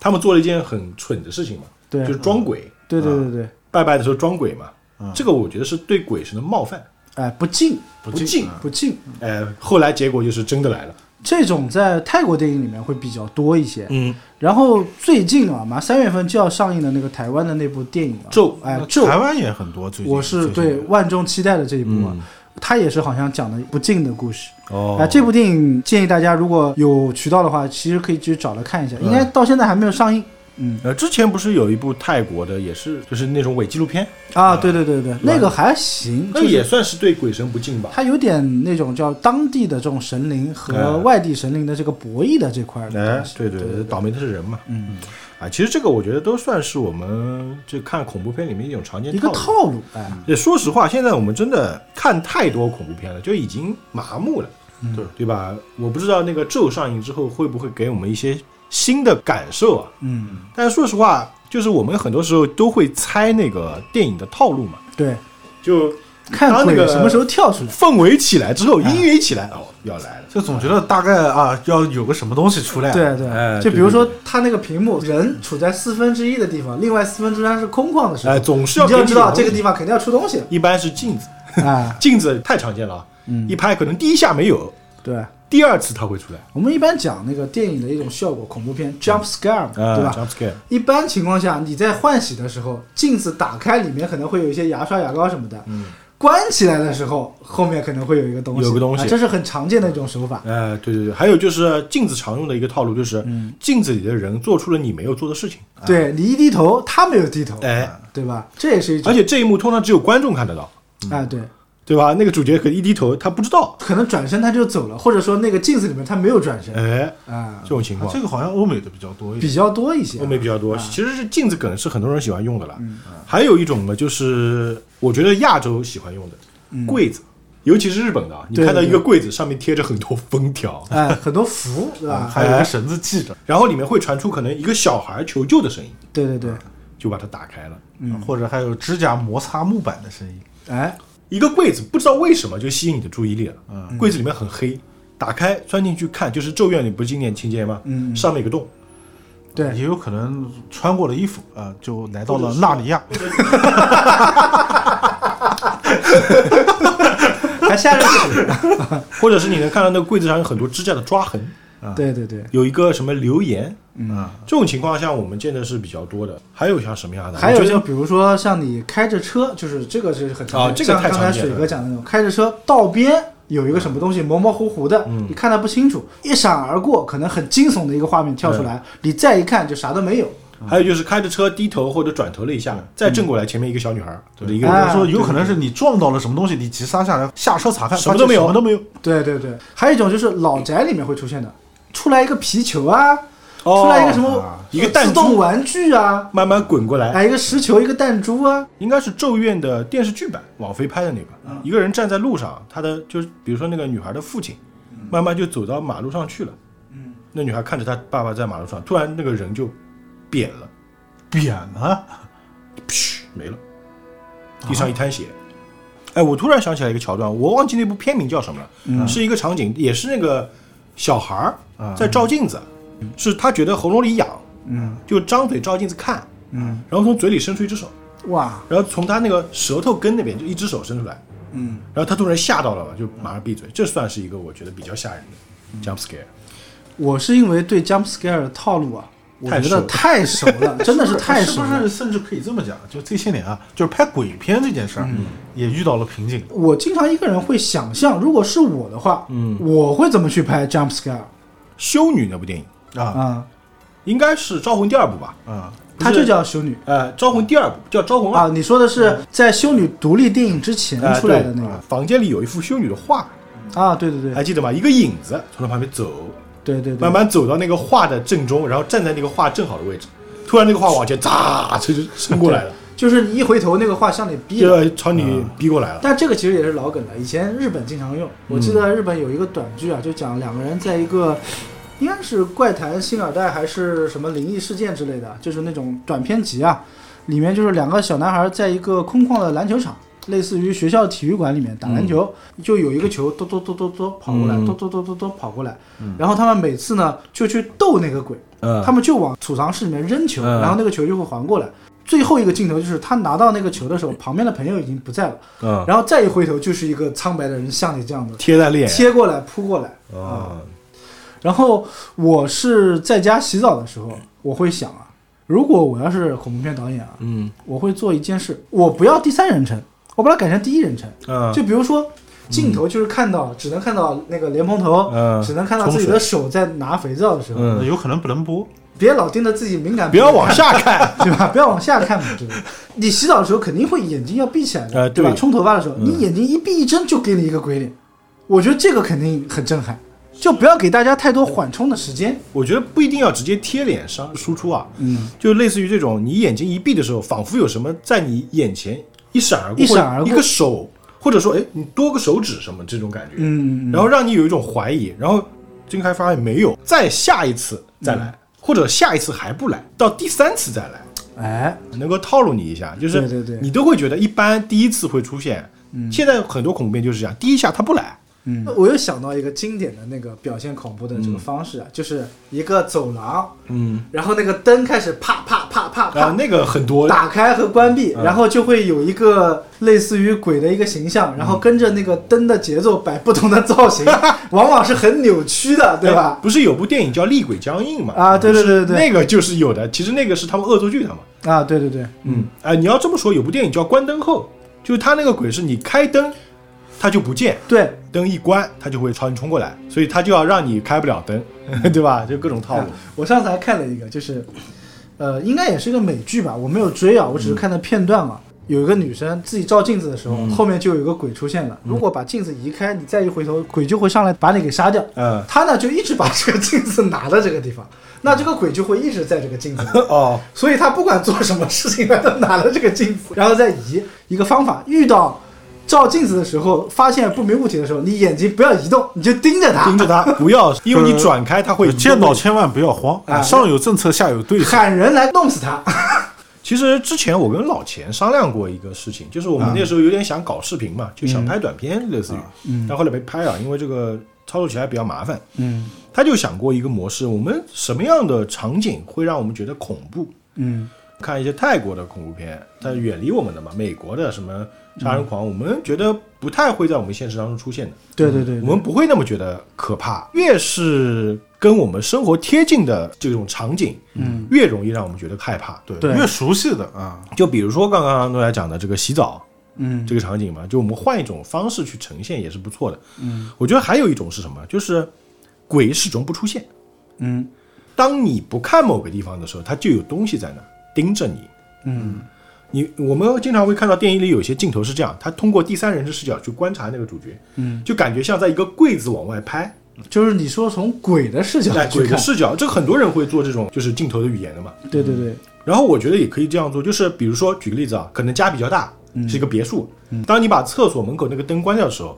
[SPEAKER 1] 他们做了一件很蠢的事情嘛，
[SPEAKER 2] 对
[SPEAKER 1] 就是装鬼，
[SPEAKER 2] 对对对对，
[SPEAKER 1] 拜拜的时候装鬼嘛
[SPEAKER 3] 嗯，
[SPEAKER 1] 这个我觉得是对鬼神的冒犯，
[SPEAKER 2] 哎，不敬
[SPEAKER 1] 不
[SPEAKER 3] 敬
[SPEAKER 1] 敬。
[SPEAKER 2] 不敬，
[SPEAKER 1] 呃，后来结果就是真的来了，
[SPEAKER 2] 这种在泰国电影里面会比较多一些。
[SPEAKER 1] 嗯，
[SPEAKER 2] 然后最近啊，马上三月份就要上映的那个台湾的那部电影啊，
[SPEAKER 1] 咒
[SPEAKER 2] 哎
[SPEAKER 3] 那
[SPEAKER 2] 咒，
[SPEAKER 3] 台湾也很多，最近
[SPEAKER 2] 我是
[SPEAKER 3] 最近
[SPEAKER 2] 对万众期待的这一部啊
[SPEAKER 1] 嗯，
[SPEAKER 2] 它也是好像讲的不敬的故事。
[SPEAKER 1] 哦
[SPEAKER 2] 啊，这部电影建议大家如果有渠道的话，其实可以去找来看一
[SPEAKER 1] 嗯
[SPEAKER 2] 下，应该到现在还没有上映。嗯
[SPEAKER 1] 呃，之前不是有一部泰国的，也是就是那种伪纪录片，
[SPEAKER 2] 啊，对对对对，那个还行，
[SPEAKER 1] 嗯那
[SPEAKER 2] 嗯就是
[SPEAKER 1] 也算是对鬼神不敬吧？
[SPEAKER 2] 它有点那种叫当地的这种神灵和
[SPEAKER 1] 哎
[SPEAKER 2] 外地神灵的这个博弈的这块儿的
[SPEAKER 1] 哎
[SPEAKER 2] 东西，
[SPEAKER 1] 对对
[SPEAKER 2] 对
[SPEAKER 1] 对，倒霉的是人嘛。
[SPEAKER 2] 嗯，
[SPEAKER 1] 啊，其实这个我觉得都算是我们这看恐怖片里面一种常见
[SPEAKER 2] 一个
[SPEAKER 1] 套路。
[SPEAKER 2] 套路，哎，
[SPEAKER 1] 也说实话，现在我们真的看太多恐怖片了，就已经麻木了，
[SPEAKER 2] 嗯
[SPEAKER 3] 对
[SPEAKER 1] 对吧？我不知道那个咒上映之后会不会给我们一些新的感受啊？
[SPEAKER 2] 嗯，
[SPEAKER 1] 但是说实话，就是我们很多时候都会猜那个电影的套路嘛，
[SPEAKER 2] 对，
[SPEAKER 1] 就
[SPEAKER 2] 看
[SPEAKER 1] 当那
[SPEAKER 2] 鬼
[SPEAKER 1] 个
[SPEAKER 2] 什么时候跳出来，
[SPEAKER 1] 氛围起来之后，音乐一起来，哦，要来了。
[SPEAKER 3] 就总觉得大概啊要有个什么东西出来，啊
[SPEAKER 2] 对
[SPEAKER 1] 哎
[SPEAKER 2] 对，就比
[SPEAKER 1] 对对
[SPEAKER 2] 如说他那个屏幕，人处在四分之一的地方，另外四分之三是空旷的时候
[SPEAKER 1] 哎，，总是
[SPEAKER 2] 你就
[SPEAKER 1] 要
[SPEAKER 2] 要知道这个地
[SPEAKER 1] 方，
[SPEAKER 2] 方肯定要出东 西
[SPEAKER 1] 一般是镜子，
[SPEAKER 2] 了啊，
[SPEAKER 1] 镜子太常见了啊，
[SPEAKER 2] 嗯
[SPEAKER 1] 一，拍可能第一下没有，
[SPEAKER 2] 对。
[SPEAKER 1] 第二次它会出来，
[SPEAKER 2] 我们一般讲那个电影的一种效果，恐怖片 jump 呃 scare 嘛，
[SPEAKER 1] 啊
[SPEAKER 2] 对吧？
[SPEAKER 1] ？Jump scare，
[SPEAKER 2] 一般情况下，你在换洗的时候，镜子打开，里面可能会有一些牙刷、牙膏什么的；
[SPEAKER 1] 嗯，
[SPEAKER 2] 关起来的时候，后面可能会有一个东西，
[SPEAKER 1] 有个东西
[SPEAKER 2] 啊这是很常见的一种手法。
[SPEAKER 1] 哎，对对对，还有就是镜子常用的一个套路就是
[SPEAKER 2] 嗯，
[SPEAKER 1] 镜子里的人做出了你没有做的事情，
[SPEAKER 2] 对你一低头，他没有低头，
[SPEAKER 1] 嗯哎，
[SPEAKER 2] 对吧？这也是一种
[SPEAKER 1] 而且这一幕通常只有观众看得到，
[SPEAKER 2] 啊，对，
[SPEAKER 1] 对吧？那个主角可能一低头，他不知道，
[SPEAKER 2] 可能转身他就走了，或者说那个镜子里面他没有转身
[SPEAKER 1] 哎，
[SPEAKER 2] 啊
[SPEAKER 1] 这，种情
[SPEAKER 3] 啊
[SPEAKER 1] 况
[SPEAKER 3] 这个好像欧美的比较多一点
[SPEAKER 2] 比。较多一些
[SPEAKER 1] 欧。美比较多，
[SPEAKER 2] 啊嗯
[SPEAKER 1] 其实是镜子梗是很多人喜欢用的啦。还有一种呢，就是我觉得亚洲喜欢用的
[SPEAKER 2] 嗯
[SPEAKER 1] 柜子，尤其是日本的啊，你
[SPEAKER 2] 对
[SPEAKER 1] 看到
[SPEAKER 2] 对
[SPEAKER 1] 一个柜子上面贴着很多封条，
[SPEAKER 2] 哎，很多符，对吧？
[SPEAKER 3] 还有一个绳子系着，
[SPEAKER 1] 然后里面会传出可能一个小孩求救的声音，
[SPEAKER 2] 对对对，
[SPEAKER 1] 就把它打开了。
[SPEAKER 2] 嗯，
[SPEAKER 3] 或者还有指甲摩擦木板的声音。
[SPEAKER 2] 哎，
[SPEAKER 1] 一个柜子不知道为什么就吸引你的注意力了。
[SPEAKER 3] 嗯
[SPEAKER 1] 柜子里面很黑，打开钻进去看，就是《咒怨》里不是经典情节吗？
[SPEAKER 2] 嗯
[SPEAKER 1] 上面有个洞，
[SPEAKER 2] 对，
[SPEAKER 3] 也有可能穿过了衣服啊、呃就来到了纳尼亚。
[SPEAKER 2] 还下 着水，
[SPEAKER 1] 或者是你能看到那个柜子上有很多指甲的抓痕，
[SPEAKER 2] 对对对。
[SPEAKER 1] 有一个什么留言。
[SPEAKER 3] 嗯，
[SPEAKER 1] 这种情况下，我们见的是比较多的。还有像什么样的？
[SPEAKER 2] 还
[SPEAKER 1] 我
[SPEAKER 2] 有
[SPEAKER 1] 觉
[SPEAKER 2] 就
[SPEAKER 1] 得
[SPEAKER 2] 比如说像你开着车，就是这个是很常见的，
[SPEAKER 1] 啊这个
[SPEAKER 2] 像
[SPEAKER 1] 太
[SPEAKER 2] 刚
[SPEAKER 1] 常
[SPEAKER 2] 才
[SPEAKER 1] 见了
[SPEAKER 2] 水哥讲的那种，开着车道边有一个什么东西模模糊糊的，
[SPEAKER 1] 嗯
[SPEAKER 2] 你
[SPEAKER 1] 嗯
[SPEAKER 2] 看它不清楚，一闪而过，可能很惊悚的一个画面跳出来，你再一看就啥都没有，
[SPEAKER 1] 还有就是开着车低头或者转头了一下，再正过来前面一个小女孩，或者一个人
[SPEAKER 3] 有人
[SPEAKER 2] 啊
[SPEAKER 3] 说
[SPEAKER 5] 哎
[SPEAKER 3] 有可能是你撞到了什么东西，你急刹下来，下车查看，
[SPEAKER 1] 什么都没有
[SPEAKER 3] 发现什么都没有。
[SPEAKER 2] 对对对，还有一种就是老宅里面会出现的，出来一个皮球啊，
[SPEAKER 1] 哦
[SPEAKER 2] 出来一个什么、
[SPEAKER 3] 啊
[SPEAKER 1] 一个弹珠
[SPEAKER 2] 自动玩具啊，
[SPEAKER 1] 慢慢滚过来，
[SPEAKER 2] 哎，一个石球，一个弹珠啊，
[SPEAKER 1] 应该是《咒怨》的电视剧版，网飞拍的那
[SPEAKER 5] 嗯
[SPEAKER 1] 个，一个人站在路上，他的就是比如说那个女孩的父亲，慢慢就走到马路上去了，
[SPEAKER 5] 嗯
[SPEAKER 1] 那女孩看着她爸爸在马路上，突然那个人就扁了，
[SPEAKER 3] 扁了，
[SPEAKER 1] 没了，
[SPEAKER 5] 啊
[SPEAKER 1] 地上一滩血。哎，我突然想起来一个桥段，我忘记那部片名叫什么了，
[SPEAKER 5] 嗯
[SPEAKER 1] 是一个场景，也是那个小孩儿在照镜子，是他觉得喉咙里痒，
[SPEAKER 5] 嗯
[SPEAKER 1] 就张嘴照镜子看，
[SPEAKER 5] 嗯
[SPEAKER 1] 然后从嘴里伸出一只手，
[SPEAKER 2] 哇，
[SPEAKER 1] 然后从他那个舌头根那边就一只手伸出来，
[SPEAKER 5] 嗯，
[SPEAKER 1] 然后他突然吓到了嘛，就马上闭嘴，这算是一个我觉得比较吓人的 jump scare。
[SPEAKER 2] 我是因为对 jump scare 的套路啊，我
[SPEAKER 1] 太
[SPEAKER 2] 觉得
[SPEAKER 1] 熟
[SPEAKER 2] 太熟了， 真的是太
[SPEAKER 3] 是
[SPEAKER 2] 熟
[SPEAKER 3] 不
[SPEAKER 2] 了。
[SPEAKER 3] 是？甚至可以这么讲，就这些年啊，就是拍鬼片这件事儿，也遇到了瓶颈。
[SPEAKER 2] 我经常一个人会想象，如果是我的话，嗯，我会怎么去拍 jump scare
[SPEAKER 1] 修女那部电影
[SPEAKER 3] 啊
[SPEAKER 2] 啊？
[SPEAKER 1] 应该是《招魂》第二部吧？
[SPEAKER 3] 啊！
[SPEAKER 2] 它就叫修女
[SPEAKER 1] 呃，《招魂》第二部叫《招魂二
[SPEAKER 2] 啊。你说的是在修女独立电影之前》
[SPEAKER 1] 呃，
[SPEAKER 2] 出来的
[SPEAKER 1] 嗯对
[SPEAKER 2] 那个
[SPEAKER 1] 房间里有一幅修女的画，
[SPEAKER 2] 啊？对对对
[SPEAKER 1] 还记得吗？一个影子从他旁边走，
[SPEAKER 2] 对对对
[SPEAKER 1] 哎慢，慢走到那个画的正中，然后站在那个画正好的位置，突然那个画往前扎，这就伸过来了，
[SPEAKER 2] 就是你一回头，那个画向你逼了。
[SPEAKER 1] 就朝你逼过来了。
[SPEAKER 2] 但这个其实也是老梗了，以前日本经常用。我记
[SPEAKER 1] 嗯
[SPEAKER 2] 得日本有一个短剧啊，就讲两个人在一个，应该是怪谈、新耳代还是什么灵异事件之类的，就是那种短篇集啊，里面就是两个小男孩在一个空旷的篮球场，类似于学校体育馆里面打篮球，就有一个球咚咚咚咚咚跑过来，
[SPEAKER 1] 嗯
[SPEAKER 2] 咚咚咚咚咚跑过来，然后他们每次呢就去逗那个鬼，
[SPEAKER 1] 嗯
[SPEAKER 2] 他们就往储藏室里面扔球，
[SPEAKER 1] 嗯
[SPEAKER 2] 然后那个球就会还过来。最后一个镜头就是他拿到那个球的时候，旁边的朋友已经不在了。
[SPEAKER 1] 嗯，
[SPEAKER 2] 然后再一回头就是一个苍白的人像你这样的
[SPEAKER 1] 贴在脸。
[SPEAKER 2] 贴过来扑过来。
[SPEAKER 1] 啊，
[SPEAKER 2] 然后我是在家洗澡的时
[SPEAKER 1] 嗯
[SPEAKER 2] 候，我会想啊，如果我要是恐怖片导演啊，
[SPEAKER 1] 嗯
[SPEAKER 2] 我会做一件事，我不要第三人称，我把它改成第一人称。
[SPEAKER 1] 嗯，
[SPEAKER 2] 就比如说镜头就是看到，只能看到那个莲蓬头，
[SPEAKER 1] 嗯
[SPEAKER 2] 只能看到自己的手在拿肥皂的时候，
[SPEAKER 1] 嗯
[SPEAKER 3] 那有可能不能播，
[SPEAKER 2] 别老盯着自己敏感，
[SPEAKER 1] 不要往下看。
[SPEAKER 2] 对吧？不要往下看嘛，对吧？你洗澡的时候肯定会眼睛要闭起来的，
[SPEAKER 1] 呃
[SPEAKER 2] 对吧？嗯
[SPEAKER 1] 对
[SPEAKER 2] 冲头发的时候，你眼睛一闭一睁就给你一个鬼脸，我觉得这个肯定很震撼。就不要给大家太多缓冲的时间。
[SPEAKER 1] 我觉得不一定要直接贴脸上输出啊，
[SPEAKER 2] 嗯，
[SPEAKER 1] 就类似于这种，你眼睛一闭的时候，仿佛有什么在你眼前一闪而过，
[SPEAKER 2] 一闪而
[SPEAKER 1] 或者
[SPEAKER 2] 过
[SPEAKER 1] 一个手，或者说，哎，你多个手指什么这种感觉，
[SPEAKER 2] 嗯，
[SPEAKER 1] 然后让你有一种怀疑，然后睁开发现没有，再下一次再
[SPEAKER 2] 嗯
[SPEAKER 1] 来，或者下一次还不来，到第三次再来，
[SPEAKER 2] 哎，
[SPEAKER 1] 能够套路你一下，就是
[SPEAKER 2] 对对对嗯
[SPEAKER 1] 你都会觉得一般第一次会出现，现在很多恐怖片就是这样，第一下他不来，
[SPEAKER 2] 我又想到一个经典的那个表现恐怖的这个方式啊，就是一个走廊，
[SPEAKER 1] 嗯，
[SPEAKER 2] 然后那个灯开始啪啪啪啪啪
[SPEAKER 1] 啊，那个很多，
[SPEAKER 2] 打开和关闭，然后就会有一个类似于鬼的一个形象，然后跟着那个灯的节奏摆不同的造型，往往是很扭曲的，对
[SPEAKER 1] 哎
[SPEAKER 2] 吧？
[SPEAKER 1] 不是有部电影叫《厉鬼僵硬》嘛？
[SPEAKER 2] 啊对对对对对
[SPEAKER 1] 那个就是有的。其实那个是他们恶作剧他们。
[SPEAKER 2] 啊，对对对，
[SPEAKER 1] 嗯，哎，你要这么说，有部电影叫《关灯后》，就是他那个鬼是你开灯，他就不见，
[SPEAKER 2] 对，
[SPEAKER 1] 灯一关，他就会朝你冲过来，所以他就要让你开不了灯，
[SPEAKER 2] 嗯
[SPEAKER 1] 对吧？就各种套路。
[SPEAKER 2] 我上次还看了一个，就是，呃，应该也是一个美剧吧，我没有追啊，我只是看的片段嘛。有一个女生自己照镜子的时候，后面就有一个鬼出现了。如果把镜子移开，你再一回头，鬼就会上来把你给杀掉。
[SPEAKER 1] 嗯，
[SPEAKER 2] 她呢就一直把这个镜子拿在这个地方，那这个鬼就会一直在这个镜子里。
[SPEAKER 1] 哦，
[SPEAKER 2] 所以他不管做什么事情，他都拿了这个镜子， 然后再移。一个方法，遇到照镜子的时候，发现不明物体的时候，你眼睛不要移动，你就盯着它，
[SPEAKER 1] 盯着他，不要，因
[SPEAKER 2] 嗯
[SPEAKER 1] 为你转开他会
[SPEAKER 3] 见到。千万不要慌，
[SPEAKER 2] 啊
[SPEAKER 3] 上有政策，下 有对策。
[SPEAKER 2] 喊人来弄死它。
[SPEAKER 1] 其实之前我跟老钱商量过一个事情，就是我们
[SPEAKER 2] 嗯
[SPEAKER 1] 那时候有点想搞视频嘛，就想拍短片，类似于，
[SPEAKER 2] 嗯
[SPEAKER 1] 但后来没拍啊，因为这个操作起来比较麻烦。
[SPEAKER 5] 嗯
[SPEAKER 1] 他就想过一个模式，我们什么样的场景会让我们觉得恐怖？
[SPEAKER 5] 嗯
[SPEAKER 1] 看一些泰国的恐怖片，它远离我们的嘛，美国的什么杀人狂，我们觉得不太会在我们现实当中出现的，
[SPEAKER 2] 对对对，
[SPEAKER 1] 我们不会那么觉得可怕。越是跟我们生活贴近的这种场景，嗯，越容易让我们觉得害怕。
[SPEAKER 3] 对，
[SPEAKER 5] 对
[SPEAKER 3] 越熟悉的啊，
[SPEAKER 1] 就比如说刚刚诺亚讲的这个洗澡，
[SPEAKER 5] 嗯
[SPEAKER 1] 这个场景嘛，就我们换一种方式去呈现也是不错的。嗯，我觉得还有一种是什么，就是鬼始终不出现。
[SPEAKER 5] 嗯
[SPEAKER 1] 当你不看某个地方的时候，它就有东西在那儿盯着你。
[SPEAKER 2] 嗯，
[SPEAKER 1] 你我们经常会看到电影里有些镜头是这样，他通过第三人称视角去观察那个主角，
[SPEAKER 2] 嗯，
[SPEAKER 1] 就感觉像在一个柜子往外拍，
[SPEAKER 2] 就是你说从鬼的视角
[SPEAKER 1] 哎，
[SPEAKER 2] 去
[SPEAKER 1] 鬼的
[SPEAKER 2] 看，
[SPEAKER 1] 视 角，这个很多人会做这种就是镜头的语言的嘛。
[SPEAKER 2] 对对对，
[SPEAKER 1] 然后我觉得也可以这样做，就是比如说举个例子啊，可能家比较大，是一个别墅，
[SPEAKER 2] 嗯
[SPEAKER 1] 当你把厕所门口那个灯关掉的时候，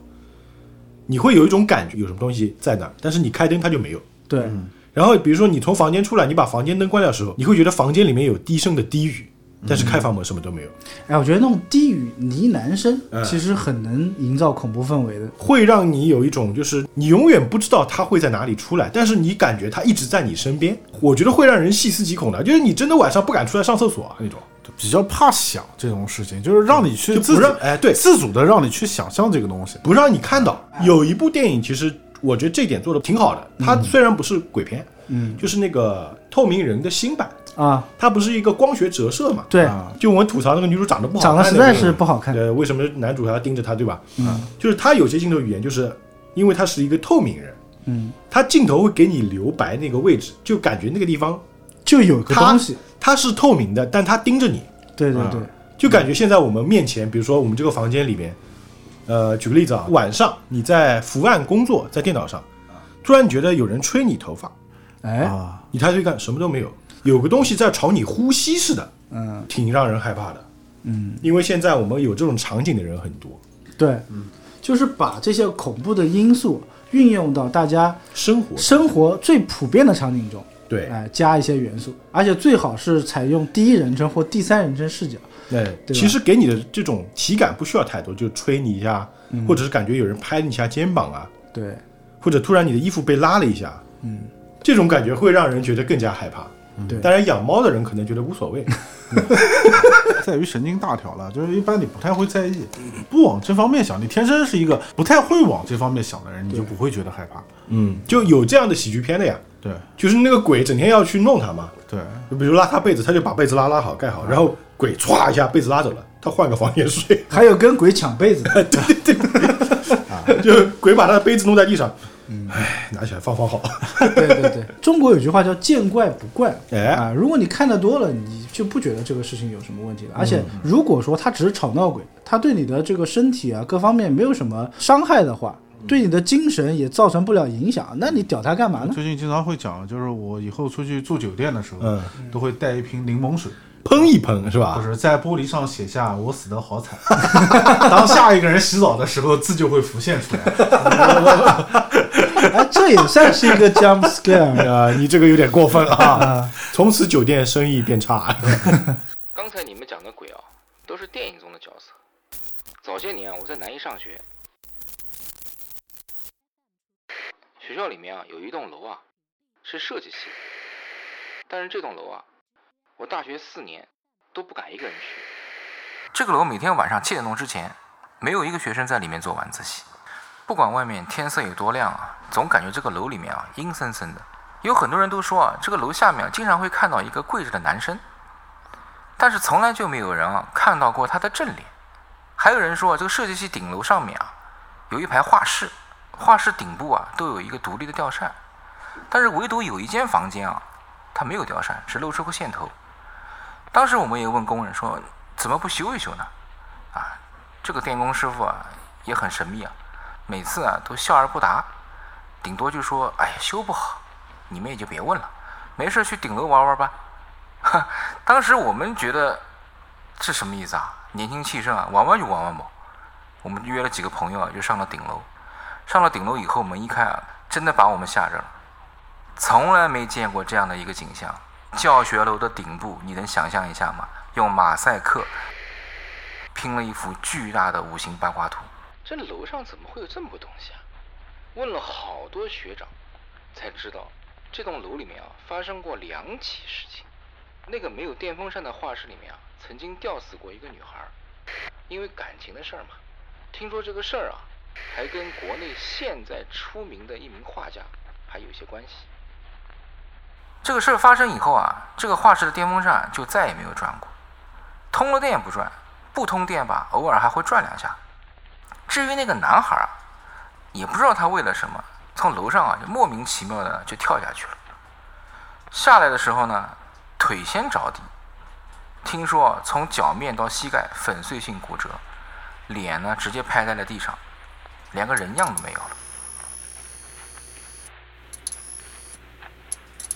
[SPEAKER 1] 你会有一种感觉有什么东西在那儿，但是你开灯它就没有。
[SPEAKER 2] 对，
[SPEAKER 1] 然后比如说你从房间出来，你把房间灯关掉的时候，你会觉得房间里面有低声的低语，
[SPEAKER 2] 嗯
[SPEAKER 1] 但是开房门什么都没有，
[SPEAKER 2] 哎，我觉得那种低语呢喃声
[SPEAKER 1] 嗯
[SPEAKER 2] 其实很能营造恐怖氛围的。
[SPEAKER 1] 会让你有一种就是你永远不知道它会在哪里出来，但是你感觉它一直在你身边。我觉得会让人细思极恐的，就是你真的晚上不敢出来上厕所啊那种，
[SPEAKER 3] 比较怕想这种事情，就是让你去
[SPEAKER 1] 就
[SPEAKER 3] 自
[SPEAKER 1] 不
[SPEAKER 3] 主
[SPEAKER 1] 让哎对，
[SPEAKER 3] 自主的让你去想象这个东西。
[SPEAKER 1] 不让你看到。有一部电影，其实我觉得这点做的挺好的。它虽然不是鬼片，嗯，就是那个《透明人》的新版，
[SPEAKER 2] 啊，
[SPEAKER 1] 它不是一个光学折射嘛？
[SPEAKER 2] 对，
[SPEAKER 3] 啊
[SPEAKER 1] 就我们吐槽那个女主长得不好看，
[SPEAKER 2] 长得实在是不好看。
[SPEAKER 1] 呃，为什么男主还要盯着她，对吧？嗯，就是他有些镜头语言，就是因为他是一个透明人，
[SPEAKER 2] 嗯，
[SPEAKER 1] 他镜头会给你留白那个位置，就感觉那个地方
[SPEAKER 2] 就有个
[SPEAKER 1] 它
[SPEAKER 2] 东西，
[SPEAKER 1] 它是透明的，但它盯着你，
[SPEAKER 2] 对对对，
[SPEAKER 1] 就感觉现在我们面前，比如说我们这个房间里面，呃，举个例子啊，晚上你在伏案工作，在电脑上，
[SPEAKER 2] 啊
[SPEAKER 1] 突然觉得有人吹你头发，
[SPEAKER 2] 哎，
[SPEAKER 3] 啊，
[SPEAKER 1] 你抬头一看，什么都没有，有个东西在朝你呼吸似的，
[SPEAKER 2] 嗯
[SPEAKER 1] 挺让人害怕的。
[SPEAKER 2] 嗯，
[SPEAKER 1] 因为现在我们有这种场景的人很多，
[SPEAKER 2] 对，就是把这些恐怖的因素运用到大家
[SPEAKER 1] 生活
[SPEAKER 2] 生活最普遍的场景中，
[SPEAKER 1] 对，
[SPEAKER 2] 哎，加一些元素，而且最好是采用第一人称或第三人称视角。
[SPEAKER 1] 那
[SPEAKER 2] 对吧
[SPEAKER 1] 其实给你的这种体感不需要太多，就吹你一下，
[SPEAKER 2] 嗯
[SPEAKER 1] 或者是感觉有人拍你一下肩膀啊，
[SPEAKER 2] 对，
[SPEAKER 1] 或者突然你的衣服被拉了一下，
[SPEAKER 2] 嗯，
[SPEAKER 1] 这种感觉会让人觉得更加害怕。
[SPEAKER 2] 对
[SPEAKER 1] 当然养猫的人可能觉得无所谓，
[SPEAKER 3] 在于神经大条了，就是一般你不太会在意，不往这方面想，你天生是一个不太会往这方面想的人，你就不会觉得害怕。
[SPEAKER 1] 嗯，就有这样的喜剧片的呀，
[SPEAKER 3] 对
[SPEAKER 1] 就是那个鬼整天要去弄他嘛，
[SPEAKER 3] 对，
[SPEAKER 1] 就比如拉他被子，他就把被子拉拉好盖
[SPEAKER 2] 啊
[SPEAKER 1] 好，然后鬼歘一下被子拉走了，他换个房间睡，
[SPEAKER 2] 还有跟鬼抢被子的，啊
[SPEAKER 1] 就鬼把他的杯子弄在地上，
[SPEAKER 2] 嗯
[SPEAKER 1] 哎，拿起来放放好，
[SPEAKER 2] 对对对，中国有句话叫“见怪不怪”，
[SPEAKER 1] 哎
[SPEAKER 2] 啊，如果你看得多了，你就不觉得这个事情有什么问题了。而且，如果说他只是吵闹鬼，他对你的这个身体啊各方面没有什么伤害的话，对你的精神也造成不了影响，那你屌他干嘛呢？
[SPEAKER 3] 最近经常会讲，就是我以后出去住酒店的时候，
[SPEAKER 1] 嗯啊
[SPEAKER 3] 都会带一瓶柠檬水，
[SPEAKER 1] 喷一喷是
[SPEAKER 3] 或
[SPEAKER 1] 吧？
[SPEAKER 3] 者在玻璃上写下“我死的好惨”， 当下一个人洗澡的时候，字就会浮现出来。
[SPEAKER 2] 哎，这也算是一个 jump scare。
[SPEAKER 1] 啊、
[SPEAKER 2] 呃
[SPEAKER 1] 你这个有点过分了啊！从此酒店生意变差。
[SPEAKER 6] 刚才你们讲的鬼啊，都是电影中的角色。早些年啊，我在南一上学，学校里面啊有一栋楼啊，是设计系的，但是这栋楼啊，我大学四年都不敢一个人去。这个楼每天晚上七点钟之前，没有一个学生在里面做晚自习。不管外面天色有多亮啊，总感觉这个楼里面啊阴森森的。有很多人都说啊，这个楼下面啊经常会看到一个跪着的男生。但是从来就没有人啊看到过他的正脸。还有人说啊，这个设计系顶楼上面啊有一排画室，画室顶部啊都有一个独立的吊扇，但是唯独有一间房间啊，它没有吊扇，只露出个线头。当时我们也问工人说，怎么不修一修呢？啊，这个电工师傅啊也很神秘啊，每次啊都笑而不答，顶多就说，哎呀修不好，你们也就别问了，没事去顶楼玩玩吧。哈， 当时我们觉得这什么意思啊？年轻气盛啊，玩玩就玩玩吧。我们约了几个朋友啊，就上了顶楼。上了顶楼以后，门一开啊，真的把我们吓着了。从来没见过这样的一个景象。教学楼的顶部，你能想象一下吗？用马赛克拼了一幅巨大的五行八卦图。这楼上怎么会有这么个东西啊？问了好多学长，才知道这栋楼里面啊发生过两起事情。那个没有电风扇的画室里面啊，曾经吊死过一个女孩儿，因为感情的事儿嘛。听说这个事儿啊，还跟国内现在出名的一名画家还有一些关系。这个事儿发生以后啊，这个画室的电风扇就再也没有转过，通了电不转，不通电吧，偶尔还会转两下。至于那个男孩儿啊，也不知道他为了什么，从楼上啊就莫名其妙的就跳下去了。下来的时候呢，腿先着地，听说啊从脚面到膝盖粉碎性骨折，脸呢直接拍在了地上，连个人样都没有了。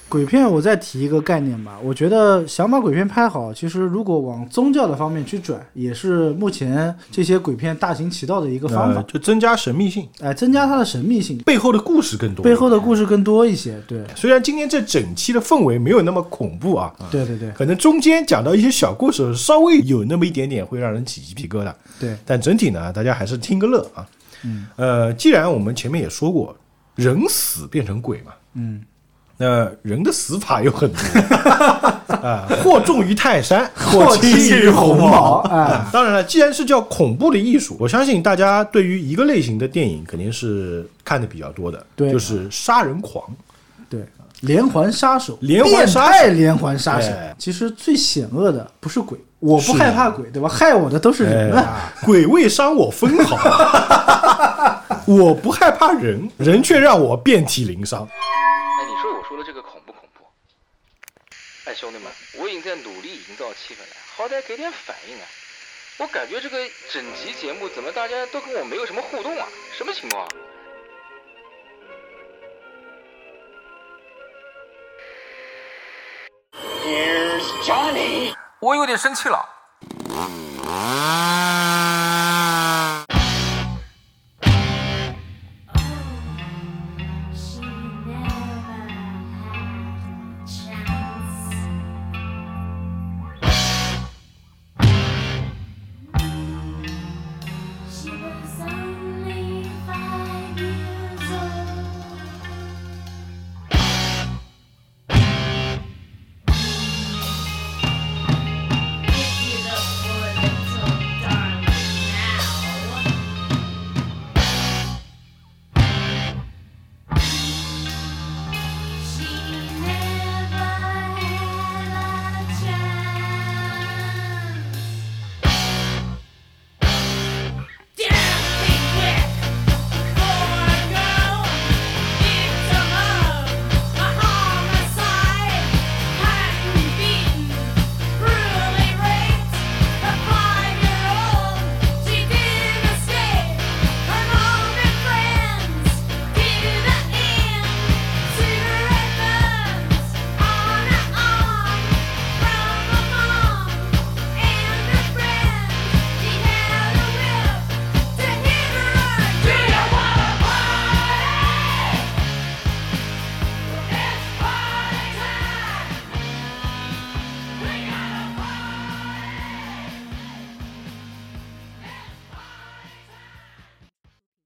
[SPEAKER 2] 鬼片，我再提一个概念吧。我觉得想把鬼片拍好，其实如果往宗教的方面去转，也是目前这些鬼片大行其道的一个方法
[SPEAKER 1] 呃，，就增加神秘性，
[SPEAKER 2] 哎、增加它的神秘性，
[SPEAKER 1] 背后的故事更多。
[SPEAKER 2] 背后的故事更多一些。对，
[SPEAKER 1] 虽然今天这整期的氛围没有那么恐怖啊，
[SPEAKER 2] 对对对
[SPEAKER 1] 可能中间讲到一些小故事，稍微有那么一点点会让人起鸡皮疙瘩。
[SPEAKER 2] 对，
[SPEAKER 1] 但整体呢，大家还是听个乐啊。嗯，呃，既然我们前面也说过，人死变成鬼嘛，嗯，那人的死法有 很多啊，或重于泰山，或轻于鸿毛
[SPEAKER 2] 哎
[SPEAKER 1] 啊。当然了，既然是叫恐怖的艺术，我相信大家对于一个类型的电影肯定是看的比较多的，
[SPEAKER 2] 对
[SPEAKER 1] 就是杀人狂。
[SPEAKER 2] 对，连环杀手，
[SPEAKER 1] 连环杀手
[SPEAKER 2] 变态连环杀手
[SPEAKER 1] 哎。
[SPEAKER 2] 其实最险恶的不是鬼，我不
[SPEAKER 1] 是
[SPEAKER 2] 害怕鬼，对吧？害我的都是人啊。
[SPEAKER 1] 哎， 鬼未伤我分毫，我不害怕人，人却让我遍体鳞伤。
[SPEAKER 6] 哎，你说我说的这个恐不恐怖？哎，兄弟们，我已经在努力营造气氛了，好歹给点反应啊！我感觉这个整集节目怎么大家都跟我没有什么互动啊？什么情况啊？我有点生气了。